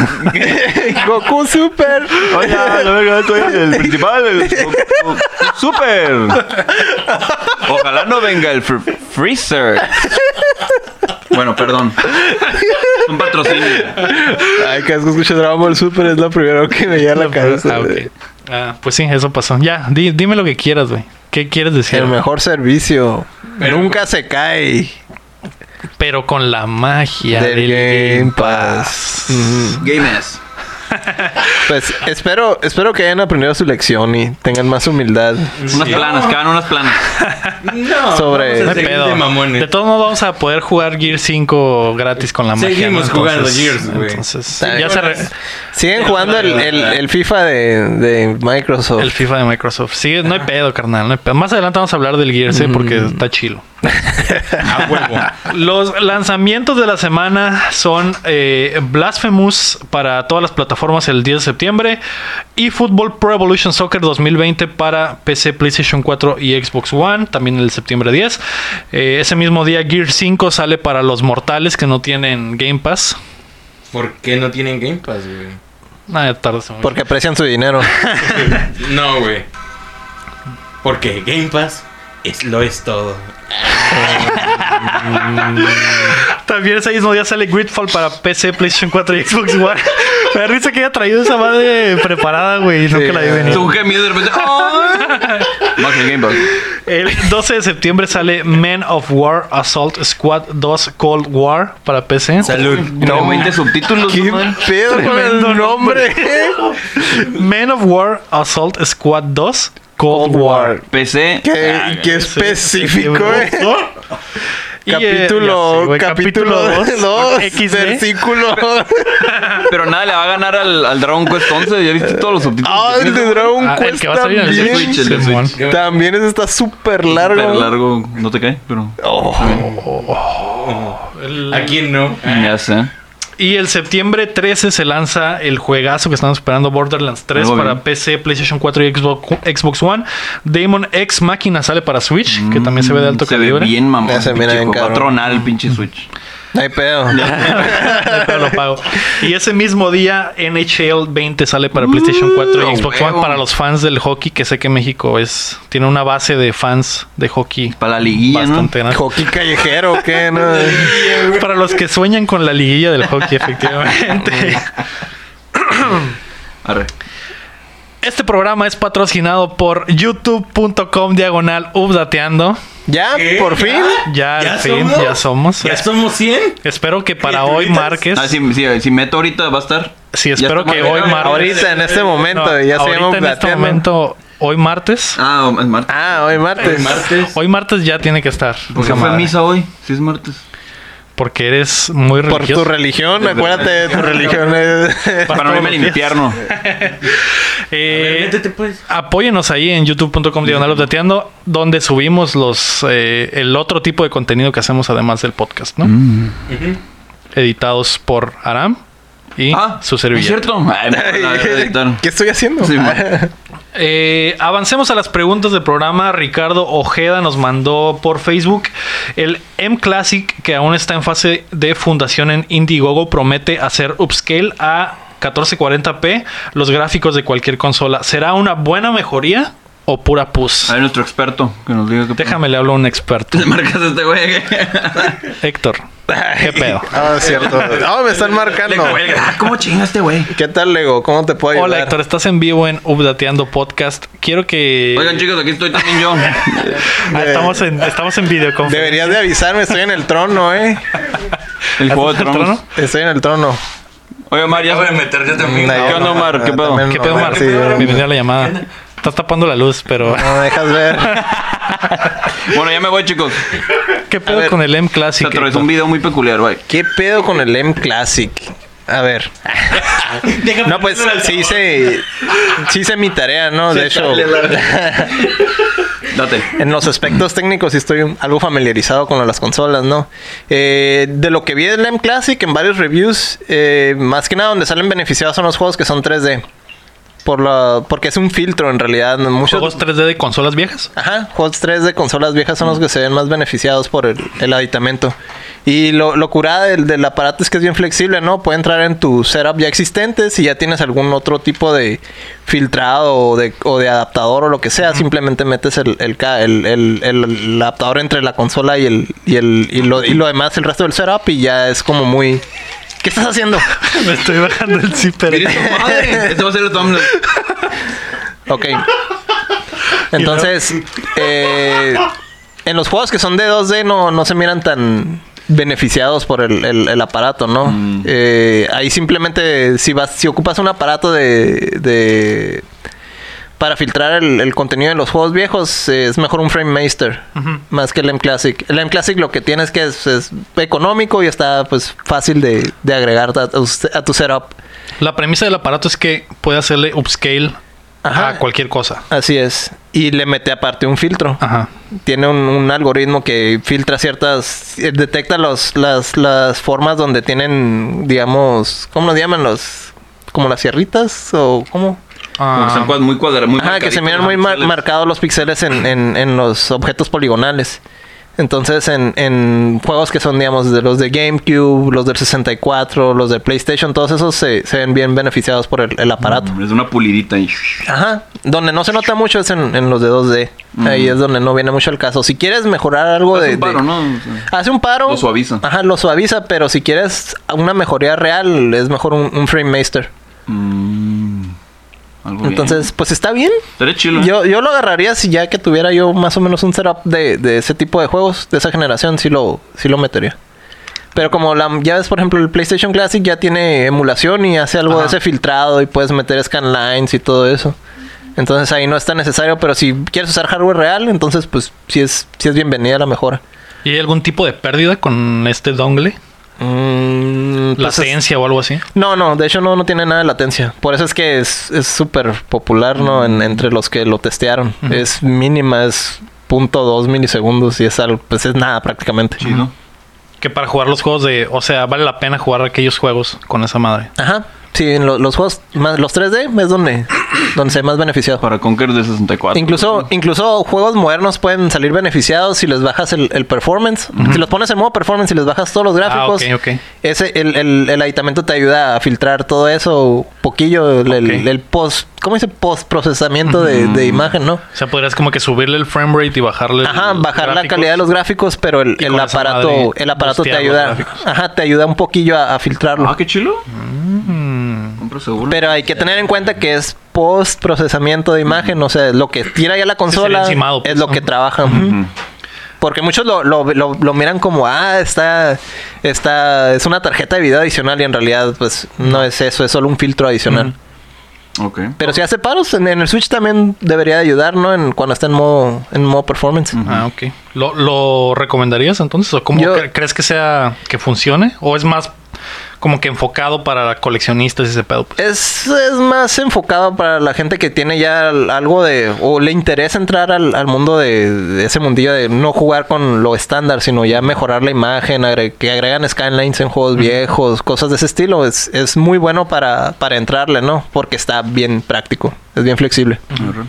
[SPEAKER 3] Goku Super.
[SPEAKER 2] Oiga, la verga, soy el principal. el- o- o- ¡Super! Ojalá no venga el fr- freezer. Bueno, perdón. Un patrocinio.
[SPEAKER 3] Ay, que escucho Dragon Ball Super es lo primero que me llega a la cabeza.
[SPEAKER 1] Ah, ok. Ah, pues sí, eso pasó. Ya, di- dime lo que quieras, güey. ¿Qué quieres decir?
[SPEAKER 3] El mejor servicio.
[SPEAKER 4] Pero-
[SPEAKER 3] Nunca se cae.
[SPEAKER 1] Pero con la magia
[SPEAKER 3] Del
[SPEAKER 1] del
[SPEAKER 3] Game
[SPEAKER 1] Game
[SPEAKER 3] Pass.
[SPEAKER 1] Pass.
[SPEAKER 3] Mm. Ujú.
[SPEAKER 2] Games.
[SPEAKER 3] Pues espero, espero que hayan aprendido su lección y tengan más humildad.
[SPEAKER 2] Unas planas, cada uno unas planas.
[SPEAKER 4] No,
[SPEAKER 3] Sobre-
[SPEAKER 1] No
[SPEAKER 4] vamos
[SPEAKER 1] hay
[SPEAKER 4] a seguir
[SPEAKER 1] pedo.
[SPEAKER 4] de
[SPEAKER 1] De,
[SPEAKER 4] mamones.
[SPEAKER 1] todos modos vamos a poder jugar Gear 5 gratis con la magia.
[SPEAKER 4] Seguimos jugando
[SPEAKER 1] Entonces-
[SPEAKER 4] Gears, güey.
[SPEAKER 1] Entonces,
[SPEAKER 3] Está
[SPEAKER 1] ya
[SPEAKER 3] bien.
[SPEAKER 1] se re-
[SPEAKER 3] Siguen jugando el, el- el FIFA de, de Microsoft.
[SPEAKER 1] el FIFA de Microsoft. Sigue, no hay pedo, carnal. no hay pedo. Más adelante vamos a hablar del Gears, ¿eh? porque
[SPEAKER 3] Mm.
[SPEAKER 1] está chilo.
[SPEAKER 4] A huevo.
[SPEAKER 1] Los lanzamientos de la semana son eh, Blasphemous para todas las plataformas el 10 de septiembre y Football Pro Evolution Soccer 2020 para PC, PlayStation 4 y Xbox One, también el septiembre 10. Eh, ese mismo día Gear 5 sale para los mortales que no tienen Game Pass.
[SPEAKER 4] ¿Por qué no tienen Game Pass, güey?
[SPEAKER 1] Nada, Ah, tarde. se me-
[SPEAKER 3] Porque aprecian su dinero.
[SPEAKER 1] [LAUGHS]
[SPEAKER 4] No, güey. Porque Game Pass es, lo es todo.
[SPEAKER 1] También ese mismo día sale Gridfall para PC, PlayStation 4 y Xbox One. [LAUGHS] Me da risa que haya traído esa madre preparada, güey. No que la vi venir.
[SPEAKER 2] Tú qué miedo de repente. ¡Ay! Más el Game Boy.
[SPEAKER 1] El [LAUGHS] 12 de septiembre sale Men of War Assault Squad 2 Cold War para PC.
[SPEAKER 4] Salud.
[SPEAKER 2] No, 20 subtítulos.
[SPEAKER 3] ¿Qué
[SPEAKER 2] ¿no, madre?
[SPEAKER 3] pedo con
[SPEAKER 1] Tremendo
[SPEAKER 3] el nombre? [LAUGHS]
[SPEAKER 1] Men of War Assault Squad 2 Cold, War.
[SPEAKER 2] PC.
[SPEAKER 1] Ah,
[SPEAKER 3] qué, qué específico, eh.
[SPEAKER 1] Y, eh, ya sé,
[SPEAKER 3] Capítulo,
[SPEAKER 1] güey,
[SPEAKER 3] capítulo [LAUGHS]
[SPEAKER 1] capítulo ¿eh?
[SPEAKER 3] 2,
[SPEAKER 1] XD. [LAUGHS]
[SPEAKER 3] versículo.
[SPEAKER 2] Pero nada, le va a ganar al, al Dragon Quest 11. Ya viste todos los subtítulos.
[SPEAKER 3] Ah,
[SPEAKER 2] que
[SPEAKER 3] el de
[SPEAKER 2] tiene.
[SPEAKER 3] Dragon
[SPEAKER 1] Ah, el
[SPEAKER 3] Quest
[SPEAKER 1] que va a salir en el
[SPEAKER 3] también.
[SPEAKER 1] Switch.
[SPEAKER 2] el de
[SPEAKER 1] Simón.
[SPEAKER 2] Switch.
[SPEAKER 3] También ese está súper largo. Oh.
[SPEAKER 2] Pero largo, no te cae, pero.
[SPEAKER 4] ¿A quién no?
[SPEAKER 2] Ya sé.
[SPEAKER 1] Y el septiembre 13 se lanza el juegazo que estamos esperando, Borderlands 3
[SPEAKER 2] Algo
[SPEAKER 1] para
[SPEAKER 2] bien.
[SPEAKER 1] PC, PlayStation 4 y Xbox, Xbox One. Demon X Máquina sale para Switch, que también se ve de alto
[SPEAKER 2] Se ve
[SPEAKER 1] calibre.
[SPEAKER 2] bien, mamá.
[SPEAKER 3] Ya se mira bien cabrón.
[SPEAKER 2] Patronal, el pinche Switch.
[SPEAKER 3] No hay pedo.
[SPEAKER 1] Pero lo pago. Y ese mismo día, NHL 20 sale para PlayStation 4 y
[SPEAKER 2] Mm, a
[SPEAKER 1] Xbox
[SPEAKER 2] huevo.
[SPEAKER 1] One para los fans del hockey, que sé que México es tiene una base de fans de hockey
[SPEAKER 2] Para la liguilla,
[SPEAKER 1] bastante grande.
[SPEAKER 3] Hockey callejero, ¿o ¿qué? No.
[SPEAKER 1] Para los que sueñan con la liguilla del
[SPEAKER 2] [LAUGHS]
[SPEAKER 1] hockey, efectivamente.
[SPEAKER 2] ¿no? Arre.
[SPEAKER 1] Este programa es patrocinado por youtube.com diagonal updateando.
[SPEAKER 3] Ya,
[SPEAKER 4] ¿Qué?
[SPEAKER 3] por fin.
[SPEAKER 1] Ya, al fin, ya somos.
[SPEAKER 4] ¿Ya somos 100?
[SPEAKER 1] Espero que para hoy
[SPEAKER 4] ¿Criaturitas?
[SPEAKER 1] marques.
[SPEAKER 2] Ah, si, si, si meto ahorita va a estar.
[SPEAKER 1] Sí,
[SPEAKER 2] Ya Ah,
[SPEAKER 1] espero
[SPEAKER 2] estamos
[SPEAKER 1] que hoy
[SPEAKER 2] llegando.
[SPEAKER 1] martes.
[SPEAKER 3] Ahorita, en este momento,
[SPEAKER 1] No,
[SPEAKER 3] ya se llama
[SPEAKER 1] ahorita en este
[SPEAKER 3] Plateando.
[SPEAKER 1] momento, hoy martes.
[SPEAKER 2] Ah, es martes.
[SPEAKER 3] Ah, hoy martes.
[SPEAKER 4] El martes.
[SPEAKER 1] Hoy martes ya tiene que estar.
[SPEAKER 2] ¿Por qué
[SPEAKER 1] esa
[SPEAKER 2] fue
[SPEAKER 1] madre.
[SPEAKER 2] misa hoy? Si es martes.
[SPEAKER 1] Porque eres muy
[SPEAKER 3] Por
[SPEAKER 1] religioso.
[SPEAKER 3] tu religión, acuérdate de tu religión. es-
[SPEAKER 1] Para
[SPEAKER 2] Para no
[SPEAKER 1] todos
[SPEAKER 2] irme al
[SPEAKER 1] los días.
[SPEAKER 2] infierno.
[SPEAKER 1] Eh,
[SPEAKER 4] Métete, pues.
[SPEAKER 1] apóyenos ahí en youtube.com diagonal updateando, donde subimos los eh, el otro tipo de contenido que hacemos además del podcast, ¿no?
[SPEAKER 2] Mm.
[SPEAKER 4] Ujú.
[SPEAKER 1] Editados por Aram y
[SPEAKER 2] Ah,
[SPEAKER 1] su
[SPEAKER 2] ¿Es
[SPEAKER 1] servilleta.
[SPEAKER 2] cierto? Ay, me van
[SPEAKER 3] [LAUGHS]
[SPEAKER 2] a editar.
[SPEAKER 3] ¿Qué estoy haciendo?
[SPEAKER 2] Sí, man.
[SPEAKER 1] Eh, avancemos a las preguntas del programa. Ricardo Ojeda nos mandó por Facebook el M Classic que aún está en fase de fundación en Indiegogo promete hacer upscale a 1440p los gráficos de cualquier consola. ¿Será una buena mejoría o pura pus?
[SPEAKER 2] A ver, nuestro experto que nos diga qué pedo.
[SPEAKER 1] Déjame le hablo a un
[SPEAKER 2] [LAUGHS]
[SPEAKER 1] experto.
[SPEAKER 2] Te marcas a este
[SPEAKER 1] [LAUGHS]
[SPEAKER 2] güey.
[SPEAKER 1] Héctor, ¿qué pedo?
[SPEAKER 3] Ah, es cierto. Ah, me están marcando.
[SPEAKER 2] Ah, ¿Cómo chinga este güey?
[SPEAKER 3] ¿Qué tal, Lego? ¿Cómo te puedo ayudar?
[SPEAKER 1] Hola Héctor, estás en vivo en Updateando Podcast. Quiero que...
[SPEAKER 2] Oigan, chicos, aquí estoy también yo.
[SPEAKER 1] Ah, estamos, en, estamos en videoconferencia.
[SPEAKER 3] Deberías de avisarme, estoy en el trono, eh.
[SPEAKER 2] El juego de
[SPEAKER 1] ¿Estás en el
[SPEAKER 2] tronos.
[SPEAKER 1] trono?
[SPEAKER 3] Estoy en el trono.
[SPEAKER 2] Oye, Omar, ya
[SPEAKER 4] Voy a meter yo también.
[SPEAKER 3] No,
[SPEAKER 2] Este ¿Qué onda,
[SPEAKER 3] no,
[SPEAKER 2] Omar?
[SPEAKER 3] no,
[SPEAKER 2] ¿Qué
[SPEAKER 3] no,
[SPEAKER 2] pedo?
[SPEAKER 3] Ah, también
[SPEAKER 1] ¿Qué
[SPEAKER 3] no,
[SPEAKER 1] pedo,
[SPEAKER 3] Omar,
[SPEAKER 1] Marco?
[SPEAKER 3] sí,
[SPEAKER 1] Bienvenida a la llamada. Estás tapando la luz,
[SPEAKER 3] [LAUGHS]
[SPEAKER 1] pero...
[SPEAKER 3] No me dejas ver.
[SPEAKER 2] Bueno, ya me voy, chicos.
[SPEAKER 1] [LAUGHS] ¿Qué pedo con el M
[SPEAKER 2] Se
[SPEAKER 1] Classic?
[SPEAKER 2] atravesó un
[SPEAKER 1] Héctor?
[SPEAKER 2] video muy peculiar, güey.
[SPEAKER 3] ¿Qué pedo con el M Classic? A ver.
[SPEAKER 4] Déjame
[SPEAKER 3] No, pues
[SPEAKER 4] ponerlo al
[SPEAKER 3] sí
[SPEAKER 4] sabor.
[SPEAKER 3] hice, sí hice mi tarea, ¿no? De hecho,
[SPEAKER 2] Date.
[SPEAKER 3] [LAUGHS] en los aspectos técnicos sí estoy un- algo familiarizado con las consolas, ¿no? Eh, de lo que vi del M Classic en varios reviews, eh, más que nada donde salen beneficiados son los juegos que son 3D. Por la, porque es un filtro en realidad. Muchos,
[SPEAKER 1] ¿Juegos 3D de consolas viejas?
[SPEAKER 3] Ajá, juegos 3 de consolas viejas son los que se ven más beneficiados por el, el aditamento. Y lo, lo curada del, del aparato es que es bien flexible, ¿no? Puede entrar en tu setup ya existente si ya tienes algún otro tipo de filtrado o de, o de adaptador o lo que sea. Simplemente metes el, el, ca- el- el- el- el adaptador entre la consola y, el, y, el, y, lo, y lo demás, el resto del setup, y ya es como muy. ¿Qué estás haciendo?
[SPEAKER 1] Me estoy bajando el zipper.
[SPEAKER 2] Mira
[SPEAKER 3] [LAUGHS]
[SPEAKER 2] esta madre. Este va a ser el thumbnail.
[SPEAKER 3] Ok. Entonces, eh, en los juegos que son de 2D no, no se miran tan beneficiados por el, el- el aparato, ¿no? Eh, ahí simplemente, si, vas, si ocupas un aparato de... de- para filtrar el, el contenido de los juegos viejos eh, es mejor un Frame Master más que el M Classic. El M Classic lo que tienes que es, es económico y está pues fácil de, de agregar a, tu- a tu setup.
[SPEAKER 1] La premisa del aparato es que puede hacerle upscale
[SPEAKER 3] Ajá.
[SPEAKER 1] a cualquier cosa.
[SPEAKER 3] Así es. Y le mete aparte un filtro.
[SPEAKER 1] Ajá.
[SPEAKER 3] tiene un, un algoritmo que filtra ciertas, eh, detecta los, las, las formas donde tienen, digamos, ¿cómo lo llaman los? Como las sierritas o
[SPEAKER 2] Como
[SPEAKER 3] cómo?
[SPEAKER 2] que Están
[SPEAKER 1] Ah,
[SPEAKER 2] cuad- muy cuadrados. Muy
[SPEAKER 3] Ajá, que se
[SPEAKER 2] marcaditos
[SPEAKER 3] miran
[SPEAKER 2] los
[SPEAKER 3] muy mar-
[SPEAKER 2] pixeles.
[SPEAKER 3] marcados los píxeles en, en, en los objetos poligonales. Entonces, en, en juegos que son, digamos, de los de GameCube, los del 64, los de PlayStation, todos esos se, se ven bien beneficiados por el, el aparato.
[SPEAKER 2] Es una pulidita. y-
[SPEAKER 3] Ajá, donde no se nota mucho es en, en los de 2D. Ahí es donde no viene mucho el caso. Si quieres mejorar algo
[SPEAKER 2] Hace
[SPEAKER 3] de,
[SPEAKER 2] Mm. un paro,
[SPEAKER 3] de-
[SPEAKER 2] ¿no? O sea,
[SPEAKER 3] Hace un paro.
[SPEAKER 2] Lo suaviza.
[SPEAKER 3] Ajá, lo suaviza, pero si quieres una mejoría real, es mejor un, un Frame Master.
[SPEAKER 2] mm, algo bien.
[SPEAKER 3] Entonces, pues está bien.
[SPEAKER 2] Estaría chido. ¿eh?
[SPEAKER 3] Yo, yo lo agarraría si ya que tuviera yo más o menos un setup de, de ese tipo de juegos, de esa generación, sí lo, sí lo metería. Pero como la, ya ves, por ejemplo, el PlayStation Classic ya tiene emulación y hace algo
[SPEAKER 1] Ajá.
[SPEAKER 3] de ese filtrado y puedes meter scanlines y todo eso. Entonces ahí no es tan necesario, pero si quieres usar hardware real, entonces pues sí es, sí es bienvenida la mejora.
[SPEAKER 1] ¿Y hay algún tipo de pérdida con este dongle?
[SPEAKER 3] Mm, pues, es-
[SPEAKER 1] ¿Latencia o algo así?
[SPEAKER 3] No, no, de hecho no, no tiene nada de latencia. Por eso es que es es súper popular, ¿no? En- entre los que lo testearon. Es mínima, es .2 milisegundos y es algo, pues es nada prácticamente.
[SPEAKER 2] Chido.
[SPEAKER 1] Que para jugar los juegos de... O sea, vale la pena jugar aquellos juegos con esa madre.
[SPEAKER 3] Ajá. Sí, en lo- los juegos, más, los 3D es donde, donde se ve más beneficiado.
[SPEAKER 2] Para Conquer de 64.
[SPEAKER 3] Incluso, incluso juegos modernos pueden salir beneficiados si les bajas el, el performance. Si los pones en modo performance y les bajas todos los gráficos,
[SPEAKER 1] Ah, ok, ok.
[SPEAKER 3] ese, el, el, el aditamento te ayuda a filtrar todo eso poquillo, el, el-
[SPEAKER 1] Ok.
[SPEAKER 3] el post, ¿cómo dice? Post procesamiento de, de imagen, ¿no?
[SPEAKER 1] O sea, podrías como que subirle el frame rate y bajarle... el-
[SPEAKER 3] Ajá,
[SPEAKER 1] los
[SPEAKER 3] bajar la
[SPEAKER 1] gráficos.
[SPEAKER 3] calidad de los gráficos, pero el,
[SPEAKER 1] Y
[SPEAKER 3] el
[SPEAKER 1] con esa madre,
[SPEAKER 3] aparato, el aparato te
[SPEAKER 1] bustear los
[SPEAKER 3] ayuda,
[SPEAKER 1] gráficos.
[SPEAKER 3] ajá, te ayuda un poquillo a, a filtrarlo.
[SPEAKER 2] Ah, qué chilo.
[SPEAKER 1] Mm.
[SPEAKER 2] Compro seguro.
[SPEAKER 3] Pero hay que tener en cuenta que es post procesamiento de imagen, o sea, lo que tira ya la consola
[SPEAKER 1] encimado, pues,
[SPEAKER 3] es lo
[SPEAKER 1] ¿no?
[SPEAKER 3] que trabaja. ujú. Porque muchos lo, lo, lo- lo miran como, ah, está, está, es una tarjeta de video adicional y en realidad, pues, no es eso, es solo un filtro adicional.
[SPEAKER 2] Ok.
[SPEAKER 3] Pero si hace paros, en, en el Switch también debería de ayudar, ¿no? En, cuando está en modo, en modo performance.
[SPEAKER 1] Ah, ok. ¿Lo, lo recomendarías entonces? ¿O cómo
[SPEAKER 3] Yo-
[SPEAKER 1] cre- crees que sea que funcione? ¿O es más como que enfocado para coleccionistas y ese pedo? pues?
[SPEAKER 3] Es, es más enfocado para la gente que tiene ya al- algo de... o le interesa entrar al, al mundo de, de ese mundillo de no jugar con lo estándar, sino ya mejorar la imagen, agre- que agregan skylines en juegos viejos, cosas de ese estilo. Es, es muy bueno para, para entrarle, ¿no? Porque está bien práctico, es bien flexible.
[SPEAKER 2] Arre.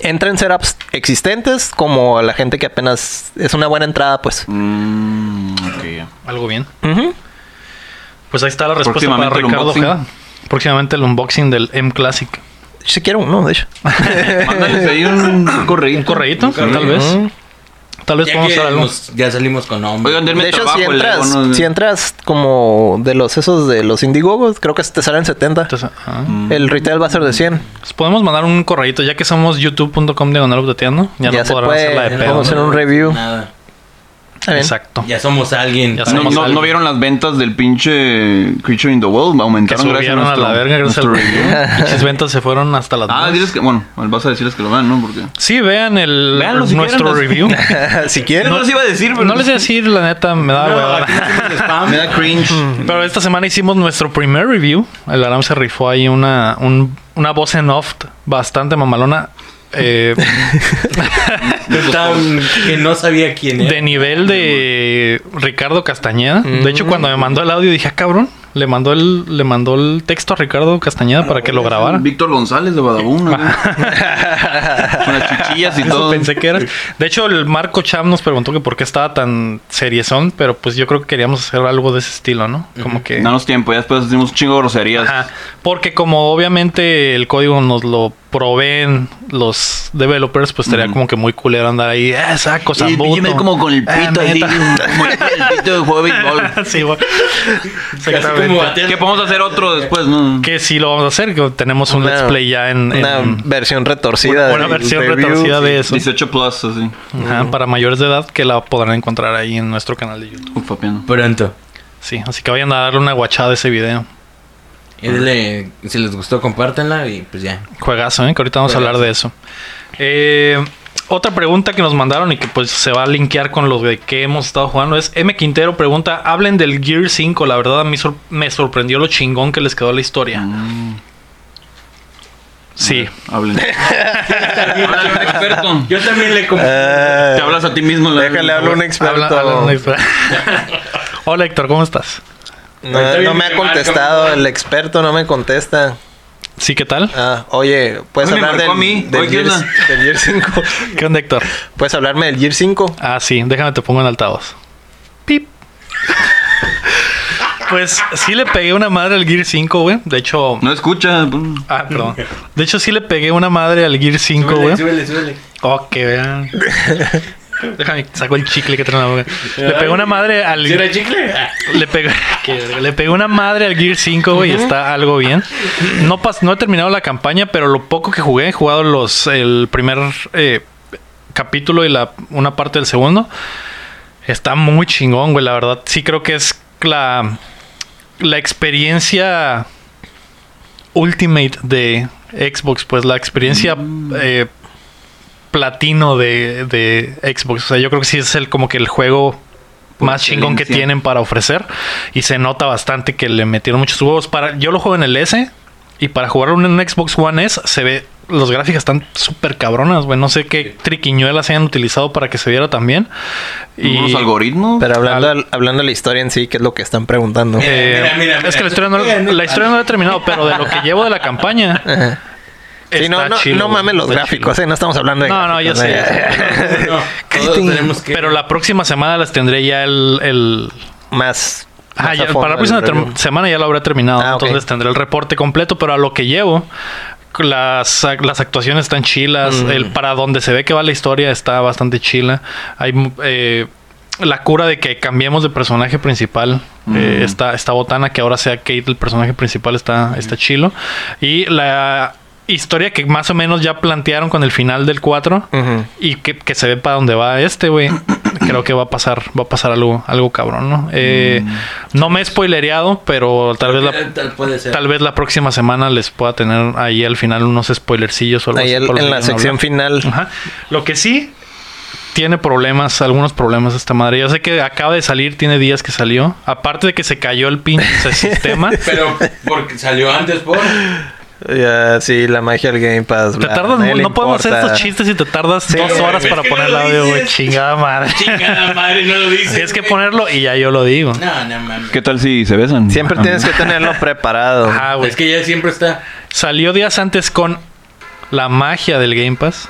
[SPEAKER 3] Entra en setups existentes como la gente que apenas... es una buena entrada, pues.
[SPEAKER 2] Mm, ok, ya.
[SPEAKER 3] [LAUGHS]
[SPEAKER 1] Algo bien.
[SPEAKER 3] Ujú.
[SPEAKER 1] Pues ahí está la respuesta para
[SPEAKER 2] Próximamente el
[SPEAKER 1] Ricardo
[SPEAKER 2] unboxing.
[SPEAKER 1] Ojeda. Próximamente el unboxing del M Classic.
[SPEAKER 3] Si quiero uno, de hecho.
[SPEAKER 2] Mándales ahí un correíto.
[SPEAKER 1] ¿Un correíto?
[SPEAKER 4] Un correíto.
[SPEAKER 1] Tal vez.
[SPEAKER 3] Ujú.
[SPEAKER 1] Tal vez podamos
[SPEAKER 4] Ya, que
[SPEAKER 1] pues, hacer algo.
[SPEAKER 4] nos- ya salimos con nombre.
[SPEAKER 2] Oigan, denme
[SPEAKER 3] De hecho,
[SPEAKER 2] trabajo,
[SPEAKER 3] si
[SPEAKER 2] el
[SPEAKER 3] entras,
[SPEAKER 2] Lego, ¿no?
[SPEAKER 3] si entras como de los esos de los Indiegogos, creo que te salen 70.
[SPEAKER 1] Entonces, ah.
[SPEAKER 3] El retail va a ser de 100.
[SPEAKER 1] Pues podemos mandar un correíto, ya que somos youtube.com diagonal updateando. Ya,
[SPEAKER 3] Ya
[SPEAKER 1] no
[SPEAKER 3] se
[SPEAKER 1] podrán
[SPEAKER 3] puede.
[SPEAKER 1] hacer la de
[SPEAKER 4] Ya no
[SPEAKER 1] pedo.
[SPEAKER 3] Vamos a hacer un review.
[SPEAKER 4] Nada.
[SPEAKER 3] Está bien.
[SPEAKER 1] Exacto.
[SPEAKER 4] Ya somos alguien.
[SPEAKER 1] Ya
[SPEAKER 4] para
[SPEAKER 2] No,
[SPEAKER 1] somos
[SPEAKER 4] que
[SPEAKER 2] no,
[SPEAKER 1] algo.
[SPEAKER 2] ¿no vieron las ventas del pinche Creature in the World?
[SPEAKER 1] Que
[SPEAKER 2] Aumentaron gracias a
[SPEAKER 1] subieron a
[SPEAKER 2] nuestro,
[SPEAKER 1] la verga gracias
[SPEAKER 2] nuestro review.
[SPEAKER 1] al Pinches ventas se fueron hasta las
[SPEAKER 2] Ah,
[SPEAKER 1] nubes.
[SPEAKER 2] diles que, bueno, vas a decirles que lo vean, ¿no? Porque...
[SPEAKER 1] Sí, vean el
[SPEAKER 2] Véanlo si
[SPEAKER 1] nuestro
[SPEAKER 2] quieren.
[SPEAKER 1] review.
[SPEAKER 3] [LAUGHS] si
[SPEAKER 2] Yo
[SPEAKER 3] quieren.
[SPEAKER 2] no les iba a decir, pero...
[SPEAKER 1] No les voy a decir, la neta, me da hueva.
[SPEAKER 4] pues, no hacemos
[SPEAKER 1] Ah.
[SPEAKER 4] [LAUGHS] spam.
[SPEAKER 2] Me da cringe.
[SPEAKER 1] Pero esta semana hicimos nuestro primer review. El Aram se rifó ahí una, un- una voz en off bastante mamalona.
[SPEAKER 2] [LAUGHS]
[SPEAKER 1] eh,
[SPEAKER 4] Tan- que no sabía quién era.
[SPEAKER 1] de nivel de Ricardo Castañeda. De hecho, cuando me mandó el audio dije, ah, cabrón, Le mandó el, le mandó el texto a Ricardo Castañeda para que lo grabara.
[SPEAKER 2] Víctor González de
[SPEAKER 1] [LAUGHS]
[SPEAKER 2] Badabun. ¿no? Con las chichillas y
[SPEAKER 1] Eso
[SPEAKER 2] todo.
[SPEAKER 1] pensé que era. De hecho, el Marco Cham nos preguntó que por qué estaba tan seriezón, pero pues yo creo que queríamos hacer algo de ese estilo, ¿no? Como que.
[SPEAKER 2] Danos tiempo, ya después hacemos un chingo de groserías.
[SPEAKER 1] Ajá, Porque como obviamente el código nos lo proveen los developers, pues sería como que muy culero andar ahí, "Ah, saco,
[SPEAKER 2] Y
[SPEAKER 1] zambuto".
[SPEAKER 2] me como con el
[SPEAKER 1] Ah,
[SPEAKER 2] pito así,
[SPEAKER 1] neta.
[SPEAKER 2] como el pito de juego
[SPEAKER 1] [LAUGHS]
[SPEAKER 2] de béisbol.
[SPEAKER 1] Sí, güey.
[SPEAKER 4] Así
[SPEAKER 1] Exactamente.
[SPEAKER 4] como batear.
[SPEAKER 2] Que podemos hacer otro después, ¿no?
[SPEAKER 1] Que sí lo vamos a hacer, que tenemos un
[SPEAKER 3] Una-
[SPEAKER 1] let's play ya en...
[SPEAKER 3] Una
[SPEAKER 1] en-
[SPEAKER 3] versión retorcida.
[SPEAKER 1] una, una
[SPEAKER 3] del
[SPEAKER 1] versión
[SPEAKER 3] review.
[SPEAKER 1] retorcida de eso.
[SPEAKER 2] 18 plus, así.
[SPEAKER 1] Ajá, para mayores de edad que la podrán encontrar ahí en nuestro canal de YouTube.
[SPEAKER 2] Uf, papiano.
[SPEAKER 4] Pronto.
[SPEAKER 1] Sí, así que vayan a darle una guachada a ese video.
[SPEAKER 4] Y dile, si les gustó, compártanla y pues ya.
[SPEAKER 1] Juegazo, ¿eh? Que ahorita vamos a hablar de eso. Eh, otra pregunta que nos mandaron y que pues se va a linkear con lo de que hemos estado jugando es M. Quintero pregunta, hablen del Gear 5, la verdad a mí sor- me sorprendió lo chingón que les quedó la historia.
[SPEAKER 2] Mm.
[SPEAKER 1] Sí, [LAUGHS]
[SPEAKER 2] Ah, Hablen. Háblale a un experto.
[SPEAKER 4] Yo también le compré.
[SPEAKER 3] Ah,
[SPEAKER 2] Te hablas a ti mismo. la-
[SPEAKER 3] Déjale hablar a un experto.
[SPEAKER 1] habla- habla un exper- Hola Héctor, ¿cómo estás?
[SPEAKER 3] No, no me ha contestado, el experto no me contesta.
[SPEAKER 1] Sí, ¿qué tal?
[SPEAKER 3] Ah, oye, puedes
[SPEAKER 2] Hoy me
[SPEAKER 3] hablar del,
[SPEAKER 2] marcó a mí.
[SPEAKER 3] del
[SPEAKER 2] Oye, ¿qué
[SPEAKER 3] Gear,
[SPEAKER 2] onda?
[SPEAKER 3] del Gear 5.
[SPEAKER 1] ¿Qué onda Héctor?
[SPEAKER 3] Puedes hablarme del Gear 5.
[SPEAKER 1] Ah, sí, déjame te pongo en altavoz. Pip. [LAUGHS] Pues sí le pegué una madre al Gear 5, güey. De hecho...
[SPEAKER 2] No escucha. pues,
[SPEAKER 1] Ah, perdón. De hecho, sí le pegué una madre al Gear 5,
[SPEAKER 4] Súbele,
[SPEAKER 1] güey.
[SPEAKER 4] súbele, súbele.
[SPEAKER 1] Oh, que
[SPEAKER 4] [LAUGHS]
[SPEAKER 1] vean. Déjame, saco el chicle que tengo en la boca. Le pegué una madre al.
[SPEAKER 4] ¿Sí era chicle?
[SPEAKER 1] [LAUGHS]
[SPEAKER 4] [LAUGHS]
[SPEAKER 1] Le pegué, qué verga. le pegué una madre al Gear 5, güey, y está algo bien. No, pas, no he terminado la campaña, pero lo poco que jugué, he jugado los, el primer eh, capítulo y la, una parte del segundo. Está muy chingón, güey, la verdad. Sí creo que es la, la experiencia ultimate de Xbox, pues la experiencia eh, platino de, de Xbox. O sea, yo creo que sí es el como que el juego más chingón que
[SPEAKER 2] excelencia.
[SPEAKER 1] tienen para ofrecer. Y se nota bastante que le metieron muchos huevos. Para, yo lo juego en el S y para jugarlo en un Xbox One S se ve. Los gráficos están súper cabronas, güey. No sé qué triquiñuelas hayan utilizado para que se viera también.
[SPEAKER 2] Y... Unos
[SPEAKER 1] Y-
[SPEAKER 2] algoritmos.
[SPEAKER 3] Pero hablando, al- hablando de la historia en sí, que es lo que están preguntando.
[SPEAKER 1] eh,
[SPEAKER 4] Mira, mira, mira,
[SPEAKER 1] Es que la
[SPEAKER 4] mira.
[SPEAKER 1] historia no,
[SPEAKER 4] Mira, mira.
[SPEAKER 1] la historia no la he terminado, pero de lo que llevo de la campaña.
[SPEAKER 3] Ajá. Sí, no,
[SPEAKER 1] está
[SPEAKER 3] no,
[SPEAKER 1] chilo,
[SPEAKER 3] no
[SPEAKER 1] güey,
[SPEAKER 3] mames los
[SPEAKER 1] está
[SPEAKER 3] gráficos, eh, no estamos hablando de
[SPEAKER 1] No, no, yo
[SPEAKER 3] gráficos,
[SPEAKER 1] sé.
[SPEAKER 3] eh.
[SPEAKER 4] No, todos
[SPEAKER 3] Cristín.
[SPEAKER 4] tenemos que.
[SPEAKER 1] Pero la próxima semana las tendré ya el... el-
[SPEAKER 3] [LAUGHS] Más.
[SPEAKER 1] Ah,
[SPEAKER 3] más
[SPEAKER 1] ya-
[SPEAKER 3] a fondo
[SPEAKER 1] para la próxima
[SPEAKER 3] el
[SPEAKER 1] term-
[SPEAKER 3] review.
[SPEAKER 1] semana ya lo habré terminado.
[SPEAKER 3] Ah, ok.
[SPEAKER 1] entonces tendré el reporte completo, pero a lo que llevo, las, las actuaciones están chilas.
[SPEAKER 3] Mm.
[SPEAKER 1] El para donde se ve que va la historia está bastante chila. Hay mu- eh, la cura de que cambiemos de personaje principal. eh,
[SPEAKER 3] Mm.
[SPEAKER 1] esta, esta botana que ahora sea Kate el personaje principal está, está chilo. Y la historia que más o menos ya plantearon con el final del 4.
[SPEAKER 3] Ujú.
[SPEAKER 1] Y que, que se ve para dónde va este,
[SPEAKER 3] [CLEARS THROAT]
[SPEAKER 1] güey. Creo que va a pasar, va a pasar algo, algo cabrón, ¿no? Eh,
[SPEAKER 3] Mm.
[SPEAKER 1] No me he spoilereado, pero tal vez
[SPEAKER 4] Eh,
[SPEAKER 1] la
[SPEAKER 4] tal puede ser.
[SPEAKER 1] tal vez la próxima semana les pueda tener ahí al final unos spoilercillos o algo
[SPEAKER 3] Ahí
[SPEAKER 1] así
[SPEAKER 3] el-
[SPEAKER 1] por lo
[SPEAKER 3] en
[SPEAKER 1] que
[SPEAKER 3] la
[SPEAKER 1] quieran
[SPEAKER 3] sección
[SPEAKER 1] hablar. [LAUGHS]
[SPEAKER 3] final.
[SPEAKER 1] Ajá. Lo que sí tiene problemas, algunos problemas esta madre. Yo sé que acaba de salir, tiene días que salió. Aparte de que se cayó el
[SPEAKER 3] [LAUGHS]
[SPEAKER 1] pinche sistema.
[SPEAKER 4] Pero porque salió antes por.
[SPEAKER 3] Ya, sí, la magia del Game Pass.
[SPEAKER 1] Te
[SPEAKER 3] bla,
[SPEAKER 1] tardas,
[SPEAKER 3] a él
[SPEAKER 1] mu- no podemos hacer
[SPEAKER 3] importa.
[SPEAKER 1] estos chistes si te tardas
[SPEAKER 3] Sí,
[SPEAKER 1] dos
[SPEAKER 3] güey,
[SPEAKER 1] horas
[SPEAKER 4] es
[SPEAKER 1] para
[SPEAKER 4] que no
[SPEAKER 1] poner el
[SPEAKER 4] lo
[SPEAKER 1] audio, güey.
[SPEAKER 4] dices.
[SPEAKER 1] Chingada madre.
[SPEAKER 4] Chingada madre, no lo dices.
[SPEAKER 1] Tienes que
[SPEAKER 4] güey.
[SPEAKER 1] ponerlo y ya yo lo digo.
[SPEAKER 4] No, no mames.
[SPEAKER 2] ¿Qué tal si se besan?
[SPEAKER 3] Siempre
[SPEAKER 1] [LAUGHS]
[SPEAKER 2] Ah,
[SPEAKER 3] [LAUGHS] tienes que tenerlo preparado.
[SPEAKER 1] Ajá, güey.
[SPEAKER 4] Es que ya siempre está.
[SPEAKER 1] Ah, Salió días antes con la magia del Game Pass.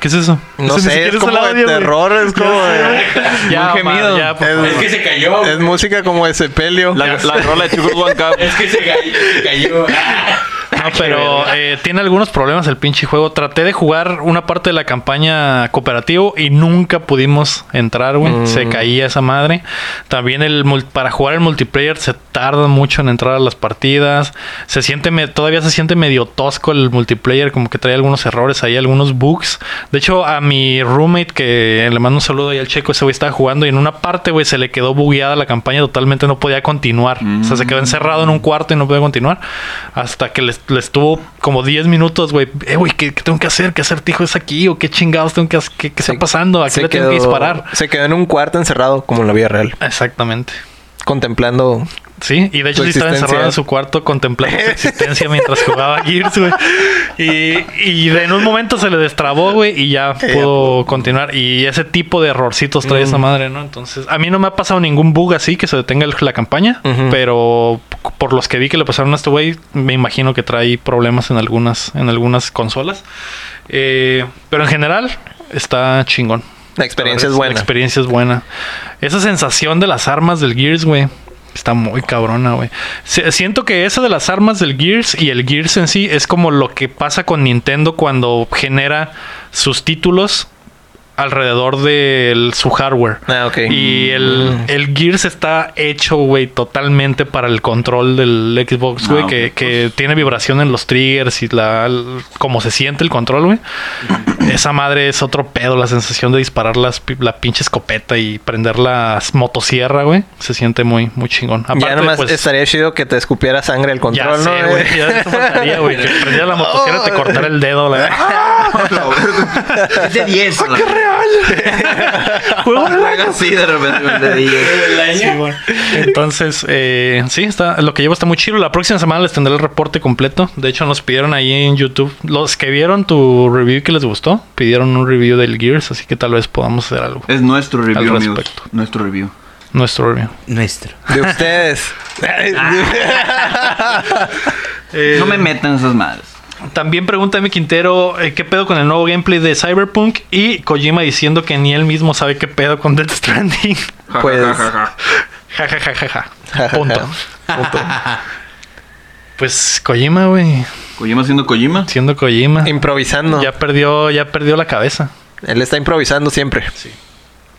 [SPEAKER 1] ¿Qué es eso?
[SPEAKER 3] No
[SPEAKER 1] Ese ni
[SPEAKER 3] sé,
[SPEAKER 1] siquiera
[SPEAKER 3] es como
[SPEAKER 1] el
[SPEAKER 3] de
[SPEAKER 1] audio, güey.
[SPEAKER 3] terror,
[SPEAKER 1] [LAUGHS]
[SPEAKER 3] es como de...
[SPEAKER 1] Ya,
[SPEAKER 2] Un
[SPEAKER 1] Omar,
[SPEAKER 2] gemido.
[SPEAKER 1] ya, por
[SPEAKER 3] Es-
[SPEAKER 1] favor.
[SPEAKER 4] Es que se cayó.
[SPEAKER 3] Es
[SPEAKER 4] güey.
[SPEAKER 3] música como de sepelio.
[SPEAKER 2] La, la rola de Chucos One
[SPEAKER 4] [LAUGHS]
[SPEAKER 2] Cup.
[SPEAKER 4] Es que se cayó. Se cayó. Ah.
[SPEAKER 1] No, pero eh, tiene algunos problemas el pinche juego. Traté de jugar una parte de la campaña cooperativo y nunca pudimos entrar, güey.
[SPEAKER 3] Mm.
[SPEAKER 1] Se caía esa madre. También el mul- para jugar el multiplayer se tarda mucho en entrar a las partidas. Se siente me- todavía se siente medio tosco el multiplayer, como que trae algunos errores ahí, algunos bugs. De hecho, a mi roommate que le mando un saludo ahí al checo, ese güey estaba jugando y en una parte, güey, se le quedó bugueada la campaña, totalmente no podía continuar. O sea, se quedó encerrado en un cuarto y no podía continuar. Hasta que les, les tuvo como 10 minutos, güey. Eh, güey, ¿qué, qué tengo que hacer? ¿Qué acertijo es aquí? ¿O qué chingados tengo que hacer? ¿Qué, qué está pasando? ¿A qué le tengo que disparar?
[SPEAKER 3] Se quedó en un cuarto encerrado como en la vida real.
[SPEAKER 1] Exactamente.
[SPEAKER 3] contemplando.
[SPEAKER 1] Sí, y de hecho
[SPEAKER 3] Su
[SPEAKER 1] sí estaba
[SPEAKER 3] existencia.
[SPEAKER 1] encerrado en su cuarto contemplando su existencia mientras
[SPEAKER 3] [LAUGHS]
[SPEAKER 1] jugaba Gears, güey. Y, y en un momento se le destrabó, güey, y ya
[SPEAKER 3] Eh,
[SPEAKER 1] pudo continuar. Y ese tipo de errorcitos trae
[SPEAKER 3] Mm.
[SPEAKER 1] esa madre, ¿no? Entonces, a mí no me ha pasado ningún bug así que se detenga el- la campaña,
[SPEAKER 3] Ujú.
[SPEAKER 1] pero por los que vi que le pasaron a este güey, me imagino que trae problemas en algunas, en algunas consolas. Eh, pero en general, está chingón.
[SPEAKER 3] La experiencia
[SPEAKER 1] La
[SPEAKER 3] es
[SPEAKER 1] verdad, La
[SPEAKER 3] buena.
[SPEAKER 1] experiencia es buena. Esa sensación de las armas del Gears, güey. Está muy cabrona, güey. Se- Siento que esa de las armas del Gears y el Gears en sí es como lo que pasa con Nintendo cuando genera sus títulos alrededor de su hardware.
[SPEAKER 3] Ah, ok.
[SPEAKER 1] Y el, el Gears está hecho, güey, totalmente para el control del Xbox, güey,
[SPEAKER 2] Ah,
[SPEAKER 1] que,
[SPEAKER 2] ok.
[SPEAKER 1] que tiene vibración en los triggers y la, como se siente el control, güey. Esa madre es otro pedo, la sensación de disparar las, pi- la pinche escopeta y prender la s- motosierra, güey. Se siente muy, muy chingón. Aparte,
[SPEAKER 3] ya nomás
[SPEAKER 1] pues,
[SPEAKER 3] estaría chido que te escupiera sangre el
[SPEAKER 1] ya
[SPEAKER 3] control,
[SPEAKER 1] sé,
[SPEAKER 3] ¿no? Oh.
[SPEAKER 1] güey,
[SPEAKER 3] [LAUGHS]
[SPEAKER 1] ya eso faltaría, güey, que prendiera la motosierra y te cortara el dedo, la
[SPEAKER 2] Es de 10. ¡Qué
[SPEAKER 3] Ah,
[SPEAKER 1] Juego de la-
[SPEAKER 2] real! Sí, de repente con el dedillo.
[SPEAKER 1] Sí, bueno. Entonces, eh, sí, está, lo que llevo está muy chido. La próxima semana les tendré el reporte completo. De hecho, nos pidieron ahí en YouTube. Los que vieron tu review y que les gustó, pidieron un review del Gears, así que tal vez podamos hacer algo.
[SPEAKER 2] Es nuestro review,
[SPEAKER 1] Al
[SPEAKER 2] amigos.
[SPEAKER 1] respecto.
[SPEAKER 2] Nuestro review.
[SPEAKER 1] Nuestro review.
[SPEAKER 4] Nuestro.
[SPEAKER 3] De ustedes. [LAUGHS]
[SPEAKER 1] Eh,
[SPEAKER 2] No me metan esas madres.
[SPEAKER 1] También pregúntame Quintero eh, qué pedo con el nuevo gameplay de Cyberpunk y Kojima diciendo que ni él mismo sabe qué pedo con Death Stranding. [LAUGHS]
[SPEAKER 2] Ja, ja,
[SPEAKER 3] Pues-
[SPEAKER 2] ja, ja, ja.
[SPEAKER 1] Ja, ja, ja, ja, ja. Punto. Punto. Pues Kojima, güey.
[SPEAKER 2] Kojima siendo Kojima.
[SPEAKER 1] Siendo Kojima.
[SPEAKER 3] improvisando.
[SPEAKER 1] Ya perdió, ya perdió la cabeza.
[SPEAKER 3] Él está improvisando siempre.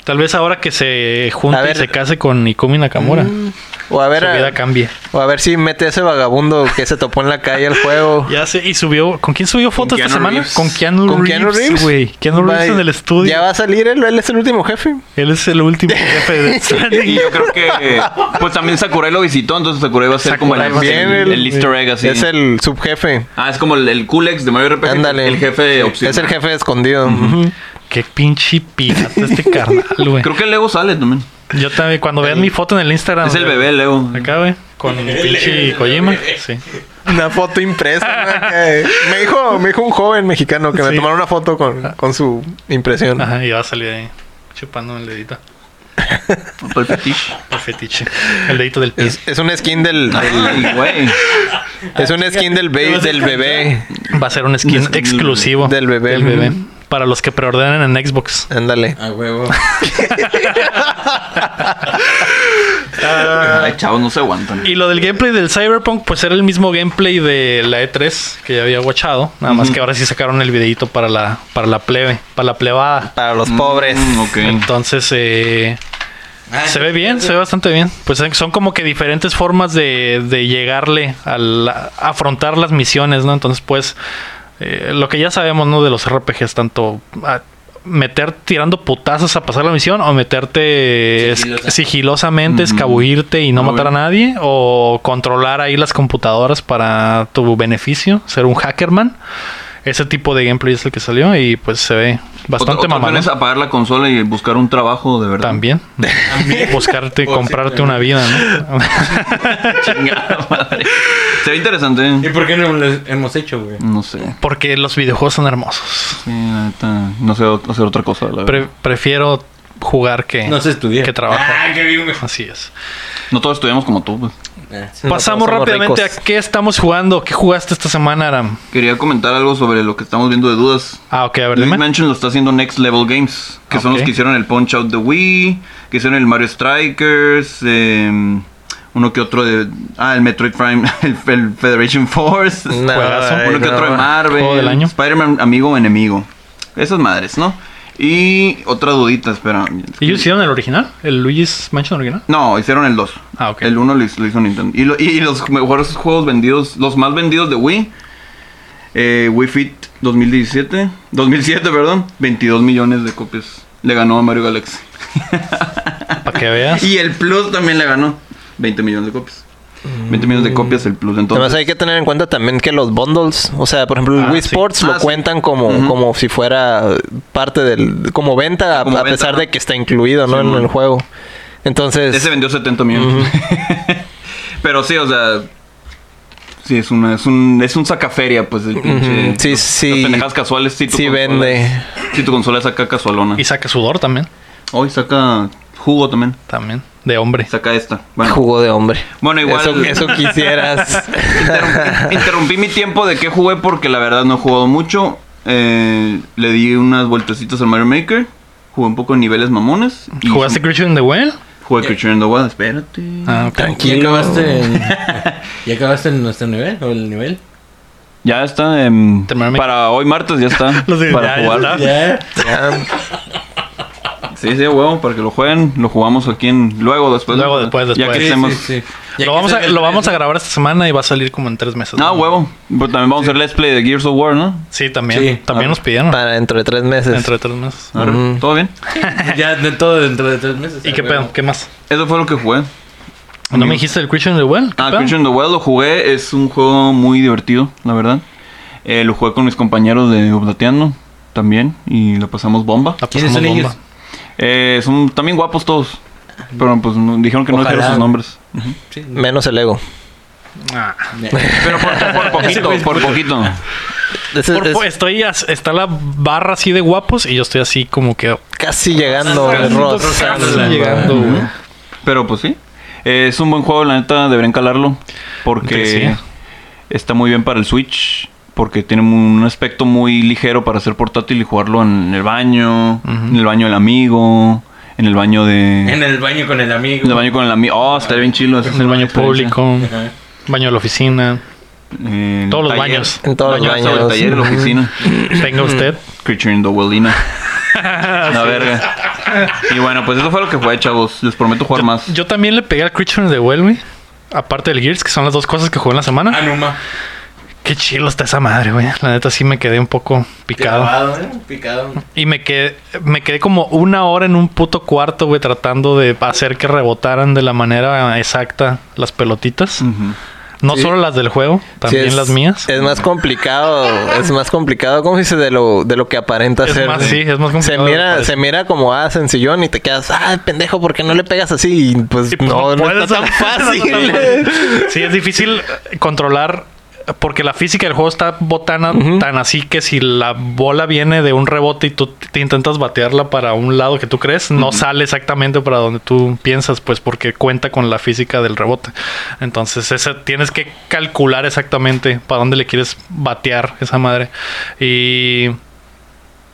[SPEAKER 1] Tal vez ahora que se junte
[SPEAKER 3] A ver.
[SPEAKER 1] y se case con Ikumi Nakamura,
[SPEAKER 3] O a ver,
[SPEAKER 1] su vida
[SPEAKER 3] a,
[SPEAKER 1] cambie.
[SPEAKER 3] o a ver si mete a ese vagabundo que se topó en la calle al juego.
[SPEAKER 1] [LAUGHS] Ya sé, y subió. ¿Con quién subió fotos esta
[SPEAKER 2] Keanu
[SPEAKER 1] semana?
[SPEAKER 2] Reeves.
[SPEAKER 1] Con Keanu
[SPEAKER 3] ¿Con
[SPEAKER 1] Reeves.
[SPEAKER 3] Keanu Reeves?
[SPEAKER 1] güey. Keanu Reeves
[SPEAKER 3] Va-
[SPEAKER 1] en el estudio.
[SPEAKER 3] Ya va a salir él, él es el último jefe.
[SPEAKER 1] Él es el último jefe de
[SPEAKER 2] Y
[SPEAKER 1] Stranding.
[SPEAKER 2] yo creo que. Pues también Sakurai lo visitó, entonces Sakurai va a ser como el,
[SPEAKER 3] También
[SPEAKER 2] el- el Easter egg así.
[SPEAKER 3] Es el subjefe.
[SPEAKER 2] Ah, es como el, el Culex de Mario RPG.
[SPEAKER 3] Ándale.
[SPEAKER 2] El jefe de
[SPEAKER 3] Sí,
[SPEAKER 2] opción.
[SPEAKER 3] Es el jefe escondido. Ujú.
[SPEAKER 1] Qué pinche pirata este carnal, güey.
[SPEAKER 2] Creo que el Lego sale también.
[SPEAKER 1] Yo también, cuando vean mi foto en el Instagram.
[SPEAKER 2] Es el
[SPEAKER 1] güey,
[SPEAKER 2] bebé, Lego.
[SPEAKER 1] Acá, güey. Con el pinche Kojima. Sí.
[SPEAKER 3] Una foto impresa.
[SPEAKER 1] [LAUGHS]
[SPEAKER 3] ¿no? Que- me, dijo, me dijo un joven mexicano que me
[SPEAKER 1] Sí.
[SPEAKER 3] tomara una foto con, con su impresión.
[SPEAKER 1] Ajá, y va a salir ahí chupando el dedito.
[SPEAKER 2] Para el fetiche.
[SPEAKER 1] El fetiche. El dedito del pie.
[SPEAKER 3] Es, es un skin del,
[SPEAKER 2] Ah,
[SPEAKER 3] del-
[SPEAKER 2] Ay, güey. ah,
[SPEAKER 3] es un skin del,
[SPEAKER 4] Te
[SPEAKER 3] baby
[SPEAKER 4] vas a
[SPEAKER 3] del bebé.
[SPEAKER 1] Va a ser un skin
[SPEAKER 2] Del-
[SPEAKER 1] exclusivo
[SPEAKER 3] del bebé. Ujú.
[SPEAKER 1] Para los que preordenan en Xbox.
[SPEAKER 3] Ándale.
[SPEAKER 4] A huevo.
[SPEAKER 2] Ay, chavos, no se aguantan.
[SPEAKER 1] Y lo del gameplay del Cyberpunk, pues era el mismo gameplay de la E3 que ya había watchado. Nada más
[SPEAKER 2] Ujú.
[SPEAKER 1] que ahora sí sacaron el videito para la, para la plebe, para la plebada.
[SPEAKER 3] Para los
[SPEAKER 2] Mm,
[SPEAKER 3] pobres.
[SPEAKER 2] ok.
[SPEAKER 1] Entonces, eh,
[SPEAKER 4] Ah,
[SPEAKER 2] Ah,
[SPEAKER 1] se ve bien, se ve bastante bien. Pues eh, son como que diferentes formas de, de llegarle a la- a afrontar las misiones, ¿no? Entonces, pues, eh, lo que ya sabemos, ¿no? De los RPGs, tanto a meter tirando putazos a pasar la misión o meterte es-
[SPEAKER 4] Sigilosa.
[SPEAKER 1] sigilosamente,
[SPEAKER 2] Ujú.
[SPEAKER 1] escabullirte y no
[SPEAKER 2] Ah,
[SPEAKER 1] matar a
[SPEAKER 2] bueno.
[SPEAKER 1] nadie o controlar ahí las computadoras para tu beneficio, ser un hackerman. Ese tipo de gameplay es el que salió y pues se ve
[SPEAKER 2] Otra-
[SPEAKER 1] bastante
[SPEAKER 2] otra opción
[SPEAKER 1] mamalón.
[SPEAKER 2] es apagar la consola y buscar un trabajo de verdad.
[SPEAKER 1] También. Buscarte,
[SPEAKER 4] Por si
[SPEAKER 1] comprarte
[SPEAKER 4] te-
[SPEAKER 1] una vida, ¿no?
[SPEAKER 2] Chingada [LAUGHS] madre. Se ve
[SPEAKER 4] ¿Y
[SPEAKER 2] interesante.
[SPEAKER 4] por qué no lo hemos hecho, güey?
[SPEAKER 2] No sé.
[SPEAKER 1] Porque los videojuegos son hermosos.
[SPEAKER 2] Sí, la neta, No sé o- hacer otra cosa. la
[SPEAKER 1] Pre-
[SPEAKER 2] verdad.
[SPEAKER 1] prefiero jugar que,
[SPEAKER 4] No se estudia.
[SPEAKER 1] que trabajar.
[SPEAKER 4] Ah, qué bien, güey.
[SPEAKER 1] Así es.
[SPEAKER 2] No todos estudiamos como tú. pues.
[SPEAKER 4] Ah, sí.
[SPEAKER 3] No
[SPEAKER 1] Pasamos
[SPEAKER 3] todos somos
[SPEAKER 1] rápidamente
[SPEAKER 3] ricos.
[SPEAKER 1] a qué estamos jugando. ¿Qué jugaste esta semana, Aram?
[SPEAKER 2] Quería comentar algo sobre lo que estamos viendo de dudas.
[SPEAKER 1] Ah, ok, a ver,
[SPEAKER 2] Luis
[SPEAKER 1] dime.
[SPEAKER 2] Mansion lo está haciendo Next Level Games, que son
[SPEAKER 1] Ok.
[SPEAKER 2] los que hicieron el Punch Out de Wii, que hicieron el Mario Strikers, eh, uno que otro de. Ah, el Metroid Prime, [LAUGHS] el, el Federation Force.
[SPEAKER 3] No,
[SPEAKER 1] Juegazo.
[SPEAKER 3] ay,
[SPEAKER 2] Uno que
[SPEAKER 3] no.
[SPEAKER 2] otro de Marvel.
[SPEAKER 1] Juego del año.
[SPEAKER 2] Spider-Man, amigo o enemigo. Esas madres, ¿no? Y otra dudita, espera.
[SPEAKER 1] ¿Ellos hicieron el original? ¿El Luigi's Mansion
[SPEAKER 2] [LAUGHS]
[SPEAKER 1] original?
[SPEAKER 2] No, hicieron el 2.
[SPEAKER 1] Ah, ok.
[SPEAKER 2] El 1 lo hizo, lo hizo Nintendo. Y, lo- y los mejores juegos vendidos, los más vendidos de Wii. eh, Wii Fit 2017. 2007, perdón. 22 millones de copias. Le ganó a Mario Galaxy.
[SPEAKER 1] Para que veas.
[SPEAKER 2] Y el Plus también le ganó. 20 millones de copias. 20 millones de copias el Plus.
[SPEAKER 3] Además
[SPEAKER 2] Entonces,
[SPEAKER 3] hay que tener en cuenta también que los bundles, o sea, por ejemplo, el
[SPEAKER 1] Ah,
[SPEAKER 3] Wii
[SPEAKER 1] sí.
[SPEAKER 3] Sports lo
[SPEAKER 2] Ah, sí.
[SPEAKER 3] cuentan como,
[SPEAKER 2] Ujú. Ah,
[SPEAKER 3] como si fuera parte del, como venta, a-
[SPEAKER 2] Como
[SPEAKER 3] a
[SPEAKER 2] venta,
[SPEAKER 3] pesar
[SPEAKER 2] ¿no?
[SPEAKER 3] de que está incluido, ¿no?
[SPEAKER 2] Sí,
[SPEAKER 3] en
[SPEAKER 2] bueno.
[SPEAKER 3] el juego. Entonces,
[SPEAKER 2] Ese vendió 70 millones. [LAUGHS] Pero sí, o sea. Sí, es, una, es un es un sacaferia, pues. El pinche,
[SPEAKER 3] Ujú. Sí,
[SPEAKER 2] los-
[SPEAKER 3] sí.
[SPEAKER 2] Las pendejadas casuales, sí, tu
[SPEAKER 3] Sí
[SPEAKER 2] consola-
[SPEAKER 3] vende.
[SPEAKER 2] Sí, tu consola saca casualona.
[SPEAKER 1] Y saca sudor también.
[SPEAKER 2] Hoy saca jugo también.
[SPEAKER 1] También. De hombre.
[SPEAKER 2] Saca esta. Bueno,
[SPEAKER 3] jugó de hombre.
[SPEAKER 2] Bueno, igual-
[SPEAKER 3] Eso, eso quisieras.
[SPEAKER 2] [LAUGHS] interrumpí,
[SPEAKER 3] [LAUGHS]
[SPEAKER 2] interrumpí mi tiempo de que jugué porque la verdad no he jugado mucho. Eh, le di unas vueltecitas al Mario Maker. Jugué un poco de niveles mamones. y
[SPEAKER 1] ¿Jugaste Creature in the Well?
[SPEAKER 2] Jugué Creature in the Wild. Espérate.
[SPEAKER 1] Ah, ok.
[SPEAKER 4] ¿Y
[SPEAKER 3] Tranquilo.
[SPEAKER 4] acabaste,
[SPEAKER 1] [LAUGHS]
[SPEAKER 4] en, ¿Y acabaste en nuestro nivel? ¿O el nivel?
[SPEAKER 2] Ya está. em,
[SPEAKER 1] Terminar mi-
[SPEAKER 2] para hoy martes ya está.
[SPEAKER 1] [LAUGHS] Lo sé,
[SPEAKER 2] para
[SPEAKER 1] ya, ya
[SPEAKER 2] jugar.
[SPEAKER 1] está.
[SPEAKER 4] Ya.
[SPEAKER 3] Ya,
[SPEAKER 2] Sí, sí, huevo, para que lo jueguen. Lo jugamos aquí en... Luego, después.
[SPEAKER 1] Luego, después,
[SPEAKER 2] Ya
[SPEAKER 1] después.
[SPEAKER 2] que
[SPEAKER 1] Sí,
[SPEAKER 2] estemos...
[SPEAKER 1] Lo
[SPEAKER 4] Ya que
[SPEAKER 1] vamos,
[SPEAKER 4] se
[SPEAKER 1] a,
[SPEAKER 4] ve
[SPEAKER 1] lo
[SPEAKER 4] el-
[SPEAKER 1] vamos a grabar esta semana y va a salir como en tres meses.
[SPEAKER 2] No, huevo. Pero también vamos a hacer Let's Play de Gears of War, ¿no?
[SPEAKER 1] Sí, también.
[SPEAKER 4] Sí.
[SPEAKER 1] también nos pidieron.
[SPEAKER 3] Para dentro de tres meses.
[SPEAKER 1] Dentro de tres meses.
[SPEAKER 2] Arre,
[SPEAKER 3] Mm.
[SPEAKER 2] ¿Todo bien?
[SPEAKER 4] Ya de todo dentro de tres meses. ah,
[SPEAKER 1] ¿Y qué pedo? ¿Qué más?
[SPEAKER 2] Eso fue lo que jugué.
[SPEAKER 1] ¿No me dijiste el Creature in the Well? ¿Qué
[SPEAKER 2] Ah,
[SPEAKER 1] pedo?
[SPEAKER 2] Creature in the Wild lo jugué. Es un juego muy divertido, la verdad. Eh, lo jugué con mis compañeros de Oblateando también. Y la pasamos bomba.
[SPEAKER 1] La
[SPEAKER 4] ¿Quiénes
[SPEAKER 1] pasamos
[SPEAKER 4] son
[SPEAKER 1] Ah, pues bomba.
[SPEAKER 4] ellos?
[SPEAKER 2] Eh, son también guapos todos. Pero pues no- dijeron que no
[SPEAKER 4] Ojalá.
[SPEAKER 2] dijeron sus nombres. Ujú.
[SPEAKER 1] [LAUGHS]
[SPEAKER 4] Sí.
[SPEAKER 3] Menos el ego.
[SPEAKER 1] Ah.
[SPEAKER 2] Pero por,
[SPEAKER 4] [LAUGHS]
[SPEAKER 2] por [LAUGHS] poquito, por poquito.
[SPEAKER 3] Ese-
[SPEAKER 1] Por-
[SPEAKER 3] es
[SPEAKER 1] por- estoy as- está la barra así de guapos y yo estoy así como que
[SPEAKER 3] casi llegando,
[SPEAKER 4] Casi
[SPEAKER 3] Pues, Ross.
[SPEAKER 4] rozando.
[SPEAKER 1] llegando,
[SPEAKER 2] Ujú.
[SPEAKER 1] güey.
[SPEAKER 2] Pero pues sí. Eh, es un buen juego, la neta, deberían calarlo. Porque
[SPEAKER 1] Sí.
[SPEAKER 2] está muy bien para el Switch. Porque tiene un aspecto muy ligero para ser portátil y jugarlo en el baño, en el baño del amigo, en el baño de.
[SPEAKER 4] En el baño con el amigo.
[SPEAKER 2] En el baño con el amigo. Oh, estaría bien chilo. esa es
[SPEAKER 1] en el
[SPEAKER 2] una
[SPEAKER 1] baño
[SPEAKER 2] experiencia.
[SPEAKER 1] público,
[SPEAKER 4] Ajá.
[SPEAKER 1] baño de la oficina.
[SPEAKER 2] Eh, en
[SPEAKER 1] Todos
[SPEAKER 2] el
[SPEAKER 1] los
[SPEAKER 2] taller.
[SPEAKER 1] baños.
[SPEAKER 3] En todos los
[SPEAKER 2] Baño hasta
[SPEAKER 3] baños.
[SPEAKER 2] El taller, la
[SPEAKER 1] [LAUGHS]
[SPEAKER 3] Ujú.
[SPEAKER 2] oficina.
[SPEAKER 1] Tenga usted.
[SPEAKER 2] Creature in the Wildina.
[SPEAKER 1] [LAUGHS]
[SPEAKER 2] La verga. Y bueno, pues eso fue lo que jugué, chavos. Les prometo jugar más.
[SPEAKER 1] Yo también le pegué al Creature in the Well, güey. Aparte del Gears, que son las dos cosas que jugué en la semana.
[SPEAKER 4] Anuma.
[SPEAKER 1] Qué chilo está esa madre, güey. La neta sí me quedé un poco picado.
[SPEAKER 4] Picado, ¿eh? Picado.
[SPEAKER 1] Y me quedé, me quedé como una hora en un puto cuarto, güey, tratando de hacer que rebotaran de la manera exacta las pelotitas.
[SPEAKER 2] Ujú.
[SPEAKER 1] No solo las del juego, también
[SPEAKER 3] Sí, es-
[SPEAKER 1] las mías.
[SPEAKER 3] Es más complicado, es más complicado, ¿cómo se dice? De lo, de lo que aparenta
[SPEAKER 1] Es
[SPEAKER 3] ser.
[SPEAKER 1] más, sí, es más
[SPEAKER 3] Se
[SPEAKER 1] complicado de lo que
[SPEAKER 3] mira,
[SPEAKER 1] parece.
[SPEAKER 3] se mira como ah, sencillón y te quedas, ah, pendejo, ¿por qué no le pegas así? Y pues,
[SPEAKER 1] Sí, pues,
[SPEAKER 3] no, no,
[SPEAKER 1] puedes, [LAUGHS]
[SPEAKER 3] está tan
[SPEAKER 1] no
[SPEAKER 3] fácil.
[SPEAKER 1] está tan fácil. [LAUGHS] sí, es difícil eh, controlar eh, porque la física del juego está botana tan así que si la bola viene de un rebote y tú te intentas batearla para un lado que tú crees, no sale exactamente para donde tú piensas, pues porque cuenta con la física del rebote. Entonces, ese, tienes que calcular exactamente para dónde le quieres batear esa madre. Y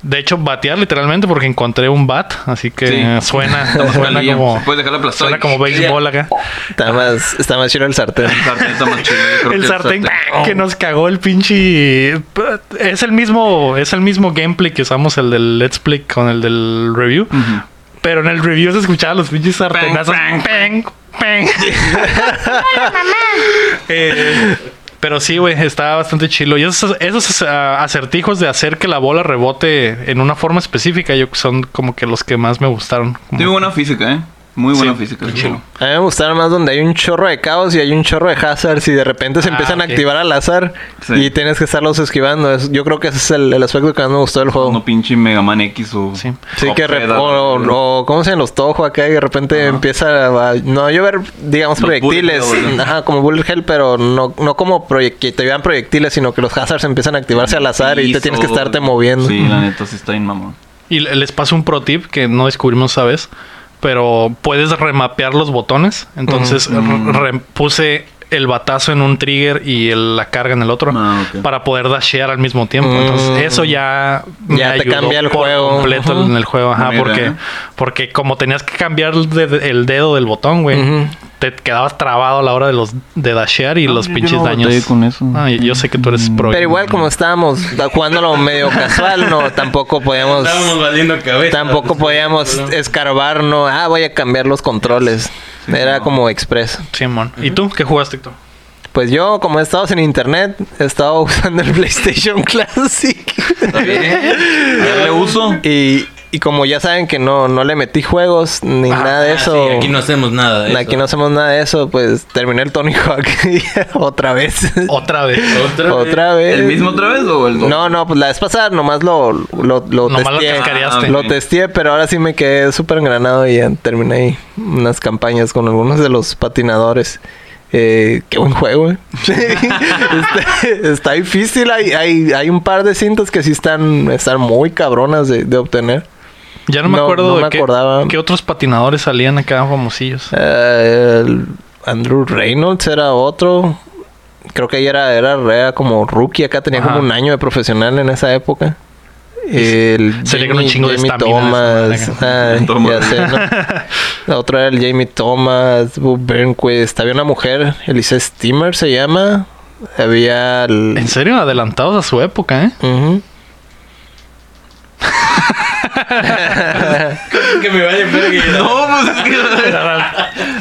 [SPEAKER 1] de hecho, batear literalmente porque encontré un bat, así que
[SPEAKER 2] Sí.
[SPEAKER 1] eh, suena,
[SPEAKER 3] [LAUGHS]
[SPEAKER 1] suena
[SPEAKER 2] Malillo.
[SPEAKER 1] como...
[SPEAKER 2] Puedes dejarla aplastada.
[SPEAKER 1] Suena como béisbol acá.
[SPEAKER 3] está más, está más chido el sartén.
[SPEAKER 2] El sartén está más chido, yo creo que
[SPEAKER 1] El sartén [LAUGHS] que nos cagó el pinche. Es el mismo, es el mismo gameplay que usamos el del Let's Play con el del review.
[SPEAKER 2] Ujú.
[SPEAKER 1] Pero en el review se escuchaban los pinches sartenazos.
[SPEAKER 2] pang,
[SPEAKER 1] Peng, peng.
[SPEAKER 2] [LAUGHS]
[SPEAKER 1] Eh, Pero sí, güey, está bastante chilo. Y esos, esos ah, acertijos de hacer que la bola rebote en una forma específica, yo son como que los que más me gustaron. Como-
[SPEAKER 2] Tiene buena física, ¿eh? Muy buena
[SPEAKER 1] Sí,
[SPEAKER 2] física.
[SPEAKER 1] muy chido.
[SPEAKER 3] A mí me gustaron más donde hay un chorro de caos y hay un chorro de hazards y de repente se
[SPEAKER 1] Ah,
[SPEAKER 3] empiezan
[SPEAKER 1] ok.
[SPEAKER 3] a activar al azar
[SPEAKER 2] Sí.
[SPEAKER 3] y tienes que estarlos esquivando. Es- yo creo que ese es el, el aspecto que más me gustó del juego.
[SPEAKER 2] No pinche Mega Man X o...
[SPEAKER 1] Sí.
[SPEAKER 3] Sí,
[SPEAKER 2] o
[SPEAKER 3] que re-
[SPEAKER 2] Feda.
[SPEAKER 3] o, o- ¿cómo se llaman los tojos acá? Y de repente empieza a, a- no llover, digamos,
[SPEAKER 2] Los
[SPEAKER 3] proyectiles.
[SPEAKER 2] bullet hell, ¿no?
[SPEAKER 3] Ajá, como bullet hell, pero no, no como proye- que te vean proyectiles, sino que los hazards empiezan a activarse al azar y te tienes que
[SPEAKER 2] Hizo-
[SPEAKER 3] estarte moviendo.
[SPEAKER 2] Sí, la neta, sí está bien mamón.
[SPEAKER 1] Y le- les paso un pro tip que no descubrimos, ¿sabes? Pero puedes remapear los botones. Entonces re- re- puse el batazo en un trigger y el- la carga en el otro
[SPEAKER 2] Ah, ok.
[SPEAKER 1] para poder dashear al mismo tiempo.
[SPEAKER 3] Mm.
[SPEAKER 1] Entonces eso ya
[SPEAKER 3] Ya te cambia el
[SPEAKER 1] por
[SPEAKER 3] juego.
[SPEAKER 1] completo
[SPEAKER 3] Ujú.
[SPEAKER 1] en el juego, ajá,
[SPEAKER 2] Buena idea,
[SPEAKER 1] porque
[SPEAKER 2] ¿eh?
[SPEAKER 1] porque como tenías que cambiar el, de- el dedo del botón, güey,
[SPEAKER 3] Ujú.
[SPEAKER 1] te quedabas trabado a la hora de los de dashear y los
[SPEAKER 2] yo- yo
[SPEAKER 1] pinches
[SPEAKER 2] no batallé
[SPEAKER 1] daños.
[SPEAKER 2] con eso.
[SPEAKER 1] Ah, yo- yo sé que tú eres pro.
[SPEAKER 3] Pero igual como estábamos jugándolo medio casual, no, tampoco
[SPEAKER 1] Pues,
[SPEAKER 3] podíamos...
[SPEAKER 4] Estábamos valiendo cabeza.
[SPEAKER 3] Tampoco podíamos escarbar, no, ah, voy a cambiar los controles. Era
[SPEAKER 2] no.
[SPEAKER 3] como express.
[SPEAKER 1] Simón. ¿Y tú qué jugaste, Héctor?
[SPEAKER 3] Pues yo, como he estado sin internet, he
[SPEAKER 1] [LAUGHS]
[SPEAKER 3] estado [LAUGHS]
[SPEAKER 4] [LAUGHS]
[SPEAKER 3] usando el PlayStation Classic.
[SPEAKER 2] ¿Ya le uso?
[SPEAKER 3] Y, Y como ya saben que no, no le metí juegos ni nada de
[SPEAKER 4] Ah,
[SPEAKER 3] eso.
[SPEAKER 4] sí, aquí no hacemos nada de
[SPEAKER 3] Aquí
[SPEAKER 4] eso.
[SPEAKER 3] no hacemos nada de eso, pues terminé el Tony Hawk [LAUGHS] otra vez.
[SPEAKER 1] Otra vez.
[SPEAKER 3] [LAUGHS]
[SPEAKER 4] Otra,
[SPEAKER 3] otra vez.
[SPEAKER 2] ¿El mismo otra vez o el dos?
[SPEAKER 3] No, no, pues la vez pasada nomás lo, lo, lo
[SPEAKER 1] Nomás lo
[SPEAKER 3] testeé.
[SPEAKER 1] cascareaste.
[SPEAKER 3] Lo testeé, pero ahora sí me quedé súper engranado y ya terminé ahí unas campañas con algunos de los patinadores. Eh, qué buen juego, eh. [LAUGHS] está, está difícil. Hay, hay, hay un par de cintas que sí están, están muy cabronas de, de obtener.
[SPEAKER 1] Ya no me
[SPEAKER 3] No,
[SPEAKER 1] acuerdo
[SPEAKER 3] no
[SPEAKER 1] de
[SPEAKER 3] me
[SPEAKER 1] qué,
[SPEAKER 3] acordaba.
[SPEAKER 1] qué otros patinadores salían acá famosillos.
[SPEAKER 3] Eh, el Andrew Reynolds era otro. Creo que ahí era, era, era como rookie. Acá tenía
[SPEAKER 1] Ajá.
[SPEAKER 3] como un año de profesional en esa época. El
[SPEAKER 1] Se le con un chingo de estamina
[SPEAKER 3] Thomas.
[SPEAKER 1] esa
[SPEAKER 3] Ay,
[SPEAKER 2] Toma.
[SPEAKER 3] ya sé, ¿no?
[SPEAKER 1] [LAUGHS]
[SPEAKER 3] La otra era el Jamie Thomas, Bob Burnquist. Había una mujer, Elise Steamer se llama. Había el-
[SPEAKER 1] En serio, adelantados a su época, ¿eh?
[SPEAKER 3] Ujú.
[SPEAKER 1] [LAUGHS]
[SPEAKER 3] [LAUGHS]
[SPEAKER 4] que me vale verga.
[SPEAKER 2] [LAUGHS] No, pues es que.
[SPEAKER 1] [LAUGHS]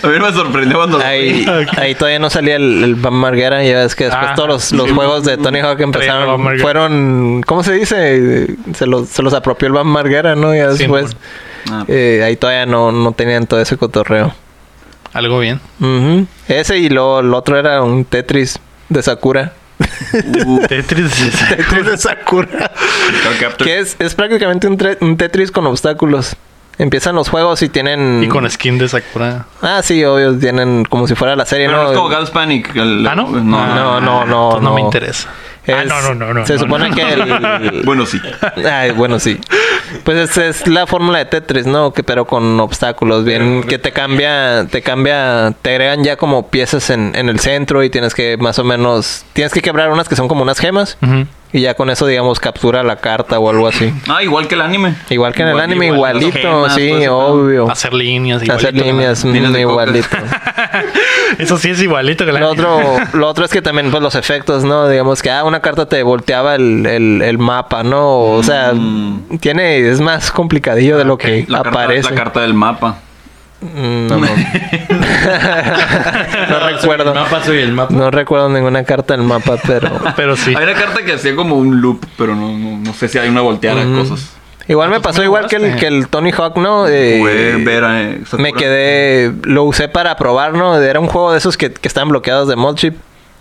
[SPEAKER 2] A mí me sorprendió cuando. lo vi.
[SPEAKER 3] Ahí, ahí todavía no salía el, el Van Marguera, ya ves que después
[SPEAKER 1] Ah,
[SPEAKER 3] todos los, los
[SPEAKER 2] sí.
[SPEAKER 3] juegos de Tony
[SPEAKER 1] Traían a
[SPEAKER 3] Hawk
[SPEAKER 1] Van
[SPEAKER 3] empezaron,
[SPEAKER 1] Marguera.
[SPEAKER 3] fueron, ¿cómo se dice? Se los, se los apropió el Van Marguera, ¿no? Ya
[SPEAKER 1] Sí,
[SPEAKER 3] después,
[SPEAKER 2] Ah,
[SPEAKER 3] eh, ahí todavía no, no tenían todo ese cotorreo.
[SPEAKER 1] Algo bien.
[SPEAKER 3] Ujú. Ese y luego el otro era un Tetris de Sakura. [LAUGHS]
[SPEAKER 2] uh,
[SPEAKER 3] Mm.
[SPEAKER 1] Tetris.
[SPEAKER 3] Tetris de Sakura.
[SPEAKER 2] Card Captor.
[SPEAKER 3] que es, es prácticamente un, tre- un Tetris con obstáculos. Empiezan los juegos y tienen...
[SPEAKER 1] Y con skin de Sakura.
[SPEAKER 3] Ah, sí, obvio, tienen como si fuera la serie,
[SPEAKER 2] Pero no,
[SPEAKER 3] ¿no?
[SPEAKER 2] es como Gals Panic. el- pues,
[SPEAKER 1] ¿Ah, no?
[SPEAKER 2] No,
[SPEAKER 3] No, no, no,
[SPEAKER 1] Entonces no me
[SPEAKER 3] no.
[SPEAKER 1] interesa. ah,
[SPEAKER 3] Es-
[SPEAKER 1] no, no, no, no.
[SPEAKER 3] Se
[SPEAKER 1] no,
[SPEAKER 3] supone
[SPEAKER 1] no.
[SPEAKER 3] que
[SPEAKER 1] [LAUGHS]
[SPEAKER 3] el,
[SPEAKER 2] Bueno, sí.
[SPEAKER 3] Ay, bueno, sí. Pues esa es la fórmula de Tetris, ¿no? Que, pero con obstáculos, bien, que te cambia, te cambia, te agregan ya como piezas en, en el centro y tienes que más o menos, tienes que quebrar unas que son como unas gemas
[SPEAKER 1] Ujú.
[SPEAKER 3] y ya con eso, digamos, captura la carta o algo así.
[SPEAKER 2] Ah, igual que el anime.
[SPEAKER 3] Igual que en el
[SPEAKER 2] Igual-
[SPEAKER 3] anime,
[SPEAKER 2] igual,
[SPEAKER 3] igualito,
[SPEAKER 2] gemas, todo
[SPEAKER 3] sí,
[SPEAKER 2] ese
[SPEAKER 3] obvio.
[SPEAKER 1] Hacer líneas. igualito
[SPEAKER 3] Hacer
[SPEAKER 1] que la-
[SPEAKER 3] líneas, mm,
[SPEAKER 2] Líneas de coca. [LAUGHS]
[SPEAKER 1] [LAUGHS]
[SPEAKER 3] igualito.
[SPEAKER 1] Eso sí es igualito que la
[SPEAKER 3] Lo otro, lo otro es que también, pues, los efectos, ¿no? Digamos que, ah, una carta te volteaba el, el- el mapa, ¿no? O sea,
[SPEAKER 2] Mm.
[SPEAKER 3] tiene... Es más complicadillo de lo que
[SPEAKER 2] La carta,
[SPEAKER 3] aparece.
[SPEAKER 2] la carta del mapa.
[SPEAKER 3] Mm,
[SPEAKER 2] [LAUGHS]
[SPEAKER 3] No, [LAUGHS] no. No
[SPEAKER 1] Ah,
[SPEAKER 3] recuerdo.
[SPEAKER 4] El mapa soy el mapa.
[SPEAKER 3] No recuerdo ninguna carta del mapa, pero...
[SPEAKER 1] [LAUGHS] Pero
[SPEAKER 4] [LAUGHS]
[SPEAKER 1] sí.
[SPEAKER 2] Hay una carta que hacía como un loop, pero no, no, no sé si hay una volteada de
[SPEAKER 3] Mm.
[SPEAKER 2] cosas.
[SPEAKER 3] Igual me pasó igual que el, que el Tony Hawk, ¿no? Eh,
[SPEAKER 2] Fue ver a, eh, Sakura.
[SPEAKER 3] me quedé... Lo usé para probar, ¿no? Era un juego de esos que, que estaban bloqueados de mod chip.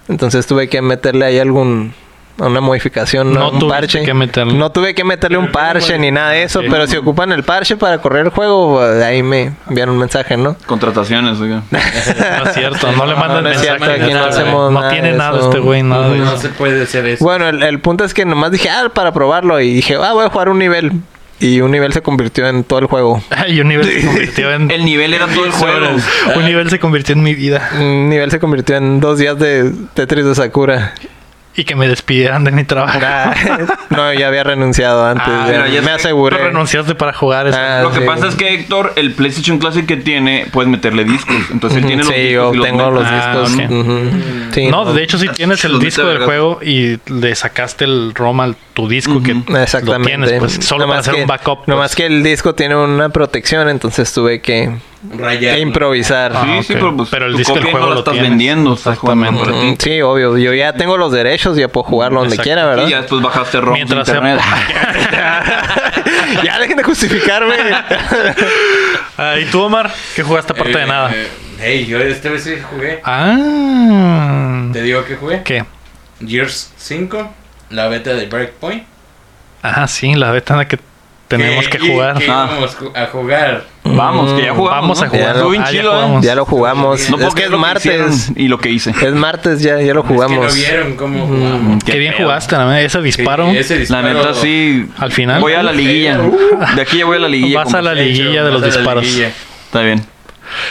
[SPEAKER 3] Entonces tuve que meterle ahí algún... Una modificación,
[SPEAKER 1] No
[SPEAKER 3] ¿no? un
[SPEAKER 1] tuviste
[SPEAKER 3] parche.
[SPEAKER 1] que meterle.
[SPEAKER 3] No tuve que meterle un parche ni nada de eso,
[SPEAKER 1] Ok.
[SPEAKER 3] pero si ocupan el parche para correr el juego, eh, ahí me enviaron un mensaje, ¿no?
[SPEAKER 2] Contrataciones, oiga.
[SPEAKER 1] No es cierto. No le
[SPEAKER 4] No,
[SPEAKER 1] mandan
[SPEAKER 4] no es
[SPEAKER 1] mensaje.
[SPEAKER 4] cierto, aquí
[SPEAKER 1] ni
[SPEAKER 4] no
[SPEAKER 1] nada,
[SPEAKER 3] hacemos
[SPEAKER 1] güey. No
[SPEAKER 3] nada
[SPEAKER 1] tiene
[SPEAKER 3] de
[SPEAKER 1] nada
[SPEAKER 3] eso.
[SPEAKER 1] este güey. Nada de
[SPEAKER 4] No
[SPEAKER 1] eso.
[SPEAKER 4] se puede hacer eso.
[SPEAKER 3] Bueno, el, el punto es que nomás dije, ah, para probarlo. Y dije, ah, voy a jugar un nivel. Y un nivel se convirtió en todo el juego.
[SPEAKER 1] [LAUGHS] Ay, un nivel
[SPEAKER 3] [LAUGHS]
[SPEAKER 1] se convirtió en... [LAUGHS]
[SPEAKER 2] [LAUGHS] El nivel era todo el juego.
[SPEAKER 1] Un nivel se convirtió en mi vida.
[SPEAKER 3] Un nivel se convirtió en dos días de Tetris de Sakura.
[SPEAKER 1] Y que me despidieran de mi trabajo.
[SPEAKER 3] Ah, [LAUGHS] no, ya había renunciado antes.
[SPEAKER 1] Ah,
[SPEAKER 3] ya
[SPEAKER 2] mira, ya
[SPEAKER 3] me
[SPEAKER 2] sé.
[SPEAKER 1] Tú
[SPEAKER 3] aseguré.
[SPEAKER 1] renunciaste para jugar. eso.
[SPEAKER 3] Ah,
[SPEAKER 2] Lo que
[SPEAKER 3] sí.
[SPEAKER 2] pasa es que Héctor, el PlayStation Classic que tiene, puedes meterle discos. Entonces él tiene los
[SPEAKER 3] sí, yo
[SPEAKER 2] discos. y
[SPEAKER 3] tengo
[SPEAKER 2] mete.
[SPEAKER 3] los
[SPEAKER 1] Ah,
[SPEAKER 3] discos.
[SPEAKER 1] ok.
[SPEAKER 3] Ujú. Sí,
[SPEAKER 1] no, de hecho, si tienes el
[SPEAKER 2] Los
[SPEAKER 1] disco del
[SPEAKER 2] vergas.
[SPEAKER 1] juego y le sacaste el ROM al tu disco que
[SPEAKER 3] Exactamente.
[SPEAKER 1] lo tienes, pues solo para
[SPEAKER 3] Nomás
[SPEAKER 1] hacer
[SPEAKER 3] que-
[SPEAKER 1] un backup. pues,
[SPEAKER 3] Nomás que el disco tiene una protección, entonces tuve que,
[SPEAKER 4] Rayar.
[SPEAKER 3] que improvisar.
[SPEAKER 1] Ah,
[SPEAKER 2] Sí,
[SPEAKER 1] ok.
[SPEAKER 2] sí, pero, pues,
[SPEAKER 1] Pero el
[SPEAKER 2] tu
[SPEAKER 1] disco del
[SPEAKER 2] copia
[SPEAKER 1] juego
[SPEAKER 2] no
[SPEAKER 1] lo
[SPEAKER 2] la estás
[SPEAKER 1] tienes.
[SPEAKER 2] vendiendo. Estás jugando
[SPEAKER 1] Exactamente.
[SPEAKER 2] para ti.
[SPEAKER 3] Sí, obvio. Yo ya tengo los derechos, ya puedo jugarlo donde
[SPEAKER 1] Exacto.
[SPEAKER 3] quiera, ¿verdad?
[SPEAKER 2] Y ya después bajaste ROM de
[SPEAKER 1] Mientras sea-
[SPEAKER 2] internet.
[SPEAKER 3] [LAUGHS] ya dejen de
[SPEAKER 1] [LAUGHS]
[SPEAKER 3] justificarme.
[SPEAKER 1] Ah, ¿Y tú, Omar? ¿Qué jugaste aparte
[SPEAKER 2] Eh,
[SPEAKER 1] de nada?
[SPEAKER 4] Eh, Hey, yo esta vez sí jugué.
[SPEAKER 1] Ah.
[SPEAKER 4] Te digo que jugué.
[SPEAKER 1] ¿Qué?
[SPEAKER 4] Gears 5, la beta de Breakpoint.
[SPEAKER 1] Ah, sí, la beta en la que tenemos que,
[SPEAKER 4] y-
[SPEAKER 1] jugar.
[SPEAKER 4] Que
[SPEAKER 2] Ah.
[SPEAKER 4] íbamos ju- a jugar.
[SPEAKER 2] Vamos, que ya jugamos.
[SPEAKER 1] Vamos a
[SPEAKER 2] ¿no?
[SPEAKER 1] jugar.
[SPEAKER 2] Estuvo bien
[SPEAKER 1] Ah, ya
[SPEAKER 2] chido, ¿eh?
[SPEAKER 1] jugamos.
[SPEAKER 3] ya lo jugamos.
[SPEAKER 2] No puedo
[SPEAKER 3] es que
[SPEAKER 2] creer
[SPEAKER 3] es
[SPEAKER 2] lo hicieron
[SPEAKER 3] martes.
[SPEAKER 2] y lo que hice.
[SPEAKER 3] es martes, ya, ya lo
[SPEAKER 4] Es
[SPEAKER 3] jugamos.
[SPEAKER 4] que no vieron cómo jugamos.
[SPEAKER 1] Qué,
[SPEAKER 2] Qué
[SPEAKER 1] bien
[SPEAKER 2] pedo.
[SPEAKER 1] jugaste, ¿no? ese Mm. disparo.
[SPEAKER 4] Sí, ese
[SPEAKER 2] La
[SPEAKER 4] disparo-
[SPEAKER 2] neta, sí.
[SPEAKER 1] Al final.
[SPEAKER 2] Voy a la liguilla. De aquí ya voy a la liguilla.
[SPEAKER 1] Vas a la
[SPEAKER 2] compa.
[SPEAKER 4] De hecho,
[SPEAKER 1] liguilla de
[SPEAKER 4] más
[SPEAKER 1] los
[SPEAKER 4] a la
[SPEAKER 1] disparos.
[SPEAKER 4] liguilla.
[SPEAKER 2] Está bien.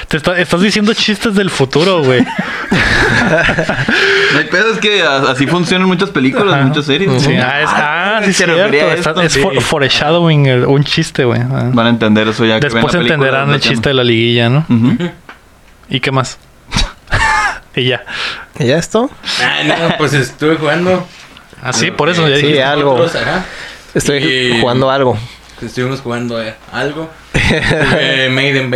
[SPEAKER 1] Te está- estás diciendo chistes del futuro,
[SPEAKER 2] [LAUGHS]
[SPEAKER 1] güey.
[SPEAKER 2] El pedo es que a- así funcionan muchas películas,
[SPEAKER 1] Ajá.
[SPEAKER 2] muchas series.
[SPEAKER 1] Sí,
[SPEAKER 2] ¿no?
[SPEAKER 1] ah, es, ah, sí,
[SPEAKER 2] se
[SPEAKER 1] cierto.
[SPEAKER 2] refería a
[SPEAKER 1] Está-
[SPEAKER 2] esto,
[SPEAKER 1] es
[SPEAKER 2] sí.
[SPEAKER 1] for- foreshadowing, el- un chiste, güey. Ah.
[SPEAKER 2] Van a entender eso ya. que Mm. vean
[SPEAKER 1] Después
[SPEAKER 2] la película,
[SPEAKER 1] entenderán
[SPEAKER 2] lo
[SPEAKER 1] el
[SPEAKER 2] entiendan.
[SPEAKER 1] chiste de la liguilla, ¿no?
[SPEAKER 2] Ujú.
[SPEAKER 1] ¿Y qué
[SPEAKER 2] [LAUGHS]
[SPEAKER 1] más? y ya.
[SPEAKER 3] ¿Y ya esto?
[SPEAKER 4] Ah,
[SPEAKER 1] [LAUGHS]
[SPEAKER 4] no, pues estuve jugando.
[SPEAKER 1] Así, Ah, por eso ya
[SPEAKER 3] Sí,
[SPEAKER 1] dije.
[SPEAKER 3] ya. algo.
[SPEAKER 4] Otros, ajá.
[SPEAKER 3] Estoy
[SPEAKER 4] Y-
[SPEAKER 3] jugando algo.
[SPEAKER 4] Estuvimos jugando eh,
[SPEAKER 1] [LAUGHS]
[SPEAKER 4] algo. Jugué Maiden 20.
[SPEAKER 3] [LAUGHS]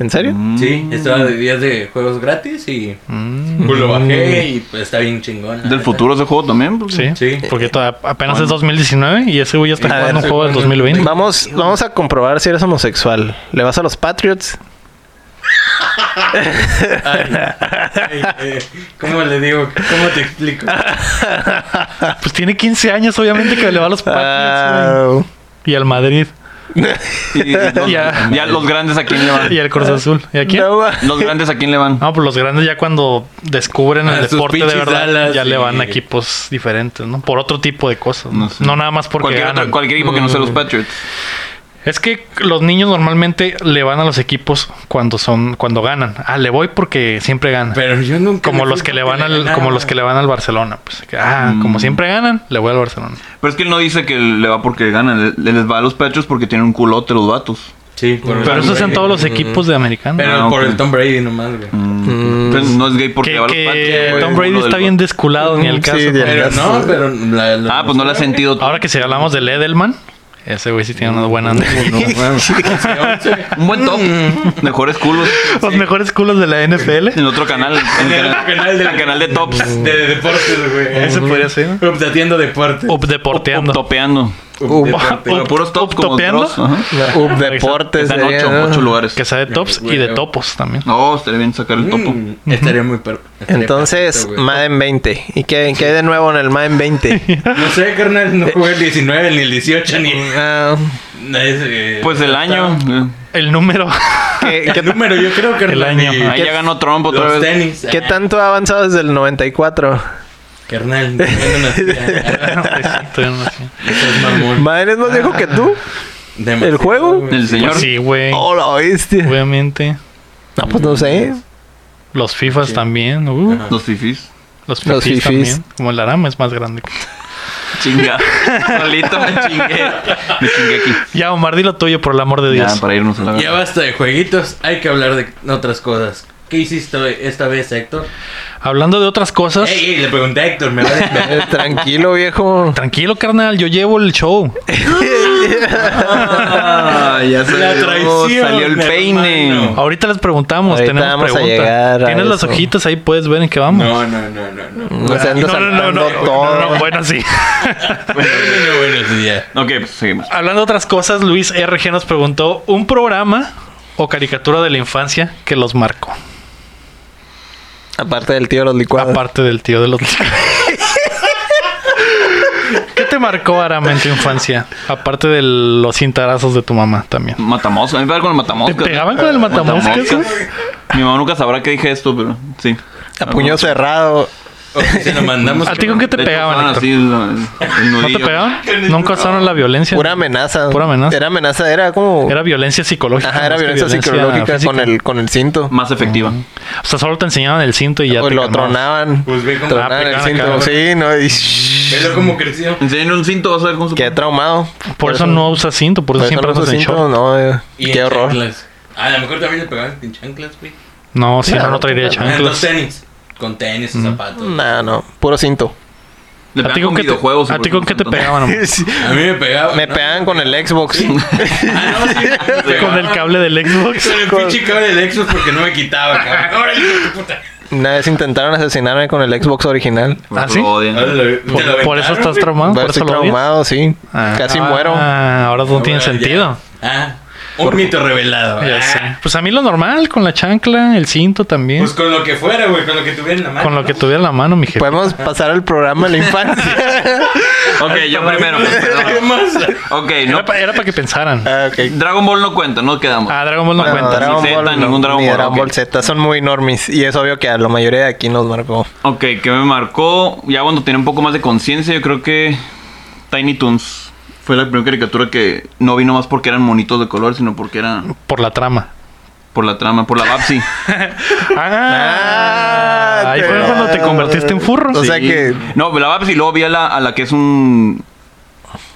[SPEAKER 3] ¿En serio?
[SPEAKER 2] Mm. Mm.
[SPEAKER 4] Sí, estaba de días de juegos gratis y Pues lo bajé y pues, está bien chingón. la
[SPEAKER 2] Del
[SPEAKER 4] neta.
[SPEAKER 2] futuro ese juego también. pues.
[SPEAKER 1] Sí,
[SPEAKER 4] Sí.
[SPEAKER 1] porque toda- apenas es 2019 y ese güey ya está
[SPEAKER 4] A ver,
[SPEAKER 1] jugando un juego del 2020.
[SPEAKER 3] Vamos, vamos a comprobar si eres homosexual. ¿Le vas a los Patriots?
[SPEAKER 4] Ay, ay, [LAUGHS] eh, ¿Cómo le digo? ¿Cómo te explico?
[SPEAKER 1] Pues tiene 15 años, obviamente, que le va a los Patriots, güey.
[SPEAKER 3] Ah,
[SPEAKER 1] Y al Madrid.
[SPEAKER 2] Y los-
[SPEAKER 1] Ya.
[SPEAKER 2] Ya los grandes a quién le
[SPEAKER 1] [LAUGHS]
[SPEAKER 2] van.
[SPEAKER 1] Y al Cruz Azul. ¿Y a quién?
[SPEAKER 3] Ah. no va-
[SPEAKER 2] Los grandes a quién le van.
[SPEAKER 1] No, pues los grandes ya cuando descubren
[SPEAKER 4] A
[SPEAKER 1] el
[SPEAKER 4] sus
[SPEAKER 1] deporte de
[SPEAKER 4] pinches
[SPEAKER 1] verdad,
[SPEAKER 4] alas,
[SPEAKER 1] ya le
[SPEAKER 4] sí.
[SPEAKER 1] van a equipos diferentes, ¿no? Por otro tipo de cosas. No,
[SPEAKER 2] No sé.
[SPEAKER 1] No nada más porque
[SPEAKER 2] Cualquier, otro-
[SPEAKER 1] ganan.
[SPEAKER 2] cualquier equipo que no sea los
[SPEAKER 1] Mm.
[SPEAKER 2] Patriots.
[SPEAKER 1] Es que los niños normalmente le van a los equipos cuando son, cuando ganan. Ah, le voy porque siempre ganan.
[SPEAKER 4] Pero yo nunca.
[SPEAKER 1] como
[SPEAKER 4] le
[SPEAKER 1] los
[SPEAKER 4] fui
[SPEAKER 1] que le
[SPEAKER 4] porque
[SPEAKER 1] van al,
[SPEAKER 4] ganaba.
[SPEAKER 1] como los que le van al Barcelona, pues que, ah,
[SPEAKER 3] Mm.
[SPEAKER 1] como siempre ganan, le voy al Barcelona.
[SPEAKER 2] Pero es que él no dice que le va porque ganan. Le- Les va a los Patriots porque tienen un culote los vatos.
[SPEAKER 4] Sí, por el
[SPEAKER 1] Pero
[SPEAKER 4] Tom
[SPEAKER 1] eso es en
[SPEAKER 4] Brady.
[SPEAKER 1] todos los
[SPEAKER 4] Ujú.
[SPEAKER 1] equipos de americano.
[SPEAKER 4] Pero
[SPEAKER 2] Ah,
[SPEAKER 4] por
[SPEAKER 2] ok.
[SPEAKER 4] el Tom Brady nomás, güey.
[SPEAKER 2] Entonces no es gay porque
[SPEAKER 1] que
[SPEAKER 2] le va a los
[SPEAKER 1] que
[SPEAKER 2] Patriots. güey,
[SPEAKER 1] Tom
[SPEAKER 2] el
[SPEAKER 1] Brady
[SPEAKER 2] culo
[SPEAKER 1] está
[SPEAKER 2] del
[SPEAKER 1] bien
[SPEAKER 2] vato.
[SPEAKER 1] desculado ni el
[SPEAKER 3] Sí,
[SPEAKER 1] caso.
[SPEAKER 3] de-
[SPEAKER 4] Pero no, pero. la- la-
[SPEAKER 2] Ah, pues no le ha sentido. tú.
[SPEAKER 1] Ahora que si hablamos del Edelman, ese güey sí tiene una buena
[SPEAKER 2] Un
[SPEAKER 3] [LAUGHS]
[SPEAKER 2] buen top.
[SPEAKER 1] Mm.
[SPEAKER 2] Mejores culos.
[SPEAKER 1] Los mejores culos de la NFL.
[SPEAKER 2] En otro canal. En el
[SPEAKER 4] otro canal
[SPEAKER 2] canal,
[SPEAKER 4] de-
[SPEAKER 2] el canal de tops.
[SPEAKER 4] De deportes, güey.
[SPEAKER 1] Ese podría ser.
[SPEAKER 4] Up, Te atiendo deportes.
[SPEAKER 1] Up deporteando.
[SPEAKER 2] Topeando.
[SPEAKER 4] Up,
[SPEAKER 1] Up.
[SPEAKER 4] deportes.
[SPEAKER 2] Pero puros tops como
[SPEAKER 1] ¿Topeando?
[SPEAKER 2] Dross, ajá.
[SPEAKER 3] Up Deportes.
[SPEAKER 2] Están ocho,
[SPEAKER 3] eh,
[SPEAKER 2] ocho lugares.
[SPEAKER 1] Que sea de tops y de topos también. [LAUGHS]
[SPEAKER 2] No, estaría bien sacar el topo.
[SPEAKER 4] Mm, Estaría muy perro. Estaría
[SPEAKER 3] Entonces,
[SPEAKER 4] perfecto, güey.
[SPEAKER 3] Madden 20. ¿Y qué, qué hay de nuevo en el Madden
[SPEAKER 1] [LAUGHS]
[SPEAKER 3] 20?
[SPEAKER 4] No sé, carnal, no jugué el 19, ni el 18, ni.
[SPEAKER 3] Ah,
[SPEAKER 4] es, eh,
[SPEAKER 2] Pues el año. eh,
[SPEAKER 1] El número. [LAUGHS]
[SPEAKER 3] ¿qué,
[SPEAKER 4] El
[SPEAKER 3] qué,
[SPEAKER 4] número, yo creo que
[SPEAKER 1] El año.
[SPEAKER 4] ni-
[SPEAKER 2] Ahí ya ganó Trump otra
[SPEAKER 4] Los
[SPEAKER 2] vez.
[SPEAKER 4] tenis.
[SPEAKER 3] qué
[SPEAKER 4] Ah,
[SPEAKER 3] tanto ha avanzado desde el 94?
[SPEAKER 4] Carnal, no, no, no.
[SPEAKER 1] Exacto, yo pues no sé.
[SPEAKER 4] Estás mamón.
[SPEAKER 3] ¿Madden es más viejo que tú?
[SPEAKER 4] Demasiado,
[SPEAKER 3] ¿El juego?
[SPEAKER 4] güey.
[SPEAKER 2] El señor.
[SPEAKER 1] Pues sí, güey.
[SPEAKER 3] Hola, ¿oíste?
[SPEAKER 1] Obviamente.
[SPEAKER 3] No, pues no sé.
[SPEAKER 1] Los FIFAs también. uh,
[SPEAKER 4] Ajá.
[SPEAKER 2] Los fifis.
[SPEAKER 1] los
[SPEAKER 3] Los
[SPEAKER 1] FIFAs
[SPEAKER 3] fifís.
[SPEAKER 1] también. Como el Arama es más grande.
[SPEAKER 2] Chinga. Solito me chingué. Me chingué aquí.
[SPEAKER 1] Ya, Omar, di lo tuyo, por el amor de
[SPEAKER 2] Ya,
[SPEAKER 1] Dios.
[SPEAKER 2] para irnos a la
[SPEAKER 4] Ya pues. basta de jueguitos, hay que hablar de otras cosas. ¿Qué hiciste esta vez, Héctor?
[SPEAKER 1] Hablando de otras cosas.
[SPEAKER 4] Ey, ey, le pregunté a Héctor, me va a
[SPEAKER 3] Eh, Tranquilo, viejo.
[SPEAKER 1] Tranquilo, carnal, yo llevo el show.
[SPEAKER 2] Ah, ya salió,
[SPEAKER 4] traición,
[SPEAKER 2] salió el peine.
[SPEAKER 4] hermano.
[SPEAKER 1] Ahorita les preguntamos,
[SPEAKER 3] Ahorita
[SPEAKER 1] tenemos
[SPEAKER 3] vamos a
[SPEAKER 1] preguntas.
[SPEAKER 3] llegar a
[SPEAKER 1] Tienes las
[SPEAKER 3] eso.
[SPEAKER 1] hojitas ahí, puedes ver en qué vamos.
[SPEAKER 4] No, no, no, no, no.
[SPEAKER 3] No se
[SPEAKER 1] Ah, no, no,
[SPEAKER 3] anda
[SPEAKER 1] no, no,
[SPEAKER 3] saltando
[SPEAKER 1] no,
[SPEAKER 3] todo.
[SPEAKER 1] no, bueno, sí. [LAUGHS]
[SPEAKER 4] Bueno, bueno, sí, ya.
[SPEAKER 2] Ok, pues seguimos.
[SPEAKER 1] Hablando de otras cosas, Luis RG nos preguntó un programa o caricatura de la infancia que los marcó.
[SPEAKER 3] Aparte del tío de los licuados.
[SPEAKER 1] Aparte del tío de los... [LAUGHS] ¿Qué te marcó Arama en tu infancia? Aparte de los cintarazos de tu mamá también.
[SPEAKER 2] Matamoscas. A mí me pegaba con el
[SPEAKER 1] ¿Te
[SPEAKER 2] matamoscas.
[SPEAKER 1] pegaban con el matamoscas? güey?
[SPEAKER 2] Mi mamá nunca sabrá que dije esto, pero sí.
[SPEAKER 3] A puño cerrado.
[SPEAKER 4] O sea, se lo mandamos.
[SPEAKER 1] ¿A ti con qué te
[SPEAKER 2] De hecho,
[SPEAKER 1] pegaban?
[SPEAKER 2] usaban
[SPEAKER 1] Héctor?
[SPEAKER 2] así el- el
[SPEAKER 1] ¿No te
[SPEAKER 2] nudillo.
[SPEAKER 1] pegaban? ¿Nunca usaron la violencia?
[SPEAKER 3] Pura amenaza.
[SPEAKER 1] Pura amenaza.
[SPEAKER 3] Era amenaza, era como.
[SPEAKER 1] Era violencia psicológica.
[SPEAKER 3] Ajá, era
[SPEAKER 1] más que
[SPEAKER 3] violencia psicológica
[SPEAKER 1] física.
[SPEAKER 3] con el, con el cinto.
[SPEAKER 2] Más efectiva.
[SPEAKER 1] O sea, solo te enseñaban el cinto y ya
[SPEAKER 3] o
[SPEAKER 1] te
[SPEAKER 3] Pues lo
[SPEAKER 1] calmabas.
[SPEAKER 3] tronaban.
[SPEAKER 4] Pues ve cómo-
[SPEAKER 3] tronaban
[SPEAKER 1] Ah,
[SPEAKER 3] el
[SPEAKER 1] pecaban
[SPEAKER 3] cinto.
[SPEAKER 1] acá.
[SPEAKER 3] Sí, no. Y...
[SPEAKER 4] Velo cómo creció.
[SPEAKER 2] Enseñen un cinto, vas a ver cómo se
[SPEAKER 3] Qué traumado.
[SPEAKER 1] Por eso no usas cinto, por eso
[SPEAKER 3] por eso
[SPEAKER 1] siempre
[SPEAKER 3] no uso
[SPEAKER 1] usas en
[SPEAKER 3] cinto,
[SPEAKER 1] short.
[SPEAKER 3] no, eh,
[SPEAKER 4] Y
[SPEAKER 3] Qué
[SPEAKER 4] en
[SPEAKER 3] horror.
[SPEAKER 4] chanclas. A lo mejor también le pegaban en chanclas, güey.
[SPEAKER 1] No, si no,
[SPEAKER 3] Claro,
[SPEAKER 1] no traería
[SPEAKER 3] claro.
[SPEAKER 4] Los
[SPEAKER 1] chanclas.
[SPEAKER 4] tenis. Con tenis y zapatos.
[SPEAKER 3] No, no. Puro cinto.
[SPEAKER 2] Le
[SPEAKER 1] ¿A ti
[SPEAKER 2] pegan
[SPEAKER 1] con
[SPEAKER 2] con
[SPEAKER 1] qué te,
[SPEAKER 2] videojuegos.
[SPEAKER 1] a ti con qué te pegaban?
[SPEAKER 3] [LAUGHS]
[SPEAKER 1] amor?
[SPEAKER 4] A mí me pegaban.
[SPEAKER 3] Me
[SPEAKER 4] ¿no?
[SPEAKER 3] pegan con el Xbox.
[SPEAKER 4] Ah, no, sí. me
[SPEAKER 1] Con
[SPEAKER 4] pegaban.
[SPEAKER 1] el cable del
[SPEAKER 2] [LAUGHS]
[SPEAKER 1] Xbox.
[SPEAKER 4] Con el pinche cable del Xbox porque no me quitaba, cabrón. Órale, hijo de puta.
[SPEAKER 3] [LAUGHS] Una vez intentaron asesinarme con el Xbox original.
[SPEAKER 1] ¿Ah, sí? Por,
[SPEAKER 4] Por,
[SPEAKER 1] por eso estás traumado, Ah, por eso
[SPEAKER 3] Estoy
[SPEAKER 1] lo odias.
[SPEAKER 3] traumado, sí.
[SPEAKER 1] Ah.
[SPEAKER 3] Casi muero.
[SPEAKER 1] Ah, ahora no tiene sentido.
[SPEAKER 4] Ah, un mito revelado.
[SPEAKER 1] Ya
[SPEAKER 4] Ah,
[SPEAKER 1] sé. Pues a mí lo normal, con la chancla, el cinto también.
[SPEAKER 4] Pues con lo que fuera, güey, con lo que tuviera en la mano.
[SPEAKER 1] con lo que tuviera en la mano, mi jefe.
[SPEAKER 3] Podemos pasar al programa de
[SPEAKER 1] [LAUGHS]
[SPEAKER 3] la infancia.
[SPEAKER 2] Ok, yo primero.
[SPEAKER 4] ¿Qué
[SPEAKER 2] perdón.
[SPEAKER 4] más?
[SPEAKER 2] Ok,
[SPEAKER 1] Era
[SPEAKER 2] no.
[SPEAKER 1] para que pensaran.
[SPEAKER 3] ah, ok.
[SPEAKER 2] Dragon Ball no cuenta, no quedamos.
[SPEAKER 1] Ah, Dragon Ball no
[SPEAKER 3] No,
[SPEAKER 1] cuenta.
[SPEAKER 3] Dragon
[SPEAKER 2] Z,
[SPEAKER 3] Ball, no,
[SPEAKER 2] ningún Dragon
[SPEAKER 3] ni
[SPEAKER 2] Ball,
[SPEAKER 3] Dragon
[SPEAKER 2] ok.
[SPEAKER 3] Ball Z son muy enormes y es obvio que a la mayoría de aquí nos marcó.
[SPEAKER 2] Ok, que me marcó ya cuando tenía un poco más de conciencia, yo creo que Tiny Toons fue la primera caricatura que no vi nomás porque eran monitos de color, sino porque era
[SPEAKER 1] Por la trama.
[SPEAKER 2] por la trama, por la Babsi.
[SPEAKER 1] Ah, ahí fue cuando te convertiste en furro.
[SPEAKER 3] O sea que-
[SPEAKER 2] No, la Babsi, luego vi a la, a la que es un...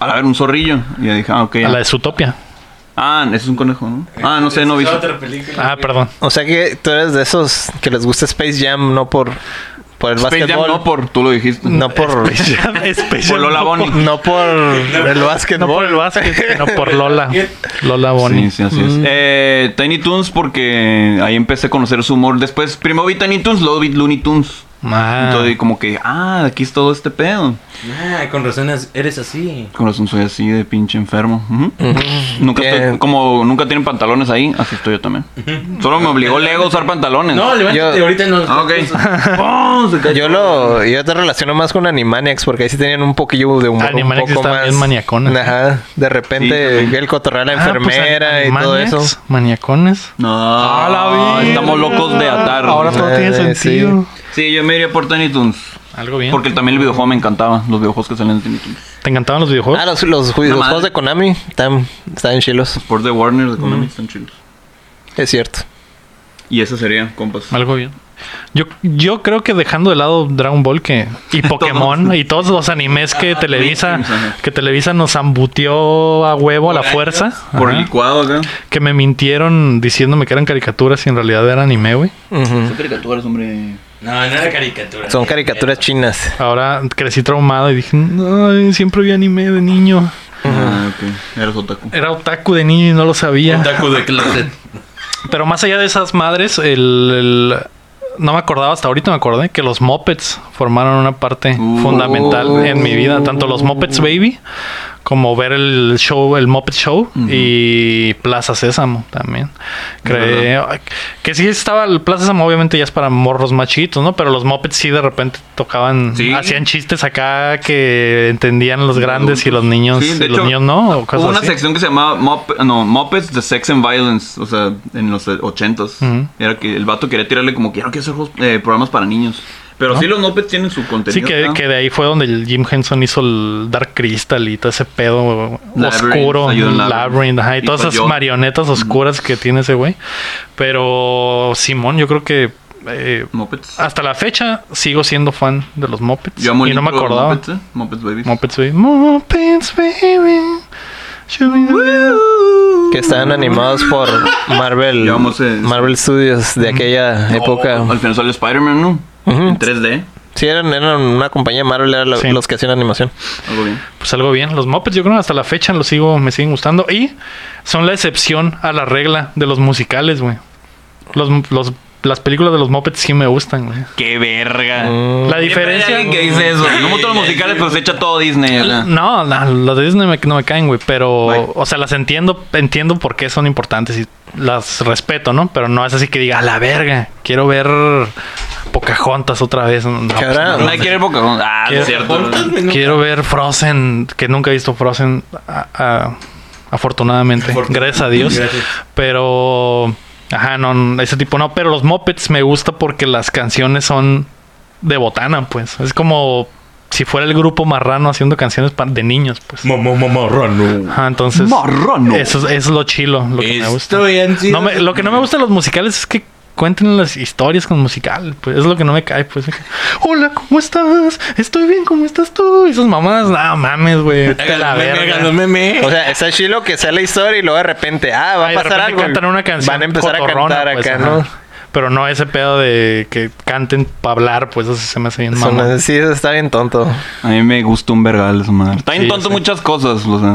[SPEAKER 2] A la ver, un zorrillo. Y ya dije, ah, ok.
[SPEAKER 1] A
[SPEAKER 2] ya.
[SPEAKER 1] la de Zootopia.
[SPEAKER 2] Ah, ese es un conejo, ¿no? Ah, no sé, no vi.
[SPEAKER 3] [LAUGHS]
[SPEAKER 4] Es otra película.
[SPEAKER 1] Ah, perdón.
[SPEAKER 3] O sea que tú eres de esos que les gusta Space Jam no por por el
[SPEAKER 2] Space Jam
[SPEAKER 3] básquetbol.
[SPEAKER 2] no por, tú lo dijiste.
[SPEAKER 3] No por.
[SPEAKER 1] [LAUGHS] Space Jam-
[SPEAKER 3] [LAUGHS]
[SPEAKER 1] Space Jam
[SPEAKER 2] Por Lola
[SPEAKER 1] no
[SPEAKER 2] Bunny.
[SPEAKER 1] por-
[SPEAKER 3] No por el
[SPEAKER 1] No
[SPEAKER 3] básquetbol.
[SPEAKER 1] por el básquet, sino por Lola. Lola Bonnie.
[SPEAKER 2] Sí, sí, así
[SPEAKER 1] Mm.
[SPEAKER 2] es. Eh, Tiny Toons porque ahí empecé a conocer su humor. Después, primero vi Tiny Toons, luego vi Looney Tunes.
[SPEAKER 1] Ah.
[SPEAKER 2] Entonces, como que, ah, aquí es todo este pedo.
[SPEAKER 4] Ah, con razón es- eres así.
[SPEAKER 2] Con razón soy así de pinche enfermo. Ujú.
[SPEAKER 1] Mm.
[SPEAKER 2] Nunca
[SPEAKER 3] Bien.
[SPEAKER 2] estoy- como nunca tienen pantalones ahí, así estoy yo también. Solo me obligó Lego a usar pantalones.
[SPEAKER 4] No, levántate
[SPEAKER 3] Yo-
[SPEAKER 4] ahorita no.
[SPEAKER 2] Ah, ok. Pum, se
[SPEAKER 1] [LAUGHS]
[SPEAKER 2] cayó.
[SPEAKER 3] Yo lo yo te relaciono más con Animaniacs porque ahí sí tenían un poquillo de humor
[SPEAKER 1] Animaniacs
[SPEAKER 3] un poco
[SPEAKER 1] estaba
[SPEAKER 3] más
[SPEAKER 1] bien maniacona.
[SPEAKER 3] Ajá, de repente
[SPEAKER 2] Sí, sí.
[SPEAKER 3] el cotorreo a la
[SPEAKER 1] Ah, pues,
[SPEAKER 3] enfermera y todo
[SPEAKER 1] Animaniacs,
[SPEAKER 3] eso.
[SPEAKER 1] Maniacones.
[SPEAKER 2] No,
[SPEAKER 1] Ah, la verga.
[SPEAKER 2] estamos locos de atar.
[SPEAKER 1] Ahora todo
[SPEAKER 3] Eh,
[SPEAKER 1] tiene
[SPEAKER 3] sí.
[SPEAKER 1] sentido.
[SPEAKER 2] Sí, yo me iría por Tiny Toons.
[SPEAKER 1] Algo bien.
[SPEAKER 2] Porque también el videojuego me encantaba. Los videojuegos que salen en Tiny Toons.
[SPEAKER 1] ¿Te encantaban los
[SPEAKER 3] Ah,
[SPEAKER 1] videojuegos?
[SPEAKER 3] los, los, ju- los
[SPEAKER 2] madre.
[SPEAKER 3] juegos de Konami están, están chilos,
[SPEAKER 2] Por The Warner, de
[SPEAKER 1] Mm.
[SPEAKER 2] Konami, están chilos.
[SPEAKER 3] es cierto.
[SPEAKER 2] Y esa sería, compas.
[SPEAKER 1] Algo bien. Yo, yo creo que dejando de lado Dragon Ball que y Pokémon y todos los animes que Televisa
[SPEAKER 2] Vikings, ajá.
[SPEAKER 1] que Televisa nos ambutió a huevo a la fuerza
[SPEAKER 2] Por
[SPEAKER 1] Ajá. Mm.
[SPEAKER 2] licuado acá.
[SPEAKER 1] que me mintieron diciéndome que eran caricaturas y en realidad era anime, güey.
[SPEAKER 3] Ujú.
[SPEAKER 2] caricaturas, hombre.
[SPEAKER 4] No, no era caricatura.
[SPEAKER 3] Son caricaturas chinas.
[SPEAKER 1] Ahora crecí traumado y dije, "Ay, siempre vi anime de niño."
[SPEAKER 2] Ah, ok. Eres otaku.
[SPEAKER 1] Era otaku de niño y no lo sabía.
[SPEAKER 4] Eh, Un taco de closet.
[SPEAKER 1] Pero más allá de esas madres, el, el- no me acordaba hasta ahorita me acordé que los Muppets formaron una parte
[SPEAKER 2] Uh.
[SPEAKER 1] fundamental en mi vida, tanto los Muppets Baby como ver el show, el Muppet Show y Plaza Sésamo también. Creé- que sí estaba el Plaza Sésamo obviamente ya es para morros machitos, ¿no? Pero los Muppets sí de repente tocaban,
[SPEAKER 2] Sí.
[SPEAKER 1] hacían chistes acá que entendían los grandes y los niños,
[SPEAKER 2] Sí, de
[SPEAKER 1] y los
[SPEAKER 2] hecho,
[SPEAKER 1] niños no, o cosas
[SPEAKER 2] Hubo una
[SPEAKER 1] así.
[SPEAKER 2] sección que se llamaba Mupp- no, Muppets The Sex and Violence, o sea, en los eh, 80s.
[SPEAKER 1] Ujú.
[SPEAKER 2] Era que el vato quería tirarle como que ya no quiero hacer juegos- eh, programas para niños. Pero sí los Muppets tienen su contenido.
[SPEAKER 1] Sí, que,
[SPEAKER 2] acá.
[SPEAKER 1] que de ahí fue donde el Jim Henson hizo el Dark Crystal y todo ese pedo
[SPEAKER 2] Labyrinth,
[SPEAKER 1] oscuro,
[SPEAKER 2] ayuda en
[SPEAKER 1] Labyrinth,
[SPEAKER 2] Labyrinth.
[SPEAKER 1] ajá, y,
[SPEAKER 2] Y
[SPEAKER 1] todas
[SPEAKER 2] fue
[SPEAKER 1] esas
[SPEAKER 2] Yoda.
[SPEAKER 1] marionetas oscuras que tiene ese güey. Pero Simón, yo creo que eh,
[SPEAKER 2] Muppets.
[SPEAKER 1] hasta la fecha sigo siendo fan de los Muppets.
[SPEAKER 2] Yo amo el
[SPEAKER 1] y no me
[SPEAKER 2] intro de
[SPEAKER 1] acordaba.
[SPEAKER 2] Muppets, eh, Muppets Babies.
[SPEAKER 1] Muppets Baby. Muppets Baby. should we do-
[SPEAKER 3] Que estaban animados por Marvel
[SPEAKER 2] Yo amo ese-
[SPEAKER 3] Marvel Studios de aquella época.
[SPEAKER 2] Al final sale Spider-Man, ¿no?
[SPEAKER 3] Ujú.
[SPEAKER 2] En 3D.
[SPEAKER 3] Sí, eran, eran una compañía Marvel, eran la-
[SPEAKER 1] Sí.
[SPEAKER 3] los que hacían animación.
[SPEAKER 2] Algo bien.
[SPEAKER 1] Pues algo bien. Los Muppets, yo creo que hasta la fecha los sigo, me siguen gustando. Y son la excepción a la regla de los musicales, güey. Los, los- las películas de los Muppets sí me gustan, güey.
[SPEAKER 2] ¡Qué verga!
[SPEAKER 1] La
[SPEAKER 2] Siempre hay
[SPEAKER 1] diferencia.
[SPEAKER 2] alguien que dice eso. No me gustan los musicales, pero se echa todo Disney. acá.
[SPEAKER 1] No, no, las de Disney me- no me caen, güey. Pero,
[SPEAKER 2] Bye.
[SPEAKER 1] o sea, las entiendo, entiendo por qué son importantes y las respeto, ¿no? Pero no es así que diga, a la verga, quiero ver Pocahontas otra vez. No, pues,
[SPEAKER 3] habrá?
[SPEAKER 1] no.
[SPEAKER 2] Nadie quiere ver Pocahontas. Ah,
[SPEAKER 1] Quiero-
[SPEAKER 2] es cierto.
[SPEAKER 1] Quiero ver Frozen, que nunca he visto Frozen, a- a- afortunadamente,
[SPEAKER 4] Afortun-
[SPEAKER 1] gracias a Dios.
[SPEAKER 4] Gracias.
[SPEAKER 1] Pero, ajá, no, ese tipo no. Pero los Muppets me gusta porque las canciones son de botana, pues. Es como si fuera el grupo marrano haciendo canciones pa- de niños, pues.
[SPEAKER 4] Momomomorrano.
[SPEAKER 1] Ajá, entonces.
[SPEAKER 2] Marrano.
[SPEAKER 1] Eso es, es lo chilo, lo que me gusta.
[SPEAKER 4] Estoy en
[SPEAKER 1] No me- lo que no me gusta de los musicales es que cuenten las historias con musical, pues es lo que no me cae, pues. Hola, ¿cómo estás? Estoy bien, ¿cómo estás tú? Y esas mamadas, no mames, güey. vete a la verga.
[SPEAKER 3] O sea, está chilo que sea la historia y luego de repente, ah, va
[SPEAKER 1] Ay,
[SPEAKER 3] a
[SPEAKER 1] de
[SPEAKER 3] pasar
[SPEAKER 1] repente
[SPEAKER 3] algo.
[SPEAKER 1] cantan una canción.
[SPEAKER 3] Van a empezar a
[SPEAKER 1] cotorrona,
[SPEAKER 3] cantar
[SPEAKER 1] pues,
[SPEAKER 3] acá,
[SPEAKER 1] ajá.
[SPEAKER 3] ¿no?
[SPEAKER 1] Pero no ese pedo de que canten para hablar, pues eso sí se me hace bien
[SPEAKER 3] Eso no-
[SPEAKER 1] mamón.
[SPEAKER 3] sí, eso está bien tonto.
[SPEAKER 2] A mí me gusta un vergal esa madre. Está bien
[SPEAKER 1] Sí,
[SPEAKER 2] tonto
[SPEAKER 1] sí.
[SPEAKER 2] muchas cosas, o sea.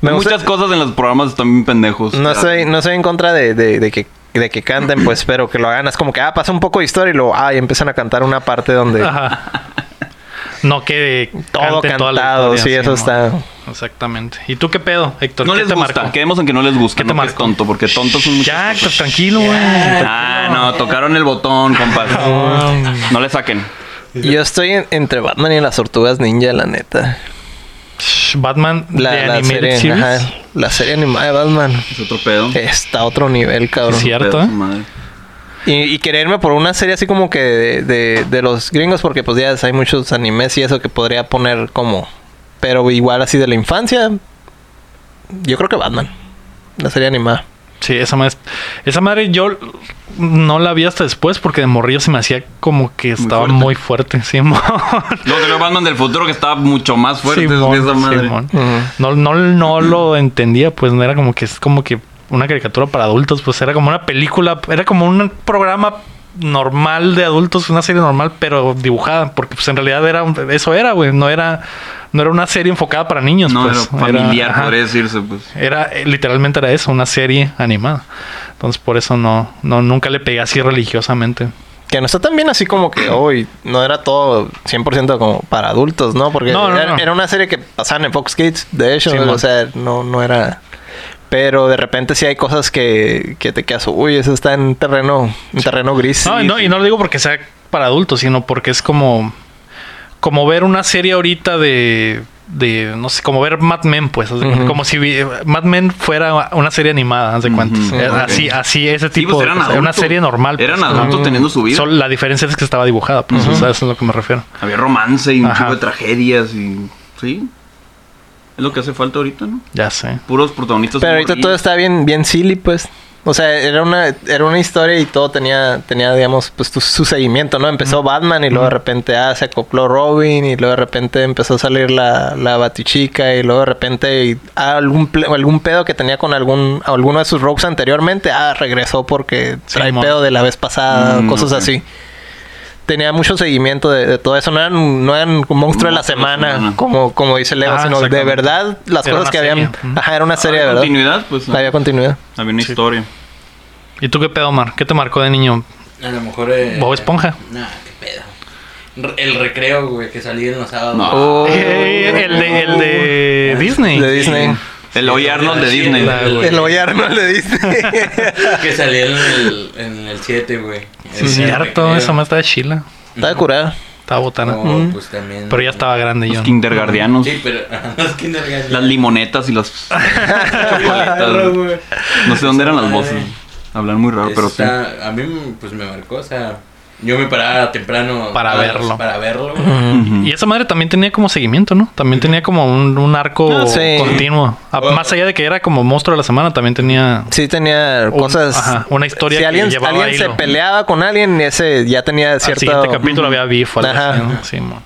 [SPEAKER 3] Me
[SPEAKER 2] hay
[SPEAKER 3] gusta-
[SPEAKER 2] Muchas cosas en los programas están bien pendejos.
[SPEAKER 3] No
[SPEAKER 2] Ah,
[SPEAKER 3] estoy, no estoy en contra de, de- de que, de que canten, pues, pero que lo hagan. Es como que, ah, pasa un poco de historia y luego, ah, y empiezan a cantar una parte donde
[SPEAKER 1] Ah. Ajá. No que
[SPEAKER 3] todo
[SPEAKER 1] canten toda la
[SPEAKER 3] cantado.
[SPEAKER 1] historia,
[SPEAKER 3] Sí, eso
[SPEAKER 1] no.
[SPEAKER 3] está.
[SPEAKER 1] Exactamente. ¿Y tú qué pedo, Héctor?
[SPEAKER 2] No
[SPEAKER 1] ¿Qué
[SPEAKER 2] les
[SPEAKER 1] te
[SPEAKER 2] gusta.
[SPEAKER 1] marcó?
[SPEAKER 2] Quedemos en que no les gusta.
[SPEAKER 1] ¿Qué te
[SPEAKER 2] no que es
[SPEAKER 1] marcó?
[SPEAKER 2] tonto, porque tontos son muchos.
[SPEAKER 1] Ya, pues, tranquilo, güey.
[SPEAKER 2] Ah, no, tocaron el botón, compas.
[SPEAKER 1] Ah. Um,
[SPEAKER 2] No le saquen.
[SPEAKER 3] Yo estoy en- entre Batman y las tortugas ninja, la neta.
[SPEAKER 1] Shh, Batman
[SPEAKER 3] La,
[SPEAKER 1] de
[SPEAKER 3] la
[SPEAKER 1] Animated
[SPEAKER 3] serie,
[SPEAKER 1] Series.
[SPEAKER 3] ajá, la serie animada de Batman
[SPEAKER 2] Es otro pedo.
[SPEAKER 3] está a otro nivel, cabrón.
[SPEAKER 1] Sí, sí. cierto,
[SPEAKER 2] Pedo,
[SPEAKER 1] ¿eh?
[SPEAKER 2] su madre.
[SPEAKER 3] Y, y quererme por una serie así como que de, de- de los gringos, porque pues ya hay muchos animes y eso que podría poner como. Pero igual así de la infancia. Yo creo que Batman. La serie animada.
[SPEAKER 1] Sí, esa madre, esa madre yo no la vi hasta después porque de morrillo se me hacía como que estaba
[SPEAKER 2] fuerte.
[SPEAKER 1] muy fuerte, [LAUGHS] Simón.
[SPEAKER 2] Los de los Batman del futuro que estaba mucho más fuerte que esa
[SPEAKER 1] Simón,
[SPEAKER 2] madre.
[SPEAKER 1] Simón.
[SPEAKER 3] Ujú.
[SPEAKER 1] No, no, no lo entendía, pues no era como que es como que una caricatura para adultos, pues era como una película, era como un programa normal de adultos, una serie normal, pero dibujada, porque pues en realidad era un- eso era, güey, no era no era una serie enfocada para niños,
[SPEAKER 2] No,
[SPEAKER 1] pues,
[SPEAKER 2] pero familiar,
[SPEAKER 1] ajá.
[SPEAKER 2] podría decirse, pues.
[SPEAKER 1] Era eh, literalmente era eso, una serie animada. Entonces por eso no no nunca le pegué así religiosamente.
[SPEAKER 3] Que no está tan bien así
[SPEAKER 1] [CLEARS THROAT]
[SPEAKER 3] como que hoy no era todo 100% como para adultos, ¿no? Porque
[SPEAKER 1] No, no,
[SPEAKER 3] era,
[SPEAKER 1] no.
[SPEAKER 3] era una serie que pasaban en Fox Kids, de hecho,
[SPEAKER 1] Sí,
[SPEAKER 3] o
[SPEAKER 1] man.
[SPEAKER 3] sea, no, no era... Pero de repente sí hay cosas que, que te quedas, uy, eso está en terreno, en terreno gris.
[SPEAKER 1] No, y
[SPEAKER 3] Y-
[SPEAKER 1] no, y no lo digo porque sea para adultos, sino porque es como como ver una serie ahorita de de no sé, como ver Mad Men, pues, haz de cuenta,
[SPEAKER 3] Ujú.
[SPEAKER 1] como si vi- Mad Men fuera una serie animada, haz de cuentas. Eh,
[SPEAKER 3] ok.
[SPEAKER 1] Así así ese
[SPEAKER 2] Sí,
[SPEAKER 1] tipo,
[SPEAKER 2] pues,
[SPEAKER 1] de
[SPEAKER 2] eran
[SPEAKER 1] cosas. era una
[SPEAKER 2] adultos.
[SPEAKER 1] serie normal.
[SPEAKER 2] Eran
[SPEAKER 1] pues, ¿no?
[SPEAKER 2] adultos teniendo su vida.
[SPEAKER 1] Solo la diferencia es que estaba dibujada, pues, o sea, eso es a lo que me refiero.
[SPEAKER 2] Había romance y un
[SPEAKER 1] Ajá.
[SPEAKER 2] tipo de tragedias y... Sí. Es lo que hace falta ahorita, ¿no?
[SPEAKER 1] Ya sé.
[SPEAKER 2] Puros protagonistas.
[SPEAKER 3] Pero ahorita todo
[SPEAKER 2] morrillos.
[SPEAKER 3] está bien, bien silly, pues. O sea, era una, era una historia y todo tenía, tenía digamos, pues tu- su seguimiento, ¿no? Empezó Batman y luego de repente ah, se acopló Robin y luego de repente empezó a salir la, la batichica y luego de repente y, ah, algún, ple- algún pedo que tenía con algún alguno de sus rogues anteriormente, ah, regresó porque
[SPEAKER 1] Sí,
[SPEAKER 3] trae
[SPEAKER 1] mon.
[SPEAKER 3] pedo de la vez pasada,
[SPEAKER 2] Mm,
[SPEAKER 3] cosas
[SPEAKER 2] ok.
[SPEAKER 3] así. Tenía mucho seguimiento de, de todo eso. No eran, no eran un monstruo, de la
[SPEAKER 2] Monstruo de la
[SPEAKER 3] semana,
[SPEAKER 2] semana.
[SPEAKER 3] como, como dice Leo,
[SPEAKER 1] Ah,
[SPEAKER 3] sino de
[SPEAKER 1] exactamente.
[SPEAKER 3] verdad las
[SPEAKER 1] Era
[SPEAKER 3] cosas
[SPEAKER 1] una
[SPEAKER 3] que
[SPEAKER 1] serie.
[SPEAKER 3] habían...
[SPEAKER 1] Ujú.
[SPEAKER 3] Ajá, Ah, era una serie de
[SPEAKER 1] Ah,
[SPEAKER 2] Había
[SPEAKER 3] verdad.
[SPEAKER 2] continuidad, pues.
[SPEAKER 3] Había continuidad.
[SPEAKER 2] Había una historia.
[SPEAKER 1] ¿Y tú qué pedo, Omar? ¿Qué te marcó de niño?
[SPEAKER 4] A lo mejor. eh,
[SPEAKER 1] Bob Esponja.
[SPEAKER 4] Nah, qué pedo. Re- El recreo, güey, que salía en los sábados.
[SPEAKER 2] No.
[SPEAKER 3] Oh.
[SPEAKER 1] Eh, el de el de Disney.
[SPEAKER 3] De Disney.
[SPEAKER 2] El hoy Arnold de
[SPEAKER 4] Sí,
[SPEAKER 2] Disney.
[SPEAKER 4] la- güey.
[SPEAKER 3] El hoy Arnold de
[SPEAKER 1] [LAUGHS]
[SPEAKER 3] Disney.
[SPEAKER 4] Que salía en el, en el 7, güey.
[SPEAKER 1] Sí,
[SPEAKER 4] Este,
[SPEAKER 1] es
[SPEAKER 4] eh,
[SPEAKER 1] cierto, esa más estaba chila.
[SPEAKER 3] Estaba curada.
[SPEAKER 1] Estaba botana.
[SPEAKER 4] No, pues también.
[SPEAKER 1] Pero ya estaba grande yo.
[SPEAKER 2] Los
[SPEAKER 1] ¿no?
[SPEAKER 2] kindergardianos.
[SPEAKER 4] Sí, pero. [LAUGHS] los kindergarten.
[SPEAKER 2] Las limonetas
[SPEAKER 1] [LAUGHS]
[SPEAKER 2] y las
[SPEAKER 4] Claro,
[SPEAKER 2] chocolatas.
[SPEAKER 4] güey.
[SPEAKER 2] No sé dónde eran las
[SPEAKER 4] Madre.
[SPEAKER 2] voces. Hablan muy raro, pero sí.
[SPEAKER 4] Está- A mí, pues me marcó, o sea. Yo me paraba temprano.
[SPEAKER 1] Para
[SPEAKER 4] a las-
[SPEAKER 1] verlo.
[SPEAKER 4] Para verlo, güey.
[SPEAKER 2] Ujú.
[SPEAKER 1] Y esa madre también tenía como seguimiento, ¿no? También tenía como un, un arco
[SPEAKER 3] Ah, sí.
[SPEAKER 1] continuo. A-
[SPEAKER 4] Bueno.
[SPEAKER 1] Más allá de que era como monstruo de la semana, también tenía...
[SPEAKER 3] Sí tenía
[SPEAKER 1] Un-
[SPEAKER 3] cosas...
[SPEAKER 1] ajá, una historia
[SPEAKER 3] Si
[SPEAKER 1] que
[SPEAKER 3] alguien,
[SPEAKER 1] llevaba
[SPEAKER 3] alguien se
[SPEAKER 1] hilo.
[SPEAKER 3] peleaba con alguien, ese ya tenía
[SPEAKER 1] Al
[SPEAKER 3] cierto...
[SPEAKER 1] siguiente capítulo había beef o algo
[SPEAKER 3] Ajá.
[SPEAKER 1] así, ¿no? Sí, mo.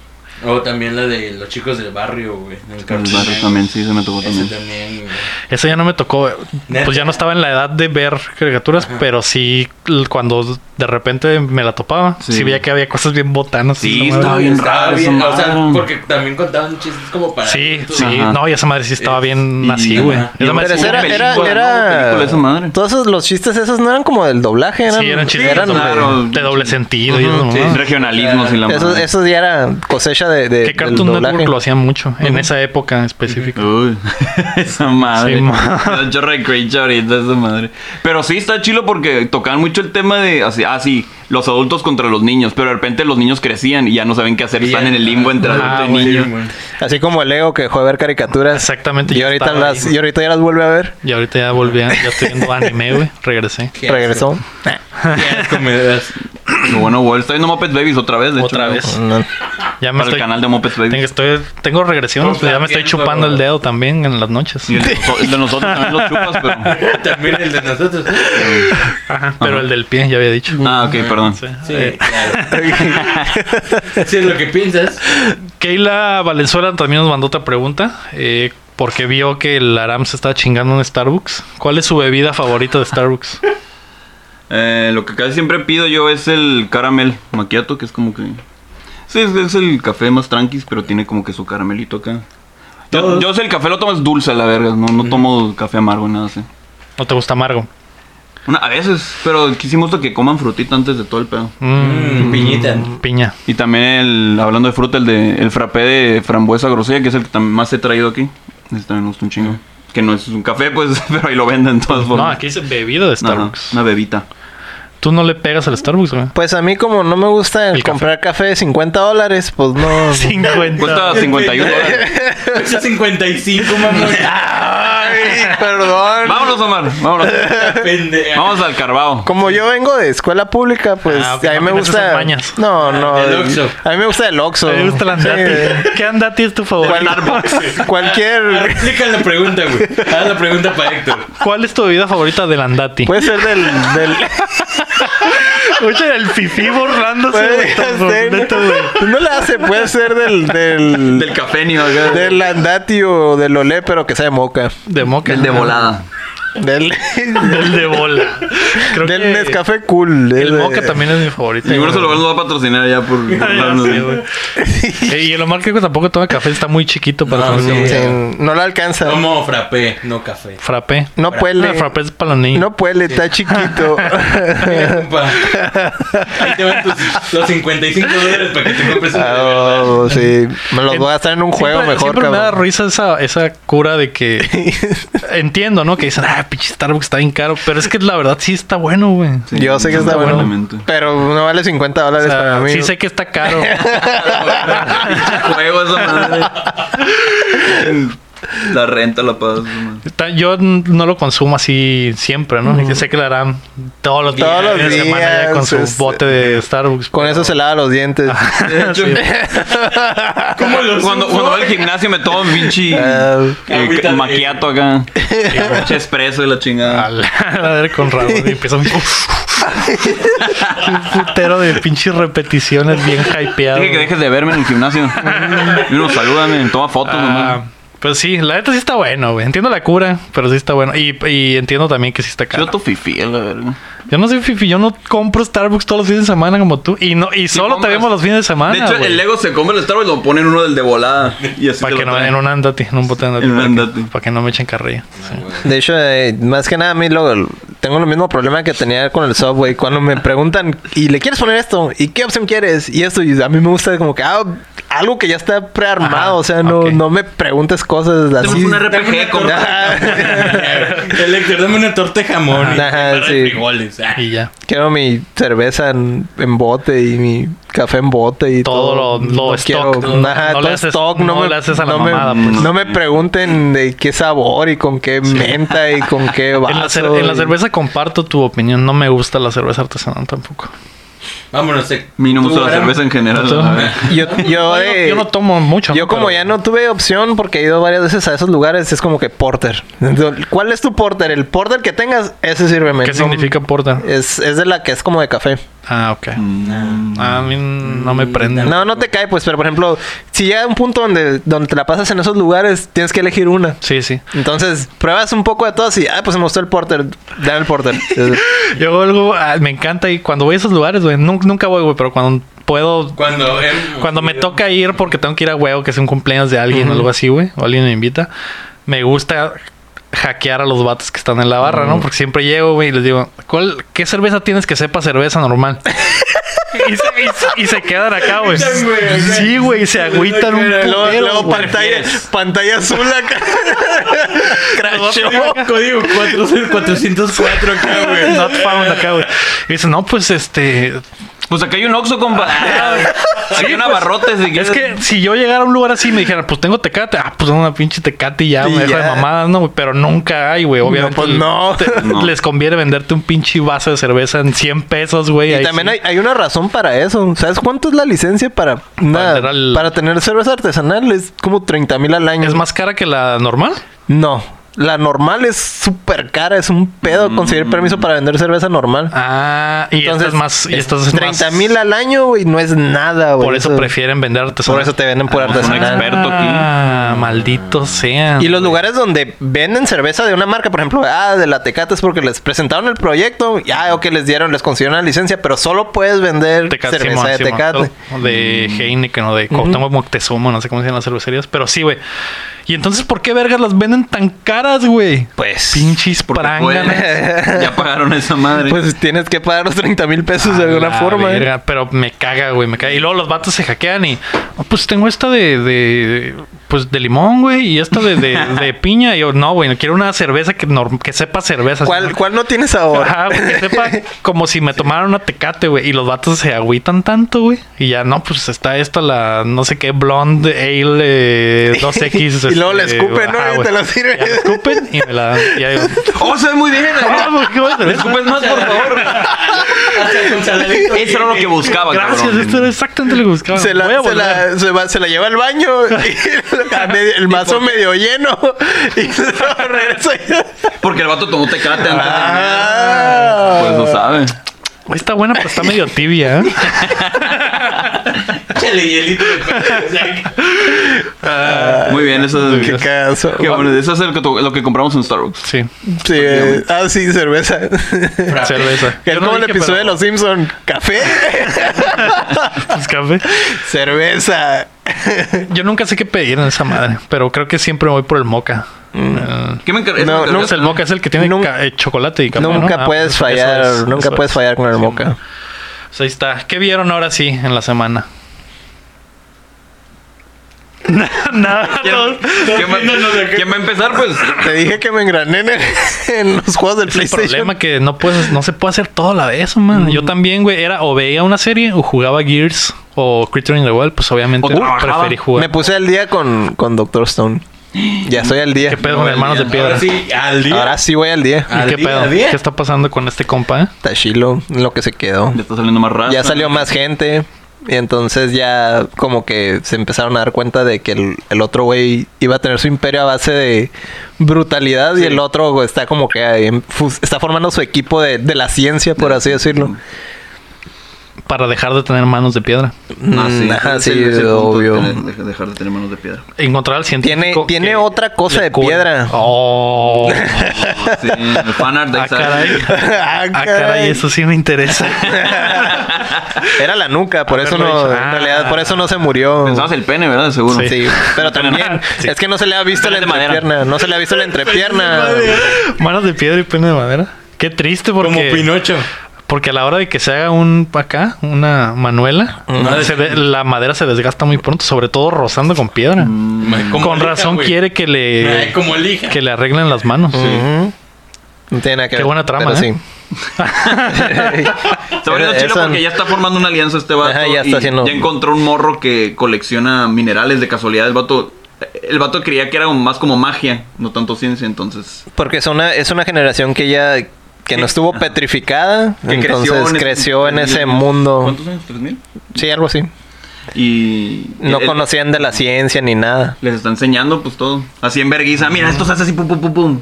[SPEAKER 4] O también la de los chicos del barrio, güey. en el Cartoon
[SPEAKER 2] El barrio
[SPEAKER 4] Network.
[SPEAKER 2] también, sí, se me tocó
[SPEAKER 4] Ese
[SPEAKER 2] también.
[SPEAKER 4] también, güey.
[SPEAKER 1] Esa ya no me tocó.
[SPEAKER 4] Neta.
[SPEAKER 1] Pues ya no estaba en la edad de ver caricaturas, pero sí l- cuando de repente me la topaba, sí,
[SPEAKER 2] Sí.
[SPEAKER 1] veía que había cosas bien botanas.
[SPEAKER 2] Sí,
[SPEAKER 1] esa madre.
[SPEAKER 2] estaba bien
[SPEAKER 4] Estaba
[SPEAKER 2] raro.
[SPEAKER 4] bien,
[SPEAKER 2] esa
[SPEAKER 4] o sea,
[SPEAKER 2] madre.
[SPEAKER 4] porque también contaban chistes como para.
[SPEAKER 1] Sí,
[SPEAKER 4] adultos,
[SPEAKER 1] sí.
[SPEAKER 2] Ajá.
[SPEAKER 1] No, y esa madre sí estaba bien
[SPEAKER 2] Y-
[SPEAKER 1] así, güey.
[SPEAKER 4] Ajá.
[SPEAKER 1] Esa madre
[SPEAKER 3] Pero
[SPEAKER 1] sí
[SPEAKER 2] Una
[SPEAKER 3] ese era... era,
[SPEAKER 2] película, ¿no?
[SPEAKER 3] era
[SPEAKER 2] Película esa madre.
[SPEAKER 3] Todos esos, los chistes esos no eran como del doblaje. Eran,
[SPEAKER 1] Sí, eran chistes
[SPEAKER 3] eran-
[SPEAKER 1] de doble-
[SPEAKER 2] claro.
[SPEAKER 1] de doble sentido. y
[SPEAKER 3] Ujú,
[SPEAKER 1] eso,
[SPEAKER 2] Sí,
[SPEAKER 1] ¿no?
[SPEAKER 2] regionalismos y la
[SPEAKER 3] esos,
[SPEAKER 2] madre.
[SPEAKER 3] esos ya era cosecha de... de
[SPEAKER 1] Que
[SPEAKER 3] del
[SPEAKER 1] Cartoon Network
[SPEAKER 3] doblaje.
[SPEAKER 1] lo hacía mucho en esa época específica.
[SPEAKER 2] Uy, [LAUGHS] esa madre.
[SPEAKER 1] Sí, ma.
[SPEAKER 2] Yo recrecho ahorita esa madre. Pero sí está chilo porque tocaban mucho el tema de así, ah, sí, los adultos contra los niños. Pero de repente los niños crecían y ya no saben qué hacer.
[SPEAKER 4] Y
[SPEAKER 2] Están
[SPEAKER 4] ya-
[SPEAKER 2] en el limbo entre
[SPEAKER 1] Ah,
[SPEAKER 2] adulto y
[SPEAKER 1] güey.
[SPEAKER 2] niño.
[SPEAKER 3] Así como el Leo que dejó de ver caricaturas.
[SPEAKER 1] Exactamente,
[SPEAKER 3] Y
[SPEAKER 1] yo
[SPEAKER 3] ahorita,
[SPEAKER 1] estaba
[SPEAKER 3] las,
[SPEAKER 1] ahí.
[SPEAKER 3] y ahorita ya las vuelve a ver.
[SPEAKER 1] Y ahorita ya volví, a- ya estoy [LAUGHS] viendo anime, güey. Regresé.
[SPEAKER 4] Qué asco.
[SPEAKER 3] Regresó.
[SPEAKER 4] Qué asco me das.
[SPEAKER 2] Pero bueno, bueno, está viendo Muppet Babies otra vez, de
[SPEAKER 1] Otra
[SPEAKER 2] hecho, ¿no?
[SPEAKER 1] vez.
[SPEAKER 3] No.
[SPEAKER 1] Ya me
[SPEAKER 2] Para el
[SPEAKER 1] estoy,
[SPEAKER 2] canal de Muppet
[SPEAKER 1] tengo,
[SPEAKER 2] Babies.
[SPEAKER 1] estoy- tengo regresiones,
[SPEAKER 4] Todo
[SPEAKER 1] ya me estoy
[SPEAKER 4] plateando,
[SPEAKER 1] chupando el
[SPEAKER 4] güey.
[SPEAKER 1] dedo también en las noches.
[SPEAKER 2] Y
[SPEAKER 1] [LAUGHS]
[SPEAKER 2] el de, noso- el de nosotros también lo chupas, pero.
[SPEAKER 4] También el de nosotros. ¿eh?
[SPEAKER 1] Ajá, pero el del pie, ya había dicho.
[SPEAKER 2] Ah, ok, perdón.
[SPEAKER 1] Sí.
[SPEAKER 4] Sí,
[SPEAKER 1] Eh,
[SPEAKER 4] [LAUGHS] claro. Si es lo que piensas.
[SPEAKER 1] Keila Valenzuela también nos mandó otra pregunta. eh, porque vio que el Aram se estaba chingando en Starbucks. ¿Cuál es su bebida favorita de Starbucks?
[SPEAKER 2] Eh, lo que casi siempre pido yo es el caramel maquiato, que es como que. Sí, es, es el café más tranquis, pero tiene como que su caramelito acá. Yo, yo sé, el café lo tomo es dulce, la verga. No, no tomo café amargo, nada así.
[SPEAKER 1] ¿No te gusta amargo?
[SPEAKER 2] Una, a veces, pero quisimos que coman frutita antes de todo el pedo.
[SPEAKER 1] Mm,
[SPEAKER 4] Mm, piñita.
[SPEAKER 1] Piña.
[SPEAKER 2] Y también, el, hablando de fruta, el, de, el frappé de frambuesa grosella, que es el que tam- más he traído aquí. Este también me gusta un chingo. Que no es un café, pues, [LAUGHS] pero ahí lo venden de todas formas.
[SPEAKER 1] No, aquí dice bebida de
[SPEAKER 2] Ajá,
[SPEAKER 1] Starbucks.
[SPEAKER 2] una bebita.
[SPEAKER 1] Tú no le pegas al Starbucks, güey.
[SPEAKER 3] Pues a mí como no me gusta el
[SPEAKER 1] El café.
[SPEAKER 3] comprar café. de 50 dólares, pues
[SPEAKER 1] [LAUGHS]
[SPEAKER 3] no...
[SPEAKER 1] 50.
[SPEAKER 2] Cuesta 51
[SPEAKER 1] [LAUGHS]
[SPEAKER 2] dólares.
[SPEAKER 4] Pesa 55, mamón.
[SPEAKER 2] [LAUGHS]
[SPEAKER 3] [LAUGHS] Ay, perdón.
[SPEAKER 2] Vámonos, Omar. Vámonos.
[SPEAKER 4] Ah, Pendeja.
[SPEAKER 2] Vamos al carbao.
[SPEAKER 3] Como yo vengo de escuela pública, pues
[SPEAKER 1] Ah, ok,
[SPEAKER 3] a mí
[SPEAKER 1] no
[SPEAKER 3] me
[SPEAKER 1] tienes esas
[SPEAKER 3] gusta...
[SPEAKER 1] mañas.
[SPEAKER 3] No, no.
[SPEAKER 4] del
[SPEAKER 3] el-
[SPEAKER 4] Oxxo.
[SPEAKER 3] A mí me gusta el Oxxo.
[SPEAKER 1] A mí me gusta [LAUGHS] el andati.
[SPEAKER 3] Sí.
[SPEAKER 1] ¿Qué andati es tu
[SPEAKER 3] Cual-
[SPEAKER 1] favorito?
[SPEAKER 3] cualquier...
[SPEAKER 4] Explica la pregunta, güey. Haz la pregunta para Héctor.
[SPEAKER 1] ¿Cuál es tu bebida favorita del andati?
[SPEAKER 3] Puede ser del...
[SPEAKER 1] [LAUGHS]
[SPEAKER 3] del
[SPEAKER 1] Escucha el fifí borrándose
[SPEAKER 3] puede
[SPEAKER 1] de todo.
[SPEAKER 3] ser-
[SPEAKER 1] neta, güey.
[SPEAKER 3] no la hace. Puede ser del... Del,
[SPEAKER 2] Del café, ni acá.
[SPEAKER 3] del andati o del olé, pero que sea de moca.
[SPEAKER 1] De moca.
[SPEAKER 2] El de volada.
[SPEAKER 3] Del,
[SPEAKER 1] Del de bola. Creo
[SPEAKER 3] del
[SPEAKER 1] que
[SPEAKER 3] Nescafé Cool.
[SPEAKER 1] El
[SPEAKER 3] ese.
[SPEAKER 1] moca también es mi favorito.
[SPEAKER 2] Seguro se lo
[SPEAKER 1] güey.
[SPEAKER 2] van a patrocinar ya por...
[SPEAKER 1] [LAUGHS]
[SPEAKER 2] por
[SPEAKER 1] Ya
[SPEAKER 2] darnos-
[SPEAKER 1] sé, güey.
[SPEAKER 3] [LAUGHS]
[SPEAKER 1] Eh, Y el Omar creo que tampoco toma café, está muy chiquito para
[SPEAKER 4] No,
[SPEAKER 1] tomar
[SPEAKER 4] sí.
[SPEAKER 1] café.
[SPEAKER 3] Ah, Sí, no la alcanza.
[SPEAKER 4] Como frappé, no café.
[SPEAKER 1] frappé.
[SPEAKER 3] No puede.
[SPEAKER 1] Ah, frappé es para los niños.
[SPEAKER 3] No puede,
[SPEAKER 1] [LAUGHS]
[SPEAKER 3] está chiquito.
[SPEAKER 4] Mira, compa. Ahí te van tus, los 55 dólares para que te compres un
[SPEAKER 3] [LAUGHS] Ah, oh, sí. Me los voy a gastar en un juego
[SPEAKER 1] siempre,
[SPEAKER 3] mejor,
[SPEAKER 1] siempre me da
[SPEAKER 3] cabrón.
[SPEAKER 1] risa esa, esa cura de
[SPEAKER 3] [LAUGHS]
[SPEAKER 1] que entiendo, ¿no? Que dicen, ah, pinche Starbucks está bien caro, pero es que la verdad sí está bueno, güey.
[SPEAKER 2] Sí,
[SPEAKER 3] Yo sé que está bueno.
[SPEAKER 2] totalmente.
[SPEAKER 3] Pero no vale 50
[SPEAKER 1] O
[SPEAKER 3] dólares
[SPEAKER 1] sea,
[SPEAKER 3] para mí.
[SPEAKER 1] sí sé que está
[SPEAKER 3] [LAUGHS]
[SPEAKER 1] caro.
[SPEAKER 2] Juego esa madre. La renta la pagas. man.
[SPEAKER 1] Está- Yo n- no lo consumo así siempre, ¿no? Yo sé que lo harán todos los días,
[SPEAKER 3] Todos los
[SPEAKER 1] de semana ya
[SPEAKER 3] días,
[SPEAKER 1] con su
[SPEAKER 3] este,
[SPEAKER 1] bote de Starbucks. [LAUGHS]
[SPEAKER 3] Con eso se lava los dientes.
[SPEAKER 1] Ah.
[SPEAKER 2] De hecho,
[SPEAKER 4] ¿Cómo los
[SPEAKER 2] cuando, cuando voy al gimnasio me tomo un pinche
[SPEAKER 3] [LAUGHS] Ah.
[SPEAKER 2] eh,
[SPEAKER 4] Agüita de-
[SPEAKER 2] maquiato acá. Pinche espresso y la chingada.
[SPEAKER 1] Al- al- con rabo y empieza
[SPEAKER 3] [LAUGHS]
[SPEAKER 1] un, un putero de pinches repeticiones bien hypeado.
[SPEAKER 2] Dije que dejes de verme en el gimnasio. Y uno, salúdame, toma fotos
[SPEAKER 1] Ah,
[SPEAKER 2] nomás.
[SPEAKER 1] pues sí, la neta sí está bueno, güey. Entiendo la cura, pero sí está bueno. Y, y entiendo también que sí está
[SPEAKER 2] Yo
[SPEAKER 1] caro.
[SPEAKER 2] tu fifi, a la verga.
[SPEAKER 1] Yo no soy fifi, yo no compro Starbucks todos los fines de semana como tú. Y no y solo te
[SPEAKER 2] compras.
[SPEAKER 1] vemos los fines de semana.
[SPEAKER 2] De hecho, el Lego se come el Starbucks y lo pone en uno del de volada. Y así
[SPEAKER 1] Para
[SPEAKER 2] te
[SPEAKER 1] que
[SPEAKER 2] lo
[SPEAKER 1] no,
[SPEAKER 2] traen.
[SPEAKER 1] en un andate, en un bote de andate.
[SPEAKER 2] En un Ah,
[SPEAKER 1] para que-
[SPEAKER 2] andate.
[SPEAKER 1] Para que no me echen carrilla. Sí.
[SPEAKER 3] De hecho, eh, más que nada a mí lo, tengo el mismo problema que tenía con el Subway. Cuando me preguntan, ¿y le quieres poner esto? ¿Y qué opción quieres? Y esto, y a mí me gusta como que ah, algo que ya está prearmado.
[SPEAKER 1] Ajá,
[SPEAKER 3] o sea, no,
[SPEAKER 1] ok.
[SPEAKER 3] no me preguntes cosas así.
[SPEAKER 2] un RPG con-
[SPEAKER 3] [LAUGHS] Ajá.
[SPEAKER 4] [LAUGHS] El Héctor, dame una torta de jamón. y
[SPEAKER 3] Ajá,
[SPEAKER 4] barra de
[SPEAKER 3] sí.
[SPEAKER 4] frijoles. Ah,
[SPEAKER 1] Y ya.
[SPEAKER 3] Quiero mi cerveza en, en bote y mi café en bote y
[SPEAKER 1] Todo
[SPEAKER 3] todo.
[SPEAKER 1] lo- lo
[SPEAKER 3] No
[SPEAKER 1] stock.
[SPEAKER 3] quiero- ajá,
[SPEAKER 1] No le
[SPEAKER 3] todo
[SPEAKER 1] haces-
[SPEAKER 3] stock.
[SPEAKER 1] no
[SPEAKER 3] me,
[SPEAKER 1] le haces a la
[SPEAKER 3] no me-
[SPEAKER 1] mamada, pues.
[SPEAKER 3] no me pregunten de qué sabor y con qué menta y con qué
[SPEAKER 1] [LAUGHS]
[SPEAKER 3] vaso.
[SPEAKER 1] En la, cer- en la
[SPEAKER 3] y-
[SPEAKER 1] cerveza comparto tu opinión. No me gusta la cerveza artesanal tampoco.
[SPEAKER 4] Vámonos, Héctor.
[SPEAKER 2] A mí no me gusta la
[SPEAKER 4] Tú, Aram.
[SPEAKER 2] cerveza en general.
[SPEAKER 1] Tú.
[SPEAKER 2] la verga.
[SPEAKER 3] Yo, yo,
[SPEAKER 1] Yo,
[SPEAKER 3] de-
[SPEAKER 1] yo no tomo mucho.
[SPEAKER 3] eh, yo como
[SPEAKER 1] Pero-
[SPEAKER 3] ya no tuve opción porque he ido varias veces a esos lugares, es como que porter. Entonces, ¿Cuál es tu porter? El porter que tengas, ese sirve
[SPEAKER 1] ¿Qué significa porter?
[SPEAKER 3] Es, es de la que es como de café.
[SPEAKER 1] Ah, ok.
[SPEAKER 2] Mm.
[SPEAKER 1] A mí no me prende.
[SPEAKER 3] No, no te cae, pues, pero por ejemplo, si llega un punto donde, donde te la pasas en esos lugares, tienes que elegir una.
[SPEAKER 1] Sí, sí.
[SPEAKER 3] Entonces, pruebas un poco de todas y, ah, pues me gustó el porter, dame el [LAUGHS] porter.
[SPEAKER 1] Yo algo, ah, me encanta y cuando voy a esos lugares, güey, nun- nunca, voy, güey, pero cuando puedo,
[SPEAKER 4] Cuando, eh,
[SPEAKER 1] cuando me toca ir porque tengo que ir a huevo, que es un cumpleaños de alguien o algo así, güey, o alguien me invita, me gusta hackear a los vatos que están en la barra, ¿no? Porque siempre llego, güey, y les digo, ¿cuál, ¿qué cerveza tienes que sepa cerveza normal? y, se, y se- y se quedan acá, güey.
[SPEAKER 4] Agüitan, güey, acá.
[SPEAKER 1] Sí, güey, se agüitan un
[SPEAKER 4] Luego-
[SPEAKER 1] putero,
[SPEAKER 3] luego luego
[SPEAKER 1] güey.
[SPEAKER 3] pantalla, pantalla azul acá.
[SPEAKER 1] [LAUGHS]
[SPEAKER 3] Crachó.
[SPEAKER 4] Código 400 404 acá, güey.
[SPEAKER 1] Not found acá, güey. Y dice, no, pues este,
[SPEAKER 2] Pues acá hay un Oxxo, compa.
[SPEAKER 3] Ah, pues.
[SPEAKER 2] hay un abarrote. Si
[SPEAKER 1] Es
[SPEAKER 2] quieres.
[SPEAKER 1] que si yo llegara a un lugar así y me dijeran, pues tengo tecate, ah, pues una pinche tecate y ya,
[SPEAKER 3] Y
[SPEAKER 1] me deja de
[SPEAKER 3] ya.
[SPEAKER 1] mamadas, ¿no? güey? Pero nunca hay, güey, obviamente.
[SPEAKER 3] pues, [LAUGHS] no.
[SPEAKER 1] te-
[SPEAKER 2] No.
[SPEAKER 1] Les conviene venderte un pinche vaso de cerveza en 100 pesos, güey.
[SPEAKER 3] Y
[SPEAKER 1] ahí
[SPEAKER 3] también
[SPEAKER 1] sí.
[SPEAKER 3] hay, hay una razón para eso. ¿Sabes cuánto es la licencia para una-
[SPEAKER 1] tener al-
[SPEAKER 3] para tener cerveza artesanal? Es como 30 mil al año.
[SPEAKER 1] ¿Es más cara que la normal?
[SPEAKER 3] No. La normal es súper cara. Es un pedo conseguir permiso para vender cerveza normal.
[SPEAKER 1] Ah, y
[SPEAKER 3] Entonces,
[SPEAKER 1] esta es más... Y esta es más-
[SPEAKER 3] 30 mil al año, güey. No es nada, güey.
[SPEAKER 1] Por eso, prefieren venderte.
[SPEAKER 3] Por eso te venden pura
[SPEAKER 2] Ah, son
[SPEAKER 3] artesanal.
[SPEAKER 2] expertos. Alberto aquí.
[SPEAKER 1] Ah, maldito sea.
[SPEAKER 3] Y los lugares donde venden cerveza de una marca, por ejemplo, ah, de la Tecate es porque les presentaron el proyecto, ya o que les dieron, les consiguieron la licencia, pero solo puedes vender cerveza de Tecate. Mm.
[SPEAKER 1] De Heineken o de Cuauhtémoc Moctezuma, no sé cómo se llaman las cervecerías. Pero sí, güey. Y entonces, ¿por qué vergas las venden tan caras, güey?
[SPEAKER 3] Pues,
[SPEAKER 1] Pinches [LAUGHS]
[SPEAKER 2] Porque
[SPEAKER 1] pranganas.
[SPEAKER 2] pueden. [LAUGHS] Ya pagaron esa madre.
[SPEAKER 3] pues tienes que pagar los 30 mil pesos de
[SPEAKER 1] A
[SPEAKER 3] alguna
[SPEAKER 1] la
[SPEAKER 3] forma. ¿eh?
[SPEAKER 1] verga, Pero me caga, güey, me caga. Y luego los vatos se hackean y... "Oh, pues tengo esta de... de- pues de limón, güey. Y esta de,
[SPEAKER 3] [LAUGHS]
[SPEAKER 1] de, de piña. Y yo, no, güey. Quiero una cerveza que, norm- que sepa cerveza.
[SPEAKER 3] ¿Cuál, ¿Cuál no tienes ahora?
[SPEAKER 1] Ajá, güey, que
[SPEAKER 3] [LAUGHS]
[SPEAKER 1] sepa como si me tomaran una tecate, güey. Y los vatos se agüitan tanto, güey. Y ya, no, pues está esta, la no sé qué, blonde ale eh,
[SPEAKER 3] [LAUGHS]
[SPEAKER 1] 2X.
[SPEAKER 3] Y luego la
[SPEAKER 1] este,
[SPEAKER 3] escupen, ¿no?
[SPEAKER 1] ajá,
[SPEAKER 3] Y
[SPEAKER 1] güey.
[SPEAKER 3] te la sirven.
[SPEAKER 1] Ya la escupen y me la dan. Y ya
[SPEAKER 3] [LAUGHS]
[SPEAKER 1] digo,
[SPEAKER 2] ¡Oh, se ve muy bien!
[SPEAKER 1] "Ah, güey, qué buena cerveza".
[SPEAKER 2] Escupes más, por favor.
[SPEAKER 4] Hasta con saladito.
[SPEAKER 2] Eso era lo que buscaba,
[SPEAKER 1] Gracias,
[SPEAKER 2] cabrón.
[SPEAKER 1] esto era exactamente lo que buscaba.
[SPEAKER 3] Se
[SPEAKER 1] Voy a
[SPEAKER 3] la, se,
[SPEAKER 1] volver.
[SPEAKER 3] la, se va- se la lleva al baño,
[SPEAKER 1] [LAUGHS]
[SPEAKER 3] y a medio- el mazo medio lleno y [LAUGHS] luego regresa. y-
[SPEAKER 2] Porque el vato tomó tecate antes.
[SPEAKER 3] Ah.
[SPEAKER 2] Pues no sabe.
[SPEAKER 1] Güey, Está buena, pero está medio
[SPEAKER 3] [LAUGHS]
[SPEAKER 1] tibia. ¿eh?
[SPEAKER 4] Échale hielito. de-
[SPEAKER 2] Muy bien, eso es.
[SPEAKER 3] Ah. Qué cagazo.
[SPEAKER 2] Qué bueno, eso es el que to- lo que compramos en Starbucks.
[SPEAKER 1] Sí.
[SPEAKER 3] Sí, eh, ah, sí, cerveza. es
[SPEAKER 1] Cerveza. Yo no
[SPEAKER 3] como el
[SPEAKER 1] dije,
[SPEAKER 3] episodio de
[SPEAKER 1] pero-
[SPEAKER 3] Los Simpson.
[SPEAKER 1] [LAUGHS]
[SPEAKER 3] Café,
[SPEAKER 1] pues, café.
[SPEAKER 3] cerveza.
[SPEAKER 1] Yo nunca sé qué pedir en esa madre, pero creo que siempre voy por el moca.
[SPEAKER 3] Mm.
[SPEAKER 1] Eh,
[SPEAKER 2] ¿Qué me encar-
[SPEAKER 3] No,
[SPEAKER 2] eso me
[SPEAKER 3] no
[SPEAKER 1] es el moca es el que tiene
[SPEAKER 3] Nun-
[SPEAKER 1] ca- eh, chocolate y café. ¿no?
[SPEAKER 3] nunca
[SPEAKER 1] Ah,
[SPEAKER 3] puedes
[SPEAKER 1] pues, eso
[SPEAKER 3] fallar,
[SPEAKER 1] es,
[SPEAKER 3] nunca
[SPEAKER 1] eso
[SPEAKER 3] puedes
[SPEAKER 1] es.
[SPEAKER 3] fallar con el moca.
[SPEAKER 1] Pues ahí está. ¿Qué vieron ahora sí en la
[SPEAKER 4] [LAUGHS]
[SPEAKER 1] semana?
[SPEAKER 3] [LAUGHS]
[SPEAKER 1] Nada, todos-
[SPEAKER 2] ¿Quién va, quién va a empezar? Pues
[SPEAKER 3] Te dije que me engrané en, el- [LAUGHS] en los juegos del
[SPEAKER 1] Es el
[SPEAKER 3] PlayStation. Mm.
[SPEAKER 1] problema que no puedes, no se puede hacer todo a la vez, man. Yo también, güey, era o veía una serie o jugaba Gears o Crittering the Wild, pues obviamente
[SPEAKER 2] O trabajaba.
[SPEAKER 1] preferí
[SPEAKER 3] Uh, Me
[SPEAKER 1] jugar.
[SPEAKER 3] puse al día con, con Doctor Stone. Ya estoy al día.
[SPEAKER 1] ¿Qué pedo Ah. con
[SPEAKER 2] No,
[SPEAKER 1] hermanos de
[SPEAKER 2] el-
[SPEAKER 1] piedra?
[SPEAKER 4] Ahora sí, al día.
[SPEAKER 3] Ahora sí voy al día.
[SPEAKER 1] ¿Y
[SPEAKER 4] al
[SPEAKER 1] ¿Qué
[SPEAKER 4] día,
[SPEAKER 1] pedo?
[SPEAKER 4] al día.
[SPEAKER 1] ¿Qué está pasando con este compa? eh?
[SPEAKER 3] Está chilo lo que se quedó.
[SPEAKER 2] le está saliendo más raro.
[SPEAKER 3] Ya salió más gente. Y entonces ya como que se empezaron a dar cuenta de que el, el otro güey iba a tener su imperio a base de brutalidad y el otro güey, está como que ahí en fus- está formando su equipo de, de la ciencia, por así
[SPEAKER 2] [LAUGHS]
[SPEAKER 3] decirlo.
[SPEAKER 1] Para dejar de tener manos de piedra.
[SPEAKER 2] Ah, sí,
[SPEAKER 3] Mm, ajá,
[SPEAKER 2] ese-
[SPEAKER 3] sí,
[SPEAKER 2] ese punto,
[SPEAKER 3] obvio.
[SPEAKER 2] tener- deja- dejar de tener manos de piedra.
[SPEAKER 1] Encontrar al científico.
[SPEAKER 3] Tiene- tiene
[SPEAKER 1] que
[SPEAKER 3] otra cosa
[SPEAKER 1] le
[SPEAKER 3] de
[SPEAKER 1] cure.
[SPEAKER 3] piedra. [LAUGHS]
[SPEAKER 1] Oh, [LAUGHS]
[SPEAKER 2] Ah, Sí, el fanart de
[SPEAKER 1] ah,
[SPEAKER 2] Isaac.
[SPEAKER 1] caray.
[SPEAKER 3] Ah,
[SPEAKER 1] Ah,
[SPEAKER 3] caray.
[SPEAKER 1] caray, eso sí me interesa.
[SPEAKER 3] [LAUGHS] Era la nuca, por eso
[SPEAKER 1] Haberlo
[SPEAKER 3] no,
[SPEAKER 1] hecho.
[SPEAKER 3] en realidad por eso no se
[SPEAKER 2] Ah.
[SPEAKER 3] murió.
[SPEAKER 2] Pensabas el pene, ¿verdad? Seguro.
[SPEAKER 1] Sí.
[SPEAKER 3] Sí,
[SPEAKER 2] [LAUGHS]
[SPEAKER 3] pero también
[SPEAKER 1] Sí.
[SPEAKER 3] es que no se le ha visto la
[SPEAKER 2] Pene de madera. Pues,
[SPEAKER 3] entrepierna, no se le
[SPEAKER 2] [LAUGHS]
[SPEAKER 3] ha visto la
[SPEAKER 4] Pues,
[SPEAKER 3] entrepierna.
[SPEAKER 1] manos de piedra y pene de madera. Qué triste porque...
[SPEAKER 4] Como Pinocho.
[SPEAKER 1] Porque a la hora de que se haga un acá, una manuela,
[SPEAKER 4] Ujú.
[SPEAKER 1] se de- la madera se desgasta muy pronto, sobre todo rozando con piedra.
[SPEAKER 4] Mm. Como
[SPEAKER 1] con
[SPEAKER 4] lija,
[SPEAKER 1] razón
[SPEAKER 4] güey.
[SPEAKER 1] quiere que
[SPEAKER 4] Ay,
[SPEAKER 1] le
[SPEAKER 4] Como elija.
[SPEAKER 1] que le arreglen las manos.
[SPEAKER 3] Ujú. No tiene nada
[SPEAKER 1] Qué
[SPEAKER 3] que ver,
[SPEAKER 1] buena trama,
[SPEAKER 3] pero
[SPEAKER 1] ¿eh? [LAUGHS]
[SPEAKER 3] [LAUGHS]
[SPEAKER 2] Está volviendo
[SPEAKER 3] Pero
[SPEAKER 2] chilo
[SPEAKER 3] eso-
[SPEAKER 2] porque ya está formando una alianza este vato.
[SPEAKER 3] Ajá, ya está
[SPEAKER 2] y
[SPEAKER 3] haciendo-
[SPEAKER 2] Ya encontró un morro que colecciona minerales de casualidad. El vato, el vato creía que era un- más como magia, no tanto ciencia, entonces.
[SPEAKER 3] Porque es una, es una generación que ya que no estuvo petrificada,
[SPEAKER 2] que
[SPEAKER 3] entonces creció en,
[SPEAKER 2] ese-
[SPEAKER 3] ese mundo.
[SPEAKER 2] ¿Cuántos años? ¿Tres mil?
[SPEAKER 3] Sí, algo así.
[SPEAKER 2] Y.
[SPEAKER 3] No
[SPEAKER 2] él-
[SPEAKER 3] conocían de la ciencia ni nada.
[SPEAKER 2] Les está enseñando, pues todo. Así en verguiza. Mira, esto se hace así, pum, pum, pum, pum.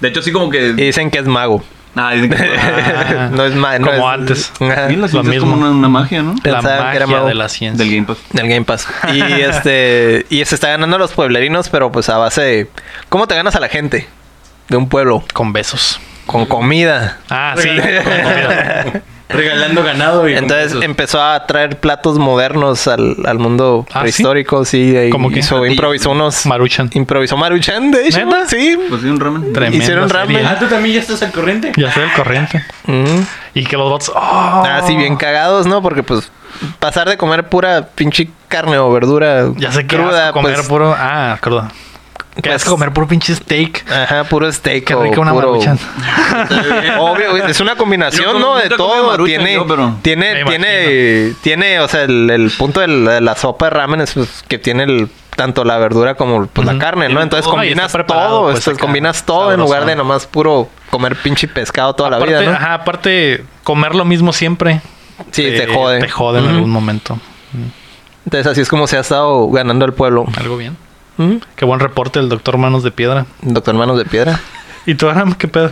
[SPEAKER 2] De hecho, así como que.
[SPEAKER 3] Y dicen que es mago.
[SPEAKER 2] Ah, dicen
[SPEAKER 3] [LAUGHS]
[SPEAKER 2] que.
[SPEAKER 1] Ah,
[SPEAKER 3] no es mago.
[SPEAKER 1] como antes.
[SPEAKER 2] Ah, sí, la
[SPEAKER 1] lo
[SPEAKER 2] ciencia es
[SPEAKER 1] mismo.
[SPEAKER 2] como una, una magia, ¿no?
[SPEAKER 1] La
[SPEAKER 3] Pensaban que era
[SPEAKER 1] magia
[SPEAKER 3] mago.
[SPEAKER 1] de la ciencia.
[SPEAKER 2] Del Game Pass.
[SPEAKER 3] Del Game Pass. Y este. Y se está ganando a los pueblerinos, pero pues a base de. ¿Cómo te ganas a la gente? De un pueblo.
[SPEAKER 1] Con besos.
[SPEAKER 3] Con comida.
[SPEAKER 1] Ah,
[SPEAKER 3] [LAUGHS]
[SPEAKER 1] sí. con comida.
[SPEAKER 4] Regalando ganado y.
[SPEAKER 3] Entonces em
[SPEAKER 4] con quesos.
[SPEAKER 3] empezó a traer platos modernos al, al mundo
[SPEAKER 1] Ah, ¿sí?
[SPEAKER 3] prehistórico, sí, ahí
[SPEAKER 1] ¿Cómo que?
[SPEAKER 3] hizo, improvisó unos
[SPEAKER 1] Maruchan.
[SPEAKER 3] improvisó Maruchan, de hecho,
[SPEAKER 1] ¿Neta?
[SPEAKER 3] sí.
[SPEAKER 2] Pues sí, un ramen.
[SPEAKER 1] Tremenda
[SPEAKER 3] Hicieron
[SPEAKER 1] serie. Ah.
[SPEAKER 3] ramen.
[SPEAKER 4] Ah, tú también ya estás al corriente.
[SPEAKER 1] Ya estoy al corriente.
[SPEAKER 3] Ujú.
[SPEAKER 1] Y que los "Oh, bots.
[SPEAKER 3] Ah, sí, bien cagados, ¿no? Porque pues pasar de comer pura pinche carne o verdura
[SPEAKER 1] Ya sé que cruda, comer
[SPEAKER 3] pues,
[SPEAKER 1] puro. Ah, cruda. Que
[SPEAKER 3] pues,
[SPEAKER 1] asco comer puro pinche steak.
[SPEAKER 3] Ajá, puro steak
[SPEAKER 1] Qué
[SPEAKER 3] o
[SPEAKER 1] rica una
[SPEAKER 3] puro-
[SPEAKER 1] maruchan.
[SPEAKER 3] [LAUGHS] Obvio, güey, es una
[SPEAKER 2] Yo
[SPEAKER 3] combinación,
[SPEAKER 2] como-
[SPEAKER 3] ¿no? De
[SPEAKER 2] nunca he comido
[SPEAKER 3] todo.
[SPEAKER 2] Maruchan
[SPEAKER 3] Tiene,
[SPEAKER 2] yo, pero-
[SPEAKER 1] Me
[SPEAKER 3] tiene,
[SPEAKER 1] imagino.
[SPEAKER 3] tiene, tiene, o sea, el, el punto de la, de la sopa de ramen es pues, que tiene el- tanto la verdura como pues, la
[SPEAKER 1] Ujú.
[SPEAKER 3] carne, ¿no?
[SPEAKER 2] Tiene
[SPEAKER 3] Entonces
[SPEAKER 1] todo y
[SPEAKER 3] combinas
[SPEAKER 1] está preparado,
[SPEAKER 3] todo,
[SPEAKER 1] pues,
[SPEAKER 3] esto,
[SPEAKER 1] acá,
[SPEAKER 3] combinas todo en
[SPEAKER 1] sabroso.
[SPEAKER 3] lugar de nomás puro comer pinche pescado toda la vida,
[SPEAKER 1] Aparte-
[SPEAKER 3] ¿no?
[SPEAKER 1] Ajá, aparte, comer lo mismo siempre. Eh,
[SPEAKER 3] Sí, te jode.
[SPEAKER 1] Te jode en
[SPEAKER 3] Ujú.
[SPEAKER 1] algún momento.
[SPEAKER 3] Entonces así es como se ha estado ganando el pueblo.
[SPEAKER 1] Algo bien.
[SPEAKER 3] ¿Mm?
[SPEAKER 1] Qué buen reporte del doctor Manos de Piedra.
[SPEAKER 3] Doctor Manos de Piedra.
[SPEAKER 1] ¿Y tú, Aram, qué pedo?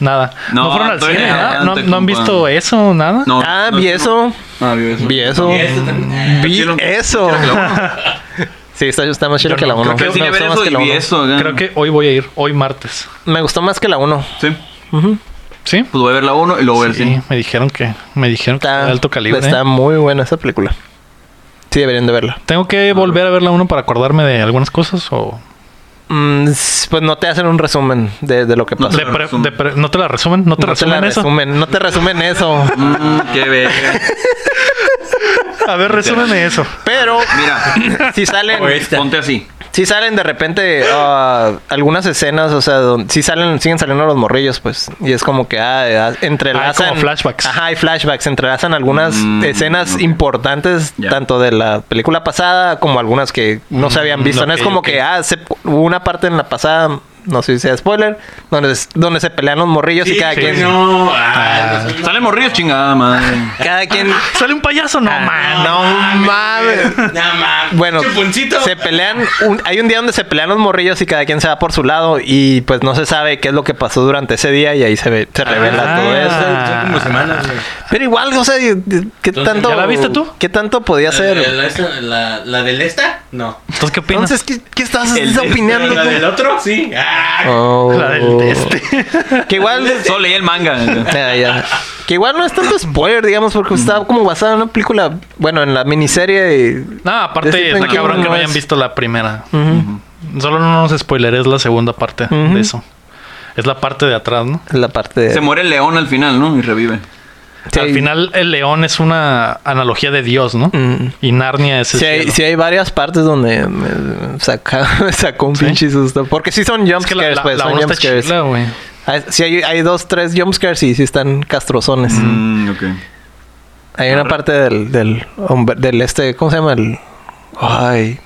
[SPEAKER 1] Nada. No,
[SPEAKER 2] No,
[SPEAKER 1] fueron al
[SPEAKER 2] estoy
[SPEAKER 1] cine,
[SPEAKER 2] adelante,
[SPEAKER 1] ¿verdad? ¿No, no han
[SPEAKER 2] compa.
[SPEAKER 1] visto eso, nada?
[SPEAKER 2] No,
[SPEAKER 3] ah,
[SPEAKER 2] no,
[SPEAKER 3] vi
[SPEAKER 2] no.
[SPEAKER 3] eso.
[SPEAKER 2] Ah, vi eso.
[SPEAKER 3] Vi eso.
[SPEAKER 4] Y esto también.
[SPEAKER 3] Vi
[SPEAKER 2] Está chido.
[SPEAKER 3] eso.
[SPEAKER 2] Está chido que la
[SPEAKER 3] [LAUGHS] Sí, está, está más chido
[SPEAKER 1] Yo
[SPEAKER 3] que la
[SPEAKER 1] no,
[SPEAKER 3] uno.
[SPEAKER 2] Creo que sí,
[SPEAKER 3] Me
[SPEAKER 2] ver
[SPEAKER 3] gustó más
[SPEAKER 2] eso
[SPEAKER 3] que
[SPEAKER 2] y
[SPEAKER 3] la
[SPEAKER 2] vi
[SPEAKER 3] uno.
[SPEAKER 2] eso. acá.
[SPEAKER 1] Creo que hoy voy a ir, hoy martes.
[SPEAKER 3] Me gustó más que la uno.
[SPEAKER 2] Sí.
[SPEAKER 3] Ujú.
[SPEAKER 1] ¿Sí?
[SPEAKER 2] Pues voy a ver la 1 y luego voy a ver el
[SPEAKER 1] Sí, [LAUGHS]
[SPEAKER 2] cine.
[SPEAKER 1] me dijeron que, me dijeron que
[SPEAKER 3] Está,
[SPEAKER 1] era de alto calibre.
[SPEAKER 3] Está
[SPEAKER 1] ¿eh?
[SPEAKER 3] muy buena esa película. Sí, deberían de verla.
[SPEAKER 1] Tengo que volver a ver la uno para acordarme de algunas cosas o...
[SPEAKER 3] Mm, s- pues no te hacen un resumen de, de lo que
[SPEAKER 2] No
[SPEAKER 3] pasó.
[SPEAKER 2] te
[SPEAKER 1] de
[SPEAKER 2] la
[SPEAKER 1] pre-
[SPEAKER 2] resumen.
[SPEAKER 1] de pre- ¿No te la resumen? ¿No te
[SPEAKER 3] No te
[SPEAKER 1] resumen
[SPEAKER 3] la
[SPEAKER 1] eso?
[SPEAKER 3] resumen, no te
[SPEAKER 2] [LAUGHS]
[SPEAKER 3] resumen eso.
[SPEAKER 2] Mm, qué verga.
[SPEAKER 1] A ver, resúmeme eso.
[SPEAKER 3] Pero
[SPEAKER 2] Mira,
[SPEAKER 3] [LAUGHS] si salen,
[SPEAKER 4] O esta.
[SPEAKER 2] ponte así.
[SPEAKER 3] si salen de repente ah, algunas escenas, o sea, donde, si salen, siguen saliendo los morrillos, pues, y es como que ah, ah, entrelazan
[SPEAKER 1] Ah, como flashbacks.
[SPEAKER 3] Ajá, hay flashbacks, entrelazan algunas
[SPEAKER 2] Mm,
[SPEAKER 3] escenas
[SPEAKER 2] ok.
[SPEAKER 3] importantes
[SPEAKER 2] Ya.
[SPEAKER 3] tanto de la película pasada como algunas que no se habían visto.
[SPEAKER 1] Mm,
[SPEAKER 3] no
[SPEAKER 1] ok,
[SPEAKER 3] es como
[SPEAKER 1] ok.
[SPEAKER 3] que ah, se- hubo una parte en la pasada, no sé si sea spoiler, donde, donde se pelean los morrillos y
[SPEAKER 4] Sí,
[SPEAKER 3] cada
[SPEAKER 4] sí,
[SPEAKER 3] quien.
[SPEAKER 4] No, ah, Ah.
[SPEAKER 2] Salen morrillos, chingada madre.
[SPEAKER 3] Cada quien.
[SPEAKER 1] Sale un payaso, no
[SPEAKER 3] Ah,
[SPEAKER 1] mames.
[SPEAKER 3] no mames.
[SPEAKER 4] Nada más.
[SPEAKER 3] Bueno,
[SPEAKER 4] Chuponcito.
[SPEAKER 3] se pelean. un- hay un día donde se pelean los morrillos y cada quien se va por su lado. Y pues no se sabe qué es lo que pasó durante ese día. Y ahí se, ve, se revela
[SPEAKER 1] Ah.
[SPEAKER 3] todo eso.
[SPEAKER 4] Son- Son como semanas, güey.
[SPEAKER 3] Pero igual, o sea, ¿qué tanto.
[SPEAKER 1] ¿ya la viste tú?
[SPEAKER 3] ¿Qué tanto podía ser?
[SPEAKER 4] ¿La, la- esta- la- la del esta? No.
[SPEAKER 1] Entonces, ¿qué opinas?
[SPEAKER 3] Entonces, ¿qué, qué estás
[SPEAKER 2] El-
[SPEAKER 3] opinando?
[SPEAKER 4] ¿La del otro? Sí. Ah,
[SPEAKER 3] Oh.
[SPEAKER 1] [LAUGHS] este, la del
[SPEAKER 3] [LAUGHS]
[SPEAKER 1] este.
[SPEAKER 3] Que igual.
[SPEAKER 2] [LAUGHS] Solo leí el manga.
[SPEAKER 3] Ya, ya. Que igual no es tanto spoiler, digamos, porque estaba
[SPEAKER 1] Mm.
[SPEAKER 3] como basada en una película, bueno, en la miniserie. y-
[SPEAKER 1] no, Mm.
[SPEAKER 3] de
[SPEAKER 1] aparte,
[SPEAKER 3] Stephen
[SPEAKER 1] está
[SPEAKER 3] King
[SPEAKER 1] cabrón que no
[SPEAKER 3] es-
[SPEAKER 1] hayan visto la primera.
[SPEAKER 3] Ujú.
[SPEAKER 1] Solo no nos spoileres la segunda parte
[SPEAKER 3] Ujú.
[SPEAKER 1] de eso. Es la parte de atrás, ¿no?
[SPEAKER 3] La parte de-
[SPEAKER 2] Se muere el león al final, ¿no? Y revive.
[SPEAKER 3] Sí,
[SPEAKER 1] Al
[SPEAKER 3] hay-
[SPEAKER 1] final, el león es una analogía de Dios, ¿no?
[SPEAKER 3] Mm.
[SPEAKER 1] Y Narnia es el
[SPEAKER 3] Sí hay,
[SPEAKER 1] cielo.
[SPEAKER 3] sí hay varias partes donde me, saca- [LAUGHS] me sacó un pinche susto. Porque sí son
[SPEAKER 1] Es que
[SPEAKER 3] jumpscares,
[SPEAKER 1] la, la,
[SPEAKER 3] pues.
[SPEAKER 1] la
[SPEAKER 3] son
[SPEAKER 1] uno está
[SPEAKER 3] jumpscares.
[SPEAKER 1] chila, güey.
[SPEAKER 3] Hay- Sí hay, hay dos, tres jumpscares y sí están castrozones.
[SPEAKER 2] Mm, ok.
[SPEAKER 3] Hay una parte del, del hombre, del este, ¿cómo se llama? El, ay,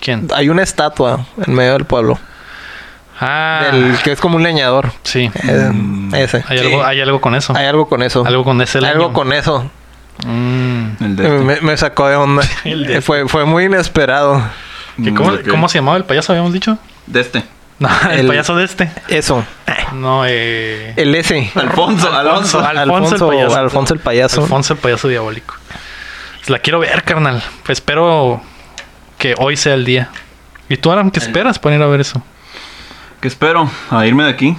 [SPEAKER 1] ¿Quién?
[SPEAKER 3] hay una estatua en medio del pueblo.
[SPEAKER 1] Ah,
[SPEAKER 3] Del, que es como un leñador.
[SPEAKER 1] sí.
[SPEAKER 3] Eh, ese.
[SPEAKER 1] Hay, algo, hay algo con eso.
[SPEAKER 3] Hay algo con eso.
[SPEAKER 1] Algo con ese
[SPEAKER 3] Algo
[SPEAKER 1] leño.
[SPEAKER 3] con eso.
[SPEAKER 1] Mm.
[SPEAKER 2] El de este.
[SPEAKER 3] Me, me sacó de onda.
[SPEAKER 1] [LAUGHS] El de-
[SPEAKER 3] fue, fue muy inesperado.
[SPEAKER 1] ¿Qué- cómo,
[SPEAKER 2] Mm, Ok.
[SPEAKER 1] cómo se llamaba el payaso, habíamos dicho? [LAUGHS]
[SPEAKER 2] De este.
[SPEAKER 1] No, el,
[SPEAKER 3] El-
[SPEAKER 1] payaso de este.
[SPEAKER 3] Eso.
[SPEAKER 1] No, eh...
[SPEAKER 3] El S.
[SPEAKER 2] Alfonso, Alonso.
[SPEAKER 1] Alfonso el payaso.
[SPEAKER 3] Alfonso el payaso.
[SPEAKER 1] Alfonso el payaso diabólico. Pues La quiero ver, carnal. Pues espero que hoy sea el día. ¿Y tú, Aram, qué esperas para ir a ver eso?
[SPEAKER 2] ¿Qué espero? A irme de aquí.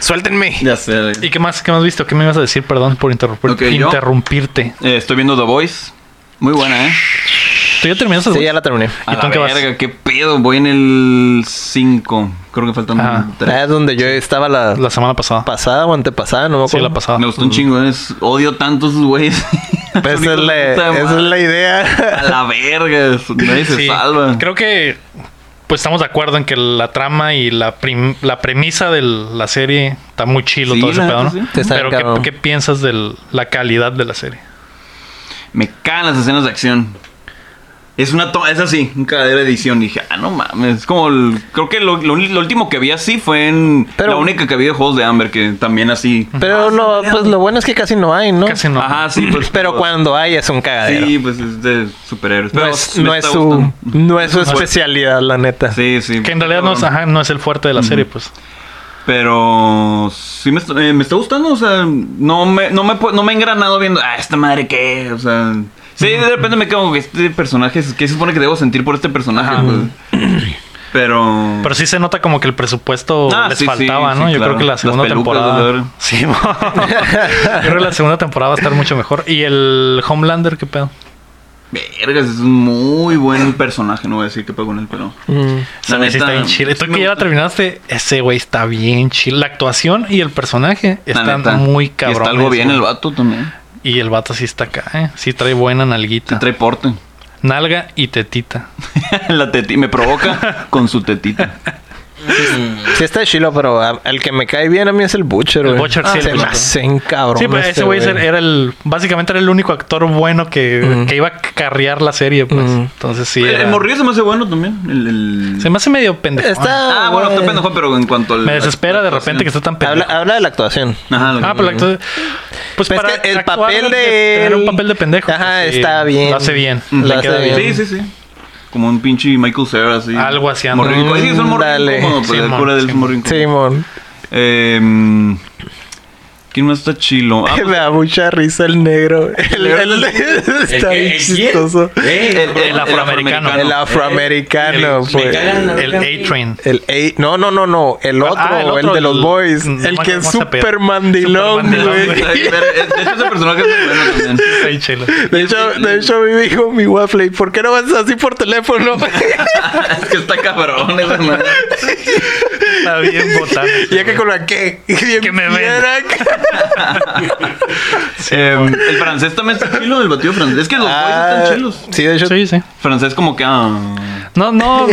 [SPEAKER 3] Suéltenme.
[SPEAKER 2] Ya sé.
[SPEAKER 1] ¿Y qué más? ¿Qué más visto? ¿Qué me ibas a decir? Perdón por interrumpir-
[SPEAKER 2] Ok, yo.
[SPEAKER 1] interrumpirte.
[SPEAKER 2] Eh, estoy viendo The Voice. Muy buena, ¿eh?
[SPEAKER 1] ¿Tú ya terminaste?
[SPEAKER 3] Sí,
[SPEAKER 1] güey?
[SPEAKER 3] ya la terminé.
[SPEAKER 2] A
[SPEAKER 1] ¿Y tú
[SPEAKER 2] la
[SPEAKER 1] en qué vas?
[SPEAKER 2] verga, qué pedo. Voy en el 5. Creo que
[SPEAKER 1] Ah.
[SPEAKER 2] faltan
[SPEAKER 3] Ah, Es
[SPEAKER 2] 3.
[SPEAKER 3] donde yo estaba la,
[SPEAKER 1] La semana pasada.
[SPEAKER 3] pasada o antepasada, no me
[SPEAKER 1] sí,
[SPEAKER 3] acuerdo.
[SPEAKER 1] la pasada.
[SPEAKER 2] Me gustó un chingo. Es, odio tanto a esos güeyes.
[SPEAKER 3] Ah. [LAUGHS] Pues
[SPEAKER 2] Son
[SPEAKER 3] esa es
[SPEAKER 2] hijos
[SPEAKER 3] la,
[SPEAKER 2] de [LAUGHS] puta
[SPEAKER 3] esa es
[SPEAKER 2] madre.
[SPEAKER 3] la idea.
[SPEAKER 2] [LAUGHS] A la verga. eso- Nadie se
[SPEAKER 1] Sí,
[SPEAKER 2] salva.
[SPEAKER 1] Creo que pues estamos de acuerdo en que la trama y la, prim- la premisa de la serie está muy chilo
[SPEAKER 2] Sí,
[SPEAKER 1] todo ese
[SPEAKER 2] la
[SPEAKER 1] pedo, ¿no?
[SPEAKER 2] neta, sí.
[SPEAKER 3] Sí, está
[SPEAKER 1] Pero
[SPEAKER 3] bien
[SPEAKER 1] ¿qué,
[SPEAKER 3] cabrón.
[SPEAKER 1] qué piensas de la calidad de la serie?
[SPEAKER 2] Me cagan las escenas de acción. Es una to- es así, un cadera de edición. Dije, ah, no mames. Es como el- Creo que lo, lo- lo último que vi así fue en.
[SPEAKER 3] Pero-
[SPEAKER 2] la única que vi de juegos de Amber, que también así.
[SPEAKER 3] Pero lo, pues lo bueno es que casi no hay, ¿no?
[SPEAKER 1] Casi no.
[SPEAKER 2] Ajá, sí, pues.
[SPEAKER 3] Pero cuando hay es un cagadero.
[SPEAKER 2] Sí, pues es de superhéroes.
[SPEAKER 3] no
[SPEAKER 2] Pero
[SPEAKER 3] es,
[SPEAKER 2] me
[SPEAKER 3] no es
[SPEAKER 2] está
[SPEAKER 3] su, [LAUGHS]
[SPEAKER 2] gustando.
[SPEAKER 3] no es su especialidad, la neta.
[SPEAKER 2] Sí, sí.
[SPEAKER 1] Que en realidad no es, ajá, no es el fuerte de la serie, pues.
[SPEAKER 2] Pero sí me está, eh, me está gustando, o sea, no me, no, me, pu- no me he engranado viendo, ah, esta madre qué, o sea... Sí, de repente me quedo, este personaje, ¿qué se supone que debo sentir por este personaje? pues? pero...
[SPEAKER 1] Pero sí se nota como que el presupuesto
[SPEAKER 2] Ah,
[SPEAKER 1] les
[SPEAKER 2] sí, sí,
[SPEAKER 1] faltaba,
[SPEAKER 2] sí,
[SPEAKER 1] ¿no? Yo
[SPEAKER 2] claro.
[SPEAKER 1] creo que la
[SPEAKER 2] Las
[SPEAKER 1] segunda
[SPEAKER 2] pelucas, la
[SPEAKER 1] temporada.
[SPEAKER 2] verdad.
[SPEAKER 1] [LAUGHS] Sí, mo. yo creo que la segunda temporada va a estar mucho mejor. ¿Y el Homelander qué pedo?
[SPEAKER 2] Vergas, es un muy buen personaje, no voy a decir qué pego con él, pero...
[SPEAKER 3] Mm.
[SPEAKER 1] Ese güey sí está bien chile. Tú
[SPEAKER 2] sí
[SPEAKER 1] que
[SPEAKER 2] me
[SPEAKER 1] ya la
[SPEAKER 2] gusta.
[SPEAKER 1] terminaste, ese güey está bien chile. La actuación y el personaje
[SPEAKER 2] La
[SPEAKER 1] están
[SPEAKER 2] neta.
[SPEAKER 1] muy
[SPEAKER 2] Y
[SPEAKER 1] cabrones.
[SPEAKER 2] está algo bien
[SPEAKER 1] güey.
[SPEAKER 2] el vato también.
[SPEAKER 1] Y el vato sí está acá, ¿eh? Sí trae buena
[SPEAKER 2] Se
[SPEAKER 1] nalguita.
[SPEAKER 2] trae porte. [LAUGHS]
[SPEAKER 1] Nalga y tetita.
[SPEAKER 2] la teti me provoca con su tetita.
[SPEAKER 3] Sí está chilo, pero a- el que me cae bien a mí es el Butcher,
[SPEAKER 1] El
[SPEAKER 3] güey. Ah,
[SPEAKER 1] Butcher, sí, el
[SPEAKER 3] se me
[SPEAKER 1] Butcher.
[SPEAKER 3] hace un cabrón
[SPEAKER 1] sí, pero
[SPEAKER 3] este
[SPEAKER 1] ese güey era el... Básicamente era el único actor bueno que,
[SPEAKER 3] Mm.
[SPEAKER 1] que iba a carrear la serie, pues.
[SPEAKER 3] Mm.
[SPEAKER 1] Entonces [LAUGHS] sí
[SPEAKER 2] el, el
[SPEAKER 1] era-
[SPEAKER 2] morrillo se me hace bueno también. El, el-
[SPEAKER 1] Se me hace medio pendejo.
[SPEAKER 3] Está-
[SPEAKER 2] Ah, bueno, está pendejo, pero en cuanto al...
[SPEAKER 1] Me desespera de repente que está
[SPEAKER 2] está
[SPEAKER 1] tan pendejo.
[SPEAKER 3] Habla, habla de la actuación.
[SPEAKER 2] Ajá, lo
[SPEAKER 1] Ah,
[SPEAKER 2] que-
[SPEAKER 1] pero entonces, pues
[SPEAKER 3] Pues
[SPEAKER 1] para
[SPEAKER 3] que el
[SPEAKER 1] actuar
[SPEAKER 3] papel de
[SPEAKER 1] tener un
[SPEAKER 3] él-
[SPEAKER 1] papel de pendejo.
[SPEAKER 3] Ajá,
[SPEAKER 1] pues, sí,
[SPEAKER 3] está bien.
[SPEAKER 1] Lo hace bien.
[SPEAKER 3] Mm.
[SPEAKER 1] le
[SPEAKER 3] Lo
[SPEAKER 1] queda
[SPEAKER 3] hace
[SPEAKER 1] bien.
[SPEAKER 3] bien.
[SPEAKER 2] Sí, sí, sí. Como un pinche Michael Cera, así.
[SPEAKER 1] Algo así, anda.
[SPEAKER 2] Morrillo. Sí, es un morrillo
[SPEAKER 3] Dale.
[SPEAKER 2] incómodo, pues,
[SPEAKER 1] Simón,
[SPEAKER 2] el cura del
[SPEAKER 1] Simón.
[SPEAKER 2] morrillo incómodo.
[SPEAKER 3] Simón.
[SPEAKER 2] Em, ¿Quién más está chilo? Ah,
[SPEAKER 3] me da mucha risa el negro. El, el- está
[SPEAKER 4] que-
[SPEAKER 3] bien
[SPEAKER 4] el
[SPEAKER 3] chistoso.
[SPEAKER 4] quién? Eh,
[SPEAKER 2] pues, el- el-
[SPEAKER 1] el afroamericano.
[SPEAKER 2] ah,
[SPEAKER 3] El
[SPEAKER 2] eh,
[SPEAKER 3] afroamericano,
[SPEAKER 4] Me
[SPEAKER 3] pues.
[SPEAKER 4] cagan la
[SPEAKER 1] El
[SPEAKER 4] verga, güey.
[SPEAKER 1] A-Train.
[SPEAKER 3] El A- no, no, no, no. El otro,
[SPEAKER 1] Ah,
[SPEAKER 3] el, de los boys.
[SPEAKER 1] no
[SPEAKER 3] El
[SPEAKER 1] me
[SPEAKER 3] que
[SPEAKER 1] acuerdo
[SPEAKER 3] es
[SPEAKER 1] cómo se apela.
[SPEAKER 3] super mandilón,
[SPEAKER 1] Supermandilón,
[SPEAKER 3] güey.
[SPEAKER 2] Ay, ver, es- De hecho, ese personaje es bueno también. [LAUGHS]
[SPEAKER 1] Ay, chelo.
[SPEAKER 3] De hecho, de hecho, me dijo mi waffle, ¿por qué no vas así por teléfono? [LAUGHS]
[SPEAKER 2] es que está cabrón esa madre.
[SPEAKER 1] Está
[SPEAKER 2] [LAUGHS]
[SPEAKER 1] bien botado.
[SPEAKER 3] ya que con la que.
[SPEAKER 1] Que me ven.
[SPEAKER 2] Em, el francés también está chilo, el batido francés. Es que los boys están chilos.
[SPEAKER 3] Ah, Sí, de hecho.
[SPEAKER 1] Sí, sí.
[SPEAKER 2] Francés como que... ah,
[SPEAKER 1] No, no.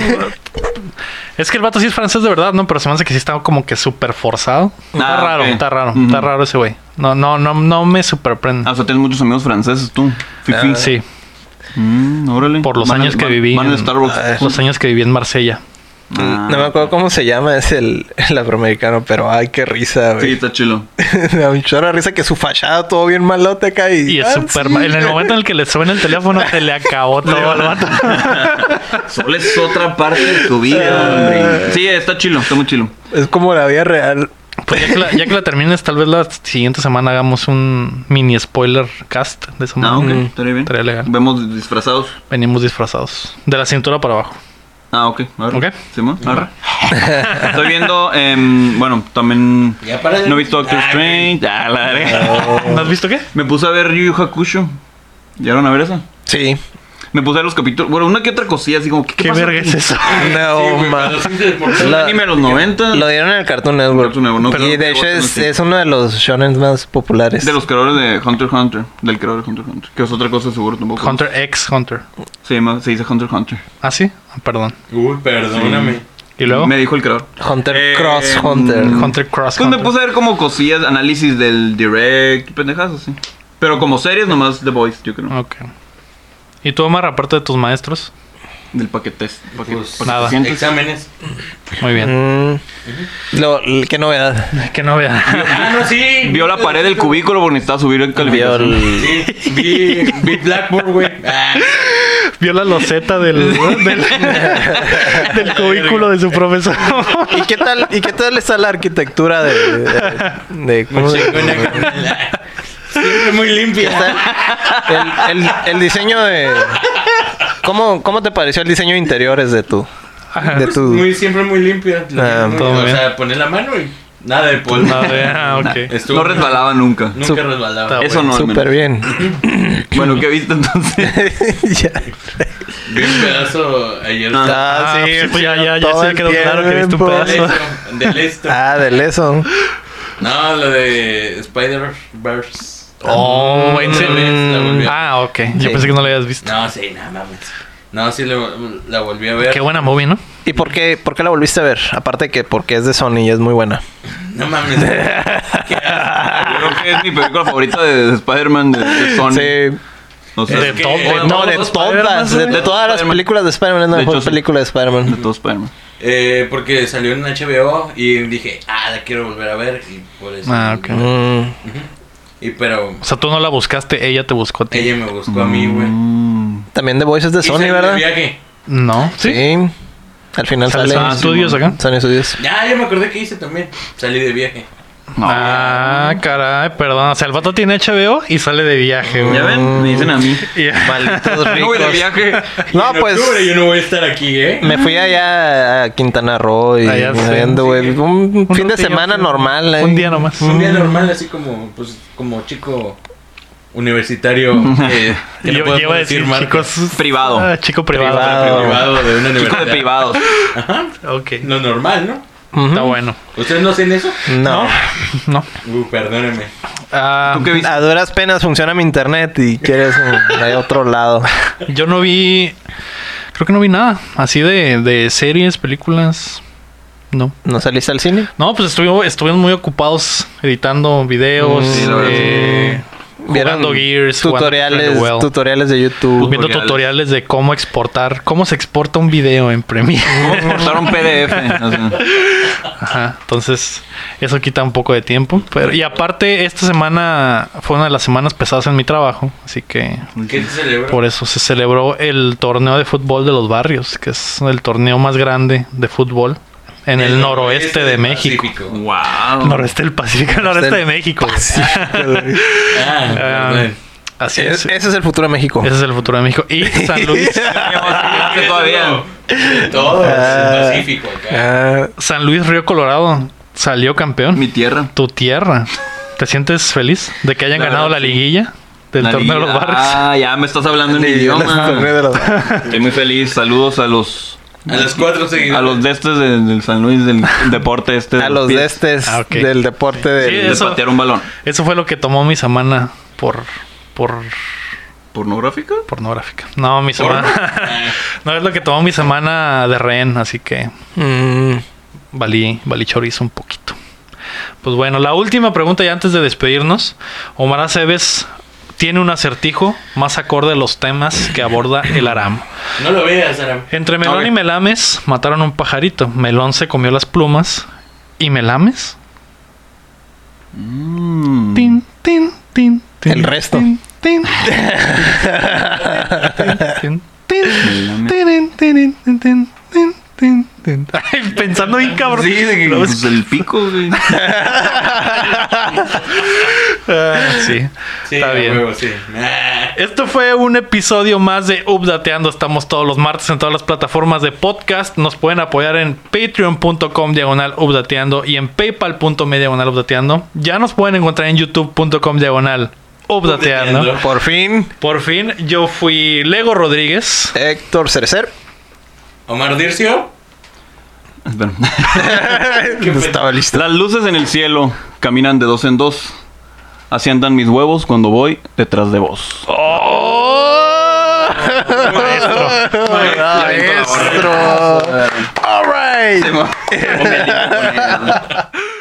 [SPEAKER 1] es que el vato sí es francés de verdad, ¿no? Pero se me hace que sí está como que súper forzado. está
[SPEAKER 2] Ah,
[SPEAKER 1] raro,
[SPEAKER 2] ok.
[SPEAKER 1] está raro.
[SPEAKER 2] Ujú.
[SPEAKER 1] Está raro ese güey. No, no, no, no me superprende.
[SPEAKER 2] ah, o sea, tienes muchos amigos franceses tú. Fifi.
[SPEAKER 1] Ah, sí.
[SPEAKER 2] Mm, órale.
[SPEAKER 1] Por los
[SPEAKER 2] Van a-
[SPEAKER 1] años que
[SPEAKER 2] van-
[SPEAKER 1] viví
[SPEAKER 2] Van a
[SPEAKER 1] en- Ah,
[SPEAKER 2] Starbucks.
[SPEAKER 1] Los años que viví en Marsella.
[SPEAKER 2] Ah.
[SPEAKER 3] No me acuerdo cómo se llama, es el, el afroamericano, pero ay, qué risa,
[SPEAKER 2] Sí,
[SPEAKER 3] güey.
[SPEAKER 2] está chulo.
[SPEAKER 3] [LAUGHS] Me da un chorro de risa que su fachada todo bien malote acá y...
[SPEAKER 1] Y es
[SPEAKER 3] ah,
[SPEAKER 1] súper
[SPEAKER 3] sí.
[SPEAKER 1] ma- En el momento en el que le suena el teléfono, se le
[SPEAKER 2] [LAUGHS]
[SPEAKER 1] acabó todo al vato.
[SPEAKER 2] Sol es otra parte de tu vida,
[SPEAKER 1] Ah.
[SPEAKER 2] hombre. Sí, está chilo, está muy chilo.
[SPEAKER 3] Es como la vida real.
[SPEAKER 1] [LAUGHS] Pues ya que, la, ya que la termines, tal vez la siguiente semana hagamos un mini spoiler cast de esa
[SPEAKER 2] Ah,
[SPEAKER 1] madre.
[SPEAKER 2] ok, estaría bien.
[SPEAKER 1] Estaría legal.
[SPEAKER 2] Vemos disfrazados.
[SPEAKER 1] Venimos disfrazados. De la cintura para abajo.
[SPEAKER 2] Ah, ok. Arre.
[SPEAKER 1] Ok.
[SPEAKER 2] Simón, arre. [LAUGHS] Estoy viendo, em, bueno, también.
[SPEAKER 4] Ya para de-
[SPEAKER 2] No he visto Doctor
[SPEAKER 4] Ah,
[SPEAKER 2] Strange. Ah, la verga.
[SPEAKER 1] ¿No has visto qué?
[SPEAKER 2] [LAUGHS] Me puse a ver Yu Yu Hakusho. ¿Llegaron a ver esa?
[SPEAKER 3] Sí.
[SPEAKER 2] Me puse a ver los capítulos. Bueno, una que otra cosilla, así como, ¿qué, qué
[SPEAKER 1] ¿Qué,
[SPEAKER 2] pasó
[SPEAKER 1] verga
[SPEAKER 2] aquí?
[SPEAKER 1] es eso?
[SPEAKER 4] Sí,
[SPEAKER 3] No,
[SPEAKER 4] güey,
[SPEAKER 3] ma.
[SPEAKER 4] cuando sí se deportó.
[SPEAKER 2] Un
[SPEAKER 3] La-
[SPEAKER 2] anime de los 90.
[SPEAKER 3] Lo dieron en el Cartoon Network.
[SPEAKER 2] Cartoon Network, no
[SPEAKER 3] y
[SPEAKER 2] creo que
[SPEAKER 3] de hecho
[SPEAKER 2] voten,
[SPEAKER 3] es,
[SPEAKER 2] sí.
[SPEAKER 3] es uno de los shonen más populares.
[SPEAKER 2] de los creadores de Hunter x Hunter. Del creador de Hunter x Hunter. Que es otra cosa, seguro tampoco.
[SPEAKER 1] Hunter X Hunter.
[SPEAKER 2] Se, llama, se dice Hunter x Hunter.
[SPEAKER 1] ¿Ah, sí? Ah, perdón.
[SPEAKER 4] Uy, perdóname.
[SPEAKER 1] ¿Y luego?
[SPEAKER 2] Me dijo el creador.
[SPEAKER 3] Hunter
[SPEAKER 2] Eh,
[SPEAKER 3] Cross Hunter.
[SPEAKER 2] mm,
[SPEAKER 1] Hunter Cross
[SPEAKER 2] Pues me
[SPEAKER 1] Hunter.
[SPEAKER 2] puse a ver como cosillas, análisis del direct, pendejas así. Pero como series, nomás The Voice, yo creo.
[SPEAKER 1] Ok. ¿Y tú, Omar, aparte de tus maestros?
[SPEAKER 2] Del paquetes. paque-
[SPEAKER 4] Pues,
[SPEAKER 2] paquete-
[SPEAKER 1] nada.
[SPEAKER 2] cientos.
[SPEAKER 4] Exámenes.
[SPEAKER 1] Muy bien.
[SPEAKER 3] Mm. Lo- l- qué novedad.
[SPEAKER 1] Que no vea.
[SPEAKER 4] Ah, no, sí.
[SPEAKER 2] Vio la pared del cubículo porque necesitaba subir el
[SPEAKER 3] Vio
[SPEAKER 2] calificación.
[SPEAKER 3] el-
[SPEAKER 4] Sí, vi, vi Blackboard, güey. Ah,
[SPEAKER 1] [LAUGHS] Vio la loseta del, del, del cubículo de su profesor.
[SPEAKER 3] ¿Y qué tal? ¿Y qué tal está la arquitectura de, de, de- cómo
[SPEAKER 4] muy
[SPEAKER 3] se-
[SPEAKER 4] chingona, carnal. Siempre muy limpia.
[SPEAKER 3] el, el- el diseño de ¿cómo, cómo te pareció el diseño de interiores de tu de tu
[SPEAKER 4] Muy, siempre muy limpia.
[SPEAKER 3] Ah,
[SPEAKER 4] Muy-
[SPEAKER 1] todo
[SPEAKER 4] o
[SPEAKER 1] bien.
[SPEAKER 4] sea, poner la mano y nada de polvo.
[SPEAKER 1] No vea, ok.
[SPEAKER 4] Estuvo-
[SPEAKER 2] No resbalaba nunca.
[SPEAKER 4] Nunca
[SPEAKER 3] Sup-
[SPEAKER 4] resbalaba.
[SPEAKER 2] Eso no, al menos.
[SPEAKER 3] súper [LAUGHS] bien?
[SPEAKER 2] Bueno, ¿qué viste
[SPEAKER 3] [LAUGHS]
[SPEAKER 2] entonces?
[SPEAKER 3] Ya.
[SPEAKER 4] Vi un pedazo ayer.
[SPEAKER 2] Ah,
[SPEAKER 1] Ah, sí, pues ya, ya, ya
[SPEAKER 3] todo
[SPEAKER 1] se
[SPEAKER 3] el
[SPEAKER 1] quedó claro que viste un
[SPEAKER 3] tiempo.
[SPEAKER 1] pedazo.
[SPEAKER 4] Del esto, del esto.
[SPEAKER 3] Ah, del eso.
[SPEAKER 4] No, lo de Spider-Verse.
[SPEAKER 1] Oh,
[SPEAKER 4] Otra
[SPEAKER 1] en serio.
[SPEAKER 4] vez la volví a-
[SPEAKER 1] Ah, ok. Yo
[SPEAKER 3] Sí.
[SPEAKER 1] pensé que no lo habías visto.
[SPEAKER 4] No, sí, nada mames. No, sí, lo- la volví a ver.
[SPEAKER 1] Qué buena movie, ¿no?
[SPEAKER 3] ¿Y por qué, por qué la volviste a ver? Aparte que porque es de Sony y es muy [LAUGHS] buena.
[SPEAKER 4] No mames. Qué asco.
[SPEAKER 2] Ah, Creo que es mi película favorita de Spider-Man, de, de Sony.
[SPEAKER 3] Sí.
[SPEAKER 2] No sé.
[SPEAKER 1] De
[SPEAKER 2] Es que-
[SPEAKER 1] todo.
[SPEAKER 4] de
[SPEAKER 3] No, de todas, de,
[SPEAKER 2] De
[SPEAKER 3] todas las
[SPEAKER 2] Spider-Man.
[SPEAKER 3] películas de Spider-Man es la
[SPEAKER 2] De
[SPEAKER 3] mejor
[SPEAKER 2] hecho, sí.
[SPEAKER 3] película de
[SPEAKER 2] De
[SPEAKER 3] [LAUGHS] Spider-Man.
[SPEAKER 2] todo Spider-Man.
[SPEAKER 4] Eh, porque salió en HBO y dije, ah, la quiero volver a ver. Y por eso.
[SPEAKER 1] Ah, ok.
[SPEAKER 3] Mm.
[SPEAKER 4] Y pero
[SPEAKER 1] O sea, tú no la buscaste, ella te buscó a ti.
[SPEAKER 4] ella me buscó a mí, güey.
[SPEAKER 2] Mm.
[SPEAKER 3] También The Voice es de
[SPEAKER 4] Y salí
[SPEAKER 3] Sony,
[SPEAKER 4] de
[SPEAKER 3] ¿verdad?
[SPEAKER 4] viaje.
[SPEAKER 1] No, sí.
[SPEAKER 3] Al final
[SPEAKER 1] Sale
[SPEAKER 3] sale,
[SPEAKER 1] Sony Studios acá.
[SPEAKER 3] Sony Studios.
[SPEAKER 4] Ya, ya me acordé que hice también. Salí de viaje.
[SPEAKER 2] No.
[SPEAKER 1] Ah, caray, perdón. O sea, el vato tiene HBO y sale de viaje, güey.
[SPEAKER 2] ¿Ya ven? Me dicen a mí.
[SPEAKER 1] Y- [LAUGHS]
[SPEAKER 3] [LAUGHS] Malditos
[SPEAKER 2] No voy de
[SPEAKER 3] ricos.
[SPEAKER 2] viaje.
[SPEAKER 3] No,
[SPEAKER 4] En
[SPEAKER 3] pues
[SPEAKER 4] octubre yo no voy a estar aquí, ¿eh?
[SPEAKER 3] me fui allá a Quintana Roo y
[SPEAKER 1] Allá sí,
[SPEAKER 3] viendo, güey. Un,
[SPEAKER 1] Un
[SPEAKER 3] fin de
[SPEAKER 1] ratillo,
[SPEAKER 3] semana
[SPEAKER 1] sí.
[SPEAKER 3] normal. eh.
[SPEAKER 1] Un día nomás.
[SPEAKER 4] Un día normal, así como, pues, como chico
[SPEAKER 3] [LAUGHS]
[SPEAKER 4] universitario. eh, que no
[SPEAKER 1] Yo
[SPEAKER 4] podemos
[SPEAKER 1] llevo a decir,
[SPEAKER 4] marca.
[SPEAKER 1] chicos.
[SPEAKER 2] Privado.
[SPEAKER 1] Ah, chico privado.
[SPEAKER 3] Privado.
[SPEAKER 4] Privado de una
[SPEAKER 2] Chico
[SPEAKER 4] universidad.
[SPEAKER 2] de privados.
[SPEAKER 4] Ajá.
[SPEAKER 1] Ok.
[SPEAKER 4] Lo normal, ¿no?
[SPEAKER 3] Ujú.
[SPEAKER 1] Está bueno.
[SPEAKER 4] ¿Ustedes no hacen eso?
[SPEAKER 3] No.
[SPEAKER 1] No.
[SPEAKER 4] Uh, perdónenme.
[SPEAKER 1] Ah,
[SPEAKER 2] ¿Tú qué viste?
[SPEAKER 3] A duras penas funciona mi internet y quieres un- de otro lado.
[SPEAKER 1] yo no vi. Creo que no vi nada. Así de, de series, películas. No.
[SPEAKER 3] ¿No saliste al cine?
[SPEAKER 1] No, pues estuvimos, estuvimos muy ocupados editando videos,
[SPEAKER 3] Mm,
[SPEAKER 2] sí, la verdad,
[SPEAKER 1] eh, jugando Gears, jugando Pues
[SPEAKER 3] tutoriales,
[SPEAKER 1] Pretend Well,
[SPEAKER 3] tutoriales de YouTube.
[SPEAKER 1] viendo tutoriales de cómo exportar, cómo se exporta un video en Premiere.
[SPEAKER 2] [LAUGHS] ¿Cómo exportar un PDF? O sea,
[SPEAKER 1] Ajá, entonces eso quita un poco de tiempo. Pero, y aparte, esta semana fue una de las semanas pesadas en mi trabajo, así que
[SPEAKER 3] Pues
[SPEAKER 4] ¿Qué se celebra?
[SPEAKER 1] por eso se celebró el torneo de fútbol de los barrios, que es el torneo más grande de fútbol en el, noroeste de
[SPEAKER 4] del
[SPEAKER 1] México.
[SPEAKER 4] Pacífico.
[SPEAKER 2] wow.
[SPEAKER 1] Noreste del Pacífico, el noreste de México.
[SPEAKER 4] Ah,
[SPEAKER 1] Ah,
[SPEAKER 4] perdón.
[SPEAKER 1] Así es.
[SPEAKER 3] Es- ese es el futuro de México. [LAUGHS]
[SPEAKER 1] Ese es el futuro de México. Y San Luis,
[SPEAKER 2] Ah, que todavía.
[SPEAKER 4] De todo, es el Pacífico acá.
[SPEAKER 3] Ah,
[SPEAKER 1] San Luis Río Colorado salió campeón.
[SPEAKER 2] Mi tierra.
[SPEAKER 1] Tu tierra. ¿Te sientes feliz de que hayan
[SPEAKER 2] La
[SPEAKER 1] ganado
[SPEAKER 2] verdad,
[SPEAKER 1] la liguilla del
[SPEAKER 2] La
[SPEAKER 1] torneo de los
[SPEAKER 2] liga.
[SPEAKER 1] barrios?
[SPEAKER 2] Ah, ya me estás hablando en mi
[SPEAKER 3] el torneo
[SPEAKER 2] idioma.
[SPEAKER 3] de los-
[SPEAKER 2] Estoy muy feliz. Saludos a los.
[SPEAKER 4] A los cuatro seguidores.
[SPEAKER 2] A los de estes de- del San Luis, del deporte este. de
[SPEAKER 3] a los
[SPEAKER 2] pies,
[SPEAKER 3] destes
[SPEAKER 1] Ah, ok.
[SPEAKER 3] del deporte
[SPEAKER 1] Sí,
[SPEAKER 3] del
[SPEAKER 2] De
[SPEAKER 1] Eso.
[SPEAKER 2] patear un balón.
[SPEAKER 1] Eso fue lo que tomó mi semana por por
[SPEAKER 2] ¿Pornográfica?
[SPEAKER 1] pornográfica. No, mi
[SPEAKER 4] ¿Porno?
[SPEAKER 1] semana.
[SPEAKER 2] [LAUGHS]
[SPEAKER 4] Ah,
[SPEAKER 1] no es lo que tomó mi semana de rehén, así que
[SPEAKER 3] Mm,
[SPEAKER 1] valí, valí chorizo un poquito. Pues bueno, la última pregunta ya antes de despedirnos. Omar Aceves tiene un acertijo más acorde a los temas que aborda el Aram.
[SPEAKER 4] No lo veas, Aram.
[SPEAKER 1] Entre Melón
[SPEAKER 2] Ok.
[SPEAKER 1] y Melames mataron un pajarito. Melón se comió las plumas. ¿Y Melames?
[SPEAKER 2] Mm.
[SPEAKER 1] Tin, tin, tin, tin,
[SPEAKER 3] El resto.
[SPEAKER 1] tin,
[SPEAKER 3] [LAUGHS]
[SPEAKER 1] tin, tin, tin, tin, tin, tin, tin, tin, tin, tin, tin. Ay, Pensando bien cabrón.
[SPEAKER 2] Sí, de que,
[SPEAKER 1] Lo ves-
[SPEAKER 2] pues, el pico, güey.
[SPEAKER 1] Ah, sí.
[SPEAKER 4] Sí,
[SPEAKER 1] Está
[SPEAKER 4] a
[SPEAKER 1] bien.
[SPEAKER 4] huevo, sí. Ah,
[SPEAKER 1] Esto fue un episodio más de Updateando. Estamos todos los martes en todas las plataformas de podcast. Nos pueden apoyar en patreon.com diagonal Updateando y en paypal.me diagonal Updateando. Ya nos pueden encontrar en youtube.com diagonal Updateando.
[SPEAKER 4] Updateando.
[SPEAKER 3] Por fin,
[SPEAKER 1] Por fin, yo fui Lego Rodríguez.
[SPEAKER 3] Héctor Cercer.
[SPEAKER 4] Omar Dircio.
[SPEAKER 2] Espera.
[SPEAKER 4] ¿Qué
[SPEAKER 3] No
[SPEAKER 4] pe-
[SPEAKER 3] estaba listo.
[SPEAKER 2] Las luces en el cielo caminan de dos en dos. Así andan mis huevos cuando voy detrás de vos. [LAUGHS]
[SPEAKER 3] Maestro. All right.
[SPEAKER 2] Simón.